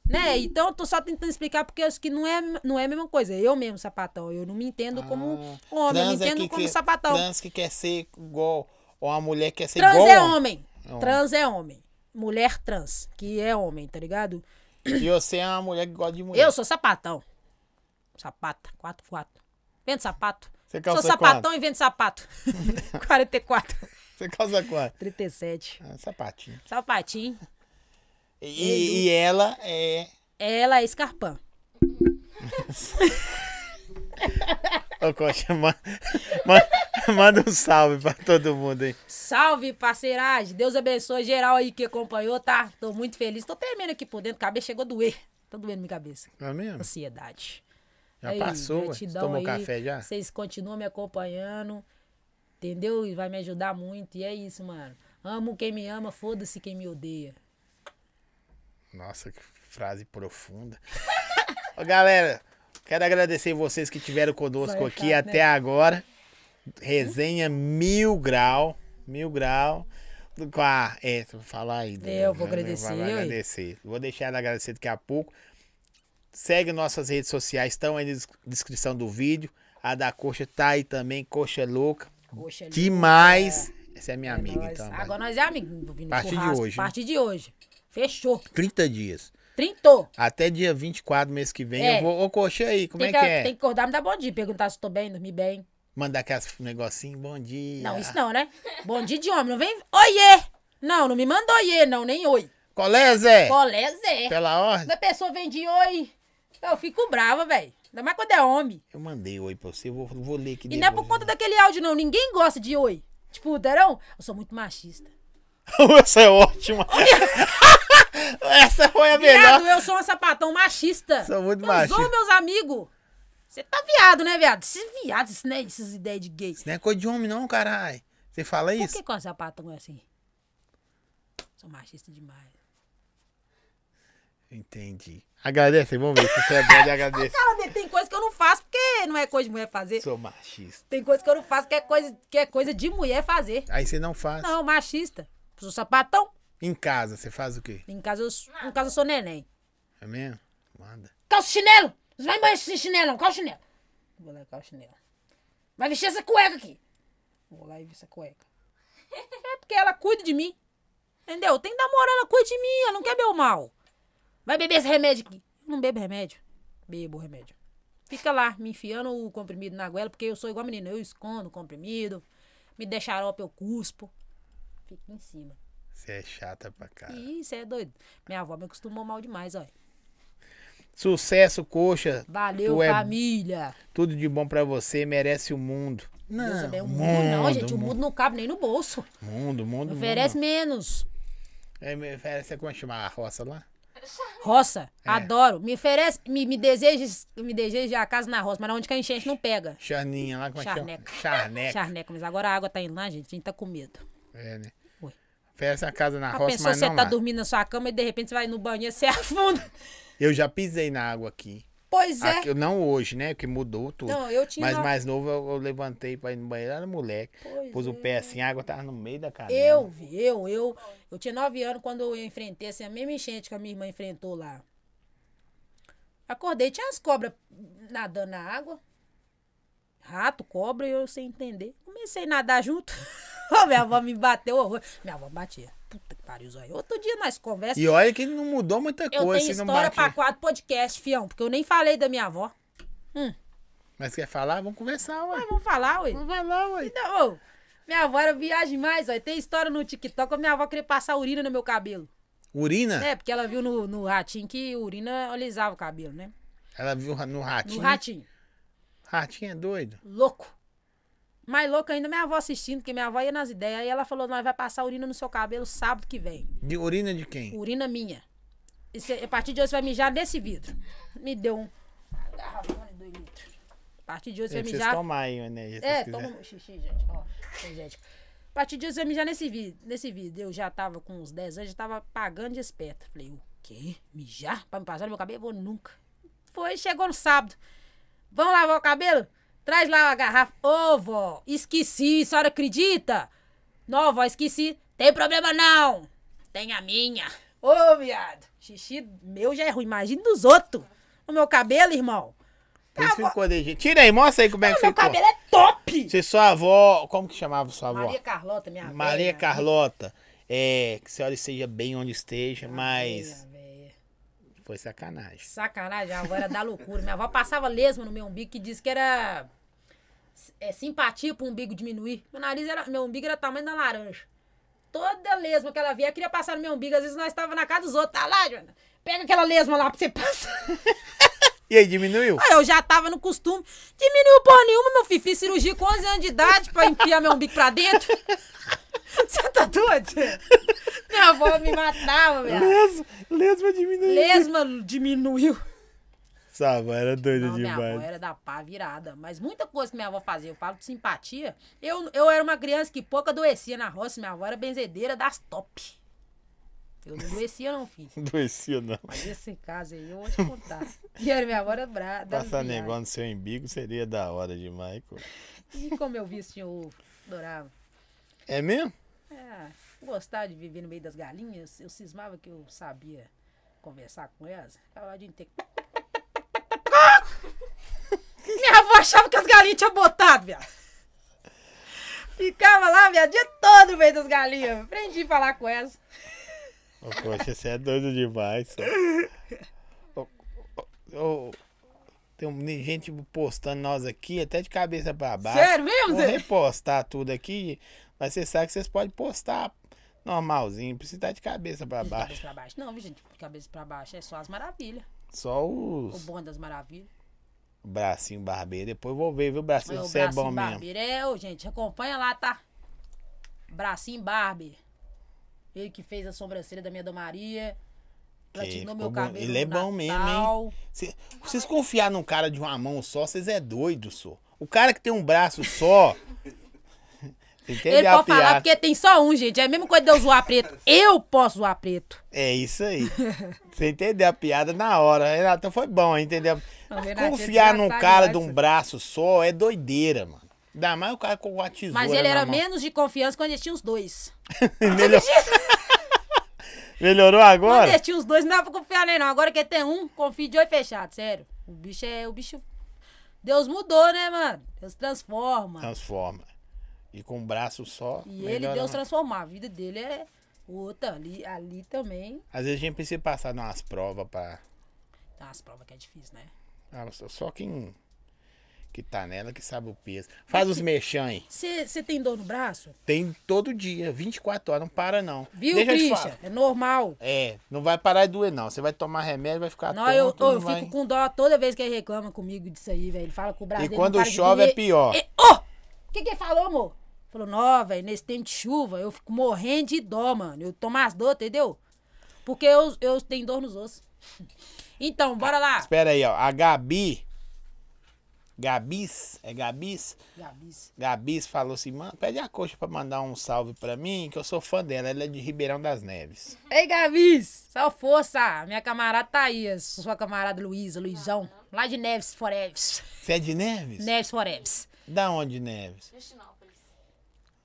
[SPEAKER 3] Né? Então eu tô só tentando explicar porque eu acho que não é, não é a mesma coisa. Eu mesmo, sapatão. Eu não me entendo como
[SPEAKER 1] Ah,
[SPEAKER 3] homem, eu me
[SPEAKER 1] trans é
[SPEAKER 3] entendo
[SPEAKER 1] que
[SPEAKER 3] como
[SPEAKER 1] quer-
[SPEAKER 3] sapatão. Trans,
[SPEAKER 1] Trans que quer ser igual. Ou a mulher quer ser igual.
[SPEAKER 3] é homem.
[SPEAKER 1] É um-
[SPEAKER 3] Trans é homem. Mulher trans, que é homem, tá ligado?
[SPEAKER 1] E você é uma mulher que gosta de mulher.
[SPEAKER 3] Eu sou sapatão. Sapata, 4-4. Vendo sapato.
[SPEAKER 1] Você
[SPEAKER 3] Sou
[SPEAKER 1] calça
[SPEAKER 3] sapatão
[SPEAKER 1] quanto?
[SPEAKER 3] e vendo sapato. 44.
[SPEAKER 1] Você calça quanto?
[SPEAKER 3] 37.
[SPEAKER 1] Ah, sapatinho.
[SPEAKER 3] Sapatinho.
[SPEAKER 1] E, e ela é...
[SPEAKER 3] Ela é escarpã.
[SPEAKER 1] Ô, Coxa, ma- ma- manda um salve pra todo mundo aí.
[SPEAKER 3] Salve, parceiragem. Deus abençoe geral aí que acompanhou, tá? Tô muito feliz. Tô tremendo aqui por dentro. Cabeça chegou a doer. Tá doendo minha cabeça.
[SPEAKER 1] Não é mesmo?
[SPEAKER 3] Ansiedade.
[SPEAKER 1] Já passou, ué? Você
[SPEAKER 3] gratidão
[SPEAKER 1] tomou
[SPEAKER 3] aí.
[SPEAKER 1] café já?
[SPEAKER 3] Vocês continuam me acompanhando, entendeu? E vai me ajudar muito. E é isso, mano. Amo quem me ama, foda-se quem me odeia.
[SPEAKER 1] Nossa, que frase profunda. Ô, galera, quero agradecer vocês que tiveram conosco
[SPEAKER 3] Vai
[SPEAKER 1] aqui
[SPEAKER 3] tá,
[SPEAKER 1] até agora. Resenha mil grau, mil grau. Com a, é, vou falar aí.
[SPEAKER 3] É, eu vou
[SPEAKER 1] né?
[SPEAKER 3] agradecer,
[SPEAKER 1] Vou
[SPEAKER 3] ué.
[SPEAKER 1] agradecer. Vou deixar ela agradecer daqui a pouco. Segue nossas redes sociais, estão aí na des- descrição do vídeo. A da Coxa tá aí também, Coxa Louca.
[SPEAKER 3] Poxa,
[SPEAKER 1] Demais. Essa é minha
[SPEAKER 3] é
[SPEAKER 1] amiga,
[SPEAKER 3] nóis.
[SPEAKER 1] então. vai.
[SPEAKER 3] Agora nós é amigo, Vini.
[SPEAKER 1] Partir de
[SPEAKER 3] Churrasco,
[SPEAKER 1] hoje, né?
[SPEAKER 3] Partir de hoje. Fechou.
[SPEAKER 1] 30 dias.
[SPEAKER 3] Trintou.
[SPEAKER 1] Até dia 24, mês que vem,
[SPEAKER 3] É.
[SPEAKER 1] eu vou. Ô, coxa aí, como
[SPEAKER 3] tem
[SPEAKER 1] é
[SPEAKER 3] que,
[SPEAKER 1] que é?
[SPEAKER 3] Tem que acordar, me dar bom dia. Perguntar se tô bem, dormir bem.
[SPEAKER 1] Mandar aqueles negocinho, bom dia.
[SPEAKER 3] Não, isso não, né? Bom dia de homem. Não vem. Oiê! Não, não me manda oiê, não, nem oi.
[SPEAKER 1] Colé, Zé!
[SPEAKER 3] Colé, Zé.
[SPEAKER 1] Pela ordem.
[SPEAKER 3] Quando a pessoa vem de oi, eu fico brava, velho. Ainda mais quando é homem.
[SPEAKER 1] Eu mandei oi pra você, eu vou, vou ler aqui
[SPEAKER 3] E não é por conta daquele áudio, não. Ninguém gosta de oi. Tipo, Darão, eu sou muito machista.
[SPEAKER 1] Essa é ótima. Essa foi a
[SPEAKER 3] Viado,
[SPEAKER 1] melhor.
[SPEAKER 3] eu sou um sapatão machista.
[SPEAKER 1] É Sou muito
[SPEAKER 3] eu
[SPEAKER 1] machista.
[SPEAKER 3] sou meus amigos. Você tá viado, né, viado? Esses viados, esses, né, essas ideias de gay.
[SPEAKER 1] Isso não é coisa de homem, não, caralho. Você fala
[SPEAKER 3] Por
[SPEAKER 1] isso?
[SPEAKER 3] que com sapatão é assim? Sou machista demais.
[SPEAKER 1] Entendi. Agradece, vamos ver se você é bom de agradecer.
[SPEAKER 3] Cara, dele, tem coisa que eu não faço porque não é coisa de mulher fazer.
[SPEAKER 1] Sou machista.
[SPEAKER 3] Tem coisa que eu não faço que é coisa, que é coisa de mulher fazer.
[SPEAKER 1] Aí você não faz.
[SPEAKER 3] Não, machista. Sou sapatão.
[SPEAKER 1] Em casa, você faz o quê?
[SPEAKER 3] Em casa eu, sou- em casa eu sou neném.
[SPEAKER 1] É mesmo? Manda.
[SPEAKER 3] Calça o chinelo! Você vai embora esse chinelo, não. Calça o chinelo. Vou lá e calça o chinelo. Vai vestir essa cueca aqui. Vou lá e vestir essa cueca. É porque ela cuida de mim. Entendeu? Tem que dar moral, ela cuida de mim, ela não quer meu mal. Vai beber esse remédio aqui. Eu não bebo remédio. Bebo remédio. Fica lá, me enfiando o comprimido na goela, porque eu sou igual menina. Eu escondo o comprimido, me deixa xarope, eu cuspo. Fica em cima.
[SPEAKER 1] Você é chata pra caralho.
[SPEAKER 3] Ih, você é doido. Minha avó me acostumou mal demais, olha.
[SPEAKER 1] Sucesso, coxa.
[SPEAKER 3] Valeu,
[SPEAKER 1] Tu é
[SPEAKER 3] família.
[SPEAKER 1] Tudo de bom pra você, merece o mundo. Não,
[SPEAKER 3] Deus abençoe. o mundo não, gente. O mundo não cabe nem no bolso.
[SPEAKER 1] Mundo, mundo,
[SPEAKER 3] Oferece menos.
[SPEAKER 1] mundo. É, me oferece, como é que chama a roça lá?
[SPEAKER 3] Roça,
[SPEAKER 1] É.
[SPEAKER 3] adoro. Me oferece, me, me deseja, me deseja a casa na roça, mas onde que a enchente não pega.
[SPEAKER 1] Charninha lá, como é que chama?
[SPEAKER 3] Charneca.
[SPEAKER 1] Charneca.
[SPEAKER 3] Charneco, mas agora a água tá indo lá, gente. A gente tá com medo.
[SPEAKER 1] É, né?
[SPEAKER 3] Oi.
[SPEAKER 1] Oferece a casa na
[SPEAKER 3] A
[SPEAKER 1] roça,
[SPEAKER 3] pessoa,
[SPEAKER 1] mas
[SPEAKER 3] você
[SPEAKER 1] não é.
[SPEAKER 3] tá
[SPEAKER 1] lá.
[SPEAKER 3] dormindo na sua cama e de repente você vai no banheiro, você afunda.
[SPEAKER 1] Eu já pisei na água aqui.
[SPEAKER 3] Pois é.
[SPEAKER 1] Aqui- não hoje, né? Porque mudou tudo.
[SPEAKER 3] Não, eu tinha
[SPEAKER 1] Mas
[SPEAKER 3] uma-
[SPEAKER 1] mais novo, eu, eu levantei pra ir no banheiro, era moleque.
[SPEAKER 3] Pois é.
[SPEAKER 1] Pus o pé assim, a água tava no meio da canela.
[SPEAKER 3] Eu, vi, eu, eu. Eu tinha nove anos quando eu enfrentei assim, a mesma enchente que a minha irmã enfrentou lá. Acordei, tinha as cobras nadando na água. Rato, cobra, e eu sem entender. Comecei a nadar junto. Ô, minha avó me bateu horror. Minha avó batia. Puta que pariu, zóio. Outro dia nós conversa.
[SPEAKER 1] E olha que não mudou muita
[SPEAKER 3] Eu
[SPEAKER 1] coisa.
[SPEAKER 3] tenho
[SPEAKER 1] se não
[SPEAKER 3] história
[SPEAKER 1] bate-
[SPEAKER 3] pra quatro podcast, fião, porque eu nem falei da minha avó.
[SPEAKER 1] Mas quer falar? Vamos conversar, ué.
[SPEAKER 3] Mas vamos falar, ué.
[SPEAKER 1] Vamos falar, ué.
[SPEAKER 3] Não, ô, minha avó era viagem mais, ó. Tem história no TikTok, a minha avó queria passar urina no meu cabelo.
[SPEAKER 1] Urina?
[SPEAKER 3] É, porque ela viu no, no ratinho que urina alisava o cabelo, né?
[SPEAKER 1] Ela viu no
[SPEAKER 3] No
[SPEAKER 1] ratinho.
[SPEAKER 3] ratinho.
[SPEAKER 1] Ratinho é doido.
[SPEAKER 3] Louco. Mais louco ainda, minha avó assistindo, porque minha avó ia nas ideias. Aí ela falou: nós vai passar urina no seu cabelo sábado que vem.
[SPEAKER 1] De urina de quem?
[SPEAKER 3] Urina minha. E cê- a partir de hoje você vai mijar nesse vidro. Me deu um. Garrafone, dois litros. A partir de hoje
[SPEAKER 1] Tem
[SPEAKER 3] você vai
[SPEAKER 1] que É, vocês
[SPEAKER 3] mijar.
[SPEAKER 1] tomar aí, né? se
[SPEAKER 3] É,
[SPEAKER 1] vocês
[SPEAKER 3] toma
[SPEAKER 1] quiserem.
[SPEAKER 3] um xixi, gente. Ó, gente. A partir de hoje você vai mijar nesse vidro. Nesse vidro. Eu já tava com uns 10 anos, já tava pagando de esperta. Falei, o quê? Mijar? Pra me passar no meu cabelo? Eu vou nunca. Foi, chegou no sábado. Vamos lavar o cabelo? Traz lá a garrafa. Ô, vó, esqueci. A senhora acredita? Não, vó, esqueci. Tem problema não. Tem a minha. Ô, viado. Xixi meu já é ruim. Imagina dos outros. O meu cabelo, irmão.
[SPEAKER 1] Por
[SPEAKER 3] Tá
[SPEAKER 1] isso ficou de jeito. Tira aí, mostra aí como é que
[SPEAKER 3] Meu
[SPEAKER 1] ficou.
[SPEAKER 3] cabelo é top.
[SPEAKER 1] Se sua avó. Como que chamava sua avó?
[SPEAKER 3] Maria É. Carlota, minha
[SPEAKER 1] Maria
[SPEAKER 3] velha.
[SPEAKER 1] Carlota. É, que a senhora esteja bem onde
[SPEAKER 3] Ah,
[SPEAKER 1] esteja, mas
[SPEAKER 3] Minha véia.
[SPEAKER 1] foi sacanagem.
[SPEAKER 3] Sacanagem, a avó era da loucura. Minha avó passava lesma no meu umbigo que disse que era é, simpatia pro umbigo diminuir. Meu nariz era. Meu umbigo era tamanho da laranja. Toda lesma que ela via, queria passar no meu umbigo. Às vezes nós estávamos na casa dos outros. Tá lá, Joana. Pega aquela lesma lá pra você passar.
[SPEAKER 1] E aí, diminuiu?
[SPEAKER 3] Aí eu já tava no costume. Diminuiu porra nenhuma, meu filho. Fiz cirurgia com 11 anos de idade pra enfiar meu umbigo pra dentro. Você tá doido? Minha avó me matava, velho.
[SPEAKER 1] Lesma, lesma diminuiu.
[SPEAKER 3] Lesma diminuiu.
[SPEAKER 1] Essa avó era doida
[SPEAKER 3] Não, minha avó
[SPEAKER 1] demais.
[SPEAKER 3] era da pá virada. Mas muita coisa que minha avó fazia, eu falo de simpatia. Eu, eu era uma criança que pouco adoecia na roça. Minha avó era benzedeira das top. Eu não adoecia, não, filho.
[SPEAKER 1] Doecia, não.
[SPEAKER 3] Mas esse caso aí eu vou te contar. E era minha avó era brada.
[SPEAKER 1] Passar negócio no seu embigo seria da hora demais. pô.
[SPEAKER 3] E como eu vi isso, tinha ovo. Adorava.
[SPEAKER 1] É mesmo?
[SPEAKER 3] É, eu gostava de viver no meio das galinhas. Eu cismava que eu sabia conversar com elas. Ficava de inteiro. Minha avó achava que as galinhas tinham botado, viado. Ficava lá, viado, o dia todo no meio das galinhas. Aprendi a falar com elas.
[SPEAKER 1] Ô, poxa, você é doido demais. só. Ô, ô, ô, tem um- gente postando nós aqui, até de cabeça pra baixo.
[SPEAKER 3] Sério mesmo,
[SPEAKER 1] Vou
[SPEAKER 3] é Zé?
[SPEAKER 1] repostar tudo aqui, mas você sabe que vocês podem postar normalzinho, precisa estar de cabeça pra
[SPEAKER 3] De Cabeça
[SPEAKER 1] baixo.
[SPEAKER 3] pra baixo. Não, viu, gente, de cabeça pra baixo é só as maravilhas.
[SPEAKER 1] Só
[SPEAKER 3] O
[SPEAKER 1] os
[SPEAKER 3] bom das maravilhas.
[SPEAKER 1] bracinho barbeiro. Depois eu vou ver, viu,
[SPEAKER 3] Mas
[SPEAKER 1] bracinho?
[SPEAKER 3] o
[SPEAKER 1] Você é bom
[SPEAKER 3] bracinho
[SPEAKER 1] mesmo.
[SPEAKER 3] barbeiro é, ô, gente, acompanha lá, tá? Bracinho Barber. Ele que fez a sobrancelha da minha Dona Maria. Platinou
[SPEAKER 1] ficou
[SPEAKER 3] meu
[SPEAKER 1] bom.
[SPEAKER 3] cabelo.
[SPEAKER 1] Ele é
[SPEAKER 3] no
[SPEAKER 1] bom mesmo, hein?
[SPEAKER 3] Natal.
[SPEAKER 1] Cê- vocês confiar num cara de uma mão só, vocês é doido, só. O cara que tem um braço só. Você Entende
[SPEAKER 3] Ele
[SPEAKER 1] a
[SPEAKER 3] pode falar
[SPEAKER 1] piada?
[SPEAKER 3] porque tem só um, gente. É a mesma coisa de eu zoar preto. Eu posso zoar preto.
[SPEAKER 1] É isso aí. Você entendeu a piada na hora. Renata foi bom, entendeu?
[SPEAKER 3] Não, Renato,
[SPEAKER 1] Confiar
[SPEAKER 3] é
[SPEAKER 1] num
[SPEAKER 3] engraçado
[SPEAKER 1] cara de
[SPEAKER 3] demais
[SPEAKER 1] um
[SPEAKER 3] isso.
[SPEAKER 1] braço só é doideira, mano. Ainda mais o cara com uma tesoura.
[SPEAKER 3] Mas ele
[SPEAKER 1] na
[SPEAKER 3] era
[SPEAKER 1] mão.
[SPEAKER 3] menos de confiança quando ele tinha os dois.
[SPEAKER 1] Melhor- Melhorou
[SPEAKER 3] Quando ele
[SPEAKER 1] agora?
[SPEAKER 3] tinha os dois, não dava pra confiar nele, não. Agora que ele tem um, confia de olho fechado, sério. O bicho é. O bicho. Deus mudou, né, mano? Deus transforma.
[SPEAKER 1] Transforma. E com um braço só.
[SPEAKER 3] E ele,
[SPEAKER 1] melhora né?
[SPEAKER 3] Deus
[SPEAKER 1] mais.
[SPEAKER 3] transformar. A vida dele é outra. Ali, ali também.
[SPEAKER 1] Às vezes a gente precisa passar umas provas pra.
[SPEAKER 3] Tem umas provas que é difícil, né?
[SPEAKER 1] Ah, só- Só quem. Que tá nela que sabe o peso. Faz os mexão aí.
[SPEAKER 3] Você tem dor no braço?
[SPEAKER 1] Tem todo dia, 24 horas, não para não.
[SPEAKER 3] Viu,
[SPEAKER 1] Deixa eu te falar.
[SPEAKER 3] Christian? É normal.
[SPEAKER 1] É, não vai parar de doer, não. Você vai tomar remédio, vai ficar
[SPEAKER 3] Não,
[SPEAKER 1] tonto,
[SPEAKER 3] eu, eu
[SPEAKER 1] Tá não vai...
[SPEAKER 3] fico com dó toda vez que ele reclama comigo disso aí, velho. Ele fala com o braço
[SPEAKER 1] E
[SPEAKER 3] dele
[SPEAKER 1] quando
[SPEAKER 3] não para de
[SPEAKER 1] chove
[SPEAKER 3] doer.
[SPEAKER 1] é pior.
[SPEAKER 3] E- Ô! O que que ele falou, amor? Falou, não, velho, nesse tempo de chuva eu fico morrendo de dó, mano. Eu tomo as dores, entendeu? Porque eu, eu tenho dor nos ossos. Então, bora lá.
[SPEAKER 1] Espera aí, ó. A Gabi. Gabis? É Gabis?
[SPEAKER 3] Gabis.
[SPEAKER 1] Gabis falou assim: mano, pede a coxa pra mandar um salve pra mim, que eu sou fã dela. Ela é de Ribeirão das Neves.
[SPEAKER 3] Ei, Gavis! Só força! Minha camarada Thaís, sua camarada Luísa, Luizão, lá de Neves Foreves.
[SPEAKER 1] Você é de Neves?
[SPEAKER 3] Neves Foreves.
[SPEAKER 1] Da onde, Neves?
[SPEAKER 4] Justinópolis.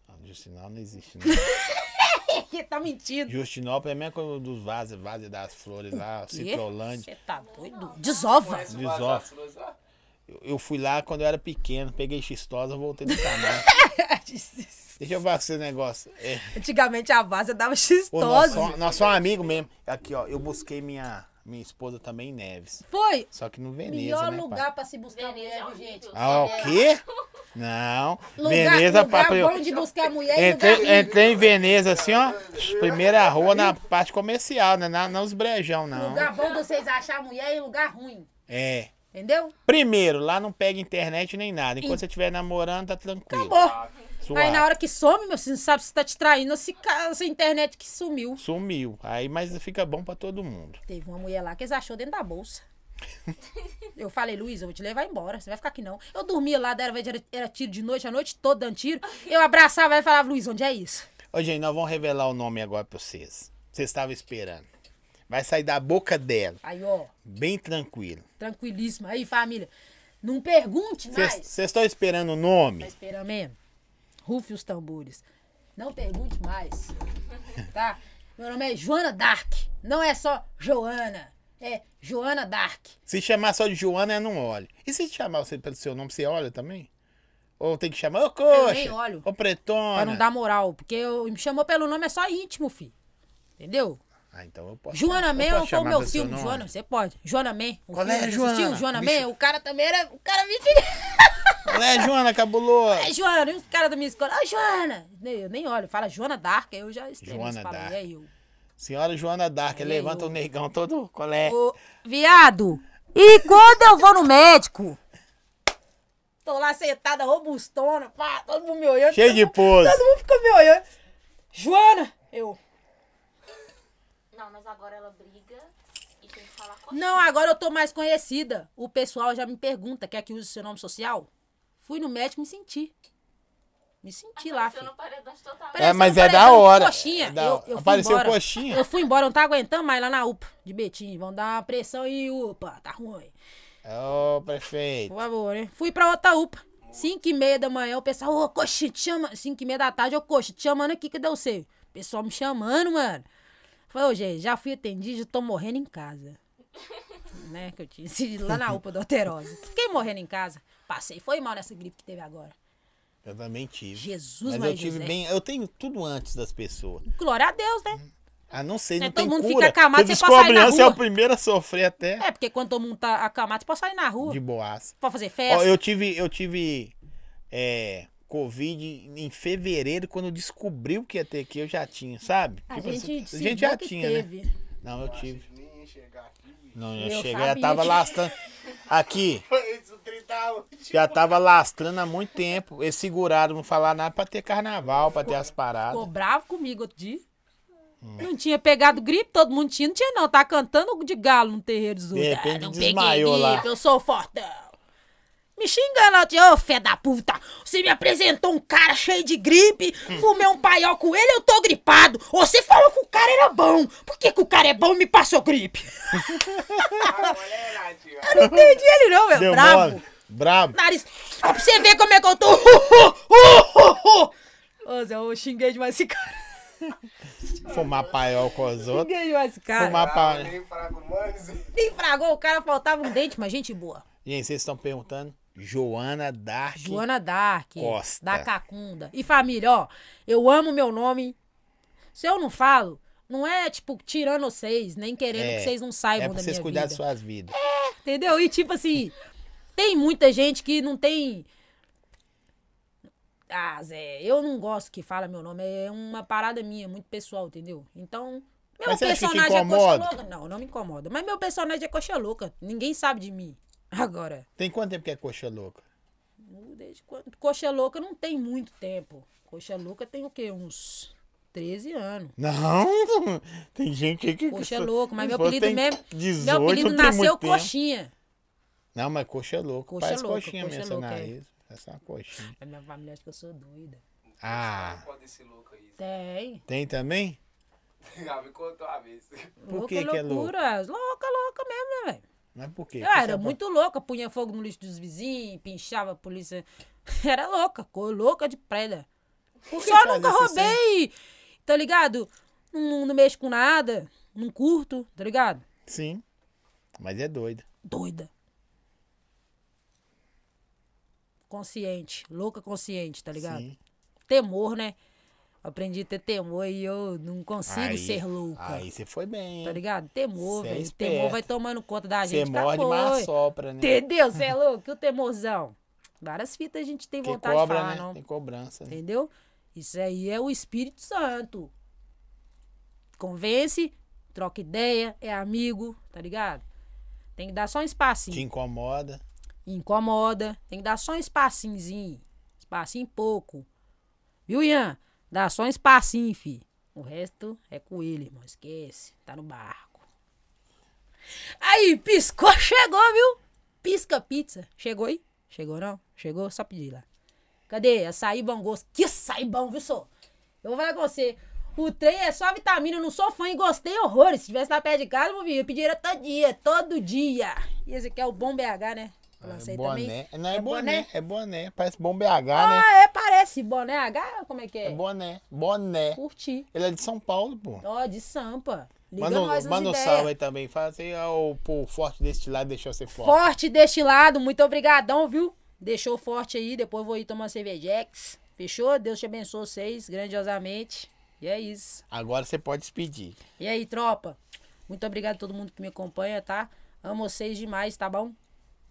[SPEAKER 1] Não, Justinal não existe, não.
[SPEAKER 3] Ele tá mentindo.
[SPEAKER 1] Justinópolis é a mesma coisa dos vasos, vasos das flores lá, Citrolândia.
[SPEAKER 3] Você tá doido? Desova!
[SPEAKER 5] Conhece o
[SPEAKER 1] Desova.
[SPEAKER 5] Bazar das Flores lá?
[SPEAKER 1] Eu- Eu fui lá quando eu era pequeno, peguei xistosa, voltei do canal. Deixa eu falar com esse negócio. É.
[SPEAKER 3] Antigamente a vaza
[SPEAKER 1] Ô,
[SPEAKER 3] dava
[SPEAKER 1] nós,
[SPEAKER 3] xistose.
[SPEAKER 1] só- nós somos amigos mesmo. Aqui, ó, eu busquei minha, minha esposa também em Neves.
[SPEAKER 3] Foi
[SPEAKER 1] Só que no
[SPEAKER 3] o
[SPEAKER 1] Veneza,
[SPEAKER 3] melhor
[SPEAKER 1] né, pai?
[SPEAKER 3] lugar pra se buscar
[SPEAKER 4] Veneza é
[SPEAKER 3] mulher, viu,
[SPEAKER 4] horrível.
[SPEAKER 3] gente?
[SPEAKER 1] Ah, o quê? Não.
[SPEAKER 3] Lugar,
[SPEAKER 1] Veneza,
[SPEAKER 3] lugar
[SPEAKER 1] papai.
[SPEAKER 3] bom de é buscar mulher e lugar
[SPEAKER 1] Entrei,
[SPEAKER 3] horrível.
[SPEAKER 1] entrei em Veneza assim, ó. Primeira rua na parte comercial, né? Na, não os brejão, não.
[SPEAKER 3] Lugar bom de vocês achar mulher e lugar ruim.
[SPEAKER 1] É.
[SPEAKER 3] Entendeu?
[SPEAKER 1] Primeiro, lá não pega internet nem nada. Enquanto você estiver namorando, tá tranquilo.
[SPEAKER 3] Acabou.
[SPEAKER 1] Suave.
[SPEAKER 3] Aí na hora que some, meu, você não sabe se tá te traindo ou se ca- se a internet que sumiu.
[SPEAKER 1] Sumiu. Aí, mas fica bom pra todo mundo.
[SPEAKER 3] Teve uma mulher lá que eles achou dentro da bolsa. Eu falei, Luiz, eu vou te levar embora, você vai ficar aqui não. Eu dormia lá, era, era, era tiro de noite, a noite toda dando tiro. Eu abraçava ela e falava, Luiz, onde é isso?
[SPEAKER 1] Ô, gente, nós vamos revelar o nome agora pra vocês. Vocês estavam esperando. Vai sair da boca dela.
[SPEAKER 3] Aí, ó,
[SPEAKER 1] Bem tranquilo.
[SPEAKER 3] tranquilíssima. Aí, família, não pergunte mais.
[SPEAKER 1] Vocês estão esperando o
[SPEAKER 3] Tá
[SPEAKER 1] nome?
[SPEAKER 3] esperando mesmo? Rufe os tambores. Não pergunte mais, tá? Meu nome é Joana Dark. Não é só Joana, é Joana Dark.
[SPEAKER 1] Se chamar só de Joana, eu não olho. E se chamar você pelo seu nome, você olha também? Ou tem que chamar, ô
[SPEAKER 3] Eu
[SPEAKER 1] coxa,
[SPEAKER 3] nem olho.
[SPEAKER 1] ô pretona.
[SPEAKER 3] Pra não dar moral. Porque eu, me chamou pelo nome, é só íntimo, filho. Entendeu?
[SPEAKER 1] Ah, então eu posso.
[SPEAKER 3] Joana
[SPEAKER 1] eu
[SPEAKER 3] Man
[SPEAKER 1] posso
[SPEAKER 3] foi o
[SPEAKER 1] chamar
[SPEAKER 3] meu
[SPEAKER 1] pelo seu
[SPEAKER 3] filme.
[SPEAKER 1] nome.
[SPEAKER 3] Joana, você pode. Joana Man. O
[SPEAKER 1] Qual é,
[SPEAKER 3] filme, você assistiu?
[SPEAKER 1] Joana?
[SPEAKER 3] Joana
[SPEAKER 1] Bicho.
[SPEAKER 3] Man, o cara também era... O cara me tinha...
[SPEAKER 1] Olé, é, Joana, cabuloso.
[SPEAKER 3] É, Joana, e os caras da minha escola, ah, Joana! Eu nem olho, fala Joana Dark, aí eu já estrevo.
[SPEAKER 1] Joana Dark.
[SPEAKER 3] É eu.
[SPEAKER 1] Senhora Joana Dark,
[SPEAKER 3] Olha
[SPEAKER 1] levanta
[SPEAKER 3] eu.
[SPEAKER 1] o negão todo, colé.
[SPEAKER 3] Ô, viado, e quando eu vou no médico? Tô lá sentada, robustona, pá, todo mundo me olhando.
[SPEAKER 1] Cheio
[SPEAKER 3] todo
[SPEAKER 1] de
[SPEAKER 3] mundo-
[SPEAKER 1] pose.
[SPEAKER 3] Todo mundo fica me olhando. Joana! Eu.
[SPEAKER 4] Não, mas agora ela briga e tem que falar com
[SPEAKER 3] Não, agora eu tô mais conhecida. O pessoal já me pergunta, quer que use seu nome social? Fui no médico, me senti. Me senti lá, filho.
[SPEAKER 4] Apareceu no paredão de total.
[SPEAKER 1] É, mas
[SPEAKER 3] Apareceu
[SPEAKER 1] é da
[SPEAKER 3] um
[SPEAKER 1] hora,
[SPEAKER 3] Coxinha.
[SPEAKER 1] é da
[SPEAKER 3] Eu-
[SPEAKER 1] hora.
[SPEAKER 3] eu fui
[SPEAKER 1] Apareceu
[SPEAKER 3] embora.
[SPEAKER 1] coxinha.
[SPEAKER 3] Eu fui embora, eu não tá aguentando mais lá na UPA de Betim. Vão dar uma pressão e UPA, tá ruim.
[SPEAKER 1] Ô, prefeito.
[SPEAKER 3] Por favor, né? Fui pra outra UPA. 5 e meia da manhã, o pessoal, ô, coxa, te chama. 5 e meia da tarde, ô, coxa, te chamando aqui, cadê você? O pessoal me chamando, mano. Falei, ô, gente, já fui atendido, tô morrendo em casa. né, que eu tinha sido lá na UPA da Alterosa. Fiquei morrendo em casa. Passei, foi mal nessa gripe que teve agora.
[SPEAKER 1] Eu também tive.
[SPEAKER 3] Jesus,
[SPEAKER 1] mas
[SPEAKER 3] Maria
[SPEAKER 1] eu tive
[SPEAKER 3] José.
[SPEAKER 1] bem. Eu tenho tudo antes das pessoas.
[SPEAKER 3] Glória a Deus, né?
[SPEAKER 1] Ah, não sei,
[SPEAKER 3] Né,
[SPEAKER 1] não
[SPEAKER 3] todo
[SPEAKER 1] tem
[SPEAKER 3] mundo fica
[SPEAKER 1] cura.
[SPEAKER 3] acamado,
[SPEAKER 1] Você
[SPEAKER 3] você pode sair
[SPEAKER 1] descobre
[SPEAKER 3] na
[SPEAKER 1] antes, é
[SPEAKER 3] rua.
[SPEAKER 1] o primeiro a sofrer até
[SPEAKER 3] É, porque quando todo mundo tá acamado, você pode sair na rua. É
[SPEAKER 1] de boaça.
[SPEAKER 3] Pra fazer
[SPEAKER 1] Ó,
[SPEAKER 3] festa.
[SPEAKER 1] eu tive, eu tive é, Covid em fevereiro, quando descobriu que ia ter aqui, eu já tinha, sabe?
[SPEAKER 3] A
[SPEAKER 1] Tipo
[SPEAKER 3] gente,
[SPEAKER 1] assim,
[SPEAKER 3] se
[SPEAKER 1] a gente já
[SPEAKER 3] viu que
[SPEAKER 1] tinha, né?
[SPEAKER 3] teve.
[SPEAKER 1] Não, eu tive.
[SPEAKER 5] Nem ia chegar aqui.
[SPEAKER 1] Não, eu,
[SPEAKER 3] Eu
[SPEAKER 1] cheguei, já
[SPEAKER 3] sabia
[SPEAKER 1] tava
[SPEAKER 3] que-
[SPEAKER 1] lastrando. Aqui,
[SPEAKER 5] Isso, 30 hoje.
[SPEAKER 1] já tava lastrando há muito tempo. Eles seguraram, não falar nada pra ter carnaval, pra ter as
[SPEAKER 3] Ficou
[SPEAKER 1] paradas.
[SPEAKER 3] bravo comigo outro dia. Não tinha pegado gripe, todo mundo tinha, não tinha não. Tá cantando de galo no terreiro dos
[SPEAKER 1] De
[SPEAKER 3] outros.
[SPEAKER 1] repente
[SPEAKER 3] não
[SPEAKER 1] desmaiou
[SPEAKER 3] peguei
[SPEAKER 1] lá.
[SPEAKER 3] gripe, eu sou fortão. Me xingando, eu tinha, ô fé da puta, você me apresentou um cara cheio de gripe,
[SPEAKER 1] Hum.
[SPEAKER 3] fumei um paiol com ele, eu tô gripado. Você falou que o cara era bom, por que, que o cara é bom e me passou gripe?
[SPEAKER 5] Ah, olha, Nath, ó.
[SPEAKER 3] Eu não entendi ele não, meu,
[SPEAKER 1] Deu
[SPEAKER 3] bravo.
[SPEAKER 1] mole. Brabo.
[SPEAKER 3] Nariz, ó, pra você ver como é que eu tô. Ô, Zé, eu xinguei demais esse cara.
[SPEAKER 1] Fumar paiol com os outros.
[SPEAKER 3] Xinguei demais esse cara.
[SPEAKER 1] Fumar
[SPEAKER 5] Ah,
[SPEAKER 1] paiol.
[SPEAKER 5] nem falar com o Manes.
[SPEAKER 3] Nem fragou, o cara faltava um dente, mas gente boa.
[SPEAKER 1] Gente, vocês estão perguntando? Joana Dark.
[SPEAKER 3] Joana Dark,
[SPEAKER 1] Costa.
[SPEAKER 3] da Cacunda. E família, ó, eu amo meu nome. Se eu não falo, não é tipo tirando vocês, nem querendo
[SPEAKER 1] É,
[SPEAKER 3] que vocês não
[SPEAKER 1] É
[SPEAKER 3] saibam
[SPEAKER 1] pra
[SPEAKER 3] da
[SPEAKER 1] vocês
[SPEAKER 3] minha
[SPEAKER 1] cuidar
[SPEAKER 3] vida.
[SPEAKER 1] de suas vidas.
[SPEAKER 3] Entendeu? E tipo assim, tem muita gente que não tem. Ah, Zé, eu não gosto que fala meu nome. É uma parada minha, muito pessoal, entendeu? Então, meu
[SPEAKER 1] Mas você acha que te
[SPEAKER 3] personagem é coxa
[SPEAKER 1] incomoda?
[SPEAKER 3] louca. Não, não me incomoda. Mas meu personagem é coxa louca. Ninguém sabe de mim. Agora.
[SPEAKER 1] Tem quanto tempo que é coxa louca?
[SPEAKER 3] Desde quando? Coxa louca não tem muito tempo. Coxa louca tem o quê? Uns 13 anos.
[SPEAKER 1] Não, tem gente aí que.
[SPEAKER 3] Coxa louca, mas meu
[SPEAKER 1] Pô,
[SPEAKER 3] apelido
[SPEAKER 1] tem
[SPEAKER 3] mesmo.
[SPEAKER 1] 18,
[SPEAKER 3] meu apelido
[SPEAKER 1] não tem
[SPEAKER 3] nasceu
[SPEAKER 1] muito tempo.
[SPEAKER 3] coxinha.
[SPEAKER 1] Não, mas coxa louca.
[SPEAKER 3] Coxa
[SPEAKER 1] Faz
[SPEAKER 3] louca,
[SPEAKER 1] coxinha
[SPEAKER 3] coxa
[SPEAKER 1] mesmo, seu
[SPEAKER 3] louca, é.
[SPEAKER 1] nariz. Essa é uma coxinha.
[SPEAKER 3] A minha família acha que eu sou doida.
[SPEAKER 1] Ah.
[SPEAKER 5] Pode ser louco aí.
[SPEAKER 3] Tem.
[SPEAKER 1] Tem também?
[SPEAKER 5] Já me contou a vez.
[SPEAKER 1] Por
[SPEAKER 3] louca,
[SPEAKER 1] que que é louco?
[SPEAKER 3] loucura. Louca, louca mesmo, né, velho?
[SPEAKER 1] Mas por quê?
[SPEAKER 3] Eu
[SPEAKER 1] Que você
[SPEAKER 3] era
[SPEAKER 1] é
[SPEAKER 3] muito louca, punha fogo no lixo dos vizinhos, pinchava a polícia. Era louca, cor louca de preda.
[SPEAKER 1] Por que
[SPEAKER 3] Só
[SPEAKER 1] faz
[SPEAKER 3] nunca
[SPEAKER 1] isso
[SPEAKER 3] roubei, tá ligado? Não, não mexo com nada, não curto, tá ligado?
[SPEAKER 1] Sim. Mas é doida.
[SPEAKER 3] Tá doida. Consciente, louca consciente, tá ligado?
[SPEAKER 1] Sim.
[SPEAKER 3] Temor, né? Aprendi a ter temor e eu não consigo
[SPEAKER 1] Aí-
[SPEAKER 3] ser louca.
[SPEAKER 1] Aí você foi bem.
[SPEAKER 3] Tá ligado? Temor,
[SPEAKER 1] Cê é
[SPEAKER 3] velho.
[SPEAKER 1] esperta.
[SPEAKER 3] Temor vai tomando conta da
[SPEAKER 1] Você
[SPEAKER 3] gente.
[SPEAKER 1] morde, mas
[SPEAKER 3] mas
[SPEAKER 1] sopra, né?
[SPEAKER 3] Entendeu? Você é louco? E o temorzão? Várias fitas a gente tem
[SPEAKER 1] Porque
[SPEAKER 3] vontade
[SPEAKER 1] cobra,
[SPEAKER 3] de falar,
[SPEAKER 1] né?
[SPEAKER 3] não.
[SPEAKER 1] Tem cobrança. Né?
[SPEAKER 3] Entendeu? Isso aí é o Espírito Santo. Convence, troca ideia, é amigo, tá ligado? Tem que dar só um espacinho
[SPEAKER 1] Te incomoda.
[SPEAKER 3] incomoda. Tem que dar só um espacinhozinho. Espacinho pouco. Viu, Ian? Dá só um espacinho, fi. O resto é com ele, irmão. Esquece. Tá no barco. Aí, piscou, chegou, viu? Pisca pizza. Chegou aí? Chegou não? Chegou? Só pedir lá. Cadê? É Açaí bom gosto. Que açaí bom, viu, só? Eu vou falar com você. O trem é só vitamina, eu não sou fã e gostei horrores. Se tivesse lá perto de casa, eu vinha. Eu pediria todo dia, todo dia. E esse aqui é o bom BH, né? Eu lancei
[SPEAKER 1] É
[SPEAKER 3] também.
[SPEAKER 1] boné. Não, é, boné. É boné. Parece bom BH, né?
[SPEAKER 3] Ah, é, parece. Boné H, como é que é?
[SPEAKER 1] É boné. Boné.
[SPEAKER 3] Curti.
[SPEAKER 1] Ele é de São Paulo, pô.
[SPEAKER 3] Ó, de sampa. Então, Liga
[SPEAKER 1] manda
[SPEAKER 3] nós
[SPEAKER 1] um,
[SPEAKER 3] nas
[SPEAKER 1] manda um
[SPEAKER 3] ideias.
[SPEAKER 1] salve aí também. "Ah, Fala assim, ó, o pô, forte deste lado deixou ser forte.
[SPEAKER 3] Forte destilado, muito obrigadão, viu? Deixou forte aí, depois vou ir tomar cervejex. Fechou? Deus te abençoe vocês grandiosamente. E é isso.
[SPEAKER 1] Agora você pode despedir.
[SPEAKER 3] E aí, tropa? Muito obrigado a todo mundo que me acompanha, tá? Amo vocês demais, tá bom?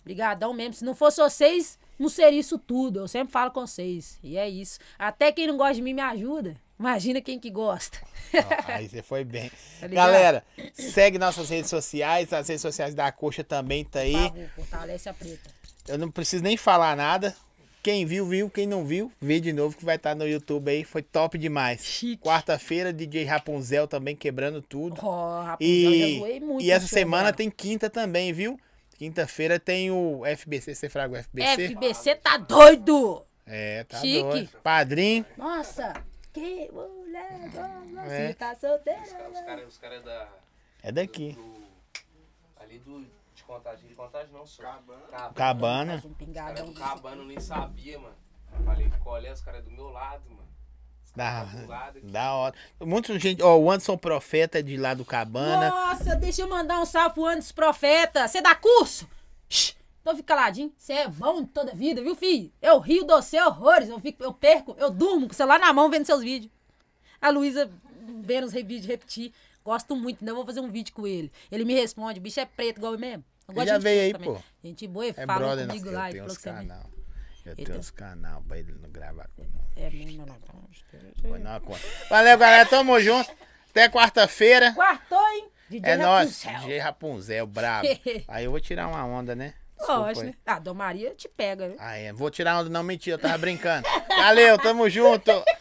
[SPEAKER 3] Obrigadão mesmo. Se não fosse vocês, não seria isso tudo. Eu sempre falo com vocês. E é isso. Até quem não gosta de mim me ajuda. Imagina quem que gosta.
[SPEAKER 1] Ó, Aí você foi bem.
[SPEAKER 3] Tá ligado?
[SPEAKER 1] Galera, segue nossas redes sociais. As redes sociais da Coxa também tá aí.
[SPEAKER 3] Por favor, fortalece a preta.
[SPEAKER 1] Eu não preciso nem falar nada. Quem viu, viu. Quem não viu, vê de novo que vai estar no YouTube aí. Foi top demais.
[SPEAKER 3] Chique.
[SPEAKER 1] Quarta-feira, DJ Rapunzel também quebrando tudo.
[SPEAKER 3] Ó, rapaz, eu já
[SPEAKER 1] E,
[SPEAKER 3] zoei muito.
[SPEAKER 1] e essa
[SPEAKER 3] no show,
[SPEAKER 1] semana
[SPEAKER 3] mano.
[SPEAKER 1] tem quinta também, viu? Quinta-feira tem o FBC. Você fraga o FBC?
[SPEAKER 3] FBC tá doido!
[SPEAKER 1] É, tá
[SPEAKER 3] Chique.
[SPEAKER 1] doido. Padrinho.
[SPEAKER 3] Nossa, que mulher gostosa,
[SPEAKER 1] É.
[SPEAKER 3] se tá solteira.
[SPEAKER 2] Os caras os cara é da.
[SPEAKER 1] É daqui.
[SPEAKER 2] do- ali do. De contagem. De contagem não, senhor.
[SPEAKER 5] Cabana.
[SPEAKER 1] Cabana.
[SPEAKER 3] Faz um
[SPEAKER 2] Os caras
[SPEAKER 3] pingadão.
[SPEAKER 2] do
[SPEAKER 3] desse
[SPEAKER 2] Cabana eu nem sabia, mano. Falei, colhe, os caras é do meu lado, mano. Os
[SPEAKER 1] Da,
[SPEAKER 2] caras do lado aqui.
[SPEAKER 1] da hora. Muita gente. Ó, o Anderson Profeta é de lá do Cabana.
[SPEAKER 3] Nossa, deixa eu mandar um salve pro Andes Profeta. Você dá curso? Shhh, Então fica caladinho. Você é bom de toda vida, viu, filho? Eu rio do seu horrores. Eu, fico, eu perco, eu durmo com o celular na mão vendo seus vídeos. A Luísa vendo os vídeos repetir. Gosto muito, ainda vou fazer um vídeo com ele. Ele me responde, bicho é preto igual eu mesmo. Eu
[SPEAKER 1] Ele já
[SPEAKER 3] de gente
[SPEAKER 1] veio
[SPEAKER 3] preta
[SPEAKER 1] aí,
[SPEAKER 3] também. Gente boa,
[SPEAKER 1] É
[SPEAKER 3] fala
[SPEAKER 1] brother,
[SPEAKER 3] comigo
[SPEAKER 1] nossa,
[SPEAKER 3] lá.
[SPEAKER 1] eu
[SPEAKER 3] ele
[SPEAKER 1] tenho
[SPEAKER 3] falou
[SPEAKER 1] uns
[SPEAKER 3] que você é mesmo.
[SPEAKER 1] canal. Eu
[SPEAKER 3] Ele
[SPEAKER 1] tenho
[SPEAKER 3] tem-
[SPEAKER 1] uns canal pra ele não gravar com nós.
[SPEAKER 3] É mesmo, meu nome.
[SPEAKER 1] Foi na conta. Valeu, galera. Tamo junto. Até quarta-feira.
[SPEAKER 3] Quartou, hein? DJ
[SPEAKER 1] É nóis.
[SPEAKER 3] Rapunzel.
[SPEAKER 1] DJ Rapunzel, brabo. Aí eu vou tirar uma onda, né? Desculpa
[SPEAKER 3] Lógico,
[SPEAKER 1] aí.
[SPEAKER 3] né? Ah, Dom Maria te pega, né?
[SPEAKER 1] Ah, é. Vou tirar onda, não mentira, eu tava brincando. Valeu, tamo junto.
[SPEAKER 3] né,